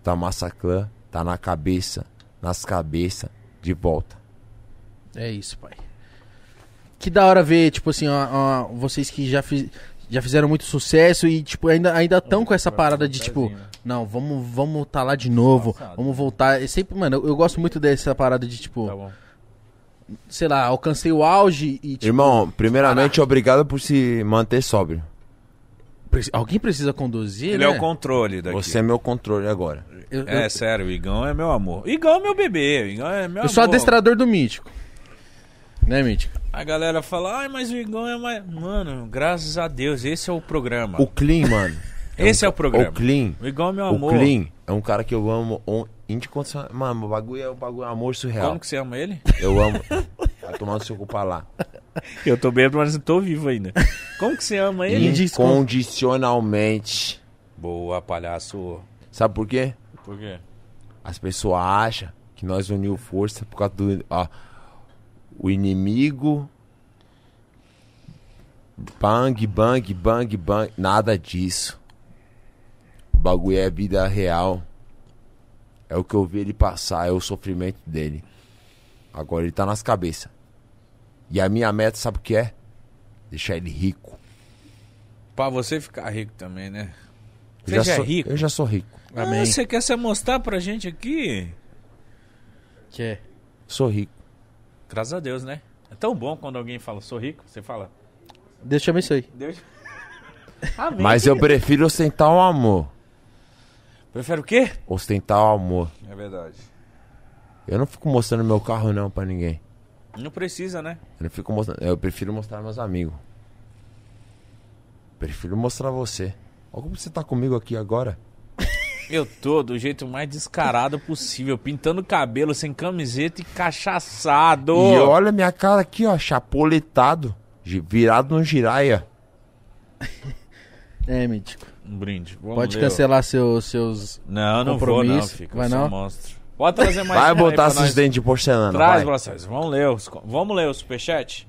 Speaker 3: Tá Massaclan, tá na cabeça, nas cabeças, de volta.
Speaker 1: É isso, pai. Que da hora ver, tipo assim, ó, ó, vocês que já, fiz- já fizeram muito sucesso e, tipo, ainda ainda tão com essa parada de, tipo,
Speaker 2: um
Speaker 1: não, vamos vamos tá lá de novo, vamos voltar. É sempre, mano, eu, eu gosto muito dessa parada de,
Speaker 2: Tá
Speaker 1: tipo,
Speaker 2: bom.
Speaker 1: sei lá, alcancei o auge e, tipo,
Speaker 3: Irmão, primeiramente, obrigado por se manter sóbrio.
Speaker 1: preci- alguém precisa conduzir,
Speaker 2: Ele
Speaker 1: né?
Speaker 2: é o controle daqui.
Speaker 3: Você é meu controle agora.
Speaker 1: Eu, eu,
Speaker 2: É, sério, o Igão é meu amor. Igão é meu bebê, o Igão é meu amor.
Speaker 1: eu sou adestrador do Mítico. Né, Mítico?
Speaker 2: A galera fala, ai, mas o Igão é mais... Mano, graças a Deus, esse é o programa.
Speaker 3: O Clean, mano.
Speaker 2: Esse é o programa.
Speaker 3: O Clean.
Speaker 2: O Igão é meu
Speaker 3: O
Speaker 2: amor.
Speaker 3: Clean é um cara que eu amo on- incondicionalmente. Mano, o bagulho é o bagulho é um amor surreal.
Speaker 2: Como que você ama ele?
Speaker 3: Eu amo. Vai tomar no seu cu pra lá.
Speaker 2: Eu tô bêbado, mas não tô vivo ainda. Como que você ama ele?
Speaker 3: Incondicionalmente.
Speaker 2: Boa, palhaço.
Speaker 3: Sabe por quê?
Speaker 2: Por quê?
Speaker 3: As pessoas acham que nós uniu força por causa do. Ó, o inimigo. Bang, bang, bang, bang. Nada disso. O bagulho é vida real. É o que eu vi ele passar, é o sofrimento dele. Agora ele tá nas cabeças. E a minha meta, sabe o que é? Deixar ele rico.
Speaker 2: Pra você ficar rico também, né?
Speaker 3: Eu
Speaker 2: Você já é
Speaker 3: sou,
Speaker 2: rico?
Speaker 3: Eu já sou rico.
Speaker 2: Ah, você quer se mostrar pra gente aqui?
Speaker 1: Que é.
Speaker 3: Sou rico.
Speaker 2: Graças a Deus, né? É tão bom quando alguém fala, sou rico, você fala,
Speaker 1: Deus te abençoe.
Speaker 2: Deus. Amém.
Speaker 3: Mas eu prefiro ostentar o amor.
Speaker 2: Prefere o quê?
Speaker 3: Ostentar o amor.
Speaker 2: É verdade.
Speaker 3: Eu não fico mostrando meu carro não pra ninguém.
Speaker 2: Não precisa, né?
Speaker 3: Eu não fico mostrando. Eu prefiro mostrar meus amigos. Prefiro mostrar você. Olha como você tá comigo aqui agora.
Speaker 2: Eu tô do jeito mais descarado possível, pintando o cabelo sem camiseta e cachaçado.
Speaker 3: E olha minha cara aqui, ó, chapoletado, gi- virado no giraia.
Speaker 1: É, Mítico.
Speaker 2: Um brinde. Vamos
Speaker 1: Pode
Speaker 2: ler, ó.
Speaker 1: cancelar seu, seus.
Speaker 2: Não, não vou não,
Speaker 1: Compromisso.
Speaker 2: fica.
Speaker 1: Vai
Speaker 2: eu só
Speaker 1: não?
Speaker 2: mostro. Pode trazer mais
Speaker 3: Vai
Speaker 2: um aí pra
Speaker 3: botar seus
Speaker 2: nós.
Speaker 3: dentes de porcelana,
Speaker 2: Traz,
Speaker 3: vai.
Speaker 2: Braçais. Vamos ler os... Vamos ler o superchat?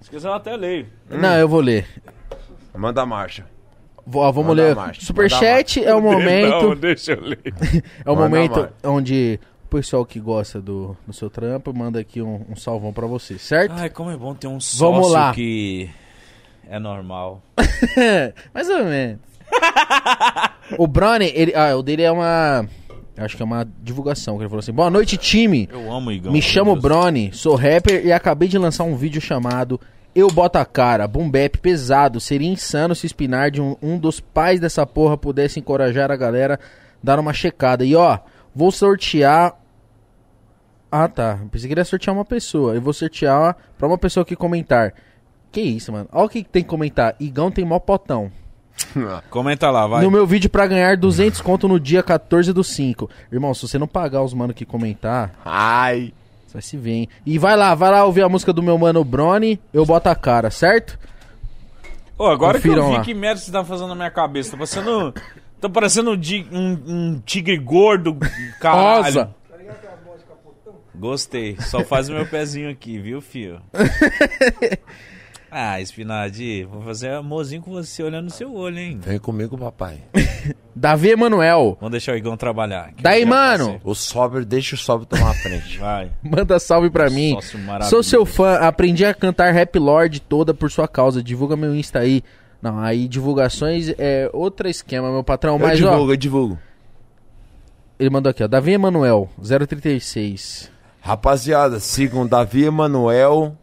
Speaker 2: Se quiser eu até leio.
Speaker 1: Não, eu vou ler.
Speaker 3: Manda a marcha.
Speaker 1: Vou, ó, vamos
Speaker 3: Manda
Speaker 1: ler.
Speaker 3: marcha,
Speaker 1: Superchat é o momento.
Speaker 2: deixa eu ler.
Speaker 1: É o
Speaker 3: Manda
Speaker 1: momento
Speaker 3: mais.
Speaker 1: onde o pessoal que gosta do, do seu trampo manda aqui um, um salvão pra você, certo?
Speaker 2: Ai, como é bom ter um sócio
Speaker 1: Vamos lá.
Speaker 2: que é normal.
Speaker 1: Mais ou menos. o Brownie, ele, ah, o dele é uma. Acho que é uma divulgação. Que ele falou assim: Boa noite, time.
Speaker 2: Eu amo o Igão.
Speaker 1: Me
Speaker 2: meu
Speaker 1: chamo
Speaker 2: Deus.
Speaker 1: Brony, sou rapper e acabei de lançar um vídeo chamado Eu Boto a Cara, boom bap pesado. Seria insano se Spinar de um, um dos pais dessa porra pudesse encorajar a galera a dar uma checada. E ó, vou sortear. Ah tá, pensei que ele ia sortear uma pessoa. Eu vou sortear pra uma pessoa que comentar. Que isso, mano? Olha o que que tem que comentar. Igão tem mó potão.
Speaker 2: Comenta lá, vai.
Speaker 1: No meu vídeo pra ganhar 200 conto no dia 14 do 5. Irmão, se você não pagar os mano que comentar,
Speaker 3: Ai.
Speaker 1: você vai se ver, hein? E vai lá, vai lá ouvir a música do meu mano Brony, eu boto a cara, certo?
Speaker 2: Ô, agora que eu
Speaker 1: Confiram
Speaker 2: vi
Speaker 1: lá.
Speaker 2: que merda você tá fazendo na minha cabeça. Tá parecendo. Tô parecendo um, di- um- um tigre gordo, caralho.
Speaker 1: Rosa.
Speaker 2: Gostei. Só faz o meu pezinho aqui, viu, fio? ah, Spinardi, vou fazer amorzinho com você olhando no seu olho, hein?
Speaker 3: Vem comigo, papai.
Speaker 1: Davi Emanuel,
Speaker 2: Vamos deixar o Igão trabalhar. Que
Speaker 1: Daí,
Speaker 3: é
Speaker 2: eu já
Speaker 1: mano.
Speaker 2: passei.
Speaker 3: O sóbrio, deixa o sóbrio tomar a frente.
Speaker 2: Vai.
Speaker 1: manda salve pra mim.
Speaker 2: Sócio maravilhoso.
Speaker 1: Sou seu fã, aprendi a cantar Rap Lord toda por sua causa. Divulga meu Insta aí. Não, aí divulgações é outro esquema, meu patrão.
Speaker 3: eu
Speaker 1: Mas,
Speaker 3: divulgo,
Speaker 1: ó,
Speaker 3: eu divulgo.
Speaker 1: ele mandou aqui, ó. Davi Emanuel, 036.
Speaker 3: Rapaziada, sigam Davi Emanuel.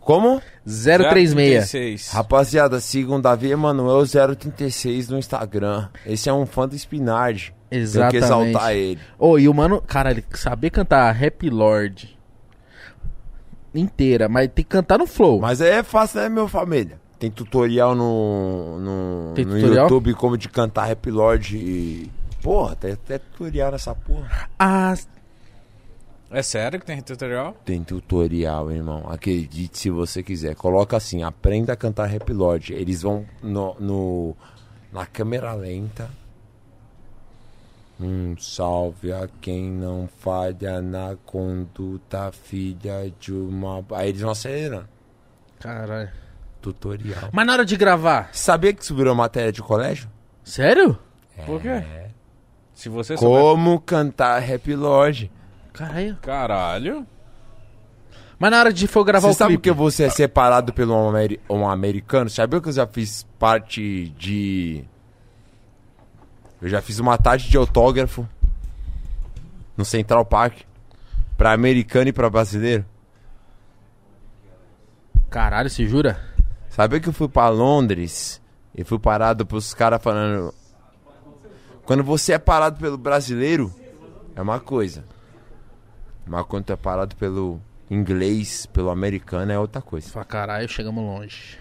Speaker 3: Como?
Speaker 1: 036.
Speaker 2: 036.
Speaker 3: Rapaziada, sigam Davi Emanuel 036 no Instagram. Esse é um fã do Spinard. Tem que
Speaker 1: Exatamente.
Speaker 3: exaltar ele.
Speaker 1: Ô, e o mano, caralho, saber cantar Rap Lord inteira, mas tem que cantar no flow.
Speaker 3: Mas aí é fácil, né, meu família? Tem tutorial no, no,
Speaker 1: Tem
Speaker 3: no
Speaker 1: tutorial?
Speaker 3: YouTube como de cantar Rap Lord e... Porra, tem até tutorial nessa porra.
Speaker 1: Ah,
Speaker 2: É sério que tem tutorial?
Speaker 3: Tem tutorial, irmão. Acredite se você quiser. Coloca assim, aprenda a cantar Rap Lord. Eles vão no, no- na câmera lenta. Um salve a quem não falha na conduta, filha de uma. Aí eles vão acelerando.
Speaker 1: Caralho.
Speaker 3: Tutorial.
Speaker 1: Mas na hora de gravar.
Speaker 3: Sabia que isso virou matéria de colégio?
Speaker 1: Sério?
Speaker 2: Por quê? Se você souber...
Speaker 3: Como cantar Rap Lord.
Speaker 1: Caralho.
Speaker 2: Caralho.
Speaker 1: Mas na hora de for gravar
Speaker 3: Você
Speaker 1: o
Speaker 3: sabe
Speaker 1: clipe.
Speaker 3: que você é separado pelo um, ameri- um americano? Sabia que eu já fiz parte de. Eu já fiz uma tarde de autógrafo no Central Park. Pra americano e pra brasileiro.
Speaker 1: Caralho, você jura?
Speaker 3: Sabia que eu fui pra Londres e fui parado pros caras falando. Quando você é parado pelo brasileiro, é uma coisa. Mas quando tu é parado pelo inglês, pelo americano, é outra coisa.
Speaker 1: Fala, caralho, chegamos longe.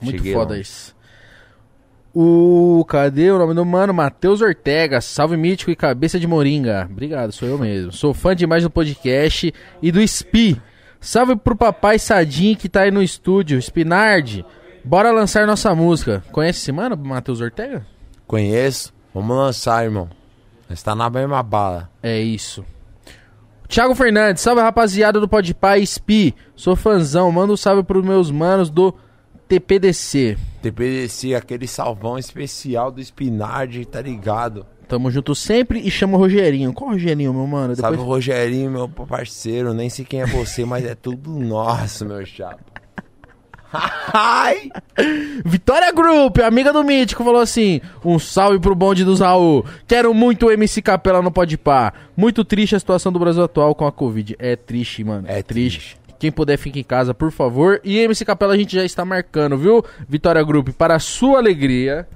Speaker 1: Muito
Speaker 3: Cheguei
Speaker 1: foda
Speaker 3: longe.
Speaker 1: isso. O. Cadê o nome do mano? Matheus Ortega. Salve mítico e cabeça de moringa. Obrigado, sou eu mesmo. Sou fã demais do podcast e do SPI. Salve pro papai Sadinho que tá aí no estúdio. Spinard, bora lançar nossa música. Conhece esse mano, Matheus Ortega?
Speaker 3: Conheço. Vamos lançar, irmão. Nós tá na mesma bala.
Speaker 1: É isso. Thiago Fernandes, salve rapaziada do Podpah SPI. Sou fãzão, manda um salve pros meus manos do TPDC.
Speaker 3: TPDC, aquele salvão especial do Spinard, tá ligado?
Speaker 1: Tamo junto sempre e chama o Rogerinho. Qual Rogerinho, meu mano?
Speaker 3: Sabe
Speaker 1: Depois...
Speaker 3: o Rogerinho, meu parceiro? Nem sei quem é você, mas é tudo nosso, meu chapa. Ai!
Speaker 1: Vitória Group, amiga do Mítico, falou assim: Um salve pro bonde dos Raul. Quero muito o MC Capela no Podpah. Muito triste a situação do Brasil atual com a Covid. É triste, mano.
Speaker 3: É triste.
Speaker 1: Quem puder, fique em casa, por favor. E MC Capela a gente já está marcando, viu? Vitória Group, para a sua alegria.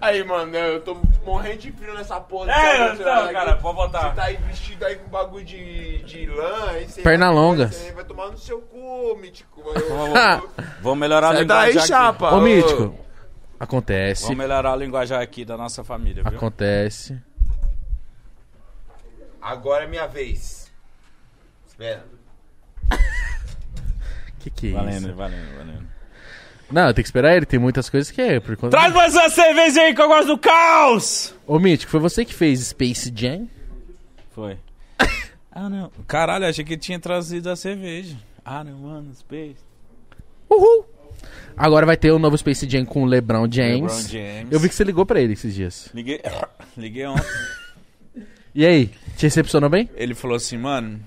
Speaker 3: Aí, mano, eu tô morrendo de frio nessa porra.
Speaker 7: É, então, cara, pode
Speaker 3: Você
Speaker 7: botar.
Speaker 3: tá aí vestido aí com bagulho de, de lã, aí você
Speaker 1: Perna
Speaker 3: vai,
Speaker 1: longa.
Speaker 3: Você vai tomar no seu cu, mítico. Eu-
Speaker 1: Ah,
Speaker 2: Vamos melhorar a
Speaker 3: Sai
Speaker 2: linguagem
Speaker 3: daí,
Speaker 2: aqui.
Speaker 3: chapa.
Speaker 1: Ô, Mítico. Acontece.
Speaker 2: Vamos melhorar a linguagem aqui da nossa família, viu?
Speaker 1: Acontece.
Speaker 3: Agora é minha vez. Espera.
Speaker 1: Que que é isso?
Speaker 2: Valendo, valendo, valendo.
Speaker 1: Não, tem que esperar ele. Tem muitas coisas que é. Por conta...
Speaker 7: Traz mais uma cerveja aí que eu gosto do caos!
Speaker 1: Ô, Mítico, foi você que fez Space Jam?
Speaker 2: Foi. ah, não. Caralho, achei que tinha trazido a cerveja. Ah, não, mano, space.
Speaker 1: Uhul! Agora vai ter o novo Space Jam com o LeBron James.
Speaker 2: LeBron James.
Speaker 1: Eu vi que você ligou pra ele esses dias.
Speaker 2: Liguei, liguei ontem.
Speaker 1: E aí, te recepcionou bem?
Speaker 2: Ele falou assim, mano.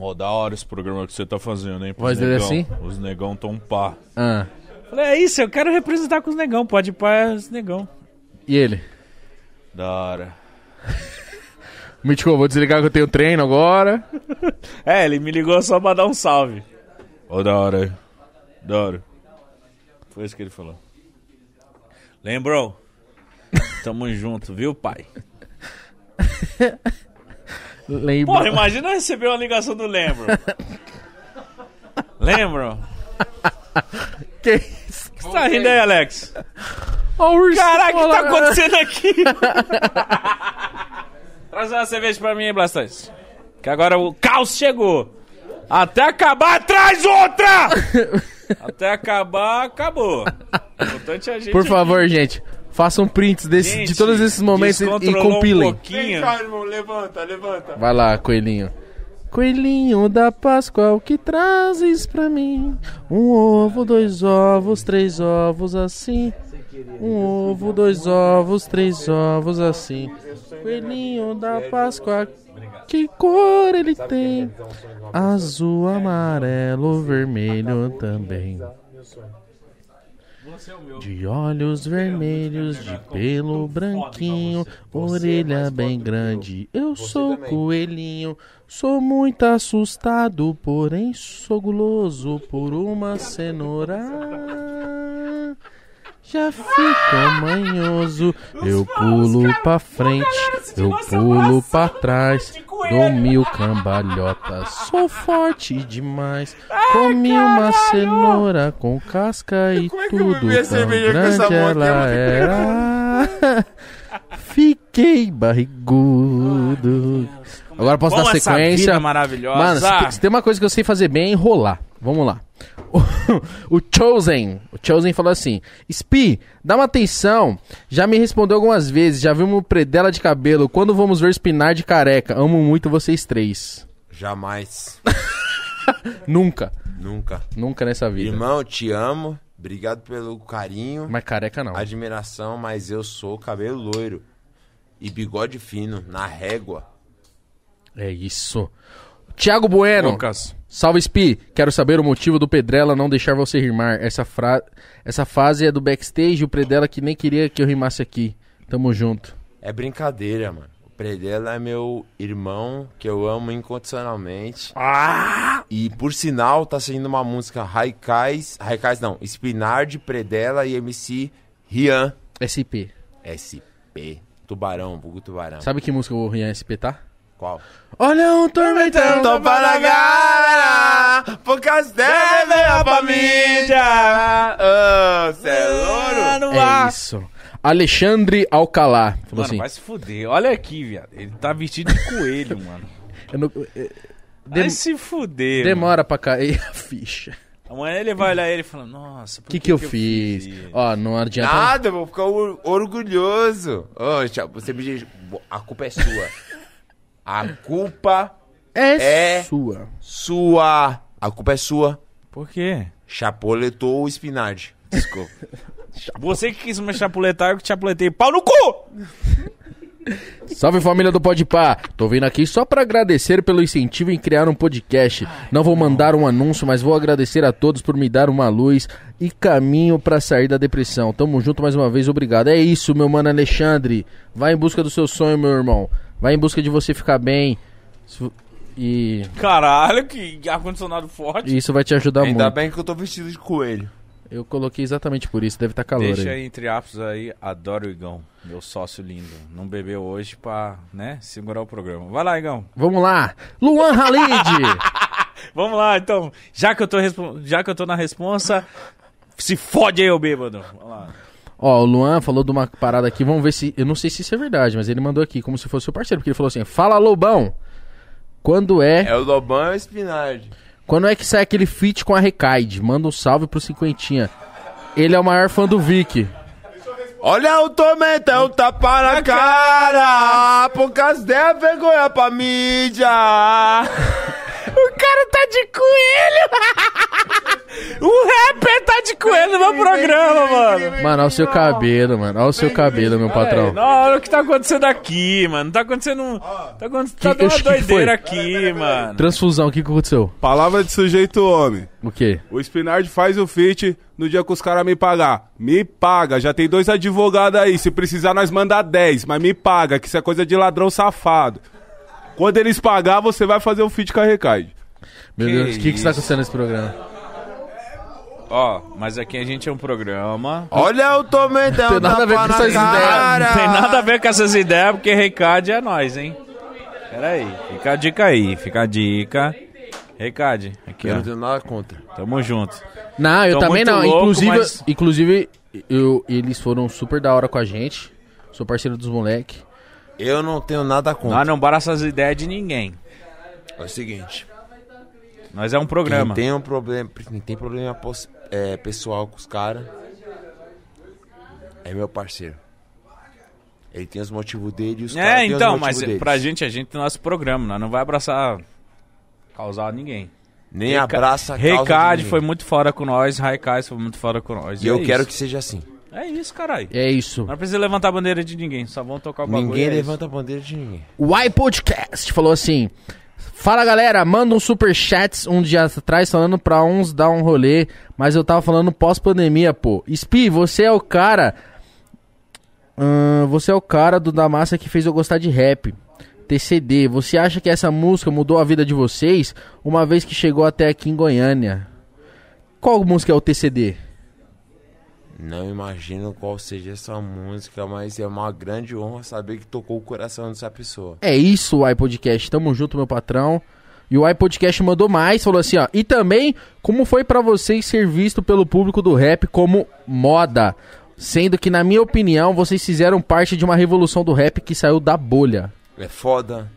Speaker 2: Ó, da hora esse programa que você tá fazendo, hein? pros
Speaker 1: Voz dele
Speaker 2: negão.
Speaker 1: assim?
Speaker 2: Os negão tão pá.
Speaker 1: Ah.
Speaker 2: Falei, é isso, eu quero representar com os negão. Pode ir pra os negão.
Speaker 1: E ele?
Speaker 2: Da hora.
Speaker 1: Mítico, vou desligar que eu tenho treino agora.
Speaker 2: É, ele me ligou só pra dar um salve. Ô, da hora. hein? Da hora. Foi isso que ele falou. Lembrou? Tamo junto, viu, pai?
Speaker 1: Lembra.
Speaker 2: Porra, imagina eu receber uma ligação do Lembro. Lembro?
Speaker 1: que isso?
Speaker 2: O que tá rindo aí, Alex?
Speaker 1: Ó, o ursinho
Speaker 2: Caraca, o que tá
Speaker 1: lá.
Speaker 2: acontecendo aqui? Traz uma cerveja pra mim, hein, Blastoise. Que agora o caos chegou. Até acabar, traz outra! Até acabar, acabou. O Importante é a gente...
Speaker 1: Por favor, gente, façam prints desse-
Speaker 2: Gente,
Speaker 1: de todos esses momentos e, e
Speaker 2: descontrolou
Speaker 1: compilem.
Speaker 2: Um pouquinho.
Speaker 3: irmão, levanta, levanta.
Speaker 1: Vai lá, coelhinho. Coelhinho da Páscoa, o que trazes pra mim? Um ovo, dois ovos, três ovos assim. Um ovo, dois ovos, três ovos assim. Coelhinho da Páscoa, que cor ele tem? Azul, amarelo, vermelho também. De olhos vermelhos, de pelo branquinho, orelha bem grande. Eu sou coelhinho, sou muito assustado, porém sou guloso por uma cenoura. Já fico manhoso, eu pulo pra frente, eu pulo pra trás, dou mil cambalhotas, sou forte demais. Comi uma cenoura com casca e
Speaker 3: Como é que eu
Speaker 1: tudo
Speaker 3: bebi essa
Speaker 1: tão
Speaker 3: cerveja com essa
Speaker 1: grande
Speaker 3: boca? Eu não
Speaker 1: ela era. Fiquei barrigudo. Agora posso
Speaker 2: Como é
Speaker 1: dar
Speaker 2: essa
Speaker 1: sequência.
Speaker 2: vida maravilhosa.
Speaker 1: Mano, se tem- se tem uma coisa que eu sei fazer bem é enrolar. Vamos lá. o Chosen. O Chosen falou assim: Spi, dá uma atenção. Já me respondeu algumas vezes, já vimos predela de cabelo. Quando vamos ver espinar de careca? Amo muito vocês três.
Speaker 3: Jamais.
Speaker 1: Nunca.
Speaker 3: Nunca.
Speaker 1: Nunca nessa vida.
Speaker 3: Irmão, te amo. Obrigado pelo carinho,
Speaker 1: Mas careca não.
Speaker 3: admiração, mas eu sou cabelo loiro. E bigode fino, na régua.
Speaker 1: É isso. Tiago Bueno.
Speaker 8: Lucas.
Speaker 1: Salve, Spi. Quero saber o motivo do Pedrela não deixar você rimar. Essa, fra... Essa fase é do backstage e o Predela que nem queria que eu rimasse aqui. Tamo junto.
Speaker 3: É brincadeira, mano. O Predela é meu irmão, que eu amo incondicionalmente. E por sinal, tá saindo uma música Raikais. Raikais não, Spinard, Predela e MC Rian.
Speaker 1: SP.
Speaker 3: SP. Tubarão, vulgo tubarão.
Speaker 1: Sabe que música o Rian SP tá?
Speaker 3: Qual?
Speaker 1: Olha um tormentão
Speaker 3: Então para galera, poucas devem pra mídia. Cê é louro?
Speaker 2: no
Speaker 1: É
Speaker 2: ar.
Speaker 1: isso. Alexandre Alcalá. Falou
Speaker 2: Mano,
Speaker 1: assim.
Speaker 2: vai se fuder. Olha aqui, viado. Ele tá vestido de coelho, mano.
Speaker 1: eu não- eh,
Speaker 2: Vai
Speaker 1: dem-
Speaker 2: se fuder. mano.
Speaker 1: Demora pra cair a ficha.
Speaker 2: Amanhã ele vai olhar ele e falar, nossa, por
Speaker 1: O que, que eu fiz? Ah,
Speaker 2: isso?
Speaker 1: Ó, não adianta.
Speaker 3: Nada, vou ficar or- orgulhoso. Ô, Thiago, você me diz, a culpa é sua. A culpa
Speaker 1: É,
Speaker 3: É.
Speaker 1: sua.
Speaker 3: sua. A culpa é sua.
Speaker 2: Por quê?
Speaker 3: Chapoletou o Spinard. Desculpa.
Speaker 2: Você que quis me chapuletar, eu que chapuletei. Pau no cu!
Speaker 1: Salve família do Podpá. Tô vindo aqui só pra agradecer pelo incentivo em criar um podcast. Não vou mandar um anúncio, mas vou agradecer a todos por me dar uma luz e caminho pra sair da depressão. Tamo junto mais uma vez, obrigado. É isso, meu mano Alexandre. Vai em busca do seu sonho, meu irmão. Vai em busca de você ficar bem. Isso- E
Speaker 2: Caralho, que ar-condicionado forte.
Speaker 1: e isso vai te ajudar
Speaker 3: Ainda
Speaker 1: muito.
Speaker 3: bem que eu tô vestido de coelho.
Speaker 1: Eu coloquei exatamente por isso, deve estar tá calor
Speaker 2: Deixa
Speaker 1: aí.
Speaker 2: aí, entre aspas aí, adoro o Igão, meu sócio lindo. Não bebeu hoje pra, né, segurar o programa. Vai lá, Igão.
Speaker 1: Vamos lá. Luan Halid.
Speaker 2: Vamos lá, então. Já que eu tô, respon- já que eu tô na responsa, se fode aí, ô bêbado. Vamos lá.
Speaker 1: Ó, o Luan falou de uma parada aqui, vamos ver se. Eu não sei se isso é verdade, mas ele mandou aqui como se fosse o parceiro, porque ele falou assim: Fala Lobão! Quando é.
Speaker 3: É o Lobão e o Spinard.
Speaker 1: Quando é que sai aquele feat com a Recaide? Manda um salve pro Cinquentinha. Ele é o maior fã do Vic.
Speaker 3: Olha o tormentão, tapa na cara. Poucas devem vergonha pra mídia.
Speaker 2: O cara tá de coelho! o rapper tá de coelho no programa, mano.
Speaker 1: Mano, olha o seu cabelo, mano. Olha o seu cabelo, meu patrão.
Speaker 2: Não, olha o que tá acontecendo aqui, mano. Tá acontecendo um. Tá, acontecendo, tá
Speaker 1: Que-
Speaker 2: dando uma
Speaker 1: que foi?
Speaker 2: doideira aqui, mano.
Speaker 1: Transfusão, o que que aconteceu?
Speaker 7: Palavra de sujeito homem.
Speaker 1: O quê?
Speaker 7: O Spinard faz o feat no dia que os caras me pagar. Me paga, já tem dois advogados aí. Se precisar, nós manda 10, mas me paga, que isso é coisa de ladrão safado. Quando eles pagar, você vai fazer o feat com a Recaide.
Speaker 1: Meu
Speaker 2: Que
Speaker 1: Deus, o que, que está
Speaker 2: isso?
Speaker 1: acontecendo nesse programa?
Speaker 2: Ó, mas aqui a gente é um programa.
Speaker 3: Olha o tormentão,
Speaker 1: Tem nada a ver
Speaker 3: tapa
Speaker 1: com
Speaker 3: na
Speaker 1: essas
Speaker 3: cara.
Speaker 2: Não tem nada a ver com essas ideias, porque Recade é nós, hein? Pera aí. Fica a dica aí, fica a dica. Recade, aqui,
Speaker 3: Eu não
Speaker 2: ó.
Speaker 3: tenho nada contra.
Speaker 2: Tamo junto.
Speaker 1: Não, eu
Speaker 2: Tô
Speaker 1: também
Speaker 2: muito
Speaker 1: não.
Speaker 2: louco,
Speaker 1: inclusive,
Speaker 2: mas-
Speaker 1: inclusive eu, eles foram super da hora com a gente. Sou parceiro dos moleque.
Speaker 3: Eu não tenho nada contra.
Speaker 1: Ah,
Speaker 2: Nós Ah, não bora essas ideias de ninguém.
Speaker 3: É o seguinte.
Speaker 2: Nós é um programa.
Speaker 3: Quem tem um problema, quem tem problema pos- é, pessoal com os caras, é meu parceiro. Ele tem os motivos dele e os caras
Speaker 2: É,
Speaker 3: têm os
Speaker 2: então,
Speaker 3: motivos
Speaker 2: mas
Speaker 3: deles.
Speaker 2: pra gente, a gente tem nosso programa. Nós não vai abraçar, causar ninguém.
Speaker 3: Nem abraça a causa de
Speaker 2: Recade
Speaker 3: ninguém.
Speaker 2: foi muito fora com nós, Raikais foi muito fora com nós.
Speaker 3: E eu
Speaker 2: é
Speaker 3: quero
Speaker 2: isso.
Speaker 3: que seja assim.
Speaker 2: É isso, caralho.
Speaker 1: É isso.
Speaker 2: Não precisa levantar a bandeira de ninguém, só vão tocar o bagulho.
Speaker 3: Ninguém
Speaker 2: é
Speaker 3: levanta a bandeira de ninguém.
Speaker 1: O iPodcast falou assim: Fala galera, manda um super chats um dia atrás falando pra uns dar um rolê, mas eu tava falando pós-pandemia, pô. Spi, você é o cara. Ahn, você é o cara do da massa que fez eu gostar de rap. TCD, você acha que essa música mudou a vida de vocês uma vez que chegou até aqui em Goiânia? Qual música é o TCD?
Speaker 3: Não imagino qual seja essa música, mas é uma grande honra saber que tocou o coração dessa pessoa.
Speaker 1: É isso, o iPodcast. Tamo junto, meu patrão. E o iPodcast mandou mais, falou assim, ó. E também, como foi pra vocês ser visto pelo público do rap como moda? Sendo que, na minha opinião, vocês fizeram parte de uma revolução do rap que saiu da bolha.
Speaker 3: É foda.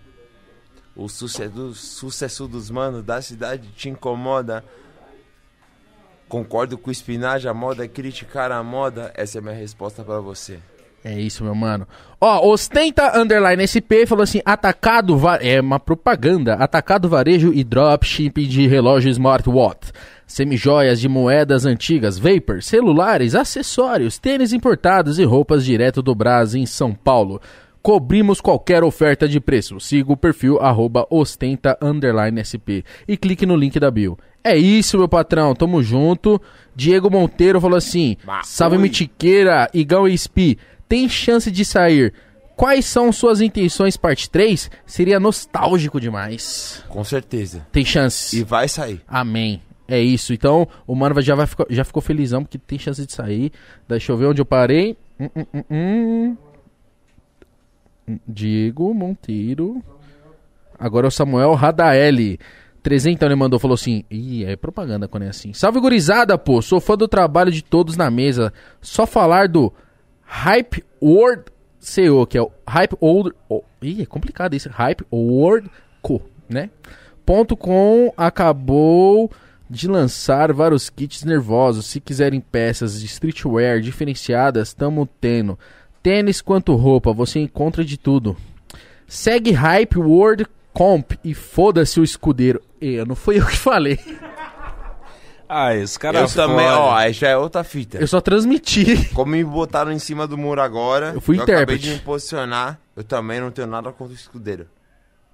Speaker 3: O sucesso, sucesso dos manos da cidade te incomoda. Concordo com o Espinage, a moda é criticar a moda. Essa é minha resposta pra você.
Speaker 1: É isso, meu mano. Ó, ostenta underline SP falou assim: atacado. va- É uma propaganda. Atacado varejo e dropshipping de relógio smartwatch. Semijoias de moedas antigas, vapor, celulares, acessórios, tênis importados e roupas direto do Brasil em São Paulo. Cobrimos qualquer oferta de preço. Siga o perfil arroba ostenta underline SP e clique no link da bio. É isso, meu patrão. Tamo junto. Diego Monteiro falou assim: Salve Mitiqueira, Igão e Spi. Tem chance de sair. Quais são suas intenções, parte 3? Seria nostálgico demais.
Speaker 3: Com certeza.
Speaker 1: Tem chance.
Speaker 3: E vai sair.
Speaker 1: Amém. É isso. Então, o Mano já, vai, ficar- já ficou felizão porque tem chance de sair. Deixa eu ver onde eu parei. Hum, hum, hum, hum. Diego Monteiro. Agora é o Samuel Radaeli. 300 então ele mandou, falou assim: Ih, é propaganda quando é assim. Salve gurizada, pô. Sou fã do trabalho de todos na mesa. Só falar do Hype World CO, que é o Hype World. oh, ih, é complicado isso. Hype World Co, né? Ponto com acabou de lançar vários kits nervosos. Se quiserem peças de streetwear diferenciadas, estamos tendo. Tênis quanto roupa, você encontra de tudo. Segue Hype World Comp e foda-se o escudeiro. E, não foi eu que falei.
Speaker 2: Ah, esse cara
Speaker 3: eu também, ó, aí já é outra fita.
Speaker 1: Eu só transmiti.
Speaker 3: Como me botaram em cima do muro agora,
Speaker 1: Eu fui
Speaker 3: acabei
Speaker 1: intérprete.
Speaker 3: de me posicionar. Eu também não tenho nada contra o escudeiro.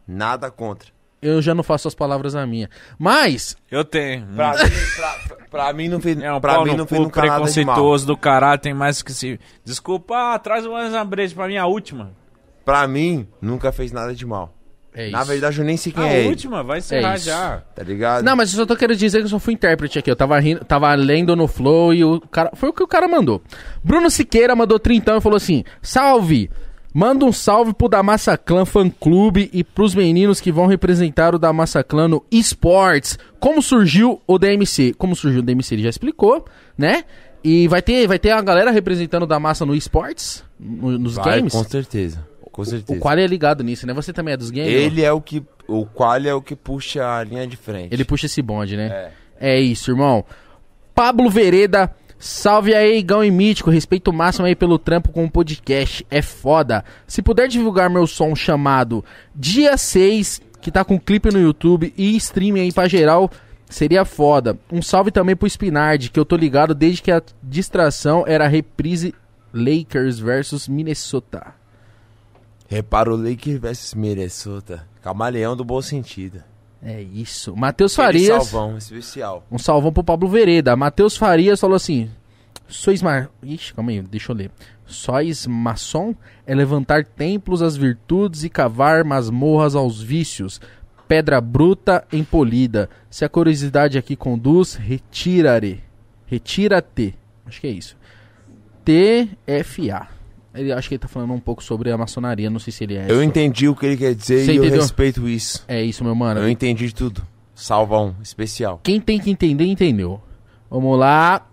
Speaker 3: Nada contra.
Speaker 1: Eu já não faço as palavras na minha. Mas,
Speaker 9: Eu tenho.
Speaker 3: Pra, mim, pra- pra mim não fez,
Speaker 9: É um
Speaker 3: pra
Speaker 9: pau
Speaker 3: mim
Speaker 9: no
Speaker 3: não
Speaker 9: cu
Speaker 3: fez nunca nada de mal.
Speaker 9: preconceituoso do caralho, tem mais que se... Desculpa, ah, traz uma lambrete pra mim, a última.
Speaker 3: Pra mim, nunca fez nada de mal.
Speaker 1: é isso.
Speaker 3: Na verdade, eu nem sei quem
Speaker 2: Ah,
Speaker 9: a
Speaker 3: é ele,
Speaker 9: última, vai encerrar
Speaker 1: isso.
Speaker 9: já.
Speaker 3: tá ligado?
Speaker 1: Não, mas eu só tô querendo dizer que eu só fui intérprete aqui. Eu tava, rindo, tava lendo no Flow e o cara. Foi o que o cara mandou. Bruno Siqueira mandou trintão e falou assim: Salve! Manda um salve pro Damassa Clã Fan Clube e pros meninos que vão representar o Damassa Clã no esportes. Como surgiu o DMC? Como surgiu o DMC? Ele já explicou, né? E vai ter, vai ter a galera representando o Damassa no esportes? No- nos
Speaker 3: Vai,
Speaker 1: games?
Speaker 3: com certeza. Com certeza.
Speaker 1: O qual é ligado nisso, né? Você também é dos games?
Speaker 3: Ele é o que. O qual é o que puxa a linha de frente.
Speaker 1: Ele puxa esse bonde, né? É. isso, irmão. Pablo Vereda, salve aí, Igão e Mítico. Respeito máximo aí pelo trampo com o podcast. É foda. Se puder divulgar meu som chamado Dia 6, que tá com clipe no YouTube e streaming aí pra geral, seria foda. Um salve também pro Spinard, que eu tô ligado desde que a distração era a reprise Lakers versus Minnesota.
Speaker 3: Repara o Lakers versus Minnesota. Camaleão do bom sentido.
Speaker 1: É isso. Matheus
Speaker 3: Aquele
Speaker 1: Farias.
Speaker 3: Salvão especial.
Speaker 1: Um salvão pro Pablo Vereda. Matheus Farias falou assim: Sois mar... Ixi, calma aí, deixa eu ler. Sois maçom é levantar templos às virtudes e cavar masmorras aos vícios. Pedra bruta empolida. Se a curiosidade aqui conduz, retira-re. Retira-te. Acho que é isso. TFA. Ele acho que ele tá falando um pouco sobre a maçonaria, não sei se ele é.
Speaker 3: Eu entendi o que ele quer dizer
Speaker 1: Você
Speaker 3: e eu
Speaker 1: entendeu?
Speaker 3: respeito isso.
Speaker 1: É isso, meu mano.
Speaker 3: Eu entendi tudo. Salvão especial.
Speaker 1: Quem tem que entender, entendeu. Vamos lá.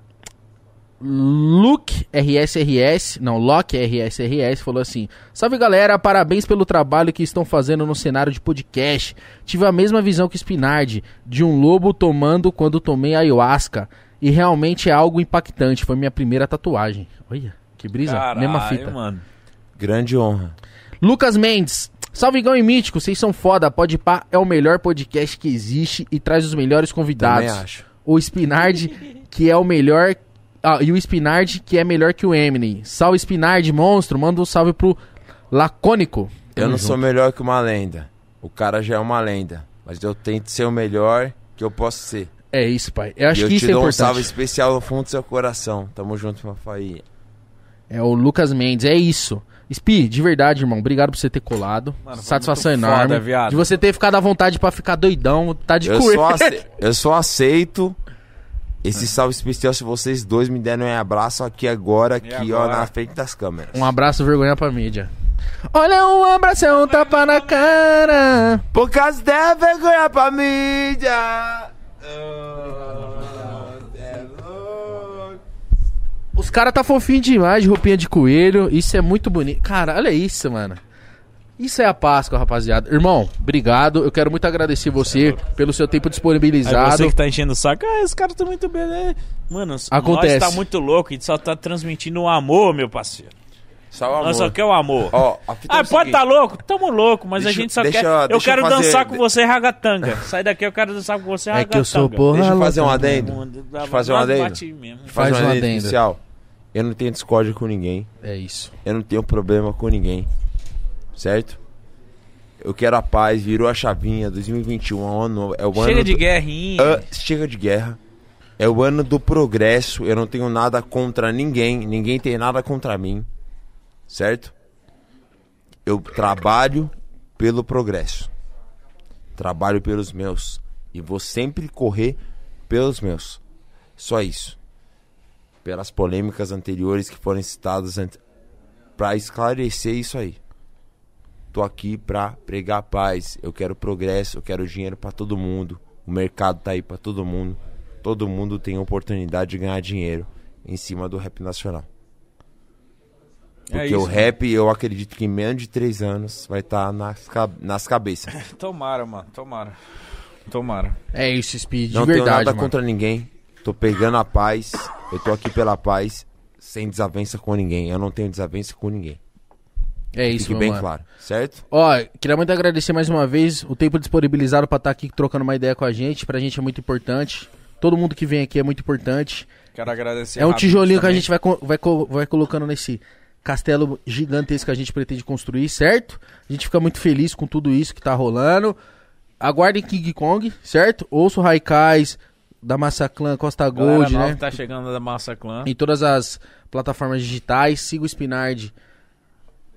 Speaker 1: Luke RSRS, não, Loki RSRS falou assim: Salve galera, parabéns pelo trabalho que estão fazendo no cenário de podcast. Tive a mesma visão que o Spinardi, de um lobo tomando quando tomei ayahuasca. E realmente é algo impactante. Foi minha primeira tatuagem. Olha, que brisa,
Speaker 9: Caralho,
Speaker 1: mesma fita.
Speaker 9: mano.
Speaker 3: Grande honra.
Speaker 1: Lucas Mendes. Salve Igão e Mítico, vocês são foda. Pode pá é o melhor podcast que existe e traz os melhores
Speaker 3: Também
Speaker 1: convidados
Speaker 3: acho.
Speaker 1: o Spinard, que é o melhor. ah, e o Spinard, que é melhor que o Eminem. Salve, Spinard, monstro. Manda um salve pro Lacônico.
Speaker 3: Eu não sou melhor que uma lenda. O cara já é uma lenda. Mas eu tento ser o melhor que eu posso ser.
Speaker 1: É isso, pai. Eu acho
Speaker 3: e eu
Speaker 1: que
Speaker 3: te
Speaker 1: isso é
Speaker 3: dou um
Speaker 1: importante.
Speaker 3: salve especial no fundo do seu coração. Tamo junto, Mafaí.
Speaker 1: É o Lucas Mendes, é isso. Spi, de verdade, irmão, obrigado por você ter colado.
Speaker 9: Mano, foi
Speaker 1: Satisfação
Speaker 9: muito
Speaker 1: enorme.
Speaker 9: foda, viado.
Speaker 1: De você ter ficado à vontade pra ficar doidão, tá de
Speaker 3: Eu
Speaker 1: cueca.
Speaker 3: só, ace- eu só aceito esse salve especial se vocês dois me derem um abraço aqui agora, aqui, ó,
Speaker 9: agora?
Speaker 3: na frente das câmeras.
Speaker 1: Um abraço, vergonha pra mídia. Olha um abraço, é um tapa na cara.
Speaker 3: Por causa da vergonha pra mídia! Ah.
Speaker 1: Os caras tá fofinho demais, de roupinha de coelho. Isso é muito bonito. Cara, olha isso, mano. Isso é a Páscoa, rapaziada. Irmão, obrigado. Eu quero muito agradecer
Speaker 3: é
Speaker 1: você pelo seu tempo
Speaker 2: Aí
Speaker 1: disponibilizado.
Speaker 2: você que tá enchendo o saco, ah, esse cara tá muito bem, né? Mano,
Speaker 1: Acontece.
Speaker 2: nós tá muito louco, a gente só tá transmitindo o amor, meu parceiro.
Speaker 3: Só o amor.
Speaker 2: Nós só quer o amor.
Speaker 3: Ó, a fita é
Speaker 2: ah,
Speaker 3: o
Speaker 2: pode
Speaker 3: seguinte.
Speaker 2: tá louco? Tamo louco, mas
Speaker 3: Deixa-
Speaker 2: a gente só
Speaker 3: deixa-
Speaker 2: quer...
Speaker 3: deixa
Speaker 2: eu
Speaker 3: eu
Speaker 2: quero
Speaker 3: fazer-
Speaker 2: dançar com você ragatanga. Sai daqui, eu quero dançar com você
Speaker 1: É
Speaker 2: ragatanga.
Speaker 1: que eu sou porra.
Speaker 3: Deixa eu
Speaker 1: louca,
Speaker 3: fazer um
Speaker 1: meu
Speaker 3: adendo.
Speaker 2: Deixa
Speaker 3: eu fazer um adendo.
Speaker 2: mesmo.
Speaker 3: Faz,
Speaker 1: Faz
Speaker 3: uma
Speaker 1: um
Speaker 3: adendo
Speaker 1: adendo.
Speaker 3: inicial. Eu não tenho discórdia com ninguém.
Speaker 1: É isso.
Speaker 3: Eu não tenho problema com ninguém. Certo? Eu quero a paz, virou a chavinha, 2021 é o ano novo. É o ano
Speaker 2: Chega de
Speaker 3: do-
Speaker 2: guerrinha.
Speaker 3: Ah, chega de guerra. É o ano do progresso. Eu não tenho nada contra ninguém. Ninguém tem nada contra mim. Certo? Eu trabalho pelo progresso. Trabalho pelos meus. E vou sempre correr pelos meus. Só isso. Pelas polêmicas anteriores que foram citadas ante... para esclarecer isso aí. Tô aqui pra pregar paz. Eu quero progresso, eu quero dinheiro pra todo mundo. O mercado tá aí pra todo mundo. Todo mundo tem oportunidade de ganhar dinheiro em cima do rap nacional. Porque o rap, eu acredito que em menos de três anos vai estar nas, ca- nas cabeças.
Speaker 2: Tomara, mano, tomara. Tomara.
Speaker 1: É isso, Speed. De
Speaker 3: Não tenho
Speaker 1: verdade,
Speaker 3: nada
Speaker 1: mano.
Speaker 3: contra ninguém. Tô pegando a paz. Eu tô aqui pela paz. Sem desavença com ninguém. Eu não tenho desavença com ninguém.
Speaker 1: É isso,
Speaker 3: Fique
Speaker 1: meu
Speaker 3: bem
Speaker 1: mano.
Speaker 3: claro, certo?
Speaker 1: Ó, queria muito agradecer mais uma vez o tempo disponibilizado pra estar aqui trocando uma ideia com a gente. Pra gente é muito importante. Todo mundo que vem aqui é muito importante.
Speaker 7: Quero agradecer.
Speaker 1: é um
Speaker 7: rápido
Speaker 1: tijolinho que a
Speaker 7: também.
Speaker 1: gente vai, co- vai, co- vai colocando nesse castelo gigantesco que a gente pretende construir, certo? A gente fica muito feliz com tudo isso que tá rolando. Aguardem King Kong, certo? Ouço Raikais, da Massa Clã, Costa
Speaker 2: Galera
Speaker 1: Gold,
Speaker 2: nova
Speaker 1: né?
Speaker 2: tá chegando da Massa Clã.
Speaker 1: Em todas as plataformas digitais. Siga o Spinard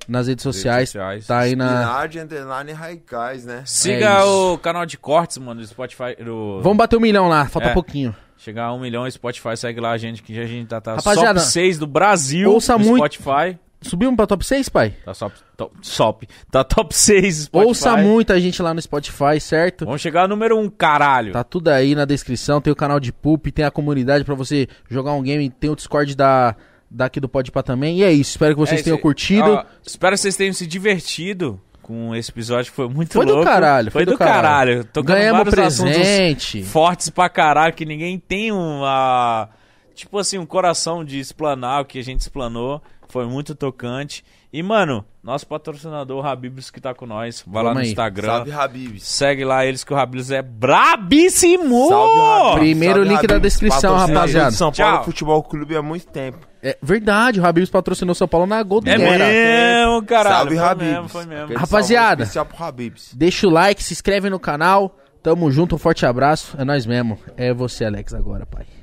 Speaker 1: nas redes sociais.
Speaker 2: sociais.
Speaker 1: Tá aí na.
Speaker 3: Spinard, Underline e Raikais, né?
Speaker 2: Siga
Speaker 1: É isso.
Speaker 2: o canal de cortes, mano, do Spotify. Do...
Speaker 1: Vamos bater um milhão lá, falta
Speaker 2: É.
Speaker 1: pouquinho.
Speaker 2: Chegar a um milhão, Spotify segue lá a gente, que a gente tá, tá
Speaker 1: Rapaziada,
Speaker 2: top 6 do Brasil
Speaker 1: ouça
Speaker 2: no
Speaker 1: muito-
Speaker 2: Spotify.
Speaker 1: Subimos um pra top 6, pai?
Speaker 2: Tá top, top, top. Tá top 6 Spotify.
Speaker 1: Ouça muita gente lá no Spotify, certo?
Speaker 2: Vamos chegar ao número 1, um, caralho.
Speaker 1: Tá tudo aí na descrição, tem o canal de Pup, tem a comunidade pra você jogar um game, tem o Discord da daqui do Podpah também. E é isso, espero que vocês
Speaker 2: É,
Speaker 1: tenham
Speaker 2: cê-
Speaker 1: curtido.
Speaker 2: ó, espero que vocês tenham se divertido com esse episódio que foi muito
Speaker 1: Foi do
Speaker 2: louco.
Speaker 1: caralho,
Speaker 2: foi
Speaker 1: foi
Speaker 2: do,
Speaker 1: do
Speaker 2: caralho. Tocando
Speaker 1: Ganhamos
Speaker 2: vários
Speaker 1: presente.
Speaker 2: assuntos fortes pra caralho, que ninguém tem uma... Tipo assim, um coração de explanar o que a gente explanou. Foi muito tocante. E, mano, nosso patrocinador, o Habibs, que tá com nós. Vai lá
Speaker 1: Vamos
Speaker 2: no
Speaker 1: aí.
Speaker 2: Instagram.
Speaker 3: Salve, Habibs.
Speaker 2: Segue lá eles, que o Habibs é brabíssimo!
Speaker 3: Salve, Habibs.
Speaker 1: Primeiro
Speaker 3: Salve,
Speaker 1: link da
Speaker 3: Habibs.
Speaker 1: descrição,
Speaker 3: Patrocinador de
Speaker 1: rapaziada.
Speaker 3: São
Speaker 2: Tchau.
Speaker 3: Paulo Futebol Clube há muito tempo.
Speaker 1: É verdade, o Habibs patrocinou São Paulo na Golden
Speaker 2: é
Speaker 1: Era.
Speaker 2: mesmo, caralho.
Speaker 3: Salve,
Speaker 2: foi
Speaker 3: Habibs.
Speaker 2: mesmo, foi mesmo.
Speaker 3: Aquele
Speaker 1: Rapaziada.
Speaker 3: salve Especial pro Habibs.
Speaker 1: Deixa o like, se inscreve no canal. Tamo junto, um forte abraço. É nós mesmo. É você, Alex, agora, pai.